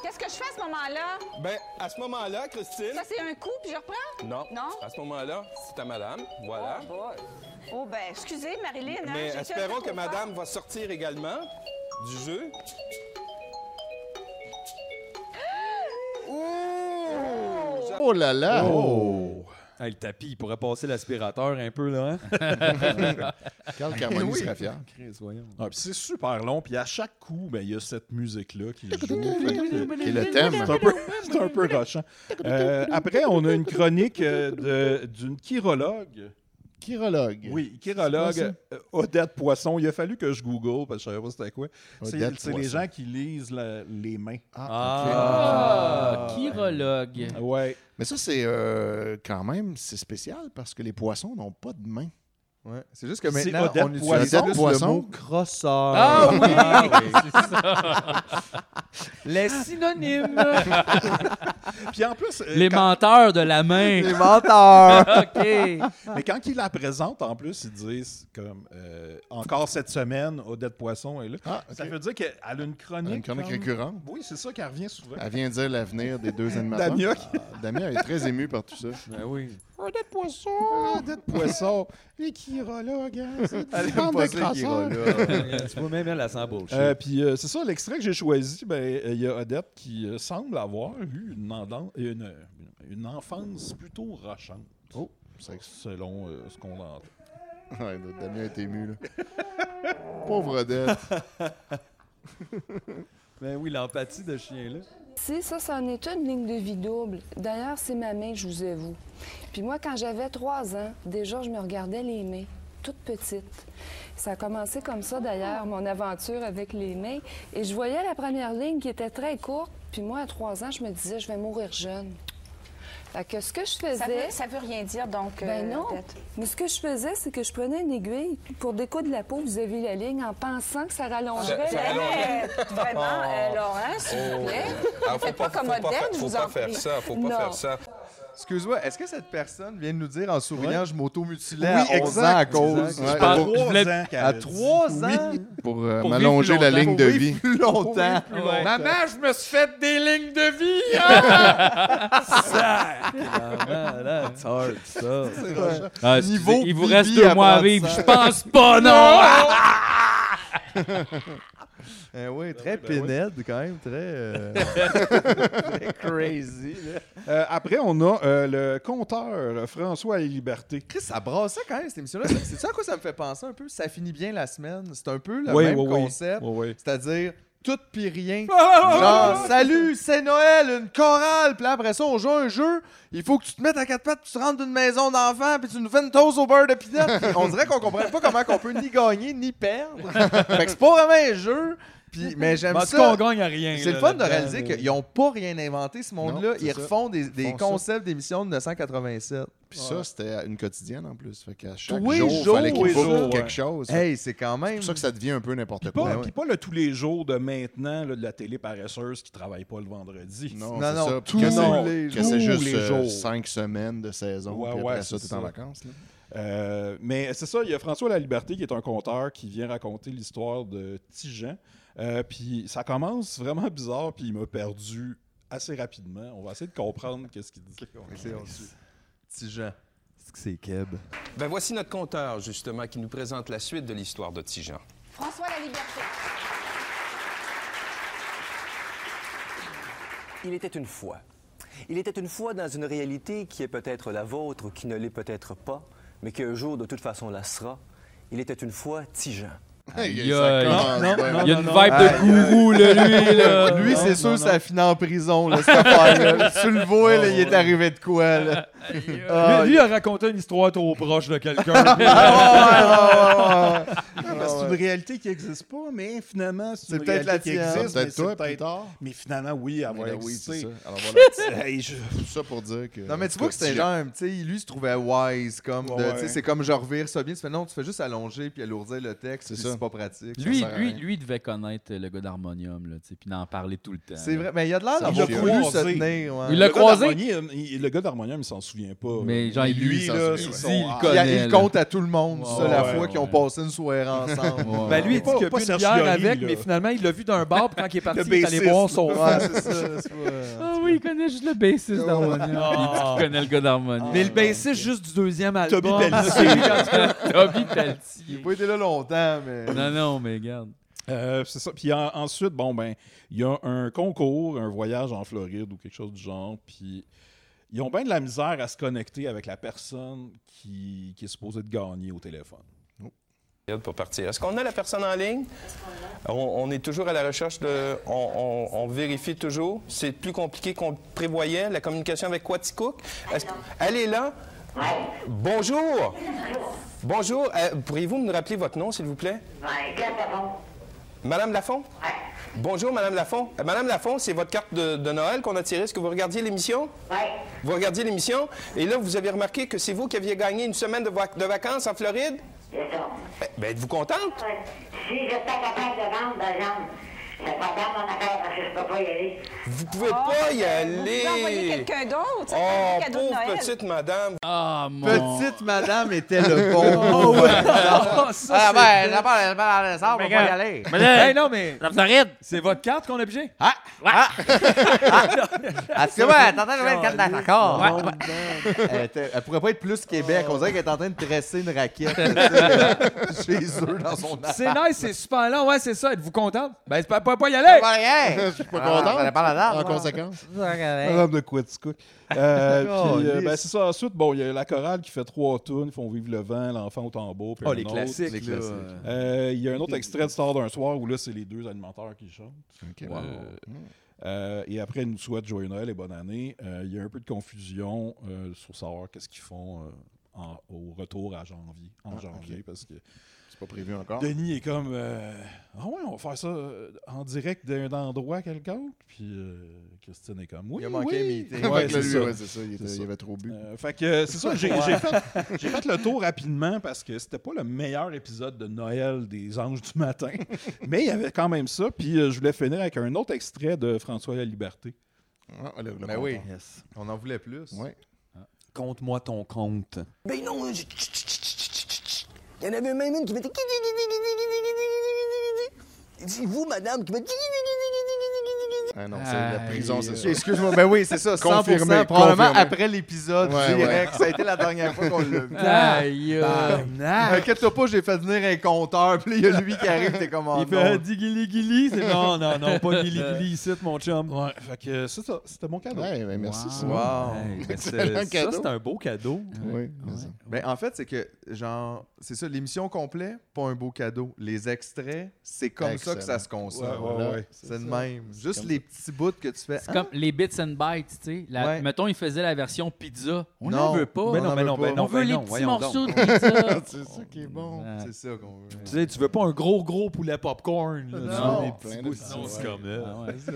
Speaker 14: Qu'est-ce que je fais à ce moment-là?
Speaker 22: Ben, à ce moment-là, Christine.
Speaker 14: Ça, c'est un coup, puis je reprends?
Speaker 22: Non.
Speaker 14: Non?
Speaker 22: À ce moment-là, c'est ta madame. Voilà.
Speaker 14: Oh, ben, excusez, Marilyn, hein?
Speaker 22: Mais
Speaker 14: j'ai
Speaker 22: espérons
Speaker 14: fait
Speaker 22: que
Speaker 14: un coup
Speaker 22: madame va sortir également du jeu.
Speaker 3: Oh là là!
Speaker 5: Oh! Hey, le tapis, il pourrait passer l'aspirateur un peu, là. Hein?
Speaker 3: Carl Carboni
Speaker 2: Oui.
Speaker 3: serait fier.
Speaker 5: Chris, voyons.
Speaker 2: Ah, puis c'est super long, puis à chaque coup, ben, il y a cette musique-là qui joue. fait que-
Speaker 3: Et le thème.
Speaker 2: C'est un peu, c'est un peu rushant. Euh, après, on a une chronique euh, de- d'une chirologue.
Speaker 3: Chirologue.
Speaker 2: Oui,
Speaker 3: C'est quoi
Speaker 2: chirologue
Speaker 3: ça?
Speaker 2: euh, Odette Poisson. Il a fallu que je google parce que je ne savais pas c'était quoi. C'est-
Speaker 3: Odette
Speaker 2: C'est les
Speaker 3: Poisson.
Speaker 2: gens qui lisent la- les mains.
Speaker 1: Ah, chirologue.
Speaker 2: Ouais.
Speaker 3: Mais ça, c'est euh, quand même c'est spécial parce que les poissons n'ont pas de main.
Speaker 4: Ouais. C'est juste que
Speaker 3: C'est
Speaker 4: maintenant,
Speaker 3: Odette
Speaker 4: on
Speaker 3: Poisson.
Speaker 4: utilise
Speaker 3: Odette
Speaker 4: plus
Speaker 3: Poisson.
Speaker 4: le mot crosseur.
Speaker 3: Ah oui!
Speaker 5: C'est ça. Les synonymes.
Speaker 2: Puis en plus. euh,
Speaker 1: Les
Speaker 2: quand-
Speaker 1: menteurs de la main.
Speaker 4: Les menteurs.
Speaker 1: OK.
Speaker 2: Mais quand ils la présentent, en plus, ils disent comme euh, encore cette semaine, Odette Poisson est là.
Speaker 3: Ah,
Speaker 2: Ça veut dire qu'elle a une chronique.
Speaker 3: Une chronique
Speaker 2: comme-
Speaker 3: récurrente.
Speaker 2: Oui, c'est ça qui revient souvent.
Speaker 3: Elle vient dire l'avenir des deux animateurs.
Speaker 2: Damien.
Speaker 3: Ah, Damien est très ému par tout ça.
Speaker 5: Ben oui.
Speaker 2: Odette Poisson, Odette Poisson, les chirologues, hein, c'est
Speaker 3: Elle
Speaker 2: une
Speaker 3: aime
Speaker 2: bande
Speaker 3: pas
Speaker 2: de
Speaker 3: ça, les
Speaker 2: crasseurs.
Speaker 5: tu vois, même elle, elle sent bullshit.
Speaker 2: Euh, Puis euh, c'est ça, l'extrait que j'ai choisi, ben, euh, il y a Odette qui euh, semble avoir eu une, endan- une, euh, une enfance plutôt rochante.
Speaker 3: Oh,
Speaker 2: selon euh, ce qu'on entend.
Speaker 3: Ouais, Damien est ému, là. Pauvre Odette.
Speaker 5: Ben oui, l'empathie de chien-là.
Speaker 7: Si, ça, c'en est une ligne de vie double. D'ailleurs, c'est ma main, je vous avoue. Puis moi, quand j'avais trois ans, déjà, je me regardais les mains, toute petite. Ça a commencé comme ça, d'ailleurs, mon aventure avec les mains. Et je voyais la première ligne qui était très courte. Puis moi, à trois ans, je me disais, je vais mourir jeune. Fait que ce que je faisais...
Speaker 14: Ça veut, ça veut rien dire, donc. euh,
Speaker 7: Ben non.
Speaker 14: Odette.
Speaker 7: Mais ce que je faisais, c'est que je prenais une aiguille pour découdre la peau vis-à-vis la ligne en pensant que ça rallongerait
Speaker 14: Ça-
Speaker 7: la
Speaker 14: ça rallongerait.
Speaker 7: ligne.
Speaker 14: Vraiment, euh, Laurent, s'il vous
Speaker 7: Oh.
Speaker 14: plaît.
Speaker 7: Ah,
Speaker 14: Faites
Speaker 7: faut
Speaker 14: pas,
Speaker 7: pas-
Speaker 14: comme
Speaker 7: faut pas
Speaker 14: Odette,
Speaker 7: fa-
Speaker 14: je
Speaker 7: faut
Speaker 14: vous
Speaker 7: pas
Speaker 14: en
Speaker 7: faire
Speaker 14: prie.
Speaker 7: ça, faut pas Non. faire
Speaker 22: ça.
Speaker 4: Excuse-moi, est-ce que cette personne vient de nous dire en souriant,
Speaker 3: Ouais.
Speaker 4: je m'auto-mutilais
Speaker 3: Oui,
Speaker 4: à 11
Speaker 3: exact,
Speaker 4: ans à cause?
Speaker 3: exact. Ouais. À
Speaker 4: Je pense-
Speaker 3: trois
Speaker 4: je voulais-
Speaker 3: ans qu'elle
Speaker 4: À
Speaker 3: dit.
Speaker 4: 3 ans?
Speaker 3: Pour, euh, m'allonger la ligne de vie.
Speaker 4: Plus longtemps.
Speaker 3: Pour vivre plus longtemps.
Speaker 5: Maman, je me suis fait des lignes de vie! hein!
Speaker 2: Ah, hein.
Speaker 4: That's hard, ça.
Speaker 5: rochant.
Speaker 1: Ah, excusez,
Speaker 4: Niveau
Speaker 1: il vous
Speaker 4: Bibi
Speaker 1: reste deux mois à
Speaker 4: apprendre
Speaker 1: vivre.
Speaker 4: ça.
Speaker 1: Je pense pas, non!
Speaker 4: Eh oui, très
Speaker 2: oui, ben oui.
Speaker 4: Pinhead, quand même, très, euh, très crazy. là.
Speaker 2: Euh, après, on a euh, le conteur euh, François et Liberté.
Speaker 4: Chris, ça brassait quand même cette émission-là. C'est- C'est ça à quoi ça me fait penser un peu? Ça finit bien la semaine. C'est un peu le
Speaker 2: Oui,
Speaker 4: même
Speaker 2: oui, oui.
Speaker 4: concept.
Speaker 2: Oui, oui.
Speaker 4: C'est-à-dire tout puis rien.
Speaker 2: ah,
Speaker 4: Genre, salut, c'est Noël, une chorale. Puis là, après ça, on joue à un jeu. Il faut que tu te mettes à quatre pattes, puis tu rentres d'une maison d'enfants, puis tu nous fais une toast au beurre de pinot. on dirait qu'on comprend pas comment on peut ni gagner ni perdre. fait que c'est pas vraiment un jeu. Puis, mais j'aime
Speaker 5: Mais Bah, en tout
Speaker 4: ça.
Speaker 5: cas, on gagne à rien,
Speaker 4: C'est
Speaker 5: là,
Speaker 4: le fun de
Speaker 5: là-dedans,
Speaker 4: réaliser
Speaker 5: là.
Speaker 4: qu'ils n'ont pas rien inventé, ce monde-là.
Speaker 3: Non,
Speaker 4: Ils
Speaker 3: c'est ça.
Speaker 4: refont des, des
Speaker 3: Ils font ça.
Speaker 4: concepts d'émissions de 1987.
Speaker 3: Puis ça, c'était une quotidienne en plus. Fait qu'à chaque
Speaker 4: Tous les
Speaker 3: jour,
Speaker 4: jours,
Speaker 3: fallait
Speaker 4: tous
Speaker 3: qu'il
Speaker 4: les
Speaker 3: book
Speaker 4: jours,
Speaker 3: quelque
Speaker 4: ouais.
Speaker 3: chose.
Speaker 4: Hey, c'est quand même.
Speaker 3: C'est pour ça que ben ça devient un peu n'importe
Speaker 2: Pas,
Speaker 3: quoi.
Speaker 2: puis pas le tous les jours de maintenant là, de la télé paresseuse qui travaille pas le vendredi.
Speaker 3: Non, c'est ça. Puis
Speaker 2: tous
Speaker 3: que c'est-
Speaker 2: les
Speaker 3: Que c'est
Speaker 2: jours. Tous les
Speaker 3: juste euh,
Speaker 2: jours.
Speaker 3: cinq semaines de saison.
Speaker 2: Ouais,
Speaker 3: puis
Speaker 2: ouais,
Speaker 3: après ça,
Speaker 2: c'est
Speaker 3: t'es en vacances. là.
Speaker 2: Euh, mais c'est ça, il y a François La Liberté qui est un conteur qui vient raconter l'histoire de Tijan. Euh, puis ça commence vraiment bizarre, puis il m'a perdu assez rapidement. On va essayer de comprendre qu'est-ce qu'il dit.
Speaker 4: Tijan. Est-ce que c'est Keb?
Speaker 22: Ben voici notre conteur, justement, qui nous présente la suite de l'histoire de Tijan.
Speaker 14: François la liberté.
Speaker 8: Il était une fois. Il était une fois dans une réalité qui est peut-être la vôtre ou qui ne l'est peut-être pas, mais qui un jour de toute façon la sera. Il était une fois Tijan.
Speaker 1: Aïe, aïe, aïe. Non, non, non, Il y a une non, non. vibe de Aïe, gourou, aïe. là, lui, là.
Speaker 4: Lui,
Speaker 1: Non,
Speaker 4: c'est
Speaker 1: non,
Speaker 4: sûr,
Speaker 1: non.
Speaker 4: ça finit en prison, là, cette affaire-là. Tu le vois, là,
Speaker 1: Oh,
Speaker 4: il est arrivé de quoi, là? Ah,
Speaker 5: lui, lui a raconté une histoire trop proche de quelqu'un.
Speaker 4: Ah, ouais, ouais, ouais, ouais.
Speaker 2: Ah, parce que c'est une réalité qui n'existe pas, mais finalement, c'est,
Speaker 4: C'est
Speaker 2: une
Speaker 4: peut-être
Speaker 2: réalité
Speaker 4: la
Speaker 2: qui
Speaker 4: tienne.
Speaker 2: existe.
Speaker 3: Peut-être
Speaker 2: mais c'est
Speaker 3: toi, plus
Speaker 2: peut-être-
Speaker 3: tard.
Speaker 2: Mais finalement, oui, elle
Speaker 3: Mais
Speaker 2: va
Speaker 3: là, Ben oui,
Speaker 2: exister.
Speaker 3: c'est ça. Alors voilà.
Speaker 2: Hey, je-
Speaker 3: Tout ça pour dire que.
Speaker 4: Non, mais tu vois que c'est
Speaker 3: Tijan.
Speaker 4: genre, tu sais, lui, il se trouvait wise, comme, de-
Speaker 3: Ouais,
Speaker 4: tu
Speaker 3: ouais.
Speaker 4: sais, c'est comme je revire ça bien. Tu fais non, tu fais juste allonger puis alourdir le texte, puis
Speaker 3: ça.
Speaker 4: c'est pas pratique. ça
Speaker 1: Lui,
Speaker 4: sert à
Speaker 1: lui,
Speaker 4: rien.
Speaker 1: lui, il devait connaître le gars d'harmonium, là, tu sais, puis d'en parler tout le temps.
Speaker 4: C'est
Speaker 1: là.
Speaker 4: vrai, mais il a de l'air
Speaker 1: Ça,
Speaker 4: d'avoir
Speaker 1: il l'a
Speaker 4: voulu
Speaker 1: croisé.
Speaker 4: se tenir. ouais.
Speaker 1: Il l'a
Speaker 2: Le gars
Speaker 1: croisé.
Speaker 2: d'harmonium, il- Le gars d'harmonium, il s'en souvient pas.
Speaker 1: Mais genre, il- lui,
Speaker 2: lui,
Speaker 1: il s'en souvient,
Speaker 2: là, c'est
Speaker 1: ouais.
Speaker 2: son-
Speaker 1: Il-
Speaker 2: Ah,
Speaker 1: il-
Speaker 4: Il, il
Speaker 1: là.
Speaker 4: compte à tout le monde, ça,
Speaker 1: Ouais,
Speaker 4: la
Speaker 1: ouais,
Speaker 4: fois qu'ils ont
Speaker 1: ouais.
Speaker 4: passé une soirée ensemble.
Speaker 1: Ouais.
Speaker 5: Ben lui, il dit
Speaker 4: Ah, Ouais.
Speaker 5: qu'il a
Speaker 4: Pas
Speaker 5: bu une
Speaker 4: Serge
Speaker 5: bière
Speaker 4: Fiori,
Speaker 5: avec,
Speaker 4: là.
Speaker 5: mais finalement, il l'a vu d'un bar, puis quand il est parti,
Speaker 4: Le
Speaker 5: il est allé boire son
Speaker 4: bassiste.
Speaker 5: fond.
Speaker 4: Ouais, c'est ça, c'est pas-
Speaker 1: Ah oui, il connaît juste le
Speaker 3: Oh,
Speaker 1: bassiste d'harmonium.
Speaker 5: Ah.
Speaker 1: Il connaît le gars d'harmonium.
Speaker 5: Mais le bassiste juste du deuxième album.
Speaker 1: Toby Pelletier. Toby Pelletier.
Speaker 4: Il n'a pas été là longtemps, mais.
Speaker 1: Non, non, mais regarde.
Speaker 2: Euh, c'est ça. Puis en- ensuite, bon, ben, il y a un concours, un voyage en Floride ou quelque chose du genre. Puis ils ont bien de la misère à se connecter avec la personne qui, qui est supposée de gagner au téléphone.
Speaker 22: Pour partir. Est-ce qu'on a la personne en ligne? On, on est toujours à la recherche de. On, on- on vérifie toujours. C'est plus compliqué qu'on prévoyait. La communication avec Quaticook. Est-ce- Elle est là? Bonjour! Bonjour. Euh, Pourriez-vous me rappeler votre nom, s'il vous plaît? Madame Lafont? Bonjour, Madame Lafont. Euh, Madame Lafont, c'est votre carte de, de Noël qu'on a tirée. Est-ce que vous regardiez l'émission? Vous regardiez l'émission et là, vous avez remarqué que c'est vous qui aviez gagné une semaine de, vac- de vacances en Floride? Ben, ben, êtes-vous contente?
Speaker 9: Si je suis pas capable de vendre, par exemple, c'est pas dans mon affaire parce que je peux pas y aller.
Speaker 22: Vous pouvez pas y aller.
Speaker 21: Oh, ben, pouvez envoyer quelqu'un d'autre, tu sais, faire
Speaker 22: Oh,
Speaker 21: un cadeau de
Speaker 22: pauvre
Speaker 21: Noël.
Speaker 22: petite madame.
Speaker 1: Ah, mon...
Speaker 4: Petite madame était le bon.
Speaker 22: Oh, ouais. Ah,
Speaker 5: ça,
Speaker 4: Ah,
Speaker 5: c'est
Speaker 4: ben,
Speaker 5: bon.
Speaker 4: la part- la part- la part- on va
Speaker 5: Mais
Speaker 4: pas y
Speaker 5: gars,
Speaker 4: aller.
Speaker 5: mais là, Hey, non, mais- la
Speaker 1: Floride.
Speaker 5: C'est votre carte qu'on a obligé?
Speaker 4: Ah! Ah! Parce que, ouais, t'entends, elle va être capable d'accord.
Speaker 5: Ouais,
Speaker 4: Oh.
Speaker 5: ouais.
Speaker 4: Elle, était- elle pourrait pas être plus Québec. On dirait qu'elle est en train de dresser une raquette tu sais, euh, chez eux dans son
Speaker 5: C'est nice, c'est super long. Ouais, c'est ça. Êtes-vous contente? Ben, c'est pas, pas, pas y aller.
Speaker 4: Pas
Speaker 3: Je
Speaker 4: rien.
Speaker 3: suis pas content.
Speaker 4: Ah, ça dépend de la date,
Speaker 3: En
Speaker 4: ouais.
Speaker 3: conséquence.
Speaker 2: Madame de Quetzcook. Euh,
Speaker 3: Oh,
Speaker 2: puis, euh,
Speaker 3: lisse.
Speaker 2: ben, c'est ça. Ensuite, bon, il y a la chorale qui fait trois tunes. Ils font vivre le vent, l'enfant au tambour. puis
Speaker 5: Oh,
Speaker 2: un
Speaker 5: les
Speaker 2: autre.
Speaker 5: classiques, Les là. classiques.
Speaker 2: Euh, Il y a un autre extrait de Star d'un soir où là, c'est les deux animateurs qui chantent.
Speaker 3: Wow.
Speaker 2: Euh, euh, et après, ils nous souhaitent joyeux Noël et bonne année. Euh, il y a un peu de confusion euh, sur savoir qu'est-ce qu'ils font euh, en- au retour à janvier, en
Speaker 3: Ah,
Speaker 2: janvier,
Speaker 3: ok.
Speaker 2: parce que
Speaker 3: C'est pas prévu encore.
Speaker 2: Denis est comme euh, Ah ouais, on va faire ça euh, en direct d'un endroit quelconque. Puis euh, Christine est comme Oui.
Speaker 4: Il a manqué
Speaker 2: oui.
Speaker 4: un meeting.
Speaker 2: Ouais,
Speaker 3: Fait que
Speaker 2: c'est
Speaker 3: lui,
Speaker 2: ça.
Speaker 3: ouais, c'est ça, il était- il avait trop bu.
Speaker 2: Euh, fait que euh, c'est ça, j'ai
Speaker 3: Ouais.
Speaker 2: j'ai fait, j'ai fait le tour rapidement parce que c'était pas le meilleur épisode de Noël des Anges du matin. Mais il y avait quand même ça. Puis euh, je voulais finir avec un autre extrait de François La Liberté.
Speaker 3: Ah,
Speaker 4: Ben oui, yes. on en voulait plus.
Speaker 5: Compte-moi ton compte.
Speaker 23: Ben non, hein, j'ai- il y en avait même une qui mettait. Il dit, vous, madame, qui m'a dit.
Speaker 3: Ah non, c'est la
Speaker 4: Aïe.
Speaker 3: prison, c'est sûr.
Speaker 4: Excuse-moi, ben oui, c'est ça, 100%, probablement après l'épisode
Speaker 3: Ouais,
Speaker 4: direct.
Speaker 3: ouais.
Speaker 4: Ça a été la dernière fois qu'on l'a vu.
Speaker 3: Aïe, aïe.
Speaker 4: Tabarnak. Inquiète-toi pas, j'ai fait venir un compteur, puis là, il y a lui qui arrive, t'es comme... oh
Speaker 5: Il fait
Speaker 4: non.
Speaker 5: un digili guili, c'est non, non, non, pas guili guili ici, mon chum.
Speaker 2: Ouais, fait que c'est ça, c'était mon cadeau.
Speaker 3: Ouais, ben merci,
Speaker 4: Wow.
Speaker 3: Simon.
Speaker 4: Hey, ben,
Speaker 3: Excellent
Speaker 4: c'est-
Speaker 3: cadeau.
Speaker 5: beau cadeau.
Speaker 3: Oui, mais ça.
Speaker 4: Ben, en fait, c'est que, genre, c'est ça, l'émission complète, pas un beau cadeau. Les extraits, c'est comme
Speaker 3: Excellent.
Speaker 4: ça que ça se consomme.
Speaker 3: Ouais, ouais, ouais.
Speaker 4: C'est
Speaker 3: C'est
Speaker 4: de
Speaker 3: ça.
Speaker 4: même.
Speaker 3: C'est
Speaker 4: Juste
Speaker 3: comme
Speaker 4: les petits bouts que tu fais.
Speaker 1: C'est comme les bits and bites, tu sais. La-
Speaker 4: Ouais.
Speaker 1: Mettons, ils faisaient la version pizza. On
Speaker 4: Non.
Speaker 1: n'en veut pas.
Speaker 4: Ben non,
Speaker 1: On
Speaker 4: ben
Speaker 1: en
Speaker 4: non,
Speaker 1: veut
Speaker 4: ben
Speaker 1: pas.
Speaker 4: non,
Speaker 1: On veut
Speaker 4: ben
Speaker 1: les
Speaker 4: non,
Speaker 1: petits
Speaker 4: voyons donc.
Speaker 1: morceaux de pizza.
Speaker 3: C'est ça qui est bon.
Speaker 4: Ah. C'est ça qu'on veut.
Speaker 5: Tu sais, tu veux pas un gros, gros poulet popcorn. Là,
Speaker 4: Non,
Speaker 5: tu veux
Speaker 3: plein de
Speaker 5: des petits bouts,
Speaker 3: petits
Speaker 5: sinon, c'est
Speaker 3: bouts,
Speaker 5: comme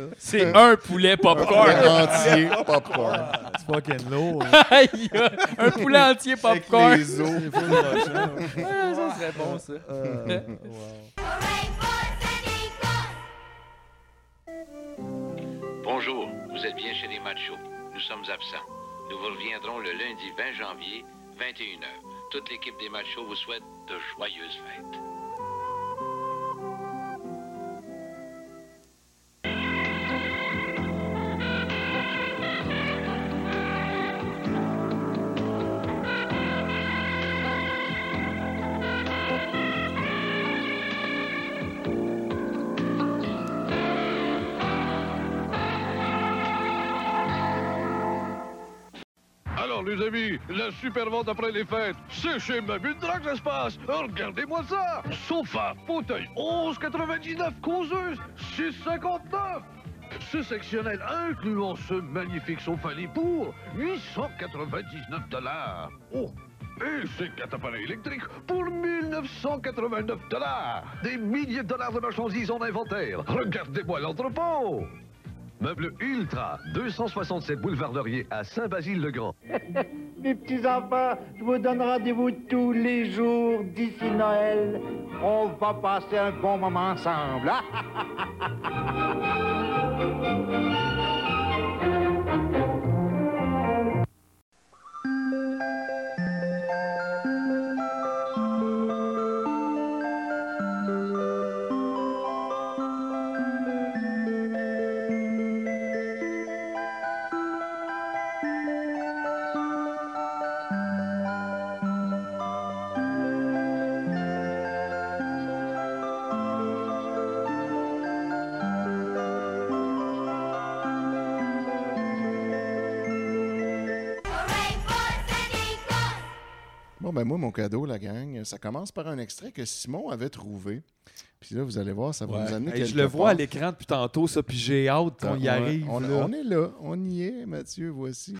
Speaker 5: euh,
Speaker 1: C'est un poulet popcorn.
Speaker 3: Entier popcorn.
Speaker 5: C'est fucking lourd.
Speaker 1: Aïe,
Speaker 5: euh,
Speaker 1: un poulet entier popcorn.
Speaker 4: les os.
Speaker 1: C'est full
Speaker 5: hein.
Speaker 1: rushant. Ouais, ça serait bon, ça. Euh,
Speaker 17: Bonjour, vous êtes bien chez les machos. Nous sommes absents. Nous vous reviendrons le lundi 20 janvier, 21h. Toute l'équipe des machos vous souhaite de joyeuses fêtes.
Speaker 13: Alors, les amis, la supervente après les fêtes, c'est chez Mabu Drague, ça se passe. Regardez-moi ça. Sofa, fauteuil, 11,99. Causeuse, 6,59. Ce sectionnel incluant ce magnifique sofa lit pour 899 dollars. Oh, et ce catapult électrique pour 1989 dollars. Des milliers de dollars de marchandises en inventaire. Regardez-moi l'entrepôt. Meuble Ultra, 267 boulevard Laurier à Saint-Basile-le-Grand.
Speaker 18: Les petits enfants, je vous donne rendez-vous tous les jours d'ici Noël. On va passer un bon moment ensemble. hein?
Speaker 3: Bon, ben moi, mon cadeau, la gang, ça commence par un extrait que Simon avait trouvé. Puis là, vous allez voir, ça va nous amener
Speaker 5: Hey, je
Speaker 3: quelque
Speaker 5: le vois à
Speaker 3: part.
Speaker 5: l'écran depuis tantôt, ça, puis j'ai hâte qu'on y
Speaker 3: Ouais,
Speaker 5: arrive.
Speaker 3: On,
Speaker 5: là.
Speaker 3: on est là, on y est, Mathieu, voici.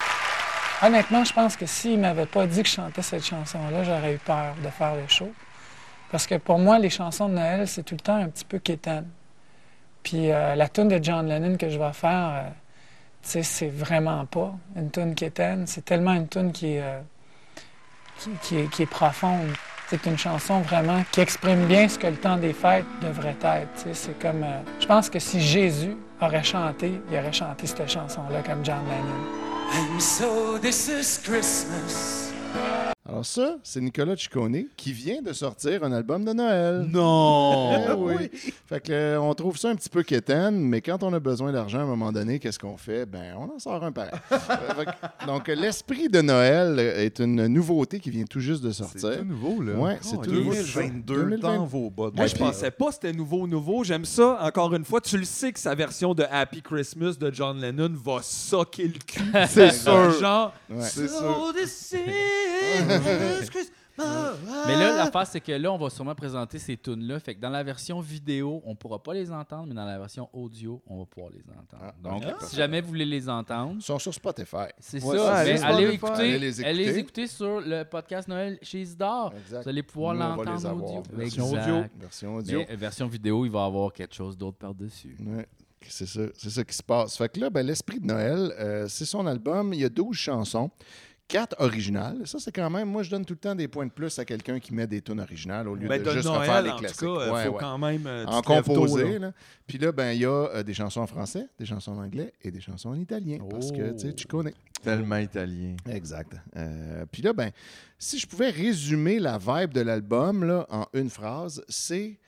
Speaker 19: Honnêtement, je pense que s'il m'avait pas dit que je chantais cette chanson-là, j'aurais eu peur de faire le show. Parce que pour moi, les chansons de Noël, c'est tout le temps un petit peu quétaine. Puis euh, la tune de John Lennon que je vais faire, euh, tu sais, c'est vraiment pas une tune quétaine. C'est tellement une tune qui, est, euh, qui, qui est, qui est profonde. C'est une chanson vraiment qui exprime bien ce que le temps des fêtes devrait être. tu sais. C'est comme. euh, je pense que si Jésus aurait chanté, il aurait chanté cette chanson-là comme John Lennon.
Speaker 16: So this is Christmas.
Speaker 3: Alors ça, c'est Nicolas Ciccone qui vient de sortir un album de
Speaker 4: ah,
Speaker 3: Noël.
Speaker 2: Non!
Speaker 3: Eh oui. Fait que euh, on trouve ça un petit peu quétaine, mais quand on a besoin d'argent à un moment donné, qu'est-ce qu'on fait? Ben, on en sort un pareil. Euh, fait que- donc, euh, l'esprit de Noël est une nouveauté qui vient tout juste de sortir.
Speaker 4: C'est tout nouveau, là.
Speaker 3: Ouais, c'est
Speaker 4: Oh,
Speaker 3: tout nouveau.
Speaker 4: 2022,
Speaker 3: 2022.
Speaker 4: dans vos bottes.
Speaker 5: Moi, je pensais pas que c'était nouveau, nouveau. J'aime ça. Encore une fois, tu le sais que sa version de Happy Christmas de John Lennon va socker le cul.
Speaker 3: C'est sûr.
Speaker 5: Genre,
Speaker 3: Ouais.
Speaker 1: C'est
Speaker 16: So
Speaker 1: sûr.
Speaker 16: this is Christmas.
Speaker 1: Mais là, l'affaire, c'est que là, on va sûrement présenter ces tunes-là. Fait que dans la version vidéo, on pourra pas les entendre, mais dans la version audio, on va pouvoir les
Speaker 4: Ah,
Speaker 1: entendre. Donc,
Speaker 3: ok.
Speaker 1: si jamais vous voulez les entendre.
Speaker 3: Ils sont sur Spotify.
Speaker 1: C'est
Speaker 3: Ouais,
Speaker 1: ça.
Speaker 3: c'est
Speaker 1: mais
Speaker 3: ça.
Speaker 1: allez,
Speaker 3: Spotify.
Speaker 1: écouter,
Speaker 3: Allez
Speaker 1: allez,
Speaker 3: les
Speaker 1: les
Speaker 3: écouter.
Speaker 1: écouter sur le podcast Noël chez Isidore.
Speaker 3: Exact.
Speaker 1: Vous allez pouvoir
Speaker 3: Nous, on va les
Speaker 1: l'entendre en
Speaker 3: avoir.
Speaker 1: audio.
Speaker 3: Version
Speaker 1: Exact.
Speaker 3: audio. Version audio.
Speaker 1: Mais, euh, version vidéo, il va y avoir quelque chose d'autre par-dessus.
Speaker 3: Ouais, C'est ça, c'est ça qui se passe. Fait que là, ben, l'esprit de Noël, euh, c'est son album. Il y a 12 chansons, 4 originales. Ça, c'est quand même. Moi, je donne tout le temps des points de plus à quelqu'un qui met des tunes originales au lieu
Speaker 5: ben,
Speaker 3: de
Speaker 5: de
Speaker 3: juste refaire
Speaker 5: Noël,
Speaker 3: les
Speaker 5: en tout
Speaker 3: classiques.
Speaker 5: cas, euh,
Speaker 3: Ouais,
Speaker 5: faut
Speaker 3: ouais.
Speaker 5: quand même... euh, tu
Speaker 3: en
Speaker 5: te lèves tôt,
Speaker 3: composé.
Speaker 5: là.
Speaker 3: là. Puis là, ben, il y a euh, des chansons en français, des chansons en anglais et des chansons en italien. Parce que tu sais,
Speaker 5: Oh.
Speaker 3: tu connais.
Speaker 4: Tellement italien.
Speaker 3: Exact. Euh, Puis là, ben, si je pouvais résumer la vibe de l'album là, en une phrase, c'est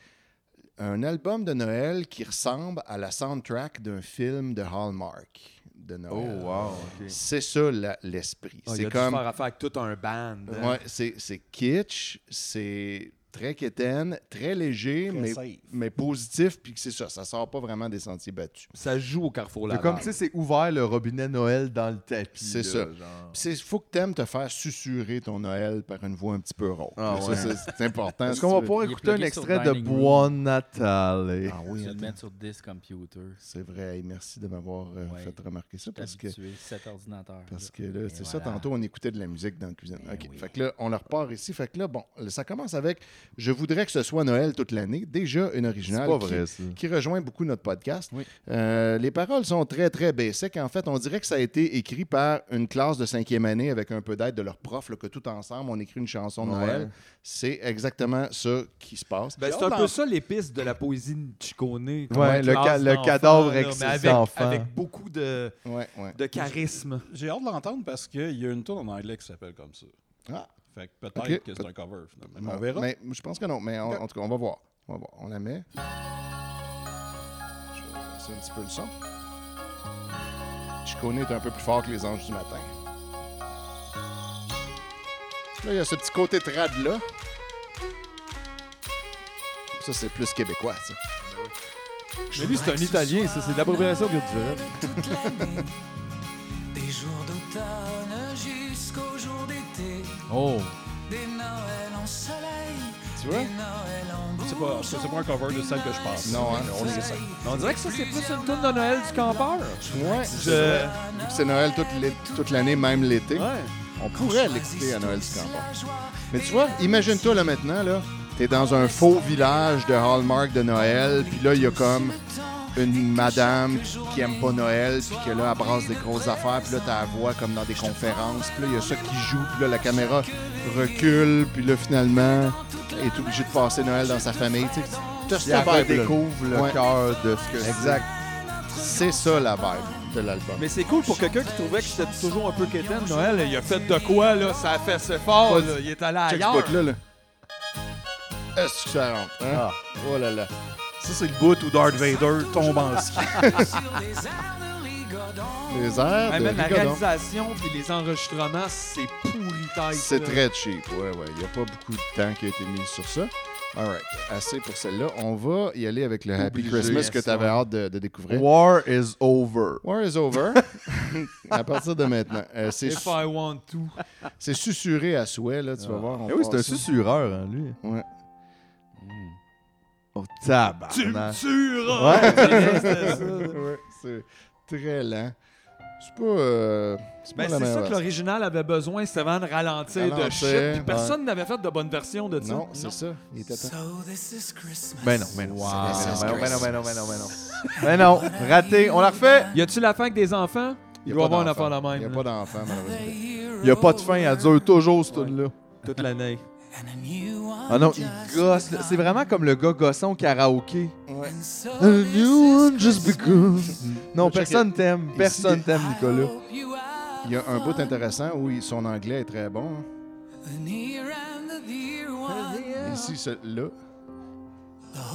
Speaker 3: un album de Noël qui ressemble à la soundtrack d'un film de Hallmark de Noël.
Speaker 4: Oh, wow, ok.
Speaker 3: C'est ça la- l'esprit.
Speaker 5: Ah, il
Speaker 3: c'est
Speaker 5: a dû
Speaker 3: comme
Speaker 5: faire affaire avec tout un band. hein.
Speaker 3: Ouais, c'est, c'est kitsch, c'est très quétaine, très léger,
Speaker 5: Très
Speaker 3: mais,
Speaker 5: safe.
Speaker 3: mais positif, puis que c'est ça, ça sort pas vraiment des sentiers battus.
Speaker 4: Ça joue au Carrefour
Speaker 3: là
Speaker 4: C'est comme, tu sais, c'est ouvert le robinet Noël dans le tapis.
Speaker 3: C'est ça.
Speaker 4: là,
Speaker 3: Puis
Speaker 4: genre.
Speaker 3: c'est faut que t'aimes te faire susurrer ton Noël par une voix un petit peu rauque.
Speaker 4: Ah
Speaker 3: Ça,
Speaker 4: ouais.
Speaker 3: c'est, c'est important.
Speaker 4: Est-ce
Speaker 3: si
Speaker 4: qu'on
Speaker 3: tu
Speaker 4: va
Speaker 3: veux.
Speaker 4: pouvoir
Speaker 1: Il est
Speaker 4: écouter un
Speaker 1: plugé sur
Speaker 4: extrait de eh?
Speaker 1: Dining Room.
Speaker 4: Buon Natale?
Speaker 3: Ah
Speaker 1: Tu
Speaker 3: oui,
Speaker 1: le
Speaker 3: attends.
Speaker 1: mets sur 10 computer.
Speaker 3: C'est vrai. Hey, Merci de m'avoir euh,
Speaker 1: Ouais.
Speaker 3: fait remarquer ça.
Speaker 1: Je
Speaker 3: Parce
Speaker 1: suis
Speaker 3: que,
Speaker 1: habitué, cet ordinateur.
Speaker 3: parce que là, c'est ça,
Speaker 1: voilà. Eh
Speaker 3: tantôt, on écoutait de la musique dans la cuisine. OK. Fait que là, on la repart ici. Fait que là, bon, ça commence avec Je voudrais que ce soit Noël toute l'année. Déjà une originale
Speaker 4: C'est pas
Speaker 3: qui-
Speaker 4: vrai,
Speaker 5: Mm.
Speaker 4: ça.
Speaker 3: qui, rejoint beaucoup notre podcast. Euh, les paroles sont très, très basiques. En fait, on dirait que ça a été écrit par une classe de cinquième année avec un peu d'aide de leur prof, là, que tout ensemble, on écrit une chanson de
Speaker 5: Ouais.
Speaker 3: Noël. C'est exactement ça qui se passe.
Speaker 5: Ben, c'est un peu ça l'épice de la poésie de Chicone. Ouais,
Speaker 4: Ouais, le ca- le cadavre exquis
Speaker 5: avec,
Speaker 4: d'enfant.
Speaker 5: avec beaucoup de, de charisme.
Speaker 2: J'ai hâte de l'entendre parce qu'il y a une tour en anglais qui s'appelle comme ça.
Speaker 3: Ah.
Speaker 2: Fait que peut-être
Speaker 3: Ok.
Speaker 2: que c'est un cover, finalement. Mais
Speaker 3: Bon,
Speaker 2: on verra.
Speaker 3: Mais je pense que non. Mais en, en tout cas, on va voir. On va voir. On la met. Je vais baisser un petit peu le son. Chicone est un peu plus fort que les anges du matin. Là, il y a ce petit côté trad-là. Ça, c'est plus québécois, ça.
Speaker 5: Mais lui, c'est un Italien, ça, c'est de l'appropriation culturelle.
Speaker 19: Des jours d'automne jusqu'au jour d'été.
Speaker 1: Oh!
Speaker 19: Des Noëls en soleil.
Speaker 2: Tu vois? C'est pas, ça, c'est pas un cover de celle que je pense.
Speaker 3: Non, hein,
Speaker 2: on est ça.
Speaker 5: On dirait que ça, c'est plus une toune de Noël du campeur.
Speaker 3: Ouais. Vu que c'est Noël toute l'é- toute l'année, même l'été, on pourrait l'écouter à Noël du Campon. Mais tu vois, imagine-toi là maintenant, là, t'es dans un faux village de Hallmark de Noël, puis là, il y a comme une madame qui aime pas Noël, puis que là, elle brasse des grosses affaires, puis là, t'as la voix comme dans des conférences, puis là, il y a ça qui joue, puis là, la caméra recule, puis là, finalement, elle est obligée de passer Noël dans sa famille, tu sais. T'as
Speaker 4: Puis
Speaker 3: cette
Speaker 4: elle
Speaker 3: vibe-là.
Speaker 4: redécouvre le
Speaker 3: Ouais.
Speaker 4: cœur de ce que c'est.
Speaker 3: Exact. C'est ça la vibe de l'album.
Speaker 5: Mais c'est cool pour quelqu'un qui trouvait que c'était toujours un peu quétaine, Noël. Il a fait de quoi, là? Ça a fait ce fort, là. Il est allé
Speaker 3: Check
Speaker 5: ailleurs.
Speaker 3: ce bout-là, là. Est-ce que ça rentre, hein?
Speaker 2: Ah.
Speaker 3: Oh là là.
Speaker 2: Ça, c'est le bout où Darth Vader tombe en ski.
Speaker 3: Les airs
Speaker 5: Ouais,
Speaker 3: de
Speaker 5: même la
Speaker 3: Rigodon.
Speaker 5: réalisation puis les enregistrements, c'est pourri tête.
Speaker 3: C'est
Speaker 5: Ah, là.
Speaker 3: très cheap, ouais, ouais. Il n'y a pas beaucoup de temps qui a été mis sur ça. All right, assez pour celle-là. On va y aller avec le Happy
Speaker 4: Obligé,
Speaker 3: Christmas
Speaker 4: yes,
Speaker 3: que tu avais
Speaker 4: ouais.
Speaker 3: hâte de, de découvrir.
Speaker 4: War is over.
Speaker 3: War is over. à partir de maintenant. Euh, c'est
Speaker 5: If I want to.
Speaker 3: c'est susurré à souhait, là, tu vas voir. on
Speaker 4: Eh oui,
Speaker 3: passe
Speaker 4: c'est un
Speaker 3: ça.
Speaker 4: susurreur, hein, lui.
Speaker 3: Ouais.
Speaker 4: Oh, tabarnak.
Speaker 5: Tu me tueras!
Speaker 4: Ouais.
Speaker 5: C'était ça.
Speaker 3: Ouais, c'est très lent. C'est pas. euh, c'est
Speaker 5: Ben,
Speaker 3: pas la meilleure
Speaker 5: c'est ça que
Speaker 3: version.
Speaker 5: l'original avait besoin, c'était vraiment de ralentir, de
Speaker 3: Ralentir,
Speaker 5: shit. puis
Speaker 3: ouais.
Speaker 5: personne n'avait fait de bonne version de ça.
Speaker 3: Non, c'est ça. Il était temps.
Speaker 4: Ben non, ben non.
Speaker 5: Wow.
Speaker 4: Ben non, ben non, ben non, ben non, ben non. Ben non, raté, on la refait.
Speaker 5: Y a-tu la fin avec des enfants? Il, doit y avoir une affaire la même.
Speaker 3: Il n'y a
Speaker 5: là.
Speaker 3: pas d'enfant, malheureusement.
Speaker 4: Il y a pas de fin, elle dure toujours, cette tune là
Speaker 5: Toute l'année.
Speaker 4: Ah non, il gosse. là. C'est vraiment comme le gars gosson karaoké.
Speaker 3: Ouais.
Speaker 4: A new one just begun. Non,
Speaker 3: Check
Speaker 4: personne t'aime.
Speaker 3: Ici,
Speaker 4: Personne t'aime, Nicolas.
Speaker 3: Il y a un bout intéressant où il- son anglais est très bon. hein. Ici, celui-là. The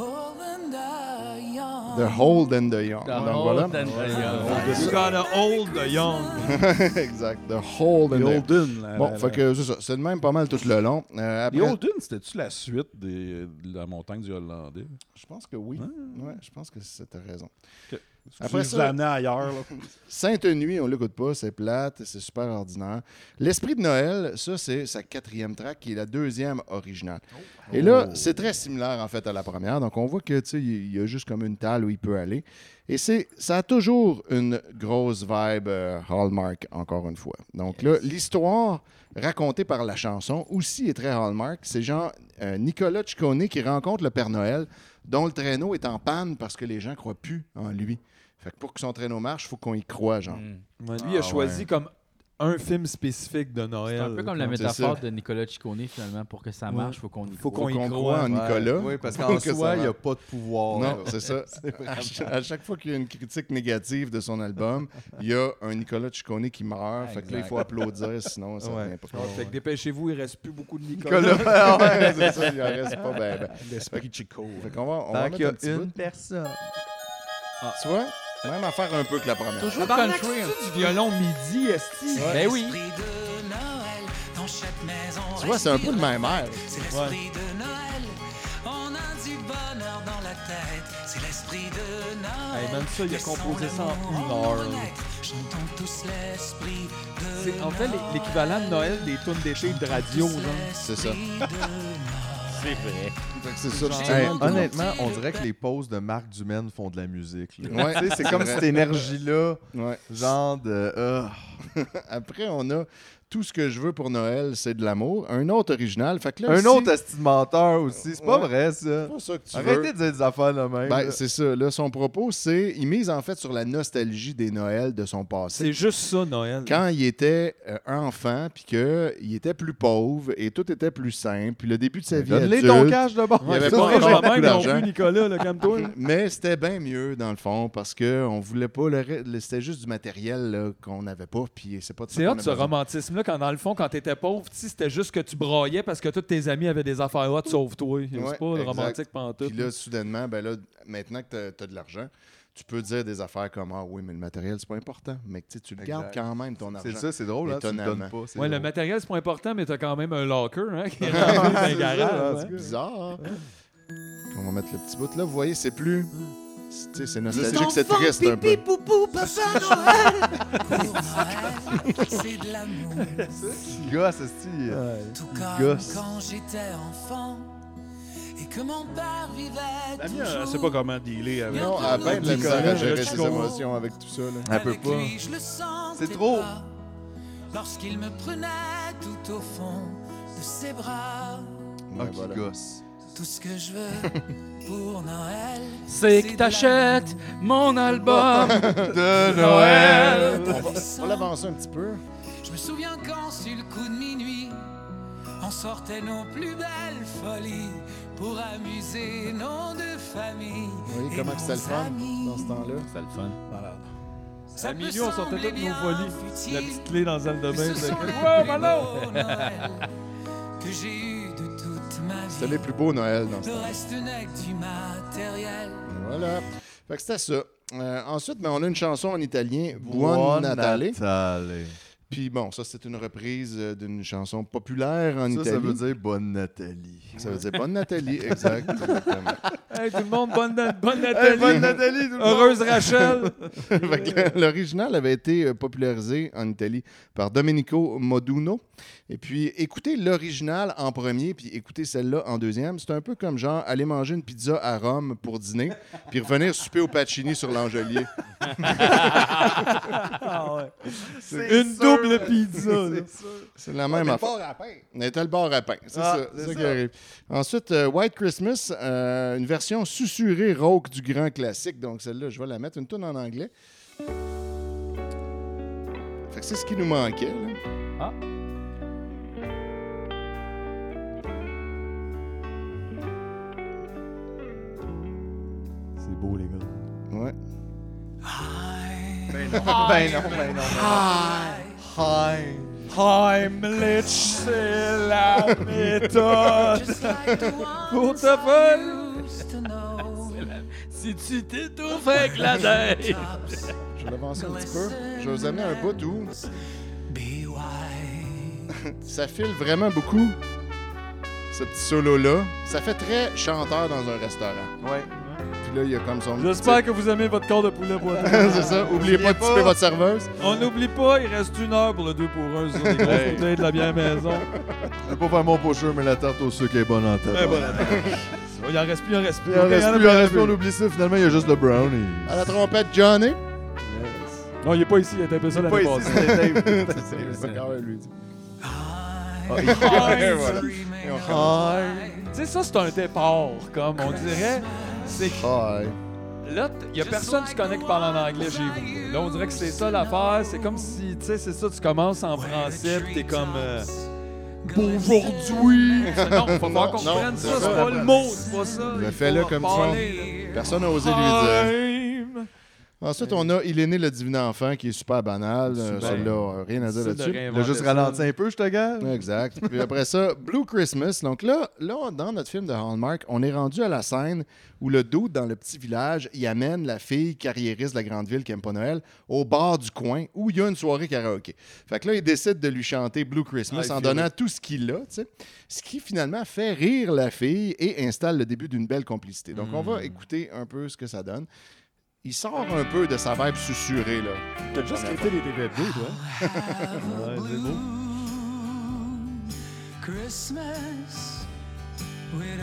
Speaker 3: Old and uh, the Young.
Speaker 1: The
Speaker 3: Donc
Speaker 1: old
Speaker 3: voilà.
Speaker 1: and the young.
Speaker 5: You gotta hold the young.
Speaker 3: exact. The Old and
Speaker 2: The
Speaker 3: the
Speaker 2: Old and, là,
Speaker 3: Bon,
Speaker 2: là,
Speaker 3: fait
Speaker 2: là.
Speaker 3: que c'est ça. C'est de même pas mal tout le long. Euh,
Speaker 2: Les
Speaker 3: après-
Speaker 2: Holden, c'était-tu la suite des- de la montagne du Hollandais? Ah.
Speaker 3: Je pense que oui. Ouais, je pense que c'était raison.
Speaker 2: Après ça, vous amenez ailleurs. là.
Speaker 3: Sainte Nuit, on l'écoute pas, c'est plate, c'est super ordinaire. L'Esprit de Noël, ça, c'est sa quatrième track qui est la deuxième originale.
Speaker 2: Oh,
Speaker 3: Et là, c'est très similaire en fait à la première. Donc, on voit que tu sais, il y a juste comme une talle où il peut aller. Et c'est, ça a toujours une grosse vibe euh, Hallmark, encore une fois. Donc là, l'histoire racontée par la chanson aussi est très Hallmark. C'est genre euh, Nicolas Ciccone qui rencontre le Père Noël, dont le traîneau est en panne parce que les gens croient plus en lui. Fait que pour que son traîneau marche, il faut qu'on y croit, genre.
Speaker 5: Mm. Ah Ouais, lui, il a choisi comme un film spécifique de Noël.
Speaker 1: C'est un peu comme la
Speaker 5: C'est
Speaker 1: métaphore
Speaker 5: ça.
Speaker 1: de Nicolas Ciccone, finalement. Pour que ça
Speaker 5: Ouais.
Speaker 1: marche, il faut qu'on y
Speaker 5: Faut
Speaker 1: croit.
Speaker 5: qu'on y Qu'on
Speaker 3: croit en Nicolas.
Speaker 4: Oui, parce
Speaker 3: pour
Speaker 4: qu'en
Speaker 3: que ça
Speaker 4: soi, il n'y a
Speaker 3: marche.
Speaker 4: pas de pouvoir.
Speaker 3: Non, c'est ça.
Speaker 4: C'est vraiment-
Speaker 3: à, cha- à chaque fois qu'il y a une critique négative de son album, il y a un Nicolas Ciccone qui meurt. Ah, Fait que là, il faut applaudir, sinon ça ne
Speaker 5: Ouais.
Speaker 3: vient pas.
Speaker 4: Ah,
Speaker 5: Ouais, fait que dépêchez-vous, il reste plus beaucoup de Nicolas.
Speaker 3: Nicolas, ouais, c'est ça, il en reste pas. Ben, ben.
Speaker 5: L'esprit
Speaker 3: Fait que-
Speaker 5: Chico.
Speaker 3: Fait qu'on va, on va
Speaker 5: Tant qu'il y a
Speaker 3: mettre un petit
Speaker 5: une
Speaker 3: bout.
Speaker 4: personne.
Speaker 3: Ah. Tu vois? Même affaire un peu que la première.
Speaker 1: Toujours
Speaker 5: Tabarnak,
Speaker 1: country,
Speaker 5: c'est-tu
Speaker 1: hein.
Speaker 5: du violon midi, esti.
Speaker 3: Ouais.
Speaker 5: Ben oui.
Speaker 3: Tu vois, c'est un peu le même air.
Speaker 19: C'est l'esprit de Noël. On a du bonheur dans la tête. C'est l'esprit de Noël.
Speaker 5: Hey, même ça, il a
Speaker 19: Laissons
Speaker 5: composé ça en
Speaker 19: l'amour
Speaker 5: une heure, là.
Speaker 19: renaître. Chantons tous l'esprit de
Speaker 5: C'est en fait l'é- l'équivalent de Noël des tunes d'été de radio, genre.
Speaker 3: C'est ça.
Speaker 1: C'est vrai.
Speaker 3: C'est ça.
Speaker 5: Genre-
Speaker 3: tu
Speaker 4: Hey,
Speaker 3: demandes-
Speaker 4: honnêtement, on dirait que les pauses de Marc Dumaine font de la musique. là.
Speaker 3: Ouais,
Speaker 4: Tu sais, c'est
Speaker 3: c'est
Speaker 4: comme
Speaker 3: vrai.
Speaker 4: cette énergie-là,
Speaker 3: Ouais.
Speaker 4: genre de. ah.
Speaker 3: Après, on a Tout ce que je veux pour Noël, c'est de l'amour. Un autre original. Fait que là
Speaker 4: Un
Speaker 3: aussi-
Speaker 4: autre estimateur aussi. C'est pas
Speaker 3: Ouais.
Speaker 4: vrai, ça.
Speaker 3: C'est pas ça que tu
Speaker 4: Arrêtez
Speaker 3: veux.
Speaker 4: de dire des affaires de
Speaker 3: Ben,
Speaker 4: même. là.
Speaker 3: c'est ça. Là, son propos, c'est. Il mise en fait sur la nostalgie des Noëls de son passé.
Speaker 5: C'est juste ça, Noël.
Speaker 3: Quand il était euh, enfant, puis qu'il était plus pauvre et tout était plus simple, puis le début de sa vie.
Speaker 4: Ben, Donne-les
Speaker 3: adulte,
Speaker 4: ton cash de bord.
Speaker 3: Il n'y avait pas
Speaker 4: Ça, c'est
Speaker 3: encore
Speaker 4: vraiment
Speaker 3: beaucoup
Speaker 4: non
Speaker 3: d'argent.
Speaker 4: plus,
Speaker 5: Nicolas, là, comme toi.
Speaker 3: Mais c'était bien mieux, dans le fond, parce qu'on voulait pas. Le... re- le- C'était juste du matériel là, qu'on n'avait pas, puis c'est pas de ça
Speaker 5: C'est
Speaker 3: qu'on
Speaker 5: hot,
Speaker 3: a
Speaker 5: ce
Speaker 3: besoin.
Speaker 5: romantisme-là, quand dans le fond, quand t'étais pauvre, si c'était juste que tu braillais parce que tous tes amis avaient des affaires hot, sauf toi. C'est
Speaker 3: Ouais,
Speaker 5: pas
Speaker 3: exact.
Speaker 5: romantique pantoute.
Speaker 3: Puis là, soudainement, ben là, maintenant que tu as, de l'argent, tu peux dire des affaires comme Ah oui, mais le matériel, c'est pas important. Mais tu sais, tu le
Speaker 4: Exact.
Speaker 3: gardes quand même, ton argent.
Speaker 4: C'est ça, c'est drôle, hein, tu le donnes
Speaker 3: Étonnamment.
Speaker 4: pas, c'est
Speaker 5: Ouais, le
Speaker 4: drôle.
Speaker 5: matériel, c'est pas important, mais t'as quand même un locker, hein, qui est dans un
Speaker 4: Ah,
Speaker 5: garage.
Speaker 3: C'est
Speaker 5: hein.
Speaker 3: bizarre. On va mettre le petit bout là. Vous voyez, c'est plus. c'est- tu sais, C'est nostalgique,
Speaker 19: Enfant,
Speaker 3: c'est triste un peu.
Speaker 19: pipi, poupou, Papa Noël. Pour Noël, c'est de l'amour.
Speaker 4: Il gosse, esti. Il
Speaker 19: Comme
Speaker 4: gosse.
Speaker 19: quand j'étais enfant et que mon père vivait
Speaker 2: Damien,
Speaker 19: toujours.
Speaker 2: elle sait pas comment dealer avec.
Speaker 3: Non,
Speaker 4: Ah, ben,
Speaker 3: à peine de la misère à
Speaker 2: Nicolas,
Speaker 3: gérer ses
Speaker 2: Nicolas.
Speaker 3: émotions avec tout ça. Là.
Speaker 4: Elle peut
Speaker 19: Avec
Speaker 4: pas.
Speaker 19: lui, je le sentais
Speaker 4: C'est trop.
Speaker 19: pas Lorsqu'il me prenait tout au fond de ses bras,
Speaker 4: Ah,
Speaker 3: Ouais,
Speaker 4: qui
Speaker 3: voilà.
Speaker 4: gosse.
Speaker 19: tout ce que je veux pour Noël.
Speaker 1: C'est que
Speaker 19: de
Speaker 1: t'achètes mon album
Speaker 4: de
Speaker 1: Noël.
Speaker 3: On va, on l'avance un petit peu.
Speaker 19: la- Je me souviens quand, sur le coup de minuit, on sortait nos plus belles folies pour amuser nos deux familles.
Speaker 3: Vous voyez
Speaker 19: et
Speaker 3: comment que c'était le
Speaker 19: nos
Speaker 3: fun
Speaker 19: amis.
Speaker 3: dans ce temps-là.
Speaker 1: C'est le fun.
Speaker 19: Ça
Speaker 5: À
Speaker 19: peut
Speaker 5: minuit, on sortait
Speaker 19: sembler
Speaker 5: tous nos
Speaker 19: bien
Speaker 5: volets.
Speaker 19: futile,
Speaker 5: La petite clé dans le salle de
Speaker 19: mais
Speaker 5: bain.
Speaker 19: ce sont les
Speaker 5: de-
Speaker 19: plus
Speaker 5: Wow,
Speaker 19: beaux
Speaker 5: Manon!
Speaker 19: Noël que j'ai eu de toute ma vie.
Speaker 3: C'était les plus beaux Noël dans ce
Speaker 19: Le
Speaker 3: temps-là.
Speaker 19: reste n'est que du matériel.
Speaker 3: Voilà. Fait que c'était ça. Euh, ensuite, ben, on a une chanson en italien, Buon
Speaker 4: Buon
Speaker 3: Natale.
Speaker 4: Natale.
Speaker 3: Puis bon, ça, c'est une reprise euh, d'une chanson populaire en
Speaker 4: Ça,
Speaker 3: Italie.
Speaker 4: ça veut dire bonne Nathalie.
Speaker 3: Ça veut dire Bonne Nathalie, exact. exactement.
Speaker 5: Hey, tout le monde, bonne, na- bonne
Speaker 4: Hey,
Speaker 5: Nathalie.
Speaker 4: bonne Nathalie, tout le monde.
Speaker 5: Heureuse Rachel.
Speaker 3: Fait que, euh, L'original avait été euh, popularisé en Italie par Domenico Moduno. Et puis, écoutez l'original en premier, puis écoutez celle-là en deuxième. C'est un peu comme genre aller manger une pizza à Rome pour dîner, puis revenir souper au Pacini sur l'Angelier.
Speaker 5: Ah ouais.
Speaker 4: C'est
Speaker 5: Une
Speaker 4: sûr.
Speaker 5: double pizza. là.
Speaker 4: C'est sûr.
Speaker 3: C'est
Speaker 16: Ah,
Speaker 3: la même
Speaker 2: mais
Speaker 3: affaire.
Speaker 2: le bar à pain.
Speaker 3: On était le bar à pain, c'est
Speaker 4: Ah,
Speaker 3: ça,
Speaker 4: c'est
Speaker 3: c'est ça qui
Speaker 4: ça.
Speaker 3: arrive. Ensuite, euh, White Christmas, euh, une version susurrée rauque du grand classique. Donc celle-là, je vais la mettre une tonne en anglais. Fait que c'est ce qui nous manquait. là.
Speaker 4: C'est beau, les gars.
Speaker 3: Ouais.
Speaker 4: Ben non, ben non, ben non. Hi. Hi.
Speaker 5: Heimlich, c'est la méthode. Pour ta folle.
Speaker 1: Si tu t'étouffes avec la deuil.
Speaker 3: Je vais l'avancer un petit peu. Je vais vous amener un bout où ça file vraiment beaucoup, ce petit solo-là. Ça fait très chanteur dans un restaurant.
Speaker 4: Ouais.
Speaker 3: Puis là, il y a comme son...
Speaker 5: J'espère que vous aimez votre corps de poulet boiteux.
Speaker 3: c'est ça. Oubliez pas de
Speaker 4: pas.
Speaker 3: couper votre serveuse.
Speaker 5: On n'oublie pas, il reste une heure pour le 2 pour 1 sur les grosses
Speaker 4: Hey.
Speaker 5: bouteilles de la bière maison.
Speaker 3: Ah,
Speaker 4: Je vais pas faire mon pocheur, mais la tarte au sucre est bonne en tête.
Speaker 5: Eh, voilà. Il en reste plus, il en reste plus.
Speaker 4: Il en reste plus, il en reste plus, on
Speaker 5: plus.
Speaker 4: oublie ça. Finalement, il y a juste le brownie.
Speaker 3: À la trompette, Johnny.
Speaker 5: Non, il est pas ici, il était un peu ça
Speaker 4: Pas
Speaker 5: l'année
Speaker 4: ici,
Speaker 5: passée.
Speaker 4: c'était Dave. Ah,
Speaker 3: C'est quand même lui. Ah,
Speaker 5: Hi.
Speaker 3: voilà. Et on
Speaker 5: Ah,
Speaker 3: commence.
Speaker 4: Hi.
Speaker 5: Tu sais, ça, c'est un départ, comme on dirait. C'est
Speaker 3: Hi.
Speaker 5: Là, il y a personne qui se connecte par en anglais chez vous. Là, on dirait que c'est ça l'affaire. C'est comme si, tu sais, c'est ça, tu commences en français, puis t'es comme. euh, Bonjourdhui! Non, faut pas qu'on comprenne ça, c'est pas le mot, c'est pas ça.
Speaker 3: Le
Speaker 5: Il
Speaker 3: fais-le
Speaker 5: faut
Speaker 3: comme ça.
Speaker 5: parler, là.
Speaker 3: Personne n'a osé lui dire. Ensuite, on a Il est né le divin enfant qui est super banal. Euh,
Speaker 4: Super.
Speaker 3: Celui-là, euh, rien à dire
Speaker 4: C'est de
Speaker 3: là-dessus.
Speaker 4: réinventer Il a juste ça. ralenti un
Speaker 3: peu, je te gage. Exact. Puis après ça, Blue Christmas. Donc là, là, on- dans notre film de Hallmark, on est rendu à la scène où le doute dans le petit village, il amène la fille carriériste de la grande ville qui aime pas Noël au bar du coin où il y a une soirée karaoké. Fait que là, il décide de lui chanter Blue Christmas
Speaker 2: I
Speaker 4: Ah,
Speaker 3: en
Speaker 2: feel
Speaker 3: donnant
Speaker 2: it.
Speaker 3: tout ce qu'il a, tu sais. ce qui finalement fait rire la fille et installe le début d'une belle complicité. Donc on
Speaker 4: Hmm.
Speaker 3: va écouter un peu ce que ça donne. Il sort un peu de sa vibe susurrée, là.
Speaker 2: T'as juste écouté les TVFD,
Speaker 5: hein?
Speaker 2: toi.
Speaker 3: Ouais,
Speaker 2: c'est beau.
Speaker 19: Christmas.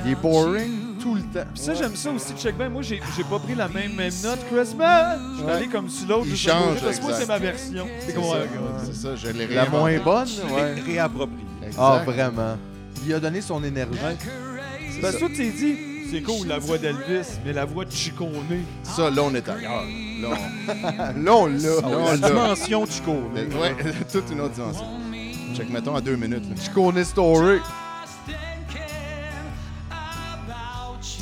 Speaker 3: Il est boring tout le temps.
Speaker 5: Puis ça, j'aime ça aussi. Check bien, moi, j'ai j'ai pas pris la même même note Christmas. Je suis
Speaker 3: Ouais.
Speaker 5: allé comme sur l'autre.
Speaker 3: Il
Speaker 5: juste à
Speaker 3: change,
Speaker 5: côté, Parce que moi,
Speaker 3: exact.
Speaker 5: c'est ma version.
Speaker 3: C'est
Speaker 5: comme-
Speaker 3: ça,
Speaker 5: ouais,
Speaker 3: c'est ça, je l'ai
Speaker 4: La moins bonne,
Speaker 5: Je l'ai
Speaker 4: ouais.
Speaker 5: réapproprié.
Speaker 4: Ah,
Speaker 5: Exact.
Speaker 4: vraiment. Il a donné son énergie.
Speaker 5: Parce que toi, tu t'es dit, c'est cool la voix d'Elvis, mais la voix de Chicone.
Speaker 3: Ça, là, on est ailleurs. Là, on
Speaker 5: Là, on l'a.
Speaker 3: Là,
Speaker 5: Ah
Speaker 3: on
Speaker 5: oui,
Speaker 3: l'a.
Speaker 5: la dimension du cours.
Speaker 3: Mais- Ouais, toute une autre dimension. Check, mettons, à deux minutes.
Speaker 4: Je connais Story.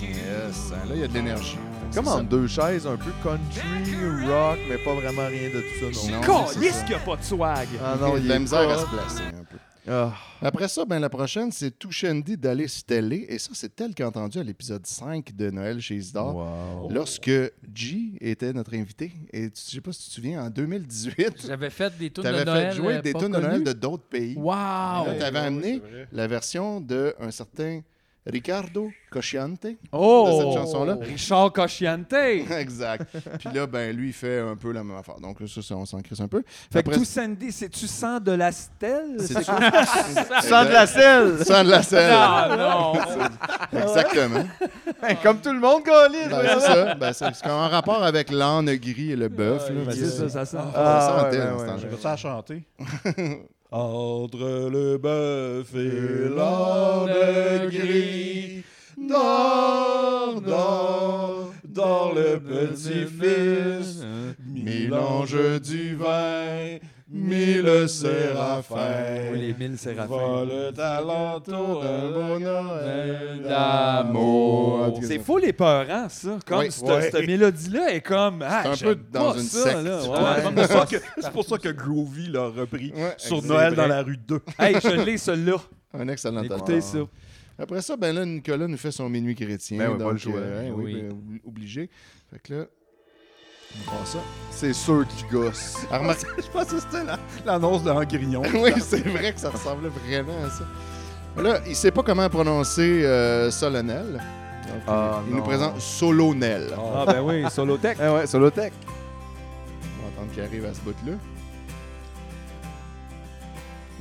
Speaker 3: Yes, hein, là, il y a de l'énergie. Fait que
Speaker 4: Comme
Speaker 3: c'est
Speaker 4: en
Speaker 3: ça.
Speaker 4: deux chaises, un peu country, rock, mais pas vraiment rien de tout ça non
Speaker 5: Calisse qu'il n'y a pas de swag.
Speaker 4: Ah non,
Speaker 3: il a
Speaker 4: il
Speaker 3: de la
Speaker 4: est
Speaker 3: misère à
Speaker 4: pas.
Speaker 3: se placer un peu.
Speaker 1: Ah.
Speaker 3: Après ça, ben, la prochaine, c'est Touchendi d'aller se teller. Et ça, c'est tel qu'entendu à l'épisode 5 de Noël chez Isidore. Lorsque G était notre invité. Et tu, je sais pas si tu te souviens, en 2018,
Speaker 1: J'avais fait des tunes de
Speaker 3: T'avais
Speaker 1: Noël.
Speaker 3: fait jouer
Speaker 1: euh,
Speaker 3: des
Speaker 1: pas
Speaker 3: tunes de Noël
Speaker 1: connues.
Speaker 3: de d'autres pays.
Speaker 1: Wow!
Speaker 3: Et Là, t'avais
Speaker 1: Ouais,
Speaker 3: amené
Speaker 1: ouais, c'est vrai.
Speaker 3: la version de un certain Ricardo Cosciante
Speaker 5: Oh!
Speaker 3: de cette chanson-là.
Speaker 5: Richard Cosciante!
Speaker 3: exact. Puis là, ben lui, il fait un peu la même affaire. Donc ça, ça, on s'en crisse un peu.
Speaker 5: Fait que
Speaker 3: Après-
Speaker 5: tout Sandy, c'est-tu sang de la stèle?
Speaker 3: C'est
Speaker 5: quoi?
Speaker 3: Sans de la selle. Sans de la selle.
Speaker 5: Ah, Non, non.
Speaker 3: C'est- Exactement.
Speaker 4: Ben, comme tout le monde, Colin!
Speaker 3: Ben, c'est ça. Ben, c'est c'est comme en rapport avec l'âne gris et le bœuf. là.
Speaker 2: ben, c'est ça, ça sent.
Speaker 3: Ça
Speaker 2: Ah,
Speaker 3: sentait,
Speaker 2: ouais,
Speaker 3: dans
Speaker 2: ouais,
Speaker 3: ce
Speaker 2: ouais.
Speaker 3: temps-là.
Speaker 2: J'avais ça à chanter. Entre le bœuf et l'âne gris, dors, dors, dors le petit-fils, mille anges du vin, mille séraphins.
Speaker 5: Oui, les mille séraphins.
Speaker 2: Volent alentour un bon Noël
Speaker 1: Ah,
Speaker 3: d'amour.
Speaker 5: C'est fou les peurants, ça. Comme
Speaker 2: Oui.
Speaker 5: cette,
Speaker 2: Ouais.
Speaker 5: cette mélodie-là est comme. Ah,
Speaker 2: C'est un
Speaker 5: j'aime
Speaker 2: peu dans
Speaker 5: pas
Speaker 2: une
Speaker 5: ça,
Speaker 2: secte.
Speaker 5: là.
Speaker 2: C'est
Speaker 5: Ouais.
Speaker 2: pas- c'est pour ça que- c'est pour ça que Groovy l'a repris sur Noël dans la rue 2.
Speaker 5: Hey, je l'ai, celui-là.
Speaker 3: Un excellent album.
Speaker 5: Écoutez ça.
Speaker 3: Après ça, ben là, Nicolas nous fait son minuit chrétien.
Speaker 4: Ben ouais,
Speaker 3: donc,
Speaker 4: pas le choix.
Speaker 3: euh, hein, oui,
Speaker 4: Oui.
Speaker 3: ben, obligé. Fait que là, on prend ça.
Speaker 4: C'est sûr qu'il gosse.
Speaker 3: Ah, remarque-
Speaker 2: Je pense que c'était la- l'annonce de Hangrignon.
Speaker 3: oui, c'est vrai que ça ressemblait vraiment à ça. Là, il sait pas comment prononcer euh, solennel. Donc,
Speaker 4: Ah,
Speaker 3: il
Speaker 4: non.
Speaker 3: nous présente Solonel.
Speaker 5: Ah, ben oui, Solotech.
Speaker 4: Ah ouais, Solotech.
Speaker 3: On va attendre qu'il arrive à ce bout-là.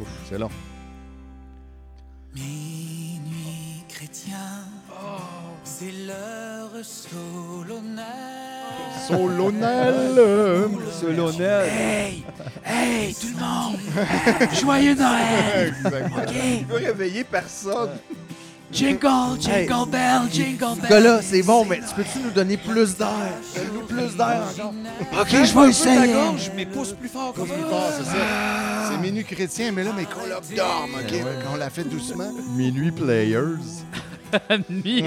Speaker 3: Ouf, c'est long.
Speaker 19: Minuit chrétien,
Speaker 3: Oh.
Speaker 19: c'est l'heure solennelle.
Speaker 3: Solonel.
Speaker 5: Solonel.
Speaker 19: Hey, hey, tout le monde, joyeux Noël.
Speaker 3: Exactement.
Speaker 19: Ok.
Speaker 4: Il veut réveiller personne.
Speaker 19: Jingle, jingle
Speaker 4: Hey.
Speaker 19: bell, jingle bell.
Speaker 4: Nicolas, c'est bon, mais tu peux-tu nous donner plus d'air? Donne-nous plus d'air encore.
Speaker 19: Ok, je vais essayer.
Speaker 4: Je
Speaker 5: mais pousse plus fort
Speaker 4: comme
Speaker 3: Plus tard, c'est ça. C'est minuit chrétien, mais là, mes colocs dorment, OK?
Speaker 4: Ben ouais.
Speaker 3: Quand on l'a fait doucement.
Speaker 4: Minuit Players.
Speaker 3: Puis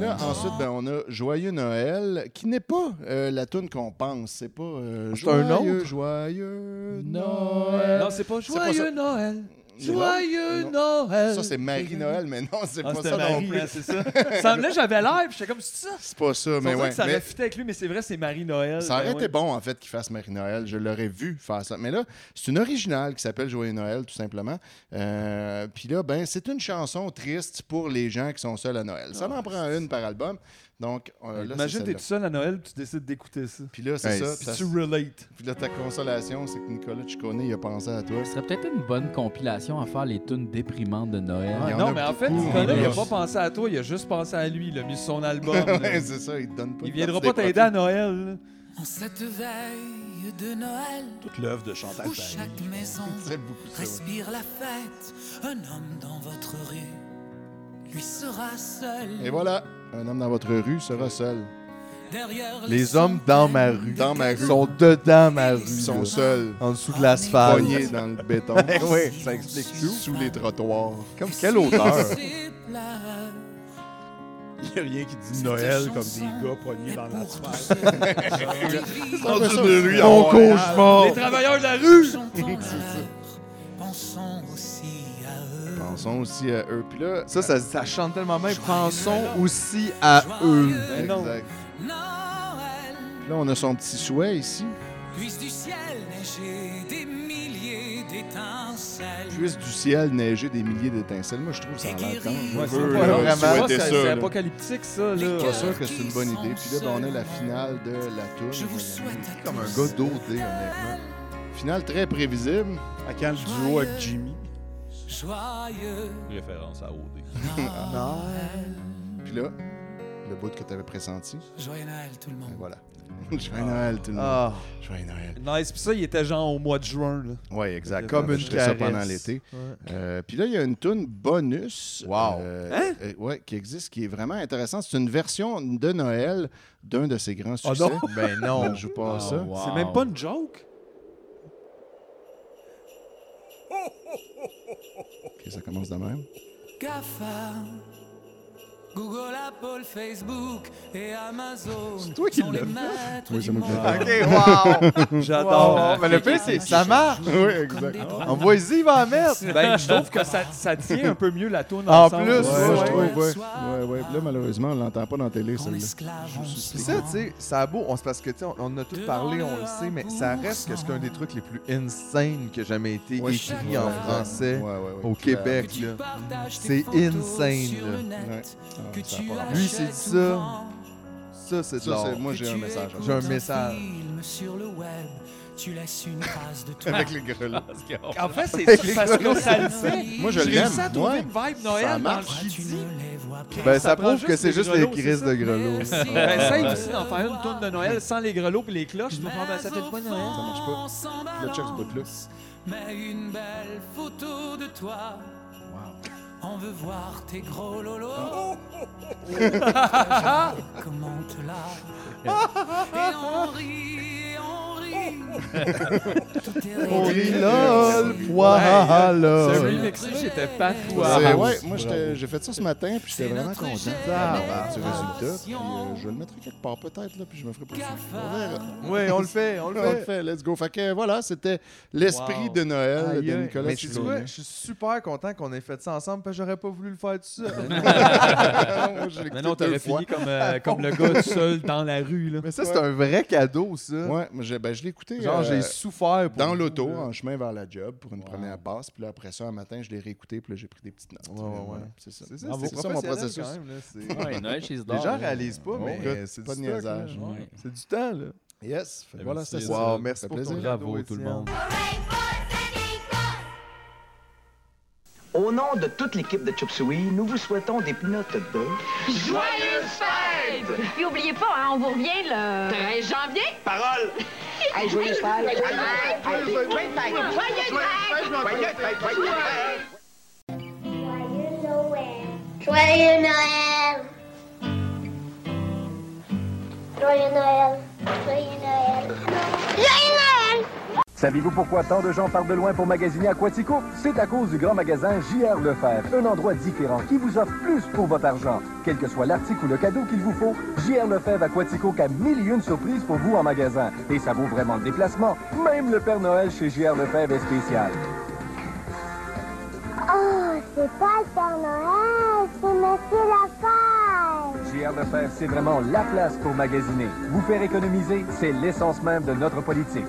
Speaker 3: là, ensuite, ben, on a Joyeux Noël, qui n'est pas euh, la tune qu'on pense. C'est pas euh,
Speaker 4: C'est un
Speaker 3: Joyeux,
Speaker 4: autre?
Speaker 3: Joyeux Noël.
Speaker 5: Non, c'est pas
Speaker 3: C'est pas
Speaker 5: Joyeux
Speaker 3: ça.
Speaker 5: Noël.
Speaker 3: C'est
Speaker 5: Joyeux Noël.
Speaker 3: Ça, c'est Marie Noël, mais non, c'est
Speaker 5: Ah,
Speaker 3: pas
Speaker 5: c'était
Speaker 3: ça
Speaker 5: Marie,
Speaker 3: non plus.
Speaker 5: hein, c'est ça. Ça me là, j'avais l'air, puis j'étais comme, c'est ça.
Speaker 3: C'est pas ça, mais
Speaker 5: On dirait
Speaker 3: ouais.
Speaker 5: que Ça
Speaker 3: mais-
Speaker 5: aurait fité avec lui, mais c'est vrai, c'est Marie-Noël.
Speaker 3: Ça aurait
Speaker 5: Ben ouais.
Speaker 3: été bon, en fait, qu'il fasse Marie-Noël. Je l'aurais vu faire ça. Mais là, c'est une originale qui s'appelle Joyeux Noël, tout simplement. Euh, Puis là, ben, c'est une chanson triste pour les gens qui sont seuls à Noël. Ça en prend une par album. Donc, euh, là,
Speaker 5: Imagine, t'es
Speaker 3: c'est
Speaker 5: tout seul à Noël, puis tu décides d'écouter ça.
Speaker 3: Puis là, c'est
Speaker 5: Hey,
Speaker 3: ça.
Speaker 5: Puis
Speaker 3: ça-
Speaker 5: tu relates.
Speaker 3: Puis là, ta consolation, c'est que Nicolas Ciccone, il a pensé à toi.
Speaker 1: Ce serait peut-être une bonne compilation à faire les tunes déprimantes de Noël.
Speaker 3: Ah, Il y en a
Speaker 5: Non, mais en fait,
Speaker 3: beaucoup,
Speaker 5: Nicolas, il a
Speaker 3: hein.
Speaker 5: pas pensé à toi, il a juste pensé à lui, il a mis sur son album.
Speaker 3: ouais,
Speaker 5: là.
Speaker 3: c'est ça, il te donne pas
Speaker 5: euh, Il
Speaker 3: de
Speaker 5: viendra
Speaker 3: partie
Speaker 5: pas
Speaker 3: des
Speaker 5: t'aider à Noël. là.
Speaker 19: En cette veille de Noël,
Speaker 2: Toute l'œuvre de Chantal
Speaker 19: où
Speaker 2: Paris.
Speaker 19: chaque maison
Speaker 2: C'est beaucoup ça, ouais.
Speaker 19: respire la fête, un homme dans votre rue, lui sera seul.
Speaker 3: Et voilà, un homme dans votre rue sera seul.
Speaker 19: derrière
Speaker 12: Les hommes dans ma rue.
Speaker 3: Dans ma rue.
Speaker 12: Sont dedans ma rue.
Speaker 3: Ils sont
Speaker 12: là.
Speaker 3: seuls.
Speaker 12: En dessous de l'asphalte.
Speaker 3: Poignés dans le béton.
Speaker 12: Eh oui.
Speaker 3: Ça explique tout. Sous les trottoirs.
Speaker 12: Comme quelle odeur.
Speaker 2: Il n'y a rien qui dit Noël comme des gars pognés dans la
Speaker 19: En dessous
Speaker 2: de lui, à
Speaker 12: Mon
Speaker 2: Montréal.
Speaker 12: cauchemar.
Speaker 2: Les travailleurs de la rue.
Speaker 19: Pensons aussi à eux.
Speaker 3: Pensons aussi à eux. Puis là,
Speaker 4: Ça, ça, ça chante tellement bien. Pensons aussi à eux.
Speaker 3: Exact. Puis Là, on a son petit souhait ici.
Speaker 19: Puisse du ciel neiger des milliers d'étincelles.
Speaker 3: Puisse du ciel neiger des milliers d'étincelles. Moi, je trouve ça a l'air quand même.
Speaker 5: Ouais, c'est
Speaker 3: heureux,
Speaker 5: pas
Speaker 3: là,
Speaker 5: vraiment-
Speaker 3: souhaiter
Speaker 5: ça,
Speaker 3: ça,
Speaker 5: c'est
Speaker 3: là.
Speaker 5: apocalyptique, ça, là.
Speaker 3: Je suis pas sûr que c'est une bonne idée. Puis là, ben, on a la finale de la tour. C'est
Speaker 4: comme un gars
Speaker 3: d'auté, honnêtement. Finale très prévisible.
Speaker 2: À quand le duo avec Jimmy?
Speaker 19: Joyeux
Speaker 2: Référence à OD.
Speaker 3: Puis là, le bout que tu avais pressenti. Ben,
Speaker 19: Joyeux Noël, tout le monde.
Speaker 3: voilà. Joyeux Noël, tout le monde.
Speaker 5: Ah.
Speaker 3: Joyeux Noël.
Speaker 5: Nice. Puis ça, il était genre au mois de juin, là.
Speaker 3: Oui, exact.
Speaker 5: Comme
Speaker 3: Comme
Speaker 5: une
Speaker 3: une ça pendant
Speaker 5: caresse.
Speaker 3: l'été.
Speaker 5: Ouais.
Speaker 3: Euh, Puis là, il y a une toune bonus. euh,
Speaker 5: Hein?
Speaker 3: euh, ouais, qui existe, qui est vraiment intéressante. C'est une version de Noël d'un de ses grands
Speaker 5: Oh
Speaker 3: succès.
Speaker 5: non! Ah,
Speaker 3: Ben
Speaker 5: non. Oh,
Speaker 3: Je joue pas à ça.
Speaker 5: C'est même pas une joke.
Speaker 3: OK, ça commence de même.
Speaker 19: Gaffa. Google, Apple, Facebook et Amazon. C'est
Speaker 2: toi qui l'as fait?
Speaker 3: Oui, c'est moi qui l'ai
Speaker 19: Ah,
Speaker 3: fait.
Speaker 19: ok, wow.
Speaker 5: J'adore.
Speaker 19: Wow. Mais le pire, c'est- ça marche.
Speaker 3: Oui, exact.
Speaker 5: Envoie-y, va en mettre. Ben, je trouve que ça, ça tient un peu mieux la tourne
Speaker 3: En
Speaker 5: ensemble.
Speaker 3: plus, moi, je trouve, ouais. Ouais, ouais. Puis Là, malheureusement, on l'entend pas dans la télé, celle-là.
Speaker 4: Puis ça, tu sais, ça a beau, on, c'est parce que, tu sais, on, on a tout parlé, on le sait, mais ça reste que c'est un des trucs les plus insane que jamais été
Speaker 3: Ouais,
Speaker 4: écrit
Speaker 3: ouais,
Speaker 4: en
Speaker 3: ouais.
Speaker 4: français
Speaker 3: Ouais, ouais, ouais,
Speaker 4: au
Speaker 3: clair.
Speaker 4: Québec.
Speaker 3: Que tu
Speaker 4: là.
Speaker 3: partages
Speaker 4: C'est
Speaker 3: tes photos
Speaker 4: insane.
Speaker 3: sur
Speaker 4: là.
Speaker 3: le net, que tu
Speaker 4: Lui,
Speaker 3: achètes
Speaker 4: c'est ça.
Speaker 3: souvent.
Speaker 4: Ça, c'est de
Speaker 3: Ça, c'est-
Speaker 4: l'art.
Speaker 3: moi, j'ai un message.
Speaker 4: J'ai un message.
Speaker 19: Film sur le web, tu laisses une trace de toi.
Speaker 3: Avec les grelots.
Speaker 5: En fait, c'est ça, parce que ça le fait.
Speaker 3: Moi, je
Speaker 5: J'ai
Speaker 3: l'aime.
Speaker 5: réussi à trouver
Speaker 3: Ouais.
Speaker 5: une vibe Noël
Speaker 3: Ça
Speaker 5: dans le
Speaker 3: marche.
Speaker 5: Gidi.
Speaker 4: Ben, ça
Speaker 5: prend
Speaker 4: prouve que c'est
Speaker 5: des
Speaker 4: juste les
Speaker 5: grelots, c'est
Speaker 4: crises de grelots.
Speaker 5: ça? Ben, essaye aussi d'en faire une tourne de Noël sans les grelots et les cloches. Tu vas faire, ben, ça fait pas Noël. Ça marche
Speaker 19: pas.
Speaker 3: Le check ce bout-là.
Speaker 19: Mais une belle photo de toi. On veut voir tes gros lolos. Comment te lave. Et on rit, et on rit.
Speaker 3: Oh,
Speaker 19: Tout est
Speaker 12: On
Speaker 19: réglé.
Speaker 12: rit lol, voilà, lol.
Speaker 5: C'est un remix-là, j'étais pas fou.
Speaker 3: Ah, C'est-
Speaker 5: à-
Speaker 3: ouais, moi j'étais- j'ai fait ça ce matin, puis j'étais vraiment content Ah, bah,
Speaker 5: génération.
Speaker 3: du résultat. Puis euh, je vais le mettrai quelque part peut-être, là, puis je me ferai pas
Speaker 4: on verra. Ouais, on le fait, Euh, on le fait. euh,
Speaker 3: Let's go. Fait que voilà, c'était l'esprit
Speaker 4: Wow.
Speaker 3: de Noël
Speaker 4: Aïe,
Speaker 3: de
Speaker 4: aïe.
Speaker 3: Nicolas
Speaker 4: Mais tu
Speaker 3: Ciccone.
Speaker 4: vois, je suis super content qu'on ait fait ça ensemble parce que j'aurais pas voulu le faire tout seul.
Speaker 5: Mais
Speaker 4: Moi, je l'ai
Speaker 5: Mais Ben non,
Speaker 4: écouté
Speaker 5: t'aurais
Speaker 4: deux fois.
Speaker 5: fini comme, euh, comme le gars tout seul dans la rue. Là.
Speaker 4: Mais ça, c'est un vrai cadeau, ça.
Speaker 3: Ouais, moi, j'ai- ben, je l'ai écouté.
Speaker 4: Genre,
Speaker 3: euh,
Speaker 4: j'ai souffert pour
Speaker 3: Dans
Speaker 4: vous,
Speaker 3: l'auto,
Speaker 4: là.
Speaker 3: en chemin vers la job, pour une première passe. Puis là, après ça, un matin, je l'ai réécouté, puis là, j'ai pris des petites notes.
Speaker 4: ouais,
Speaker 3: Voilà,
Speaker 4: ouais.
Speaker 3: C'est ça.
Speaker 4: C'est ça,
Speaker 3: Bravo.
Speaker 4: c'est
Speaker 3: C'est ça mon
Speaker 4: professionnel
Speaker 3: processus.
Speaker 4: quand même, là, c'est-
Speaker 1: Ouais, Noël chez
Speaker 4: Les
Speaker 1: Isidore,
Speaker 4: gens
Speaker 1: là.
Speaker 4: réalisent pas,
Speaker 1: Oh,
Speaker 4: mais
Speaker 1: good.
Speaker 4: c'est
Speaker 3: Pas
Speaker 4: du
Speaker 3: de
Speaker 4: stock,
Speaker 3: niaisage.
Speaker 4: là.
Speaker 1: Ouais.
Speaker 4: C'est du temps, là.
Speaker 3: Yes. Fait que
Speaker 2: Merci.
Speaker 5: Eh
Speaker 3: Voilà, c'était ça.
Speaker 4: Wow,
Speaker 3: Ça
Speaker 4: merci
Speaker 3: fait
Speaker 4: pour ton
Speaker 3: plaisir.
Speaker 4: cadeau, Étienne.
Speaker 17: Au nom de toute l'équipe de Chop Suey, nous vous souhaitons des pinottes de...
Speaker 19: Joyeuses fêtes! Puis oubliez pas, hein, on vous revient le 13 janvier. Parole!
Speaker 17: Hey, joyeuses fêtes! Hey, hey, hey, joyeuses fêtes!
Speaker 18: Joyeux Noël! Joyeux Noël! Joyeux Noël! Joyeux Noël!
Speaker 17: Savez-vous pourquoi tant de gens partent de loin pour magasiner à Quatico? C'est à cause du grand magasin JR Lefebvre, un endroit différent qui vous offre plus pour votre argent. Quel que soit l'article ou le cadeau qu'il vous faut, JR Lefebvre à Quatico a mille et une surprises pour vous en magasin. Et ça vaut vraiment le déplacement. Même le Père Noël chez JR Lefebvre est spécial.
Speaker 18: Oh, c'est pas le Père Noël, c'est Monsieur
Speaker 17: JR
Speaker 18: Lafayette!
Speaker 17: Lefebvre, c'est vraiment la place pour magasiner. Vous faire économiser, c'est l'essence même de notre politique.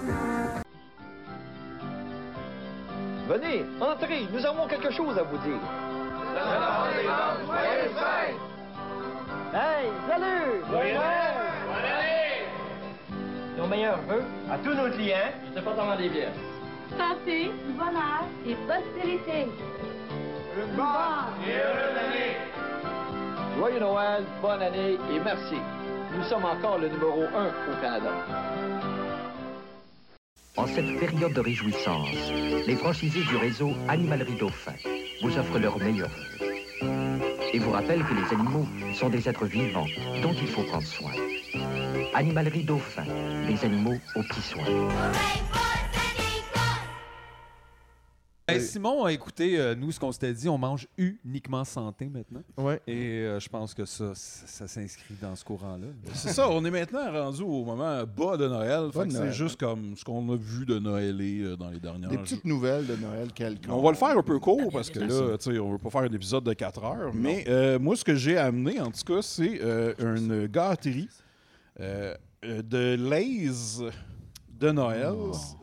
Speaker 24: Venez, entrez, nous avons quelque chose à vous dire. Hey, salut! Nos meilleurs vœux à tous nos clients. Je sais pas comment les bières.
Speaker 18: Santé, bonheur et postérité!
Speaker 24: Joyeux Noël, bonne année et merci. Nous sommes encore le numéro un au Canada.
Speaker 17: En cette période de réjouissance, les franchisés du réseau Animalerie Dauphin vous offrent leurs meilleurs vœux et vous rappellent que les animaux sont des êtres vivants dont il faut prendre soin.
Speaker 6: Animalerie Dauphin, les animaux aux petits soins.
Speaker 5: Hey, Ben, Simon a écouté, euh, nous, ce qu'on s'était dit, on mange uniquement santé maintenant. Et euh, je pense que ça, ça, ça s'inscrit dans ce courant-là.
Speaker 2: C'est ça, on est maintenant rendu au moment bas de Noël. Fait
Speaker 5: Bas de
Speaker 2: que c'est
Speaker 5: Noël. hein.
Speaker 2: juste comme ce qu'on a vu de Noël et euh, dans les dernières
Speaker 3: Des petites nouvelles de Noël quelconques.
Speaker 2: On va le faire un peu court parce que
Speaker 3: bien sûr.
Speaker 2: là, tu sais, on veut pas faire un épisode de 4 heures. Mais euh, moi, ce que j'ai amené, en tout cas, c'est euh, une gâterie euh, euh, de Lays de Noël.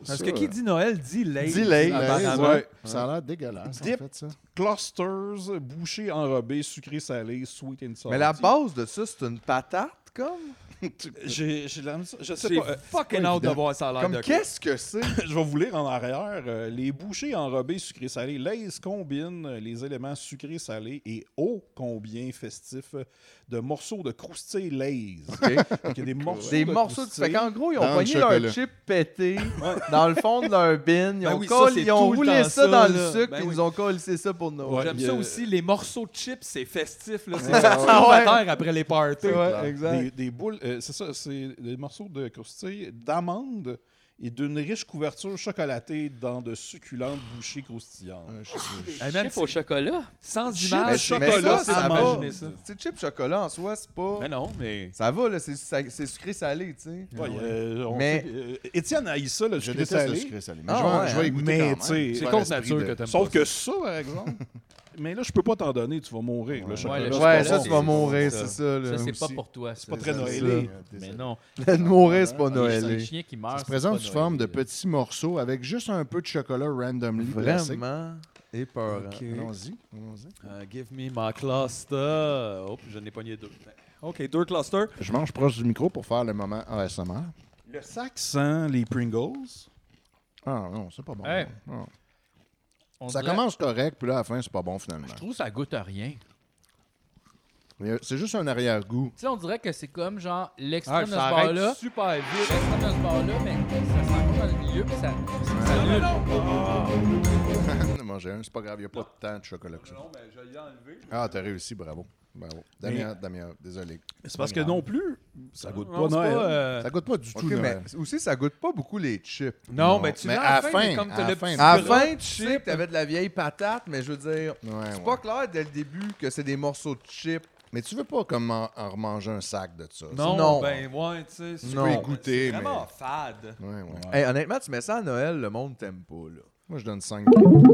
Speaker 5: Parce que qui dit Noël dit Lays.
Speaker 2: Dit Lays,
Speaker 5: apparemment.
Speaker 2: ouais.
Speaker 3: Ça a l'air dégueulasse, en
Speaker 2: Dip,
Speaker 3: fait, ça.
Speaker 2: clusters, bouchées enrobées, sucrées salées, sweet and salty.
Speaker 4: Mais la base de ça, c'est une patate, comme?
Speaker 2: J'ai j'ai la je sais
Speaker 4: J'ai
Speaker 2: pas. euh,
Speaker 4: fucking
Speaker 2: c'est pas
Speaker 4: hâte de
Speaker 2: évident.
Speaker 4: voir ça a l'air de
Speaker 2: Comme
Speaker 4: quoi.
Speaker 2: qu'est-ce que c'est? je vais vous lire en arrière. euh, les bouchées enrobées sucrées salées. Lays combine euh, les éléments sucrés salés et ô combien festifs euh, de morceaux de croustilles Lays. Donc, il y a des morceaux
Speaker 12: Des
Speaker 2: de
Speaker 12: morceaux de. Fait qu'en gros, ils ont
Speaker 2: Dans le
Speaker 12: pogné
Speaker 2: chocolat.
Speaker 12: leur chip pété dans le fond de leur bin. Ils
Speaker 5: Ben
Speaker 12: ont,
Speaker 5: oui,
Speaker 12: coll-
Speaker 5: ça, c'est
Speaker 12: ils ont
Speaker 5: tout le
Speaker 12: roulé
Speaker 5: temps
Speaker 12: ça, dans
Speaker 5: ça,
Speaker 12: le
Speaker 5: là.
Speaker 12: sucre
Speaker 5: Ben
Speaker 12: et ils
Speaker 5: oui.
Speaker 12: nous ont collé ça pour Noël.
Speaker 5: J'aime ça aussi, les morceaux de chips, c'est festif. là. C'est
Speaker 12: Ouais.
Speaker 5: ça, tu
Speaker 12: Ah
Speaker 5: tombes à
Speaker 12: ouais.
Speaker 5: terre après les parties.
Speaker 2: Des- Des, boules, euh, c'est ça, c'est des morceaux de croustilles d'amandes et d'une riche couverture chocolatée dans de succulentes bouchées croustillantes.
Speaker 12: Ah,
Speaker 1: Hey, man, Chips au c'est- chocolat?
Speaker 5: Sans
Speaker 1: Chips
Speaker 4: Mais
Speaker 2: Chips au
Speaker 4: mais
Speaker 2: chocolat,
Speaker 4: ça,
Speaker 2: c'est
Speaker 4: c'est
Speaker 2: amande.
Speaker 4: imaginez
Speaker 12: Ah,
Speaker 4: ça. Tu sais, chip chocolat en soi, c'est pas.
Speaker 5: Mais non, mais.
Speaker 4: Ça va, là, c'est- ça- c'est sucré-salé, tu sais.
Speaker 2: Ouais, euh, on
Speaker 4: mais.
Speaker 2: sait- euh, Étienne haït ça, le sucré
Speaker 4: déteste
Speaker 2: salé.
Speaker 4: le sucré salé, mais
Speaker 12: Ah,
Speaker 4: je vais- je vais y goûter
Speaker 2: mais,
Speaker 4: quand même.
Speaker 2: tu sais,
Speaker 4: Ah, hein? C'est
Speaker 2: dans
Speaker 4: contre
Speaker 2: l'esprit
Speaker 4: nature
Speaker 2: de-
Speaker 4: que t'aimes
Speaker 2: Sauf
Speaker 4: pas
Speaker 2: que
Speaker 4: ça.
Speaker 2: ça, par exemple. mais là, je peux pas t'en donner, tu vas mourir. le chocolat,
Speaker 1: le
Speaker 2: c'est
Speaker 1: chocolat,
Speaker 2: pas
Speaker 1: ça,
Speaker 2: bon.
Speaker 1: tu vas mourir, c'est ça, là. Ça, c'est pas pour toi,
Speaker 2: C'est
Speaker 1: ça.
Speaker 2: pas très
Speaker 1: C'est
Speaker 2: noëlé.
Speaker 3: hein,
Speaker 1: ça. Mais non.
Speaker 12: Le mourir, c'est pas
Speaker 1: Il y a
Speaker 12: Noël.
Speaker 1: un chien qui meurt,
Speaker 3: Ça se
Speaker 1: c'est
Speaker 3: présente
Speaker 1: pas
Speaker 3: sous
Speaker 1: Noël.
Speaker 3: forme de petits morceaux avec juste un peu de chocolat randomly glacé.
Speaker 4: Vraiment épeurant.
Speaker 3: Ok. Allons-y, allons-y.
Speaker 5: Euh, give me my cluster. Oh, je n'ai pogné deux. OK, deux clusters.
Speaker 3: Je mange proche du micro pour faire le moment ASMR.
Speaker 2: Le sac sent les Pringles.
Speaker 3: Ah non, c'est pas bon.
Speaker 1: Hey.
Speaker 3: Non.
Speaker 1: On
Speaker 3: Ça
Speaker 1: dirait-
Speaker 3: commence correct, puis là, à la fin, c'est pas bon finalement.
Speaker 1: Je trouve que ça goûte à rien.
Speaker 3: Mais, euh, C'est juste un arrière-goût.
Speaker 1: Tu sais, on dirait que c'est comme genre l'extrême
Speaker 3: Ah,
Speaker 1: de ce
Speaker 3: ça arrête
Speaker 1: bar-là. super vite. L'extrême de ce bar-là, mais ça s'en va dans le milieu puis ça. ça
Speaker 3: Non,
Speaker 1: nulle.
Speaker 3: J'en ai mangé un, c'est pas grave, il n'y a pas tant de chocolat que ça.
Speaker 5: Non, mais je l'ai enlevé.
Speaker 3: Ah, t'as réussi, bravo. Bravo.
Speaker 2: Mais-
Speaker 3: Damien, Damien, désolé.
Speaker 2: C'est parce que non plus, ça goûte
Speaker 3: Non, c'est
Speaker 2: pas Noël.
Speaker 3: pas, euh, Ça goûte pas du tout
Speaker 4: Ok,
Speaker 3: Noël.
Speaker 4: mais aussi, ça goûte pas beaucoup les chips.
Speaker 3: Non, Non, mais tu mais l'as à la à la fin, fin, comme t'as à le la petit fin.
Speaker 4: À la
Speaker 3: gras.
Speaker 4: fin, tu sais que t'avais de la vieille patate, mais je veux dire, c'est
Speaker 3: ouais.
Speaker 4: pas clair dès le début que c'est des morceaux de chips.
Speaker 3: Mais tu veux pas comme en, en remanger un sac de ça.
Speaker 4: Non,
Speaker 3: ça.
Speaker 4: ben, ouais, tu sais,
Speaker 3: Tu
Speaker 4: non.
Speaker 3: peux y goûter,
Speaker 4: C'est vraiment
Speaker 3: mais...
Speaker 5: fade.
Speaker 3: Ouais, ouais.
Speaker 4: Hey, honnêtement, tu mets ça à Noël, le monde t'aime pas, là.
Speaker 3: Moi, je donne 5
Speaker 2: Ouais,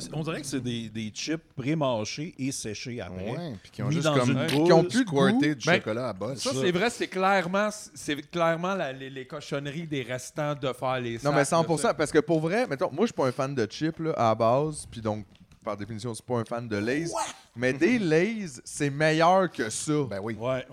Speaker 2: c'est- On dirait que c'est des, des chips pré-mâchés et séchés après.
Speaker 3: Ouais, puis qui ont
Speaker 2: Mis
Speaker 3: juste
Speaker 2: dans
Speaker 3: comme-
Speaker 2: une
Speaker 3: qui
Speaker 2: boule,
Speaker 3: ont plus de goût.
Speaker 2: du
Speaker 3: Ben,
Speaker 2: chocolat à bas.
Speaker 5: Ça, c'est vrai, c'est clairement, c'est clairement la- les, les cochonneries des restants de faire les
Speaker 4: Non, mais 100
Speaker 5: sacs, là,
Speaker 4: parce que pour vrai, mettons, moi, je suis pas un fan de chips là, à la base, puis donc, par définition, je suis pas un fan de Lays. Mais des Lays, c'est meilleur que ça. Ben
Speaker 3: oui.
Speaker 2: Ouais,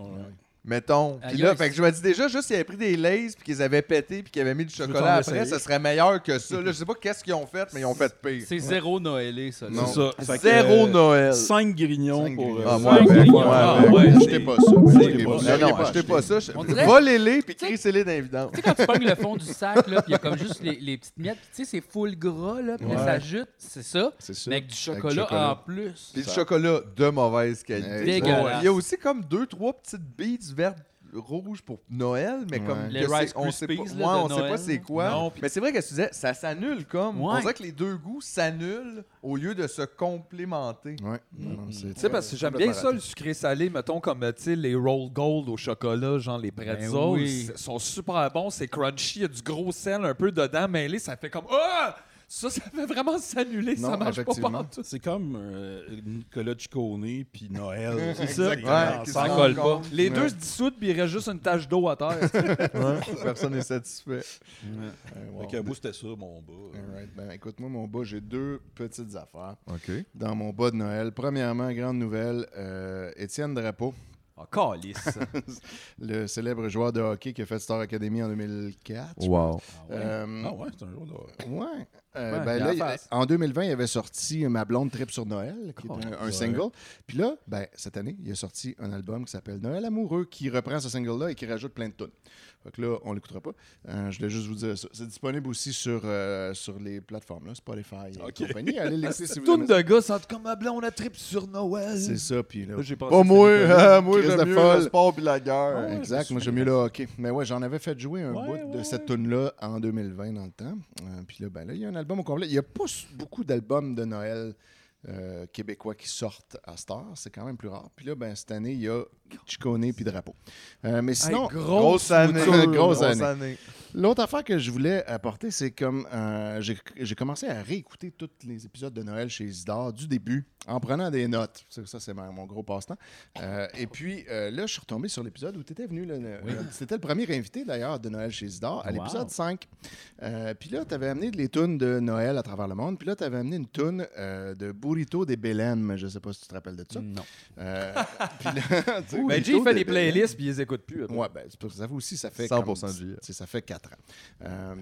Speaker 4: Mettons.
Speaker 1: Ah,
Speaker 4: Puis
Speaker 5: Aïe,
Speaker 4: là,
Speaker 5: aïe,
Speaker 4: fait que je me dis déjà, juste s'ils avaient pris des Lays, puis qu'ils avaient pété, puis qu'ils avaient mis du
Speaker 5: veux
Speaker 4: chocolat
Speaker 5: t'en
Speaker 4: après,
Speaker 5: essayer?
Speaker 4: ce serait meilleur que ça. Là, je sais pas qu'est-ce qu'ils ont fait, mais ils ont fait pire.
Speaker 1: C'est zéro Noëlé, ça. là.
Speaker 4: Non.
Speaker 2: C'est ça. Fait que,
Speaker 4: Zéro
Speaker 2: euh,
Speaker 4: Noël.
Speaker 2: Cinq grignons pour. euh,
Speaker 4: Ah, moi, avec, moi, avec. Achetez pas ça,
Speaker 2: c'est-
Speaker 4: achetez pas
Speaker 2: c'est-
Speaker 4: ça.
Speaker 2: c'est-
Speaker 4: Non, achetez pas ça.
Speaker 1: On dirait-
Speaker 4: Volez-les, puis crissez-les dans les vidanges.
Speaker 1: Tu sais, quand tu pognes le fond du sac, là, puis il y a comme juste les, les petites miettes, puis tu sais, c'est full gras, là, puis là,
Speaker 4: Ouais.
Speaker 1: ça jute, c'est ça.
Speaker 4: C'est ça.
Speaker 1: Mais avec du chocolat,
Speaker 4: Avec du chocolat.
Speaker 1: en plus.
Speaker 4: Puis du chocolat de mauvaise qualité.
Speaker 1: Dégueulasse.
Speaker 4: Ouais. Il y a aussi comme deux, trois petites beads vertes rouges pour Noël, mais comme
Speaker 1: Les
Speaker 4: que c'est-
Speaker 1: Rice
Speaker 4: on sait pas,
Speaker 1: Krispies,
Speaker 4: ouais,
Speaker 1: là, de
Speaker 4: on sait
Speaker 1: Noël.
Speaker 4: pas c'est quoi.
Speaker 1: Non,
Speaker 4: mais c'est vrai que tu disais, ça s'annule comme. On
Speaker 5: Ouais.
Speaker 4: dirait que les deux goûts s'annulent au lieu de se complémenter.
Speaker 3: Ouais.
Speaker 5: Tu sais, parce que j'aime bien ça, le sucré-salé, mettons, comme, tu sais, les roll gold au chocolat, genre les pretzels,
Speaker 1: Ben oui.
Speaker 5: c- sont super bons, c'est crunchy, il y a du gros sel un peu dedans mêlé, ça fait comme « Ah! » Ça, ça fait vraiment s'annuler, ça marche pas partout.
Speaker 2: C'est comme euh, Nicolas Ciccone puis Noël.
Speaker 5: C'est ça.
Speaker 2: Exactement. Ensemble.
Speaker 5: Les deux
Speaker 2: Ouais.
Speaker 5: se dissoudent, puis il reste juste une tache d'eau à terre.
Speaker 4: Personne n'est satisfait.
Speaker 2: Ah Fait que moi, c'était ça, mon bas.
Speaker 3: Alright. Ben, écoute, moi, mon bas, j'ai deux petites affaires.
Speaker 4: OK.
Speaker 3: Dans mon bas de Noël. Premièrement, grande nouvelle, euh, Étienne Drapeau.
Speaker 5: Encore lisse.
Speaker 3: le célèbre joueur de hockey qui a fait Star Academy en 2004. je
Speaker 4: Wow.
Speaker 3: pense.
Speaker 2: Ah ouais?
Speaker 3: Euh,
Speaker 2: Ah ouais, c'est un jour de hockey.
Speaker 3: Ouais. Euh,
Speaker 2: Ouais,
Speaker 3: ben
Speaker 2: il est
Speaker 3: là,
Speaker 2: en
Speaker 3: il-
Speaker 2: face.
Speaker 3: en 2020, il avait sorti Ma blonde trip sur Noël, qui est
Speaker 2: Oh,
Speaker 3: un, un
Speaker 2: ouais.
Speaker 3: single. Puis là, ben, cette année, il a sorti un album qui s'appelle Noël amoureux, qui reprend ce single-là et qui rajoute plein de tunes. Fait que là, on l'écoutera pas. Euh, je voulais juste vous dire ça. C'est disponible aussi sur, euh, sur les plateformes, là, Spotify et compagnie. Allez l'écouter si vous
Speaker 5: Tourne
Speaker 3: aimez ça.
Speaker 5: de gars, Ah, c'est comme ma blonde, on a trip sur Noël.
Speaker 3: C'est ça, puis là.
Speaker 5: j'ai pensé
Speaker 3: Pas
Speaker 5: que
Speaker 3: moi,
Speaker 5: c'était le
Speaker 3: euh,
Speaker 5: Covid.
Speaker 3: moi,
Speaker 5: Crise
Speaker 3: j'aime
Speaker 5: de
Speaker 3: mieux
Speaker 5: folle.
Speaker 3: le sport puis la guerre.
Speaker 5: Ouais,
Speaker 3: exact, moi, j'aime mieux le hockey. Mais ouais, j'en avais fait jouer un bout de cette tune-là en 2020 dans le temps. Euh, puis là, ben là, il y a un album au complet. Il n'y a pas s- beaucoup d'albums de Noël euh, québécois qui sortent à Star. C'est quand même plus rare. Puis là, ben, cette année, il y a Chicone puis Drapeau. Euh, mais sinon,
Speaker 12: Hey, grosse année.
Speaker 3: grosse
Speaker 12: Grosse
Speaker 3: année.
Speaker 12: année.
Speaker 3: L'autre affaire que je voulais apporter, c'est comme euh, j'ai j'ai commencé à réécouter tous les épisodes de Noël chez Isidore du début en prenant des notes. Ça, ça, c'est ma- mon gros passe-temps. Euh, et puis euh, là, je suis retombé sur l'épisode où tu étais venu. là, le-
Speaker 2: Oui.
Speaker 3: euh, C'était le premier invité d'ailleurs de Noël chez Isidore à
Speaker 2: Wow.
Speaker 3: l'épisode 5. Euh, puis là, tu avais amené les tunes de Noël à travers le monde. Puis là, tu avais amené une tune euh, de Burrito des Belém. Je sais pas si tu te rappelles de ça. Euh, Non.
Speaker 5: Ben, Jay, il fait des playlists puis il les écoute plus.
Speaker 3: Ouais, ben, c'est pour ça aussi, ça fait
Speaker 5: 100%
Speaker 3: comme-
Speaker 5: de vie.
Speaker 3: tu sais, Ça fait 4 ans. Euh,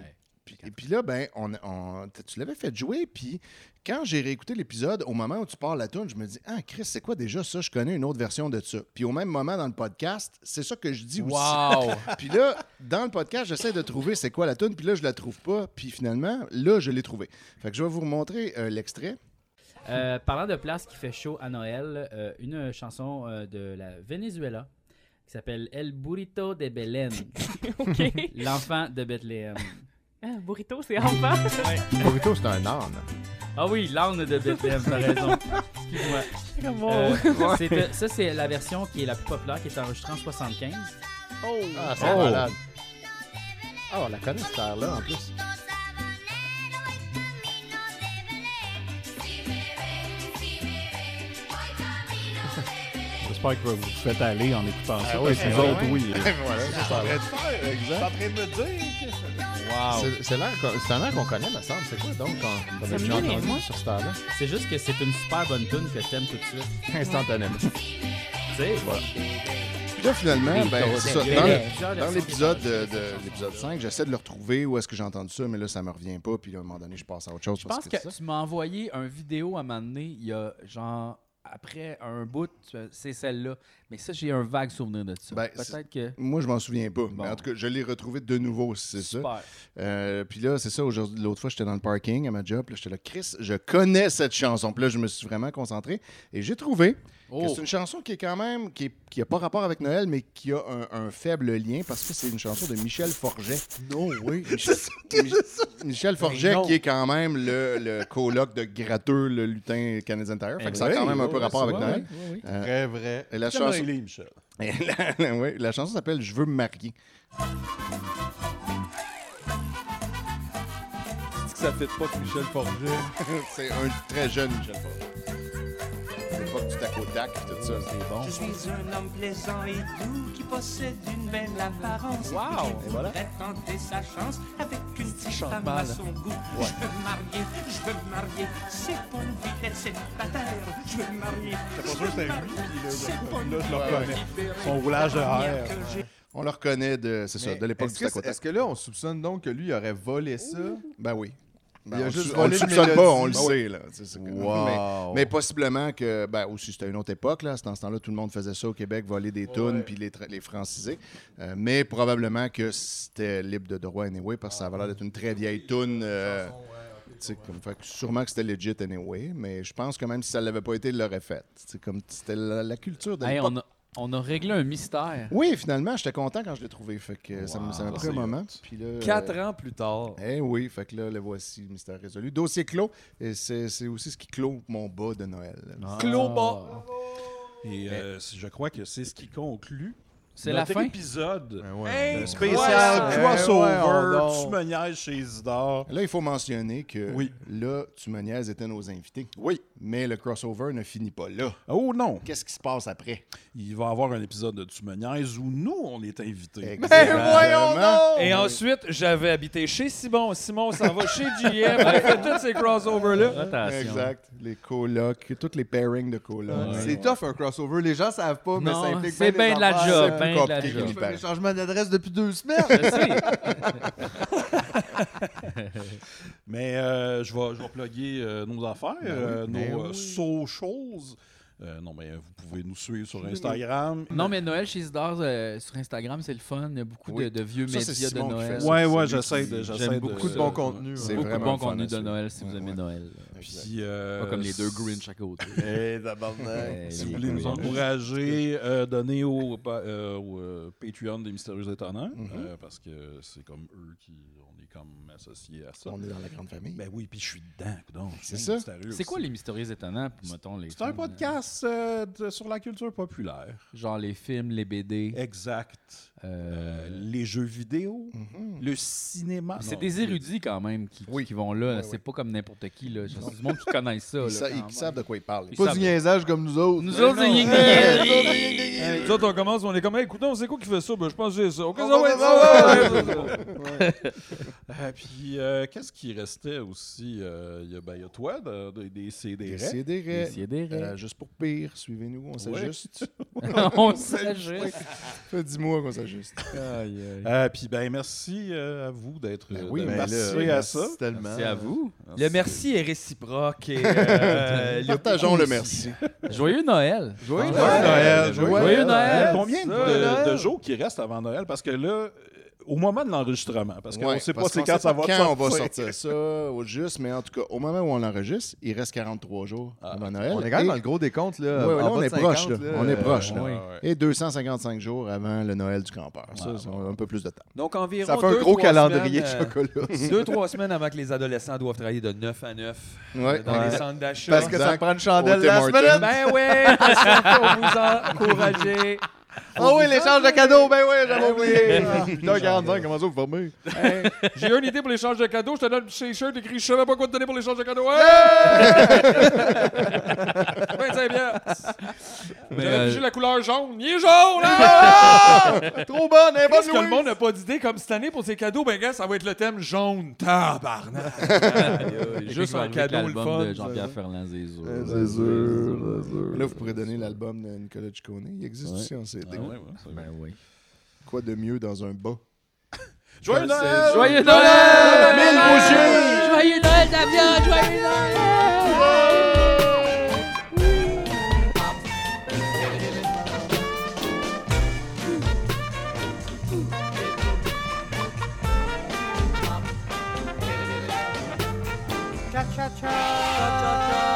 Speaker 3: puis- Et puis là, ben, on, on- t- tu l'avais fait jouer, puis quand j'ai réécouté l'épisode, au moment où tu pars la tune, je me dis Ah, Chris, c'est quoi déjà ça Je connais une autre version de ça. Puis au même moment dans le podcast, c'est ça que je dis aussi.
Speaker 5: Wow!
Speaker 3: puis là, dans le podcast, j'essaie de trouver c'est quoi la tune, puis là, je la trouve pas. Puis finalement, là, je l'ai trouvée. Fait que je vais vous remontrer euh, l'extrait.
Speaker 7: Euh, parlant de place qui fait chaud à Noël, euh, une euh, chanson euh, de la Venezuela qui s'appelle El Burrito de Belén. L'enfant de Bethléem.
Speaker 10: Ah, burrito, c'est enfant.
Speaker 3: Burrito, c'est un âne.
Speaker 7: Ah oui, l'âne de Bethléem, t'as raison. Excuse-moi.
Speaker 10: Comme on-
Speaker 7: c'est, euh, ça, c'est la version qui est la plus populaire, qui est enregistrée en 75.
Speaker 10: Oh!
Speaker 7: Ah,
Speaker 3: c'est malade. Ah, on la connaît cette air-là en plus.
Speaker 2: J'espère que vous vous faites aller en écoutant ça. parce que
Speaker 3: c'est
Speaker 2: nous autres, oui.
Speaker 3: train de me dire. C'est- C'est l'air qu'on- c'est un air qu'on connaît, me semble. C'est quoi donc qu'on qu'on a
Speaker 7: Ça me
Speaker 3: déjà
Speaker 7: dit rien, moi.
Speaker 3: entendu sur cette air-là?
Speaker 7: C'est juste que c'est une super bonne tune que t'aimes tout de suite.
Speaker 3: Instantanément.
Speaker 7: Tu sais, voilà.
Speaker 3: Puis là, finalement,
Speaker 7: Oui,
Speaker 3: ben,
Speaker 7: t'auras
Speaker 3: c'est ça.
Speaker 7: des-
Speaker 3: dans,
Speaker 7: des-
Speaker 3: le-
Speaker 7: des-
Speaker 3: dans
Speaker 7: des-
Speaker 3: l'épisode de, de- l'épisode 5, j'essaie de le retrouver où est-ce que j'ai entendu ça, mais là, ça me revient pas. Puis là, à un moment donné, je passe à autre chose.
Speaker 1: Je pense que tu m'as envoyé un vidéo à un moment donné, il y a genre après un bout, tu- c'est celle-là. Mais ça, j'ai un vague souvenir de ça. Peut-être que.
Speaker 3: Ben, Moi, je m'en souviens pas. Mais en tout cas, je l'ai retrouvé de nouveau, c'est ça.
Speaker 1: Super.
Speaker 3: Euh, puis là, c'est ça, aujourd'hui, l'autre fois, j'étais dans le parking à ma job. puis là, j'étais là, Chris, je connais cette chanson. Puis là, je me suis vraiment concentré. Et j'ai trouvé que c'est une chanson qui est quand même, qui n'a pas rapport avec Noël, mais qui a un, un faible lien parce que c'est une chanson de Michel Forget. Non, oui. Michel Forget,
Speaker 2: Mais non.
Speaker 3: qui est quand même le, le coloc de gratteux, le lutin canadien Tire. Fait que ça a
Speaker 2: Oui,
Speaker 3: quand même un
Speaker 2: oui,
Speaker 3: peu
Speaker 2: oui,
Speaker 3: rapport
Speaker 2: c'est
Speaker 3: avec
Speaker 2: vrai,
Speaker 3: Noël.
Speaker 2: oui, oui.
Speaker 3: Euh,
Speaker 2: Très vrai.
Speaker 3: Et la
Speaker 2: Comment
Speaker 3: chanson.
Speaker 2: il est, Michel?
Speaker 3: Et la, oui, la chanson s'appelle Je veux me marier.
Speaker 5: Est-ce que ça fait pas que Michel Forget?
Speaker 3: c'est un très jeune Michel Forget. C'est pas du tac au tac pis tout ça. C'est bon.
Speaker 14: Je suis un homme plaisant et doux qui possède une belle apparence.
Speaker 3: Wow!
Speaker 14: Je
Speaker 3: Et voilà.
Speaker 14: voudrais tenter sa chance avec une petite
Speaker 3: chante
Speaker 14: femme
Speaker 3: mal.
Speaker 14: à son goût. Je veux me marier, je veux me marier. C'est pour une vitesse, c'est pas terre. Je veux me marier.
Speaker 2: J'étais pas
Speaker 14: je
Speaker 2: sûr que
Speaker 14: veux
Speaker 2: c'était
Speaker 14: me
Speaker 2: lui,
Speaker 14: marier,
Speaker 2: puis là,
Speaker 14: c'est pour une
Speaker 2: là, je le
Speaker 14: vie
Speaker 2: reconnais.
Speaker 14: libérée.
Speaker 2: Son roulage de
Speaker 14: L'avenir
Speaker 2: R.
Speaker 14: que j'ai.
Speaker 3: On le reconnaît de, c'est ça,
Speaker 4: Mais
Speaker 3: de l'époque
Speaker 4: est-ce
Speaker 3: du
Speaker 4: que
Speaker 3: tac au
Speaker 4: c'est-
Speaker 3: tac.
Speaker 4: Est-ce que là, on soupçonne donc que lui, il aurait volé ça?
Speaker 3: Ben oui. Ben,
Speaker 4: il a
Speaker 3: on le-
Speaker 4: juste
Speaker 3: on le
Speaker 4: volé une
Speaker 3: soupçonne pas, on le
Speaker 4: mélodie. Ah oui.
Speaker 3: sait. Là. Tu sais, c'est comme-
Speaker 4: Wow.
Speaker 3: Mais, mais possiblement que, ben, aussi, c'était une autre époque. Là. Dans ce temps-là, tout le monde faisait ça au Québec, voler des tunes puis les, tra- les franciser. Euh, mais probablement que c'était libre de droit, anyway, parce que ça avait l'air d'être une très vieille tune. euh, tu sais, comme, fait que sûrement que c'était legit, anyway. Mais je pense que même si ça l'avait pas été, il l'aurait fait. C'est comme C'était la, la culture de
Speaker 1: Hey,
Speaker 3: l'époque.
Speaker 1: on, a, on a réglé un mystère.
Speaker 3: Oui, finalement, j'étais content quand je l'ai trouvé. Fait que ça me- ça m'a
Speaker 1: Wow.
Speaker 3: pris un
Speaker 1: C'est
Speaker 3: moment.
Speaker 1: hot.
Speaker 3: Puis là,
Speaker 1: Quatre
Speaker 3: ans plus tard. Eh oui, fait que là, le voici, le mystère résolu. Dossier clos. Et c'est c'est aussi ce qui clôt mon bas de Noël.
Speaker 2: Clos bas. Et euh, c'est- je crois que c'est ce qui conclut.
Speaker 3: C'est
Speaker 2: notre
Speaker 3: la fin?
Speaker 2: épisode
Speaker 3: Ben ouais.
Speaker 2: euh,
Speaker 3: Incroyable.
Speaker 2: spécial
Speaker 3: Eh ouais,
Speaker 2: crossover.
Speaker 3: on donc.
Speaker 2: tu me niaises chez Isidore.
Speaker 3: Là, il faut mentionner que là, tu me niaises, étaient nos invités. Oui. Mais le crossover ne finit pas là.
Speaker 2: Oh non!
Speaker 3: Qu'est-ce qui se passe après?
Speaker 2: Il va y avoir un épisode de Tu me niaises où nous, on est invités.
Speaker 4: Ben,
Speaker 3: Ben,
Speaker 5: Et ensuite, j'avais habité chez Simon. Simon s'en va chez JF. On fait tous ces crossovers-là.
Speaker 3: Exact. Les colocs, tous les pairings de colocs.
Speaker 4: C'est tough un crossover. Les gens savent pas, mais
Speaker 3: Non,
Speaker 4: ça implique
Speaker 3: c'est
Speaker 4: bien
Speaker 3: bien de la
Speaker 4: affaires.
Speaker 3: job,
Speaker 4: euh, C'est
Speaker 3: bien
Speaker 7: fin
Speaker 3: plus
Speaker 7: de la
Speaker 3: compliqué
Speaker 7: job.
Speaker 3: qu'il n'y
Speaker 7: Je fais
Speaker 3: paraît.
Speaker 7: mes
Speaker 4: changement d'adresse depuis deux semaines.
Speaker 7: Je
Speaker 2: Mais euh, je vais, je vais plugger euh, nos affaires,
Speaker 4: Ben oui,
Speaker 2: euh,
Speaker 4: ben
Speaker 2: nos euh,
Speaker 4: oui.
Speaker 2: socials. Euh, non, mais vous pouvez nous suivre sur Instagram.
Speaker 1: Non, mais Noël chez Isidore euh, sur Instagram, c'est le fun. Il y a beaucoup
Speaker 2: Oui.
Speaker 1: de, de vieux
Speaker 2: Ça, c'est
Speaker 1: médias de
Speaker 2: Simon qui
Speaker 1: Noël.
Speaker 2: fait ça. Ouais, ouais, C'est lui j'essaie qui- de- j'essaie
Speaker 1: J'aime
Speaker 2: de-
Speaker 1: beaucoup
Speaker 2: de-
Speaker 1: bon contenu.
Speaker 2: C'est
Speaker 1: beaucoup de
Speaker 2: vraiment
Speaker 1: bon
Speaker 2: le fun
Speaker 1: contenu
Speaker 2: à
Speaker 1: de
Speaker 2: suivre.
Speaker 1: Noël si vous aimez Noël.
Speaker 2: Puis, euh,
Speaker 1: Pas comme les deux Grinch à côté.
Speaker 2: Eh, tabarnak.
Speaker 1: Eh, les
Speaker 2: si vous voulez nous
Speaker 1: Grinch.
Speaker 2: encourager, euh, donnez au, pa- euh, au, euh, Patreon des Mystérieux Étonnants,
Speaker 3: Mhm.
Speaker 2: euh, parce que c'est comme eux qui. On est comme associés à ça.
Speaker 3: On est dans la grande famille.
Speaker 2: Ben oui, puis je suis dedans. coudonc. Je suis
Speaker 3: C'est ça.
Speaker 2: mystérieux
Speaker 1: C'est quoi
Speaker 2: aussi.
Speaker 1: les mystérieux étonnants, pour, mettons, les
Speaker 2: C'est un
Speaker 1: films, euh,
Speaker 2: podcast euh, de- sur la culture populaire.
Speaker 1: Genre les films, les Euh, BD.
Speaker 2: Exact. Euh, les jeux vidéo,
Speaker 3: Mm-hmm.
Speaker 2: le cinéma.
Speaker 1: C'est
Speaker 2: Non,
Speaker 1: des
Speaker 2: les-
Speaker 1: érudits quand même qui, qui vont là.
Speaker 2: Ouais,
Speaker 1: c'est
Speaker 2: ouais.
Speaker 1: pas comme n'importe qui. Là. C'est du monde qui connaît ça. là,
Speaker 3: sa-
Speaker 1: quand
Speaker 3: ils
Speaker 1: même.
Speaker 3: savent de quoi ils parlent.
Speaker 12: Pas du niaisage comme nous autres.
Speaker 1: Nous autres, c'est rien que
Speaker 5: Hey, nous autres, on commence, on est comme, hey, écoute, on sait quoi qui fait ça? Ben, je pense que c'est ça. Ok,
Speaker 12: On
Speaker 5: ça
Speaker 12: va
Speaker 5: va
Speaker 12: faire
Speaker 5: être
Speaker 12: ça.
Speaker 5: ça. Ouais, ouais, ouais, ouais.
Speaker 2: Ah, puis, euh, qu'est-ce qui restait aussi? Euh, Il y, a- ben, il y a toi, de- de- des CDR.
Speaker 3: Des CDR. Euh, juste pour pire, suivez-nous, on s'ajuste.
Speaker 1: On s'ajuste.
Speaker 3: Ça fait 10 mois qu'on s'ajuste.
Speaker 2: Ah, puis, ben, merci euh, à vous d'être
Speaker 3: Ben oui,
Speaker 2: d'avoir
Speaker 3: ben là,
Speaker 2: participé à
Speaker 3: merci
Speaker 2: ça.
Speaker 3: tellement. Merci à vous.
Speaker 1: Le merci est réciproque. et, euh,
Speaker 3: Partageons
Speaker 1: beaucoup
Speaker 3: le
Speaker 1: aussi.
Speaker 3: merci.
Speaker 1: Joyeux Noël.
Speaker 3: Joyeux
Speaker 2: Ah, Joyeux Noël.
Speaker 1: Joyeux Noël.
Speaker 2: Combien de,
Speaker 1: Joyeux Noël.
Speaker 2: de jours qui restent avant Noël? Parce que là, euh, au moment de l'enregistrement, parce qu'on
Speaker 3: Ouais,
Speaker 2: ne sait pas
Speaker 3: parce
Speaker 2: c'est
Speaker 3: qu'on
Speaker 2: quand
Speaker 3: sait
Speaker 2: ça
Speaker 3: pas
Speaker 2: va
Speaker 3: on va sortir ça, au juste, mais en tout cas, au moment où on l'enregistre, il reste 43 jours avant Noël.
Speaker 4: Ah, on est quand même
Speaker 3: Et-
Speaker 4: dans le gros décompte, là,
Speaker 3: Ouais, ouais, là,
Speaker 4: en bas
Speaker 3: on
Speaker 4: de
Speaker 3: est
Speaker 4: 50,
Speaker 3: proche, là.
Speaker 4: là,
Speaker 3: On
Speaker 4: euh,
Speaker 3: est proche, là.
Speaker 4: ouais, ouais.
Speaker 3: Et 255 jours avant le Noël du campeur. Ça, c'est un peu plus de temps.
Speaker 5: Donc, environ.
Speaker 3: Ça fait un
Speaker 5: deux,
Speaker 3: gros
Speaker 5: trois
Speaker 3: calendrier
Speaker 5: semaines,
Speaker 3: de
Speaker 5: euh,
Speaker 3: chocolat.
Speaker 5: deux, trois semaines avant que les adolescents doivent travailler de 9 à 9 euh,
Speaker 3: Ouais.
Speaker 5: dans les
Speaker 3: Ouais.
Speaker 5: centres d'achat.
Speaker 3: Parce que ça Exact. prend une chandelle
Speaker 5: Au
Speaker 3: la
Speaker 5: Tim
Speaker 3: semaine.
Speaker 5: Hortons. Ben oui, parce ça, pour vous encourager.
Speaker 12: Ah oui, l'échange de cadeaux, ben oui, j'avais
Speaker 5: Ben
Speaker 12: oublié.
Speaker 5: oui.
Speaker 12: Ah, Putain, 45, comment ça vous formez?
Speaker 5: Hey, J'ai une idée pour l'échange de cadeaux. Je te donne un petit t-shirt écrit Je savais pas quoi te donner pour l'échange de cadeaux. Hey! 25 piastres.
Speaker 1: Mais,
Speaker 5: J'avais
Speaker 1: euh,
Speaker 5: pigé la couleur jaune. Il est jaune! hein?
Speaker 12: Ah! Trop bonne, elle est bonne,
Speaker 5: Parce que le
Speaker 12: Louise.
Speaker 5: monde n'a pas d'idée comme cette année pour ses cadeaux. Ben, gars, ça va être le thème jaune. Tabarnak! Juste un cadeau, le fun.
Speaker 1: de Jean-Pierre Ferland, Zézou.
Speaker 3: Là, vous pourrez donner l'album de Nicolas Ciccone. Il existe
Speaker 1: Ouais.
Speaker 3: aussi en CD.
Speaker 1: Ah ouais, ouais, Ben oui.
Speaker 3: Quoi de mieux dans un bas?
Speaker 2: Joyeux
Speaker 3: Ben, c'est-
Speaker 2: Noël!
Speaker 1: Joyeux
Speaker 3: Noël! Mille bougies!
Speaker 7: Joyeux Noël, Damien! Joyeux Noël!
Speaker 14: Cha-cha-cha.